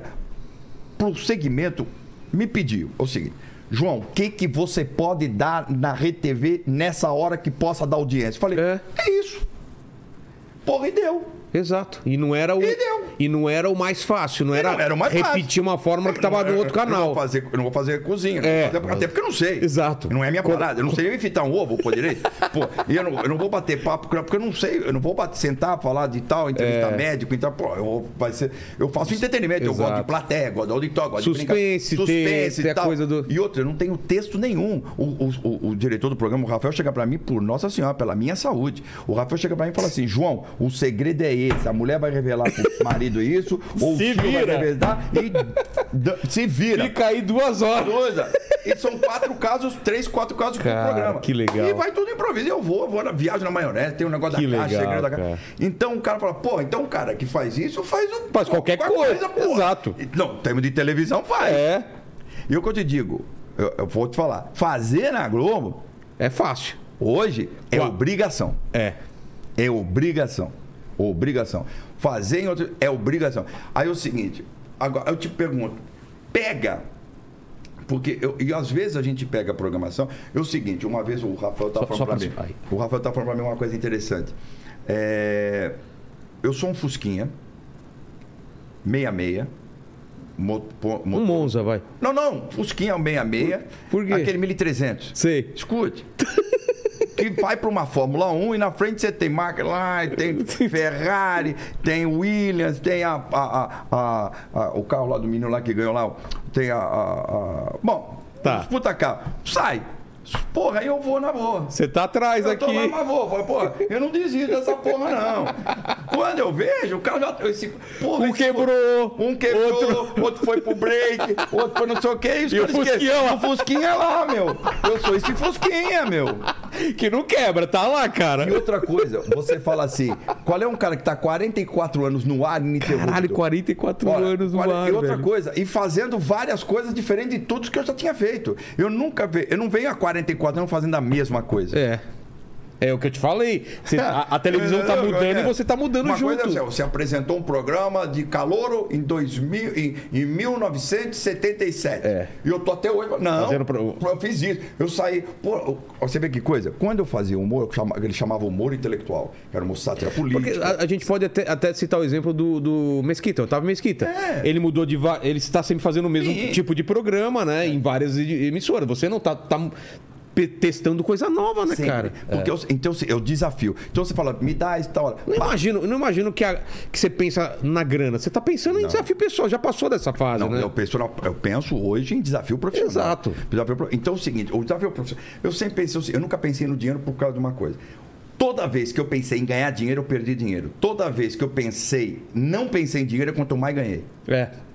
Speaker 3: para o segmento, me pediu. É o seguinte... João, o que, que você pode dar na RedeTV nessa hora que possa dar audiência? Eu Falei,
Speaker 4: É.
Speaker 3: é isso. Porra, e deu.
Speaker 4: Exato. E não era o.
Speaker 3: E deu.
Speaker 4: E não era o mais fácil, não era,
Speaker 3: não era o mais
Speaker 4: repetir
Speaker 3: fácil.
Speaker 4: uma fórmula que tava no outro
Speaker 3: Eu não vou
Speaker 4: canal.
Speaker 3: fazer, eu não vou fazer cozinha.
Speaker 4: É.
Speaker 3: até, até porque eu não sei.
Speaker 4: Exato.
Speaker 3: Não é minha parada. Eu não sei nem fritar um ovo, pô, direito. Pô, e eu não, eu não vou bater papo, porque eu não sei. Eu não vou bater, sentar, falar de tal,
Speaker 4: É.
Speaker 3: entrevistar médico. Então, pô, eu, vai ser, eu faço entretenimento. Eu
Speaker 4: Exato.
Speaker 3: gosto de plateia, gosto de auditório, gosto
Speaker 4: Suspense,
Speaker 3: de brincar.
Speaker 4: tem- tem a coisa do-
Speaker 3: E outra, eu não tenho texto nenhum. O, o- o- o diretor do programa, o Rafael, chega pra mim, por Nossa Senhora, pela minha saúde. O Rafael chega pra mim e fala assim: João, o segredo é esse. A mulher vai revelar pro marido isso, ou
Speaker 4: Se
Speaker 3: o tio
Speaker 4: vira.
Speaker 3: vai revelar e dan- se vira.
Speaker 4: Fica aí duas horas.
Speaker 3: Coisa. E são quatro casos, três, quatro casos
Speaker 4: Cara,
Speaker 3: por programa.
Speaker 4: que legal.
Speaker 3: E vai tudo improviso. Eu vou, eu vou na viagem na maionese, tem um negócio
Speaker 4: Que
Speaker 3: da caixa,
Speaker 4: legal,
Speaker 3: segredo da caixa.
Speaker 4: cara.
Speaker 3: Então o cara fala, pô, então o cara que faz isso faz um.
Speaker 4: Faz qualquer coisa,
Speaker 3: pô.
Speaker 4: exato.
Speaker 3: Não, termo de televisão faz.
Speaker 4: É.
Speaker 3: E o que eu te digo, eu, eu vou te falar, fazer na Globo
Speaker 4: É fácil.
Speaker 3: hoje é
Speaker 4: Claro.
Speaker 3: obrigação.
Speaker 4: É.
Speaker 3: É obrigação. Obrigação. Fazer em outro. É obrigação. Aí é o seguinte, agora eu te pergunto: pega Porque eu- e às vezes a gente pega a programação. É o seguinte, uma vez o Rafael tá
Speaker 4: Só-
Speaker 3: falando
Speaker 4: só
Speaker 3: pra
Speaker 4: pra-
Speaker 3: mim.
Speaker 4: ai.
Speaker 3: O Rafael tá falando pra mim uma coisa interessante. É, eu sou um Fusquinha, 66. Mo, po- mo-
Speaker 4: Hum.
Speaker 1: Um Monza, vai.
Speaker 3: Não, não, Fusquinha 66.
Speaker 1: Por quê?
Speaker 3: Aquele 1300.
Speaker 1: Sei.
Speaker 3: Escute. Que vai para uma Fórmula 1 e na frente você tem McLaren, tem Ferrari, tem Williams, tem a, a- a- a- a- o carro lá do menino lá que ganhou lá, tem a. a- a- bom,
Speaker 1: Tá.
Speaker 3: disputa carro. Sai. Porra, aí eu vou na boa.
Speaker 1: Você tá atrás
Speaker 3: Eu tô
Speaker 1: aqui.
Speaker 3: lá, mas vou, vou, pô, eu não desisto dessa porra, não. Quando eu vejo, o cara já. Esse, porra,
Speaker 1: Um
Speaker 3: esse-
Speaker 1: quebrou,
Speaker 3: Um quebrou, outro... foi pro break, outro foi não sei o que. E, os
Speaker 1: E o
Speaker 3: caras esquecem.
Speaker 1: Fusquinha lá.
Speaker 3: O Fusquinha lá, meu. Eu sou esse Fusquinha, meu.
Speaker 1: Que não quebra, tá lá, cara.
Speaker 3: E outra coisa, você fala assim: qual é um cara que tá 44 anos no ar ininterrupto?
Speaker 1: Caralho, 44
Speaker 3: Olha,
Speaker 1: anos no
Speaker 3: olha,
Speaker 1: ar,
Speaker 3: E outra
Speaker 1: velho.
Speaker 3: coisa, e fazendo várias coisas diferentes de tudo que eu já tinha feito. Eu nunca ve... eu não venho há 44 anos fazendo a mesma coisa.
Speaker 1: É. É o que eu te falei. Você- a, a televisão tá
Speaker 3: Entendeu?
Speaker 1: mudando
Speaker 3: É.
Speaker 1: e você tá mudando
Speaker 3: Uma
Speaker 1: junto.
Speaker 3: coisa é assim, você apresentou um programa de calouro em, 2000, em, em 1977.
Speaker 1: É.
Speaker 3: E eu tô até hoje. Não,
Speaker 1: Fazendo pro-
Speaker 3: eu fiz isso. Eu saí. Pô, você vê que coisa? Quando eu fazia humor, eu chama- ele chamava humor intelectual. Era uma sátira
Speaker 1: Porque ah,
Speaker 3: política.
Speaker 1: a, a gente pode até, até citar o exemplo do, do Mesquita, Otávio Mesquita. Ele mudou de. va- Ele está sempre fazendo o mesmo
Speaker 3: É. Sim.
Speaker 1: tipo de programa, né? Em várias e- emissoras. Você não tá, tá pe- testando coisa nova, né,
Speaker 3: Sempre.
Speaker 1: cara?
Speaker 3: Porque eu, então eu desafio. Então você fala, me dá esta hora.
Speaker 1: Não imagino, não imagino que, a- que você pensa na grana. Você tá pensando em desafio pessoal, já passou dessa fase,
Speaker 3: Não,
Speaker 1: né?
Speaker 3: eu, penso na- eu penso hoje em desafio profissional.
Speaker 1: Exato.
Speaker 3: Desafio pro- então é o seguinte, o desafio profissional. Eu sempre pensei, o seguinte, eu nunca pensei no dinheiro por causa de uma coisa. Toda vez que eu pensei em ganhar dinheiro, eu perdi dinheiro. Toda vez que eu pensei, não pensei em dinheiro, é quanto mais ganhei.
Speaker 1: É.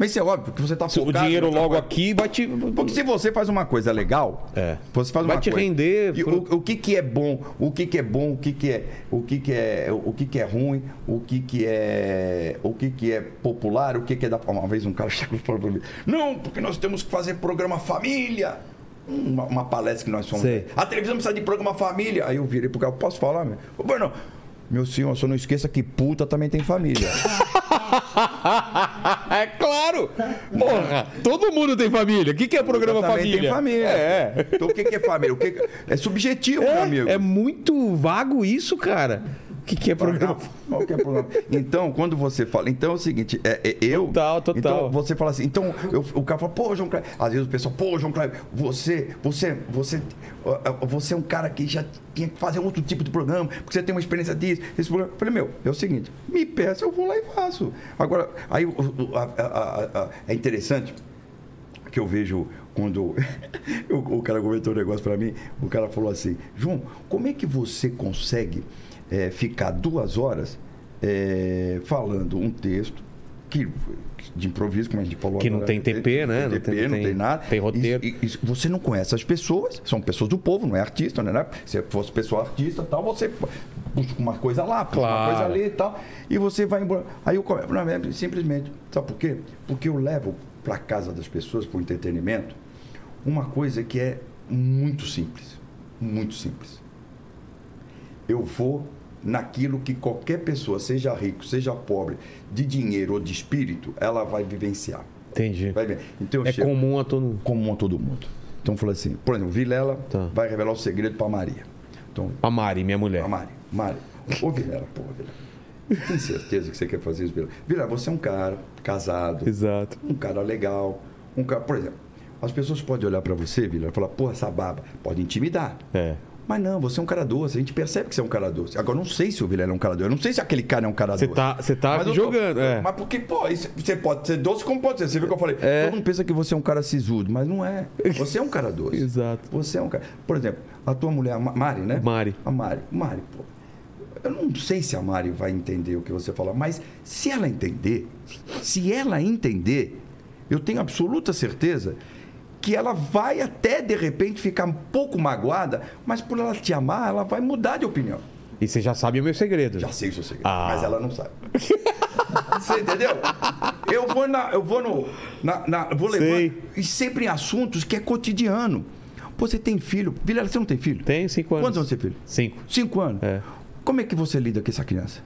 Speaker 3: Mas isso é óbvio, porque você está
Speaker 1: O
Speaker 3: focado...
Speaker 1: dinheiro
Speaker 3: no
Speaker 1: logo
Speaker 3: trabalho.
Speaker 1: aqui vai te.
Speaker 3: Porque se você faz uma coisa legal,
Speaker 1: É.
Speaker 3: você faz
Speaker 1: Vai
Speaker 3: uma
Speaker 1: te
Speaker 3: coisa-
Speaker 1: render
Speaker 3: E o,
Speaker 1: fruto.
Speaker 3: o que que é bom, o que que é bom, o que que é, o que que é, o que que é ruim, o que que é, o que que é popular, o que que é da uma vez um cara chegou e falou para mim, não, porque nós temos que fazer programa família. Uma, uma palestra que nós somos.
Speaker 1: Sei.
Speaker 3: A televisão precisa de programa família. Aí eu virei pro cara, posso falar, meu? Ô, Bruno, meu senhor, só não esqueça que puta também tem família.
Speaker 1: é claro! Porra! Todo mundo tem família. O que, que é programa
Speaker 3: Também
Speaker 1: família?
Speaker 3: Tem família.
Speaker 1: É.
Speaker 3: Então o que que é família? O que que- É subjetivo, meu amigo.
Speaker 1: É muito vago isso, cara. O que, que é programa?
Speaker 3: Não, qual que é o problema? Então, quando você fala. Então é o seguinte, é, é eu.
Speaker 1: Total, total.
Speaker 3: Então você fala assim. Então eu- o cara fala, pô, João Kleber. Às vezes o pessoal, pô, João Kleber, você, você, você, ah, ah, você é um cara que já tinha que fazer outro tipo de programa, porque você tem uma experiência disso, esse programa. Eu falei, meu, é o seguinte, me peça, eu vou lá e faço. Agora, aí o- o- a- a- a- a- é interessante que eu vejo quando o, o cara comentou um negócio pra mim, o cara falou assim, João, como é que você consegue eh, ficar duas horas eh, falando um texto que de improviso, como a gente falou
Speaker 1: Que não tem TP, né?
Speaker 3: Não tem TP, não tem, nada.
Speaker 1: tem roteiro.
Speaker 3: E- e- e você não conhece as pessoas, são pessoas do povo, não é artista, né? Se fosse pessoa artista tal, você busca uma coisa lá, busca uma
Speaker 1: Claro.
Speaker 3: coisa ali e tal, e você vai embora. Aí eu começo, não, é simplesmente, sabe por quê? Porque eu levo para casa das pessoas, para o entretenimento, uma coisa que é muito simples, muito simples. Eu vou naquilo que qualquer pessoa, seja rico, seja pobre, de dinheiro ou de espírito, ela vai vivenciar.
Speaker 1: Entendi.
Speaker 3: Vai ver. Então eu
Speaker 1: É
Speaker 3: chego-
Speaker 1: comum a todo mundo.
Speaker 3: comum a todo mundo. Então falou assim, por exemplo, Vilela
Speaker 1: Tá.
Speaker 3: vai revelar o segredo para Maria. Então,
Speaker 1: A Mari, minha mulher.
Speaker 3: a Mari, Mari, ô Vilela, pô, Vilela, tem certeza que você quer fazer isso, Vilela? Vilela, você é um cara casado,
Speaker 1: Exato.
Speaker 3: um cara legal, um cara, por exemplo, as pessoas podem olhar para você, Vilela, e falar, porra, essa baba, pode intimidar.
Speaker 1: É.
Speaker 3: Mas não, você é um cara doce, a gente percebe que você é um cara doce. Agora, eu não sei se o Vilela é um cara doce, eu não sei se aquele cara é um cara
Speaker 1: Você
Speaker 3: doce.
Speaker 1: tá, você tá
Speaker 3: Mas eu tô-
Speaker 1: jogando, é.
Speaker 3: Mas porque, pô, isso- você pode ser doce como pode ser. Você viu que eu falei? Todo mundo pensa que você é um cara sisudo, mas não é. Você é um cara doce.
Speaker 1: Exato.
Speaker 3: Você é um cara. Por exemplo, a tua mulher, a Ma- Mari, né?
Speaker 1: Mari.
Speaker 3: A Mari. Mari, pô. Eu não sei se a Mari vai entender o que você fala, mas se ela entender, se ela entender, eu tenho absoluta certeza que ela vai até de repente ficar um pouco magoada, mas por ela te amar, ela vai mudar de opinião.
Speaker 1: E você já sabe o meu segredo.
Speaker 3: Já sei o seu segredo,
Speaker 1: Ah.
Speaker 3: mas ela não sabe. Você entendeu? Eu vou na, eu vou no, na, na- eu vou levar
Speaker 1: Sei.
Speaker 3: e sempre em assuntos que é cotidiano. Pô, você tem filho? Vilela, você não tem filho?
Speaker 1: Tem cinco anos.
Speaker 3: Quantos anos você tem filho?
Speaker 1: Cinco.
Speaker 3: Cinco anos.
Speaker 1: É.
Speaker 3: Como é que você lida com essa criança?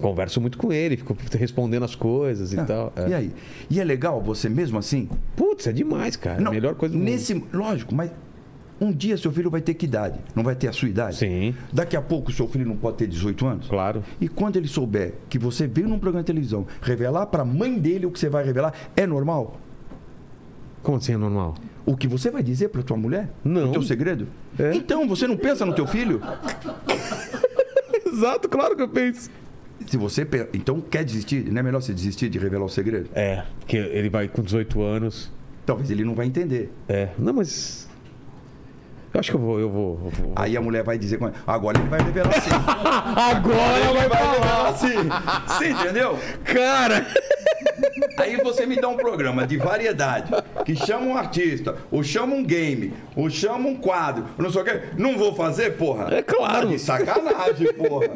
Speaker 1: Converso muito com ele, fico respondendo as coisas e tal. É.
Speaker 3: Ah, E aí? E é legal você mesmo assim?
Speaker 1: Putz, é demais, cara.
Speaker 3: Não,
Speaker 1: Melhor coisa do mundo.
Speaker 3: nesse, Lógico, mas um dia seu filho vai ter que idade? Não vai ter a sua idade?
Speaker 1: Sim.
Speaker 3: Daqui a pouco seu filho não pode ter 18 anos?
Speaker 1: Claro.
Speaker 3: E quando ele souber que você veio num programa de televisão revelar pra mãe dele o que você vai revelar, é normal?
Speaker 1: Como assim é normal?
Speaker 3: O que você vai dizer pra tua mulher?
Speaker 1: Não.
Speaker 3: O teu segredo?
Speaker 1: É.
Speaker 3: Então, você não pensa no teu filho?
Speaker 1: Exato, claro que eu penso.
Speaker 3: Se você pensa, então quer desistir, não é melhor você desistir de revelar o segredo?
Speaker 1: É, porque ele vai com 18 anos.
Speaker 3: Talvez ele não vai entender.
Speaker 1: É. Não, mas. Eu acho que eu vou. Eu vou, eu vou.
Speaker 3: Aí a mulher vai dizer, com- agora ele vai revelar sim.
Speaker 1: Agora
Speaker 3: Ele vai revelar sim. Você entendeu?
Speaker 1: Cara!
Speaker 3: Aí você me dá um programa de variedade, que chama um artista, ou chama um game, ou chama um quadro, ou não sei o quê. Não vou fazer, porra.
Speaker 1: É claro.
Speaker 3: Tá de sacanagem, porra.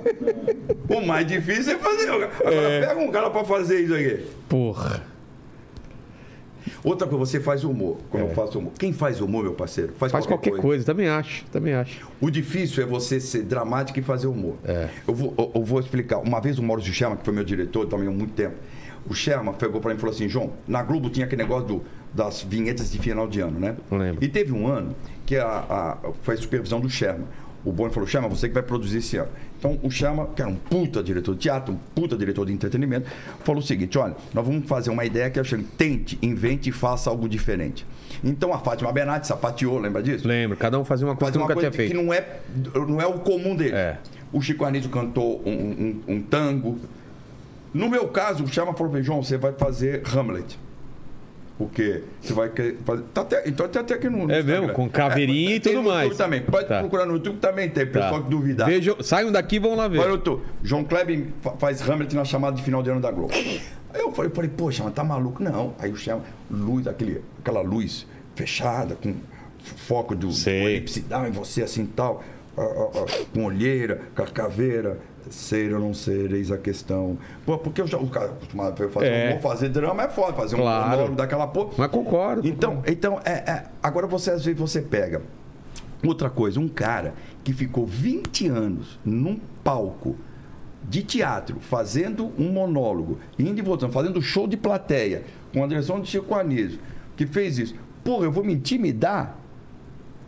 Speaker 3: O mais difícil é fazer. Agora pega um cara pra fazer isso aqui.
Speaker 1: Porra.
Speaker 3: Outra coisa, você faz humor. Como eu faço humor? Quem faz humor, meu parceiro?
Speaker 1: Faz qualquer coisa. também acho, também acho.
Speaker 3: O difícil é você ser dramático e fazer humor. Eu, vou, eu- eu vou explicar. Uma vez o Maurício Sherman, que foi meu diretor também há muito tempo, o Sherman pegou pra mim e falou assim: João, na Globo tinha aquele negócio do- das vinhetas de final de ano, né?
Speaker 1: Eu lembro.
Speaker 3: E teve um ano que a, a- foi a supervisão do Sherman. O Boni falou: Sherman, você que vai produzir esse ano. Então o Sherman, que era um puta diretor de teatro, um puta diretor de entretenimento, falou o seguinte: olha, nós vamos fazer uma ideia que eu chamo tente, invente e faça algo diferente. Então a Fátima Bernardi sapateou, lembra disso?
Speaker 1: Lembro, cada um fazia uma coisa que
Speaker 3: fazer
Speaker 1: nunca
Speaker 3: uma coisa
Speaker 1: tinha
Speaker 3: que
Speaker 1: feito.
Speaker 3: não é, não é o comum dele.
Speaker 1: É.
Speaker 3: O Chico Anísio cantou um, um- um- um tango. No meu caso, o Chama falou pra mim, João, você vai fazer Hamlet. Porque você vai querer fazer. Tá até, então até, até aqui no. no
Speaker 1: É mesmo,
Speaker 3: Instagram.
Speaker 1: com caveirinha
Speaker 3: É,
Speaker 1: e
Speaker 3: tem
Speaker 1: tudo
Speaker 3: no
Speaker 1: mais.
Speaker 3: YouTube também. Pode
Speaker 1: Tá.
Speaker 3: procurar no YouTube também, tem
Speaker 1: Tá.
Speaker 3: pessoal que duvidar.
Speaker 1: Vejam- saiam daqui e vão lá ver.
Speaker 3: Olha, eu tô. João Kleber fa- faz Hamlet na chamada de final de ano da Globo. Aí eu falei, eu falei, poxa, mas tá maluco? Não. Aí eu chamo luz, aquele, aquela luz fechada, com f- foco do, do
Speaker 1: Sei.
Speaker 3: elipsidal em você, assim tal, ó, ó, ó, com olheira, com a caveira. Ser ou não ser, eis a questão. Pô, porque eu já, o cara acostumado a fazer,
Speaker 1: É.
Speaker 3: vou fazer drama é foda, fazer
Speaker 1: Claro.
Speaker 3: um monólogo daquela porra.
Speaker 1: Mas concordo.
Speaker 3: Então, então é, é, agora você às vezes você pega outra coisa, um cara que ficou 20 anos num palco de teatro, fazendo um monólogo, indo e voltando, fazendo show de plateia, com a direção de Chico Anísio, que fez isso. Porra, eu vou me intimidar?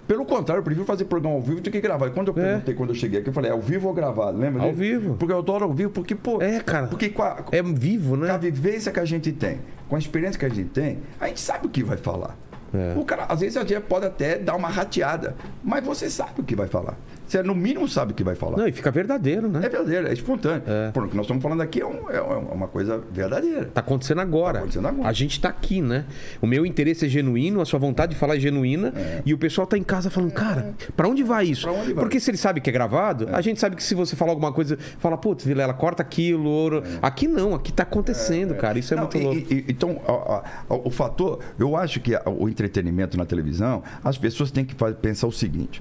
Speaker 3: Pelo contrário, eu prefiro fazer programa ao vivo do que gravar. E quando eu perguntei, quando eu cheguei aqui, eu falei, é ao vivo ou gravado? Lembra
Speaker 1: É. Ao
Speaker 3: disso?
Speaker 1: vivo.
Speaker 3: Porque eu adoro ao vivo, porque, pô...
Speaker 1: É, cara.
Speaker 3: Porque com a-
Speaker 1: É vivo, né?
Speaker 3: com a vivência que a gente tem, com a experiência que a gente tem, a gente sabe o que vai falar.
Speaker 1: É.
Speaker 3: O cara, às vezes, a gente pode até dar uma rateada, mas você sabe o que vai falar. Você, no mínimo, sabe o que vai falar.
Speaker 1: Não, e fica verdadeiro, né?
Speaker 3: É verdadeiro, é espontâneo. Por, o que nós estamos falando aqui é, um- é uma coisa verdadeira.
Speaker 1: Tá acontecendo agora.
Speaker 3: Tá acontecendo agora.
Speaker 1: A gente tá aqui, né? O meu interesse é genuíno, a sua vontade de falar é genuína. E o pessoal tá em casa falando, cara, pra onde vai isso?
Speaker 3: Pra onde vai?
Speaker 1: Porque se ele sabe que é gravado, a gente sabe que se você falar alguma coisa, fala, putz, Vilela, corta aquilo, ouro. Aqui não, aqui tá acontecendo, cara. Isso é
Speaker 3: É. Não,
Speaker 1: muito
Speaker 3: e-
Speaker 1: louco.
Speaker 3: e- e- então, ó, ó, ó, o fator, eu acho que a- o entretenimento na televisão, as pessoas têm que fa- pensar o seguinte: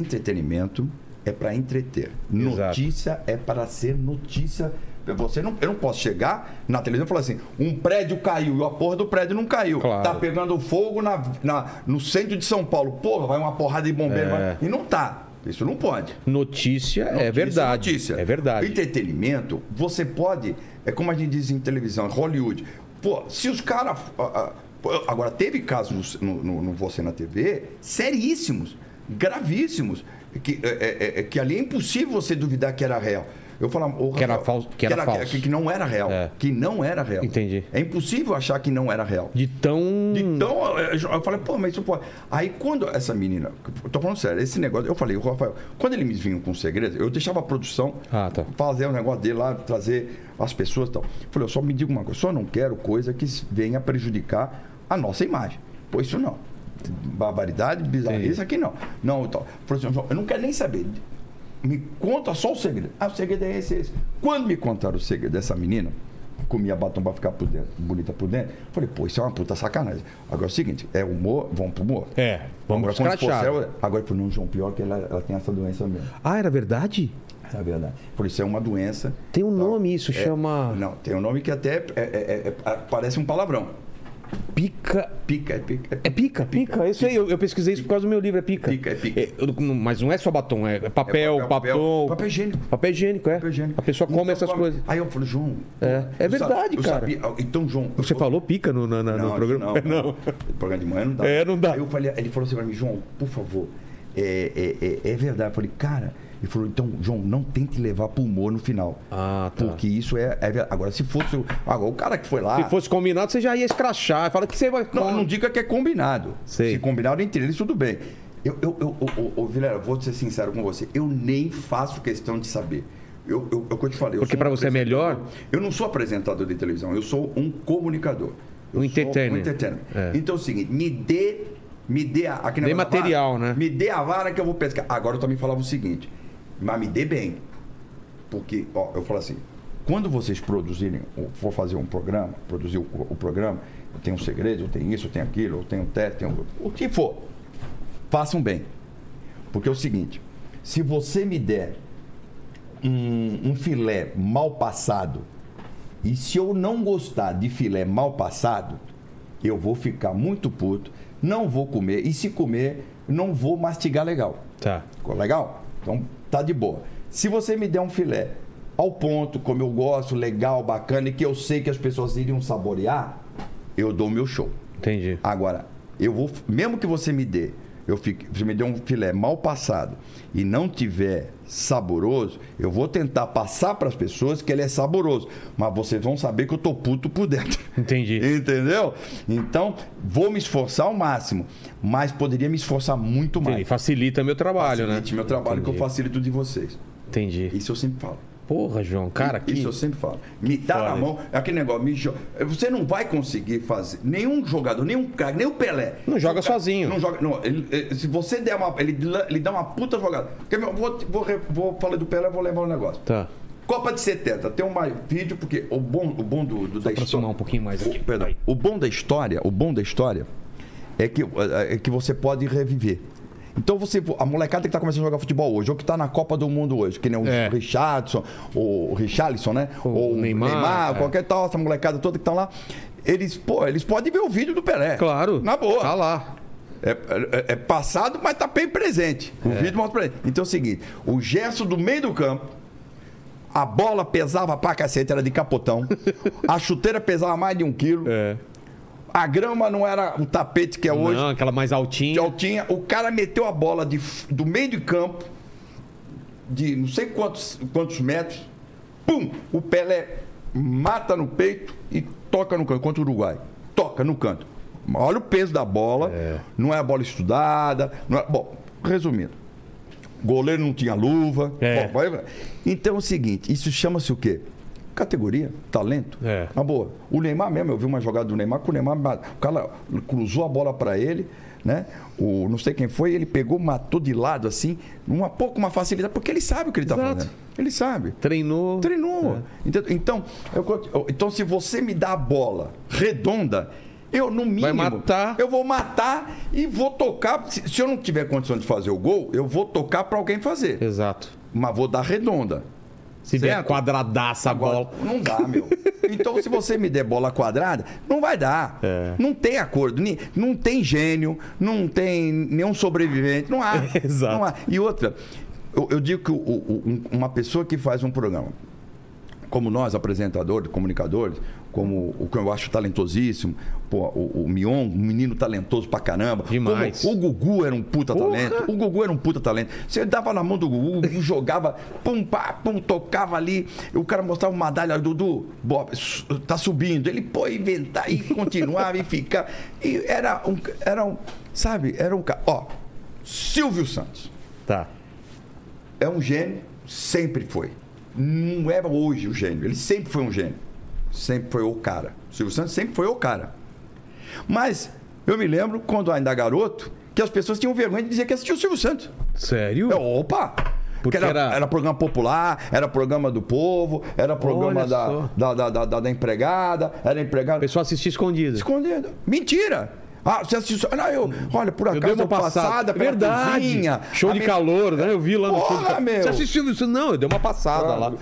Speaker 3: entretenimento é para entreter,
Speaker 1: Exato.
Speaker 3: notícia é para ser notícia. Você não, eu não posso chegar na televisão e falar assim: um prédio caiu e a porra do prédio não caiu.
Speaker 1: Claro.
Speaker 3: Tá pegando fogo na, na- no centro de São Paulo. Porra, vai uma porrada de
Speaker 1: É.
Speaker 3: bombeiro. vai- E não tá. Isso não pode.
Speaker 1: Notícia,
Speaker 3: Notícia
Speaker 1: é verdade.
Speaker 3: notícia.
Speaker 1: É verdade.
Speaker 3: Entretenimento, você pode. É como a gente diz em televisão, Hollywood. Pô, se os caras. ah, ah, pô, Agora, teve casos no, no, no Você na TV seríssimos, gravíssimos, que, é, é, é, que ali é impossível você duvidar que era real. Eu falava, ô,
Speaker 1: Que era
Speaker 3: Rafael,
Speaker 1: falso- que era falso.
Speaker 3: Que, que não era real.
Speaker 1: É.
Speaker 3: Que não era real.
Speaker 1: Entendi.
Speaker 3: É impossível achar que não era real.
Speaker 1: De tão.
Speaker 3: Então, eu, eu falei, pô, mas isso pode. Aí quando essa menina. eu Tô falando sério, esse negócio. Eu falei, o Rafael, quando ele me vinha com segredo, eu deixava a produção
Speaker 1: Ah, tá.
Speaker 3: fazer o negócio dele lá, trazer as pessoas e tal. Eu falei, eu só me diga uma coisa, só não quero coisa que venha prejudicar a nossa imagem. Pô, isso não. Barbaridade, bizarrice, isso aqui não. Não, então. Eu falei assim, João, eu não quero nem saber. Me conta só o segredo. Ah, o segredo é esse, esse. Quando me contaram o segredo dessa menina, comia batom pra ficar por dentro, bonita por dentro, eu falei, pô, isso é uma puta sacanagem. Agora é o seguinte, é humor, vamos pro humor.
Speaker 1: É, vamos
Speaker 3: Agora, quando for
Speaker 1: escrachar.
Speaker 3: sério, agora ele falou, não, João, pior que ela, ela tem essa doença mesmo.
Speaker 1: Ah, era verdade?
Speaker 3: É verdade. Por isso é uma doença.
Speaker 1: Tem um nome isso, chama.
Speaker 3: Não, tem é, um nome que até é- é- é- é- parece um palavrão.
Speaker 1: Pica.
Speaker 3: Pica, é pica.
Speaker 1: É pica, pica. Isso aí, eu, eu pesquisei isso por causa do meu livro, é pica.
Speaker 3: Pica, é pica.
Speaker 1: eu não- mas não é só batom, é papel,
Speaker 3: papel, papel.
Speaker 1: batom.
Speaker 3: Papel higiênico.
Speaker 1: Papel higiênico, é.
Speaker 3: Papel higiênico.
Speaker 1: A pessoa come
Speaker 3: Então,
Speaker 1: essas
Speaker 3: come.
Speaker 1: coisas.
Speaker 3: Aí eu falo, João.
Speaker 1: É. É
Speaker 3: eu sa-
Speaker 1: verdade,
Speaker 3: eu
Speaker 1: cara.
Speaker 3: sabia- Então, João. eu
Speaker 1: Você
Speaker 3: vou-
Speaker 1: falou pica no, na- na- no
Speaker 3: Não,
Speaker 1: programa?
Speaker 3: Não, não. O programa de manhã não dá.
Speaker 1: É, não dá.
Speaker 3: Aí eu falei, ele falou assim pra mim, João, por favor, é, é- é- é verdade. Eu falei, cara. Ele falou, então, João, não tente levar pro humor no final.
Speaker 1: Ah, tá.
Speaker 3: Porque isso é, é verdade. Agora, se fosse. o- Agora, o cara que foi lá.
Speaker 1: Se fosse combinado, você já ia escrachar. Fala que você vai.
Speaker 3: Não, não diga que é combinado.
Speaker 1: Sei.
Speaker 3: Se combinado entre eles, tudo bem. Eu, eu, eu, eu, eu, eu, Vilela, vou ser sincero com você. Eu nem faço questão de saber. Eu, eu, é o que eu te falei. eu
Speaker 1: Porque
Speaker 3: sou
Speaker 1: pra você é
Speaker 3: apresentador.
Speaker 1: melhor?
Speaker 3: Eu não sou apresentador de televisão, eu sou um comunicador. Eu
Speaker 1: Um
Speaker 3: sou
Speaker 1: entertainer.
Speaker 3: Um entertainer.
Speaker 1: É.
Speaker 3: Então é o seguinte, me dê. Me dê a. Aquele
Speaker 1: Dê
Speaker 3: negócio da
Speaker 1: material,
Speaker 3: vara,
Speaker 1: né?
Speaker 3: Me dê a vara que eu vou pescar. Agora eu também falava o seguinte, mas me dê bem. Porque, ó, eu falo assim, quando vocês produzirem, ou for fazer um programa, produzir o, o programa, eu tenho um segredo, eu tenho isso, eu tenho aquilo, eu tenho um teste, tenho o que for, façam bem. Porque é o seguinte, se você me der um, um filé mal passado, e se eu não gostar de filé mal passado, eu vou ficar muito puto, não vou comer, e se comer, não vou mastigar legal.
Speaker 1: Tá.
Speaker 3: Ficou legal? Então tá de boa. Se você me der um filé ao ponto, como eu gosto, legal, bacana, e que eu sei que as pessoas iriam saborear, eu dou meu show.
Speaker 1: Entendi.
Speaker 3: Agora, eu vou. Mesmo que você me dê, eu fique, você me dê um filé mal passado e não tiver saboroso, eu vou tentar passar para as pessoas que ele é saboroso. Mas vocês vão saber que eu tô puto por dentro.
Speaker 1: Entendi.
Speaker 3: Entendeu? Então, vou me esforçar ao máximo, mas poderia me esforçar muito mais.
Speaker 1: Entendi. né? Facilita meu trabalho,
Speaker 3: Facilite meu trabalho que eu facilito de vocês.
Speaker 1: né? Entendi.
Speaker 3: Isso eu sempre falo.
Speaker 1: Porra, João, cara, que.
Speaker 3: Isso eu sempre falo. Me dá
Speaker 1: foda.
Speaker 3: na mão, é aquele negócio, me jo- você não vai conseguir fazer. Nenhum jogador, nenhum cara, nem o Pelé.
Speaker 1: Não joga
Speaker 3: O cara-
Speaker 1: sozinho.
Speaker 3: Não joga, não, ele- ele- se você der uma, ele, la- ele dá uma puta jogada. Quer ver? Eu Vou, vou, re- vou falar do Pelé, vou levar um negócio.
Speaker 1: Tá.
Speaker 3: Copa de 70, tem um ma- vídeo porque o bom, o bom do, do da história,
Speaker 1: aproximar um pouquinho mais
Speaker 3: o,
Speaker 1: aqui.
Speaker 3: perdão, o bom da história, o bom da história é que, é que você pode reviver. Então você, a molecada que está começando a jogar futebol hoje, ou que está na Copa do Mundo hoje, que nem o
Speaker 1: É.
Speaker 3: Richardson, ou o Richarlison, né? ou o
Speaker 1: Neymar,
Speaker 3: Neymar,
Speaker 1: é.
Speaker 3: qualquer tal, essa molecada toda que tá lá, eles, pô, eles podem ver o vídeo do Pelé.
Speaker 1: Claro.
Speaker 3: Na boa.
Speaker 1: Tá lá.
Speaker 3: É, é- é passado, mas tá bem presente. O vídeo mostra presente. Então é o seguinte: o gesto do meio do campo, a bola pesava pra cacete, era de capotão. a chuteira pesava mais de um quilo.
Speaker 1: É.
Speaker 3: A grama não era o tapete que é hoje.
Speaker 1: Não, aquela mais
Speaker 3: Que
Speaker 1: altinha.
Speaker 3: altinha. O cara meteu a bola de f- do meio de campo, de não sei quantos, quantos metros. Pum! O Pelé mata no peito e toca no canto contra o Uruguai. Toca no canto. Olha o peso da bola. Não é a bola estudada. não é- Bom, resumindo. Goleiro não tinha luva.
Speaker 1: É.
Speaker 3: Bom, vai- vai. Então é o seguinte, isso chama-se o quê? Categoria, talento.
Speaker 1: É.
Speaker 3: Na boa. O Neymar mesmo, eu vi uma jogada do Neymar, que o Neymar, ma- o cara cruzou a bola pra ele, né? O não sei quem foi, ele pegou, matou de lado assim, uma pouco uma facilidade, porque ele sabe o que ele tá
Speaker 1: Exato. É.
Speaker 3: fazendo. Ele sabe.
Speaker 1: Treinou.
Speaker 3: Treinou. Entendeu? Então, eu conto- eu- então, se você me dá a bola redonda, eu no mínimo.
Speaker 1: matar.
Speaker 3: Eu vou matar e vou tocar. Se, se eu não tiver condição de fazer o gol, eu vou tocar pra alguém fazer.
Speaker 1: Exato.
Speaker 3: Mas vou dar redonda.
Speaker 1: Se der
Speaker 3: Certo?
Speaker 1: quadradaça a bola.
Speaker 3: Não dá, meu. Então, se você me der bola quadrada, não vai dar. Não tem acordo. ni- Não tem gênio, não tem nenhum sobrevivente. Não há.
Speaker 1: Exato.
Speaker 3: Não há. E outra, eu, eu digo que o- o- um- uma pessoa que faz um programa, como nós, apresentadores, comunicadores, como o que eu acho talentosíssimo, pô, o, o Mion, um menino talentoso pra caramba.
Speaker 1: Demais.
Speaker 3: Como o Gugu era um puta talento. O Gugu era um puta talento. Você dava na mão do Gugu, o Gugu jogava, pum, pá, pum, tocava ali. O cara mostrava uma medalha, Dudu, Bob, su- tá subindo. Ele pô, inventar e continuava e ficava. E era um, era um, sabe, era um cara. Ó, Silvio Santos
Speaker 1: Tá.
Speaker 3: é um gênio, sempre foi. Não é hoje o gênio, ele sempre foi um gênio. Sempre foi o cara. O Silvio Santos sempre foi o cara. Mas eu me lembro, quando ainda garoto, que as pessoas tinham vergonha de dizer que assistia o Silvio Santos.
Speaker 1: Sério?
Speaker 3: Eu, opa!
Speaker 1: Porque
Speaker 3: Porque era,
Speaker 1: era-
Speaker 3: era programa popular, era programa do povo, era programa
Speaker 1: Olha
Speaker 3: da,
Speaker 1: só.
Speaker 3: da, da, da, da- da empregada, era empregada.
Speaker 1: O pessoal assistia É escondido.
Speaker 3: Escondendo. Mentira! Ah, você assistiu. Não, eu. Olha, por
Speaker 1: Hum. Eu
Speaker 3: acaso
Speaker 1: dei
Speaker 3: eu
Speaker 1: uma passada.
Speaker 3: passada pela
Speaker 1: Verdade.
Speaker 3: cozinha.
Speaker 1: Show
Speaker 3: a
Speaker 1: de
Speaker 3: minha-
Speaker 1: calor, né? Eu vi lá no show de
Speaker 3: Porra,
Speaker 1: calor.
Speaker 3: meu!
Speaker 1: Você assistiu isso? Não, eu dei uma passada lá.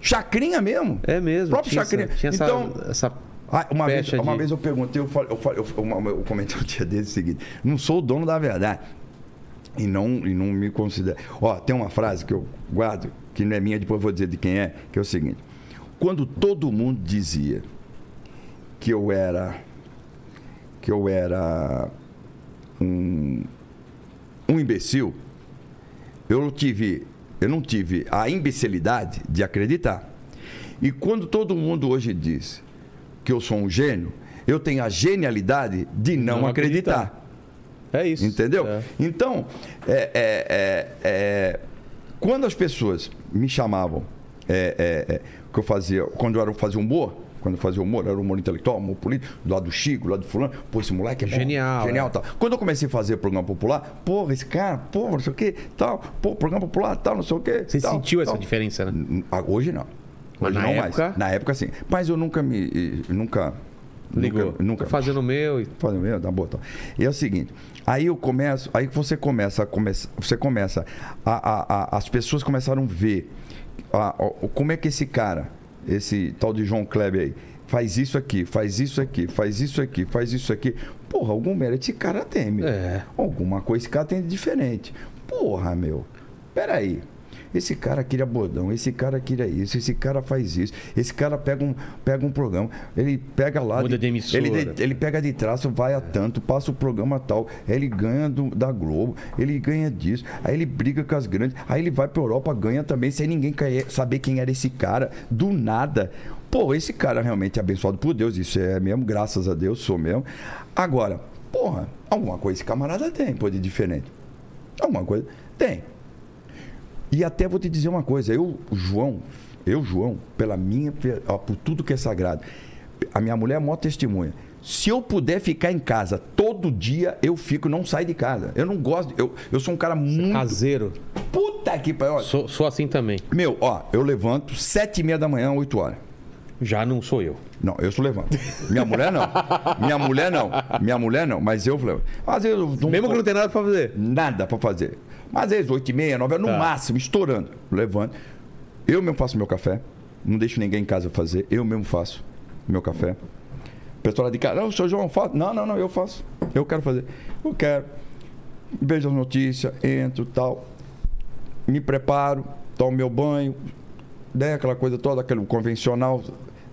Speaker 3: Chacrinha mesmo.
Speaker 1: É mesmo.
Speaker 3: Próprio
Speaker 1: tinha essa-
Speaker 3: Chacrinha.
Speaker 1: Tinha essa,
Speaker 3: então,
Speaker 1: essa
Speaker 3: Ah, uma, vez,
Speaker 1: Fecha
Speaker 3: uma
Speaker 1: de-
Speaker 3: vez eu perguntei, eu, falei, eu, falei- eu- uma- eu comentei um dia desse o seguinte: não sou o dono da verdade. E não, e não me considero. Ó, tem uma frase que eu guardo, que não é minha, depois eu vou dizer de quem é, que é o seguinte: quando todo mundo dizia que eu era. que eu era. um, um imbecil, eu tive, eu não tive a imbecilidade de acreditar. E quando todo mundo hoje diz que eu sou um gênio, eu tenho a genialidade de não,
Speaker 4: Não
Speaker 3: acreditar.
Speaker 4: acreditar. É isso.
Speaker 3: Entendeu?
Speaker 4: É.
Speaker 3: Então, é, é, é, é, quando as pessoas me chamavam, é, é, é, que eu fazia, quando eu era, fazia humor, quando eu fazia humor, era humor intelectual, humor político, do lado do Chico, do lado do fulano, pô, esse moleque é bom,
Speaker 1: Genial,
Speaker 3: Genial,
Speaker 1: é.
Speaker 3: tal. Quando eu comecei a fazer programa popular, porra, esse cara, porra, não sei o que, tal, pô, programa popular, tal, não sei o que.
Speaker 4: Você sentiu
Speaker 3: então,
Speaker 4: essa diferença, né?
Speaker 3: Ah, Hoje não.
Speaker 1: Mas
Speaker 3: Hoje
Speaker 1: na
Speaker 3: não
Speaker 1: época?
Speaker 3: mais. Na época sim. Mas eu nunca me. Nunca.
Speaker 1: Ligou.
Speaker 3: Nunca. nunca
Speaker 1: Tô fazendo o meu e
Speaker 3: Fala, meu, tá bom, tá. E é o seguinte, aí eu começo, aí você começa, a começa você começa, a, a- a- as pessoas começaram a ver a- a- como é que esse cara, esse tal de João Kleber aí, faz isso aqui, faz isso aqui, faz isso aqui, faz isso aqui. Porra, algum mérito esse cara tem, meu.
Speaker 1: É.
Speaker 3: Alguma coisa esse cara tem de diferente. Porra, meu, peraí. Esse cara queria bordão, esse cara queria isso, esse cara faz isso, esse cara pega um, pega um programa, ele pega lá.
Speaker 4: Muda de emissora.
Speaker 3: Ele, de- ele pega de traço, vai a tanto, passa o programa tal, ele ganha do- da Globo, ele ganha disso, aí ele briga com as grandes, aí ele vai pra Europa, ganha também, sem ninguém cair- saber quem era esse cara, do nada. Pô, esse cara realmente é abençoado por Deus, isso é mesmo, graças a Deus, sou mesmo. Agora, porra, alguma coisa esse camarada tem, pô, de diferente. Alguma coisa tem. E até vou te dizer uma coisa, eu, João, eu, João, pela minha, pe- ó, por tudo que é sagrado, a minha mulher é a maior testemunha. Se eu puder ficar em casa todo dia, eu fico, não saio de casa. Eu não gosto, eu, eu sou um cara muito.
Speaker 4: Caseiro.
Speaker 3: Puta que pariu. olha.
Speaker 4: Sou, sou assim também.
Speaker 3: Meu, ó, eu levanto sete e meia da manhã, oito horas.
Speaker 4: Já não sou eu.
Speaker 3: Não, eu sou levanto. Minha mulher não. Minha mulher não. Minha mulher não, mas eu levanto. Às vezes eu um não
Speaker 1: Mesmo que não tem nada pra fazer.
Speaker 3: nada pra fazer. Mas às vezes, 8 e meia, 9 no máximo, estourando. Levando. Eu mesmo faço meu café. Não deixo ninguém em casa fazer. Eu mesmo faço meu café. O pessoal lá de casa, não, o seu João faz. Não, não, não, eu faço. Eu quero fazer. Eu quero. Vejo as notícias, entro tal. Me preparo, tomo meu banho, né? aquela coisa toda, aquele convencional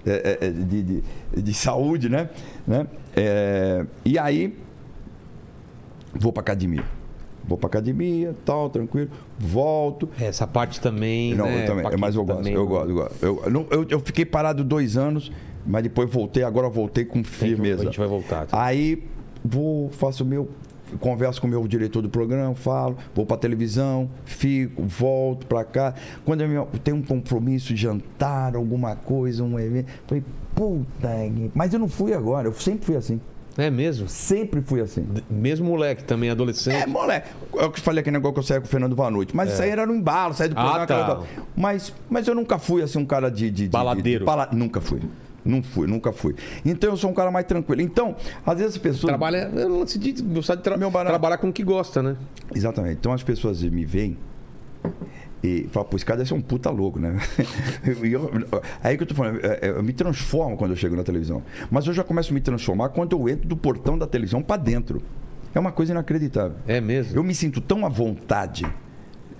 Speaker 3: é, é, é, de, de, de saúde, né? né? É, e aí vou pra academia. Vou pra academia, tal, tranquilo, volto.
Speaker 4: É, Essa parte também.
Speaker 3: não,
Speaker 4: né,
Speaker 3: eu também,
Speaker 4: Paquito,
Speaker 3: mas eu gosto,
Speaker 4: também,
Speaker 3: eu
Speaker 4: né?
Speaker 3: gosto, eu gosto. Eu, não- eu- eu fiquei parado dois anos, mas depois voltei, agora voltei com firmeza.
Speaker 4: a gente vai voltar. tá.
Speaker 3: Aí vou, faço o meu. Converso com o meu diretor do programa, falo, vou pra televisão, fico, volto pra cá. Quando eu me- tenho um compromisso, jantar, alguma coisa, um evento, falei, puta, que- mas eu não fui agora, eu sempre fui assim.
Speaker 1: É mesmo?
Speaker 3: Sempre fui assim.
Speaker 1: Mesmo moleque também, adolescente.
Speaker 3: É, moleque. Eu que falei aquele negócio que eu saía com o Fernando Vanucci. Mas isso aí era no embalo, saía do programa.
Speaker 1: É. Ah, tá.
Speaker 3: aquela coisa. Mas, mas eu nunca fui assim um cara de. de- de-
Speaker 4: Baladeiro.
Speaker 3: de- bala- Nunca fui. Não fui, nunca fui. Então eu sou um cara mais tranquilo. Então, às vezes as pessoas.
Speaker 1: Trabalha, é um lance de gostar de tra-
Speaker 3: Meu barato.
Speaker 1: trabalhar com o que gosta, né?
Speaker 3: Exatamente. Então as pessoas me veem e falam, pô, esse cara deve ser um puta louco, né? E eu- aí que eu tô falando, é, é, eu me transformo quando eu chego na televisão. Mas eu já começo a me transformar quando eu entro do portão da televisão pra dentro. É uma coisa inacreditável.
Speaker 1: É mesmo.
Speaker 3: Eu me sinto tão à vontade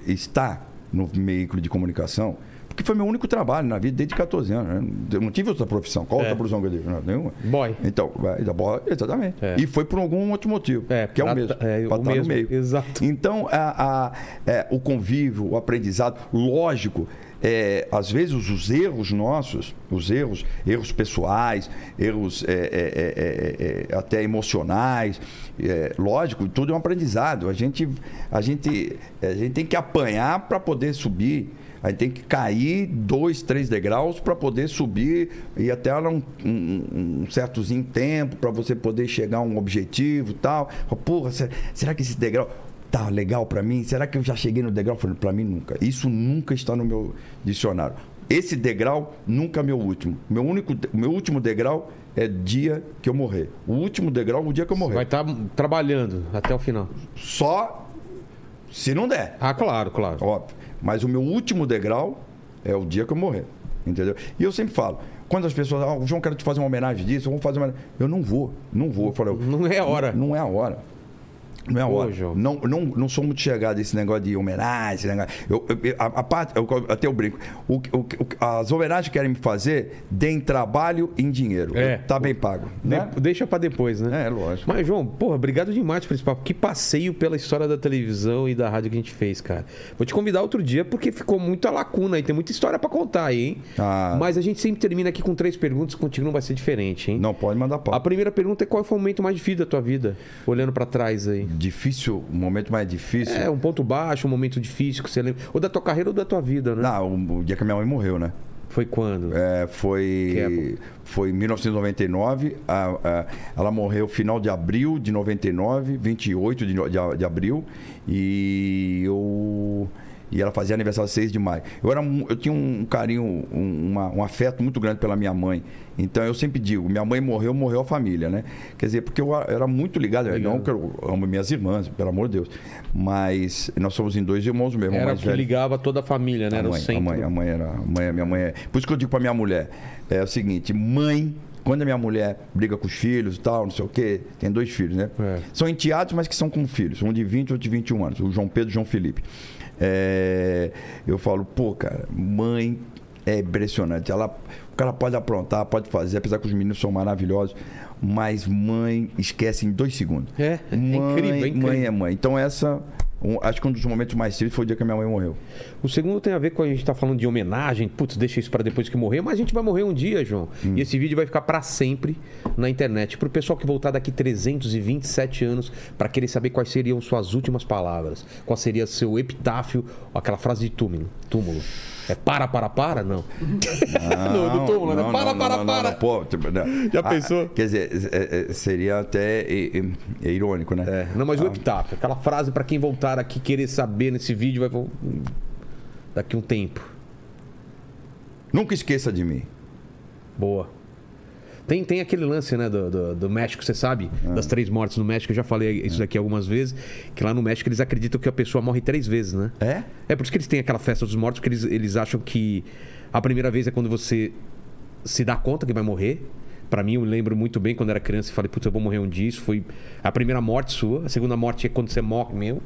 Speaker 3: estar no veículo de comunicação, porque foi meu único trabalho na vida desde 14 anos. né? Eu não tive outra profissão. Qual outra profissão que eu tive? Não, nenhuma.
Speaker 4: Boy.
Speaker 3: Então, vai, da bola, exatamente. E foi por algum outro motivo,
Speaker 4: É,
Speaker 3: que é o
Speaker 4: pra-
Speaker 3: mesmo.
Speaker 4: é,
Speaker 3: pra
Speaker 4: o
Speaker 3: estar no
Speaker 4: mesmo,
Speaker 3: meio.
Speaker 4: exato.
Speaker 3: Então, a- a- é, o convívio, o aprendizado, lógico, é, às vezes os, os erros nossos, os erros, erros pessoais, erros é, é, é, é, é, até emocionais, é, lógico, tudo é um aprendizado. A gente, a gente, é, a gente tem que apanhar para poder subir. A gente tem que cair dois, três degraus para poder subir e até lá um, um, um certozinho tempo para você poder chegar a um objetivo e tal. Porra, se- será que esse degrau tá legal para mim? Será que eu já cheguei no degrau? Eu Falei, para mim nunca. Isso nunca está no meu dicionário. Esse degrau nunca é meu último. Meu único, de- meu último degrau é dia que eu morrer. O último degrau é o dia que eu morrer.
Speaker 4: Vai estar trabalhando até o final.
Speaker 3: Só se não der.
Speaker 4: Ah, claro, claro.
Speaker 3: Óbvio. Mas o meu último degrau é o dia que eu morrer. Entendeu? E eu sempre falo, Quando as pessoas, ah, João, quero te fazer uma homenagem disso, vamos fazer uma homenagem. Eu não vou, não vou. Eu falei,
Speaker 4: Não é a hora.
Speaker 3: Não, não é a hora. Não é a
Speaker 4: Pô,
Speaker 3: hora.
Speaker 4: João.
Speaker 3: Não, não, não sou muito chegado a esse negócio de homenagem, esse negócio. Eu, eu- a, a parte, eu, até eu brinco. O, que- o que- o que- as homenagens que querem me fazer, deem trabalho em dinheiro.
Speaker 4: É.
Speaker 3: Tá bem pago. Né?
Speaker 4: De- Deixa pra depois, né?
Speaker 3: É, lógico.
Speaker 4: Mas, João, porra, obrigado demais por esse papo. Que passeio pela história da televisão e da rádio que a gente fez, cara. Vou te convidar outro dia, porque ficou muita lacuna aí. Tem muita história pra contar aí, hein?
Speaker 3: Ah.
Speaker 4: Mas a gente sempre termina aqui com três perguntas, contigo não vai ser diferente, hein?
Speaker 3: Não pode mandar pau.
Speaker 4: A primeira pergunta é qual foi o momento mais difícil da tua vida? Olhando pra trás aí.
Speaker 3: Difícil, o momento mais difícil.
Speaker 4: É, um ponto baixo, um momento difícil que você lembra. Ou da tua carreira ou da tua vida, né?
Speaker 3: Não, Ah, o, o dia que a minha mãe morreu, né?
Speaker 4: Foi quando?
Speaker 3: É,
Speaker 4: Que
Speaker 3: foi
Speaker 4: época?
Speaker 3: foi em 1999. a- a- ela morreu final de abril de 99, 28 de, no- de, a- de abril. E eu. E ela fazia aniversário 6 de maio. Eu, era, mu- eu tinha um carinho, um, uma- um afeto muito grande pela minha mãe. Então eu sempre digo: minha mãe morreu, morreu a família, né? Quer dizer, porque eu a- era muito ligado. Não que eu amo minhas irmãs, pelo amor de Deus. Mas nós somos em dois irmãos mesmo.
Speaker 4: Era o
Speaker 3: mais
Speaker 4: que
Speaker 3: velho.
Speaker 4: ligava toda a família, né?
Speaker 3: A
Speaker 4: Era o
Speaker 3: mãe, a
Speaker 4: centro.
Speaker 3: mãe, a mãe era. A mãe, minha mãe é. Por isso que eu digo pra minha mulher: é o seguinte, mãe, quando a minha mulher briga com os filhos e tal, não sei o quê, tem dois filhos, né?
Speaker 4: É.
Speaker 3: São enteados, mas que são com filhos, um de 20 e outro de 21 anos, o João Pedro e o João Felipe. É, eu falo, pô, cara, mãe é impressionante. Ela, o cara pode aprontar, pode fazer, apesar que os meninos são maravilhosos, mas mãe esquece em dois segundos.
Speaker 4: É, é
Speaker 3: mãe,
Speaker 4: incrível, é incrível.
Speaker 3: Mãe é mãe. Então, essa, um- acho que um dos momentos mais tristes foi o dia que a minha mãe morreu.
Speaker 4: O segundo tem a ver com a gente tá falando de homenagem. Putz, deixa isso pra depois que morrer, mas a gente vai morrer um dia, João. E esse vídeo vai ficar pra sempre na internet pro pessoal que voltar daqui 327 anos pra querer saber quais seriam suas últimas palavras, qual seria seu epitáfio, aquela frase de túmulo. Túmulo. É para, para, para? Não. no, no túmulo, né? Para, para, para.
Speaker 3: Pô, tipo, não.
Speaker 4: Já
Speaker 3: Ah,
Speaker 4: pensou?
Speaker 3: Quer dizer, é, é, seria até é, é, é irônico, né?
Speaker 4: É, não, mas o epitáfio, aquela frase pra quem voltar aqui querer saber nesse vídeo vai vol- daqui um tempo.
Speaker 3: Nunca esqueça de mim.
Speaker 4: Boa. Tem, tem aquele lance, né, do, do, do México, você sabe? Das três mortes no México, eu já falei isso daqui algumas vezes, que lá no México eles acreditam que a pessoa morre três vezes, né?
Speaker 3: É?
Speaker 4: É por isso que eles têm aquela festa dos mortos, porque eles, eles acham que a primeira vez é quando você se dá conta que vai morrer. Pra mim, eu lembro muito bem quando era criança e falei, putz, eu vou morrer um dia. Isso foi a primeira morte sua. A segunda morte é quando você morre meu.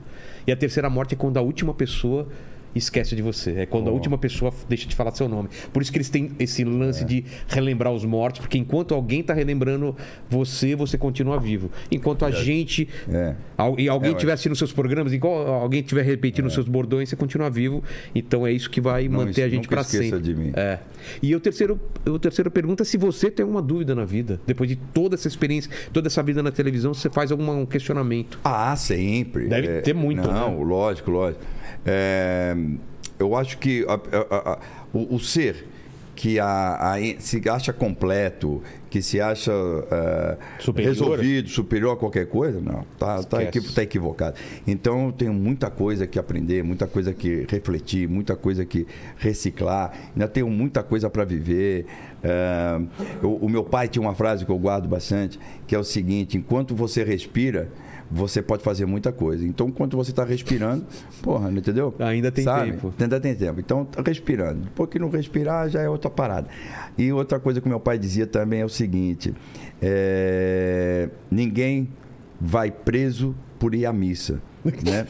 Speaker 4: E a terceira morte é quando a última pessoa esquece de você. É quando a última pessoa deixa de falar seu nome. Por isso que eles têm esse lance
Speaker 3: É.
Speaker 4: de relembrar os mortos, porque enquanto alguém tá relembrando você, você continua vivo. Enquanto a gente.
Speaker 3: É.
Speaker 4: Al- e alguém
Speaker 3: É, eu É.
Speaker 4: tiver assistindo seus programas, igual alguém tiver repetindo seus bordões, você continua vivo. Então é isso que vai
Speaker 3: Não,
Speaker 4: manter a
Speaker 3: isso-
Speaker 4: gente
Speaker 3: nunca
Speaker 4: pra
Speaker 3: esqueça
Speaker 4: sempre.
Speaker 3: de mim.
Speaker 4: É. E o terceiro, o terceiro pergunta é se você tem uma dúvida na vida, depois de toda essa experiência, toda essa vida na televisão, você faz algum um questionamento.
Speaker 3: Ah, sempre. É,
Speaker 4: Deve ter muito, né?
Speaker 3: Não, lógico, lógico. É, eu acho que a- a- a- o, o ser que a- a- se acha completo, que se acha é,
Speaker 4: Superior.
Speaker 3: resolvido, superior a qualquer coisa, não, tá, tá,
Speaker 4: Esquece.
Speaker 3: equi- tá equivocado. Então, eu tenho muita coisa que aprender, muita coisa que refletir, muita coisa que reciclar, ainda tenho muita coisa para viver. É, o- o meu pai tinha uma frase que eu guardo bastante, que é o seguinte: enquanto você respira, você pode fazer muita coisa. Então, enquanto você está respirando, porra, não entendeu?
Speaker 4: Ainda tem
Speaker 3: Sabe?
Speaker 4: tempo.
Speaker 3: Ainda tem tempo. Então, tá respirando. Depois que não respirar, já é outra parada. E outra coisa que meu pai dizia também é o seguinte: é, ninguém vai preso por ir à missa. Né?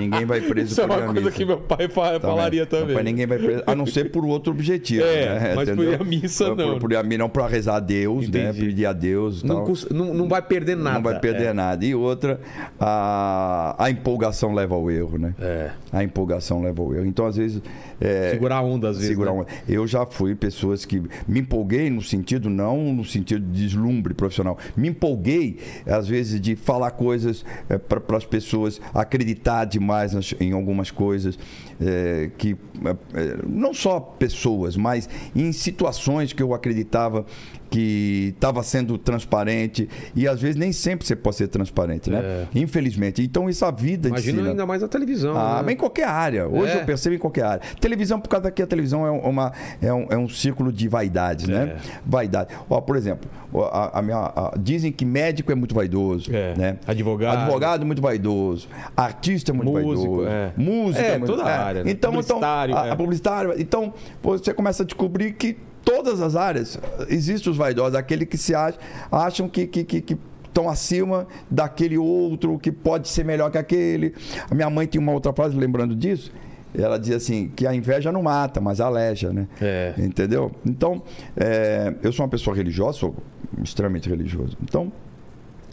Speaker 3: ninguém vai preso
Speaker 4: é
Speaker 3: por ir à missa.
Speaker 4: meu pai
Speaker 3: Tá vendo? Meu pai, ninguém vai preso, a não ser por outro objetivo.
Speaker 4: É,
Speaker 3: né?
Speaker 4: mas por
Speaker 3: Entendeu?
Speaker 4: ir à missa,
Speaker 3: Por-
Speaker 4: não.
Speaker 3: Por, ir à missa, não para rezar a Deus, né?
Speaker 4: Entendi.
Speaker 3: Pedir a Deus. e
Speaker 4: Não,
Speaker 3: tal.
Speaker 4: cus- não, não vai perder nada. é.
Speaker 3: Não vai perder nada. E outra, a, a empolgação leva ao erro, né?
Speaker 4: É.
Speaker 3: A empolgação leva ao erro. Então, às vezes.
Speaker 4: É.
Speaker 3: é,
Speaker 4: Segurar a onda às vezes.
Speaker 3: segurar
Speaker 4: né?
Speaker 3: uma- Eu já fui pessoas que me empolguei no sentido, não no sentido de deslumbre profissional. Me empolguei, às vezes, de falar coisas para as pessoas, acreditar demais nas- em algumas coisas, é, que eh, é, é, não só pessoas, mas em situações que eu acreditava que estava sendo transparente. E às vezes nem sempre você pode ser transparente, né? Infelizmente. Então isso a vida
Speaker 4: É. Imagina
Speaker 3: ensina.
Speaker 4: ainda mais na televisão.
Speaker 3: Ah,
Speaker 4: né?
Speaker 3: mas em qualquer área. Hoje
Speaker 4: É.
Speaker 3: eu percebo em qualquer área. Televisão, por causa daqui, a televisão é, um- uma, é, um, é um círculo de vaidades, né?
Speaker 4: É.
Speaker 3: Vaidade. Ó, por exemplo, ó, a, a minha, a- dizem que médico é muito vaidoso.
Speaker 4: É.
Speaker 3: Né?
Speaker 4: Advogado.
Speaker 3: Advogado é muito vaidoso. Artista é muito
Speaker 4: Músico,
Speaker 3: vaidoso.
Speaker 4: é.
Speaker 3: Música
Speaker 4: É,
Speaker 3: muito-
Speaker 4: toda a área, né?
Speaker 3: Então,
Speaker 4: Publicitário,
Speaker 3: então, a-
Speaker 4: é.
Speaker 3: a publicitário. Então, pô, você começa a descobrir que todas as áreas existem os vaidosos, aquele que se acha, acham que que, que, que estão acima daquele outro, que pode ser melhor que aquele. A minha mãe tinha uma outra frase, lembrando disso, ela dizia assim, que a inveja não mata, mas aleja, né?
Speaker 4: É.
Speaker 3: Entendeu? Então, é, eu sou uma pessoa religiosa, sou extremamente religioso. Então,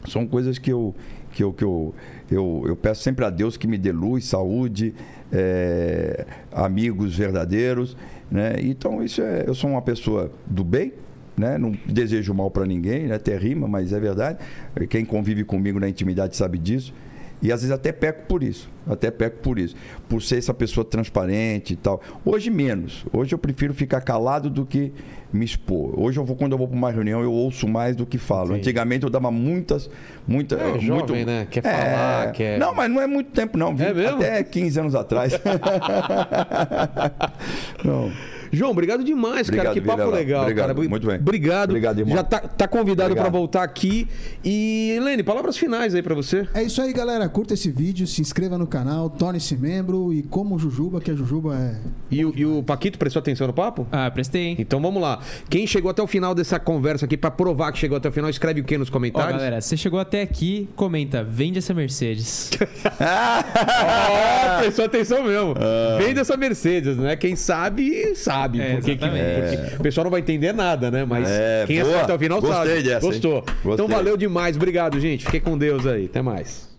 Speaker 3: são coisas que eu que eu, que eu, eu, eu peço sempre a Deus que me dê luz, saúde, é, amigos verdadeiros, né? Então isso é, eu sou uma pessoa do bem, né? Não desejo mal para ninguém, né? Até rima, mas é verdade. Quem convive comigo na intimidade sabe disso. E às vezes até peco por isso, até peco por isso, por ser essa pessoa transparente e tal. Hoje menos. Hoje eu prefiro ficar calado do que me expor. Hoje eu vou quando eu vou para uma reunião, eu ouço mais do que falo. Antigamente eu dava muitas, muita,
Speaker 4: É,
Speaker 3: muito-
Speaker 4: jovem, né? Quer falar, quer-
Speaker 3: Não, mas não é muito tempo não, viu?
Speaker 4: É mesmo?
Speaker 3: Até 15 anos atrás. não.
Speaker 4: João, obrigado demais, cara.
Speaker 3: Obrigado,
Speaker 4: Que papo
Speaker 3: Vilela.
Speaker 4: legal,
Speaker 3: Obrigado,
Speaker 4: cara.
Speaker 3: muito bem.
Speaker 4: Obrigado.
Speaker 3: Obrigado, irmão.
Speaker 4: Já tá, tá convidado
Speaker 3: Obrigado.
Speaker 4: pra voltar aqui. E, Helene, palavras finais aí pra você.
Speaker 2: É isso aí, galera. Curta esse vídeo, se inscreva no canal, torne-se membro e como Jujuba, que a Jujuba é.
Speaker 4: E, o- e o Paquito prestou atenção no papo?
Speaker 5: Ah, prestei, hein?
Speaker 4: Então vamos lá. Quem chegou até o final dessa conversa aqui, pra provar que chegou até o final, escreve o que nos
Speaker 5: Ó,
Speaker 4: comentários?
Speaker 5: galera, você chegou até aqui, comenta, vende essa Mercedes.
Speaker 4: Ah, prestou atenção mesmo.
Speaker 3: Ah.
Speaker 4: Vende essa Mercedes, né? Quem sabe, sabe.
Speaker 5: É,
Speaker 4: por que que
Speaker 5: exatamente.
Speaker 4: vende. Porque o pessoal não vai entender nada, né? Mas
Speaker 3: É,
Speaker 4: quem
Speaker 3: boa.
Speaker 4: acerta ao final
Speaker 3: Gostei
Speaker 4: sabe.
Speaker 3: dessa, hein?
Speaker 4: Gostou.
Speaker 3: Gostei.
Speaker 4: Então valeu demais. Obrigado, gente. Fiquei com Deus aí. Até mais.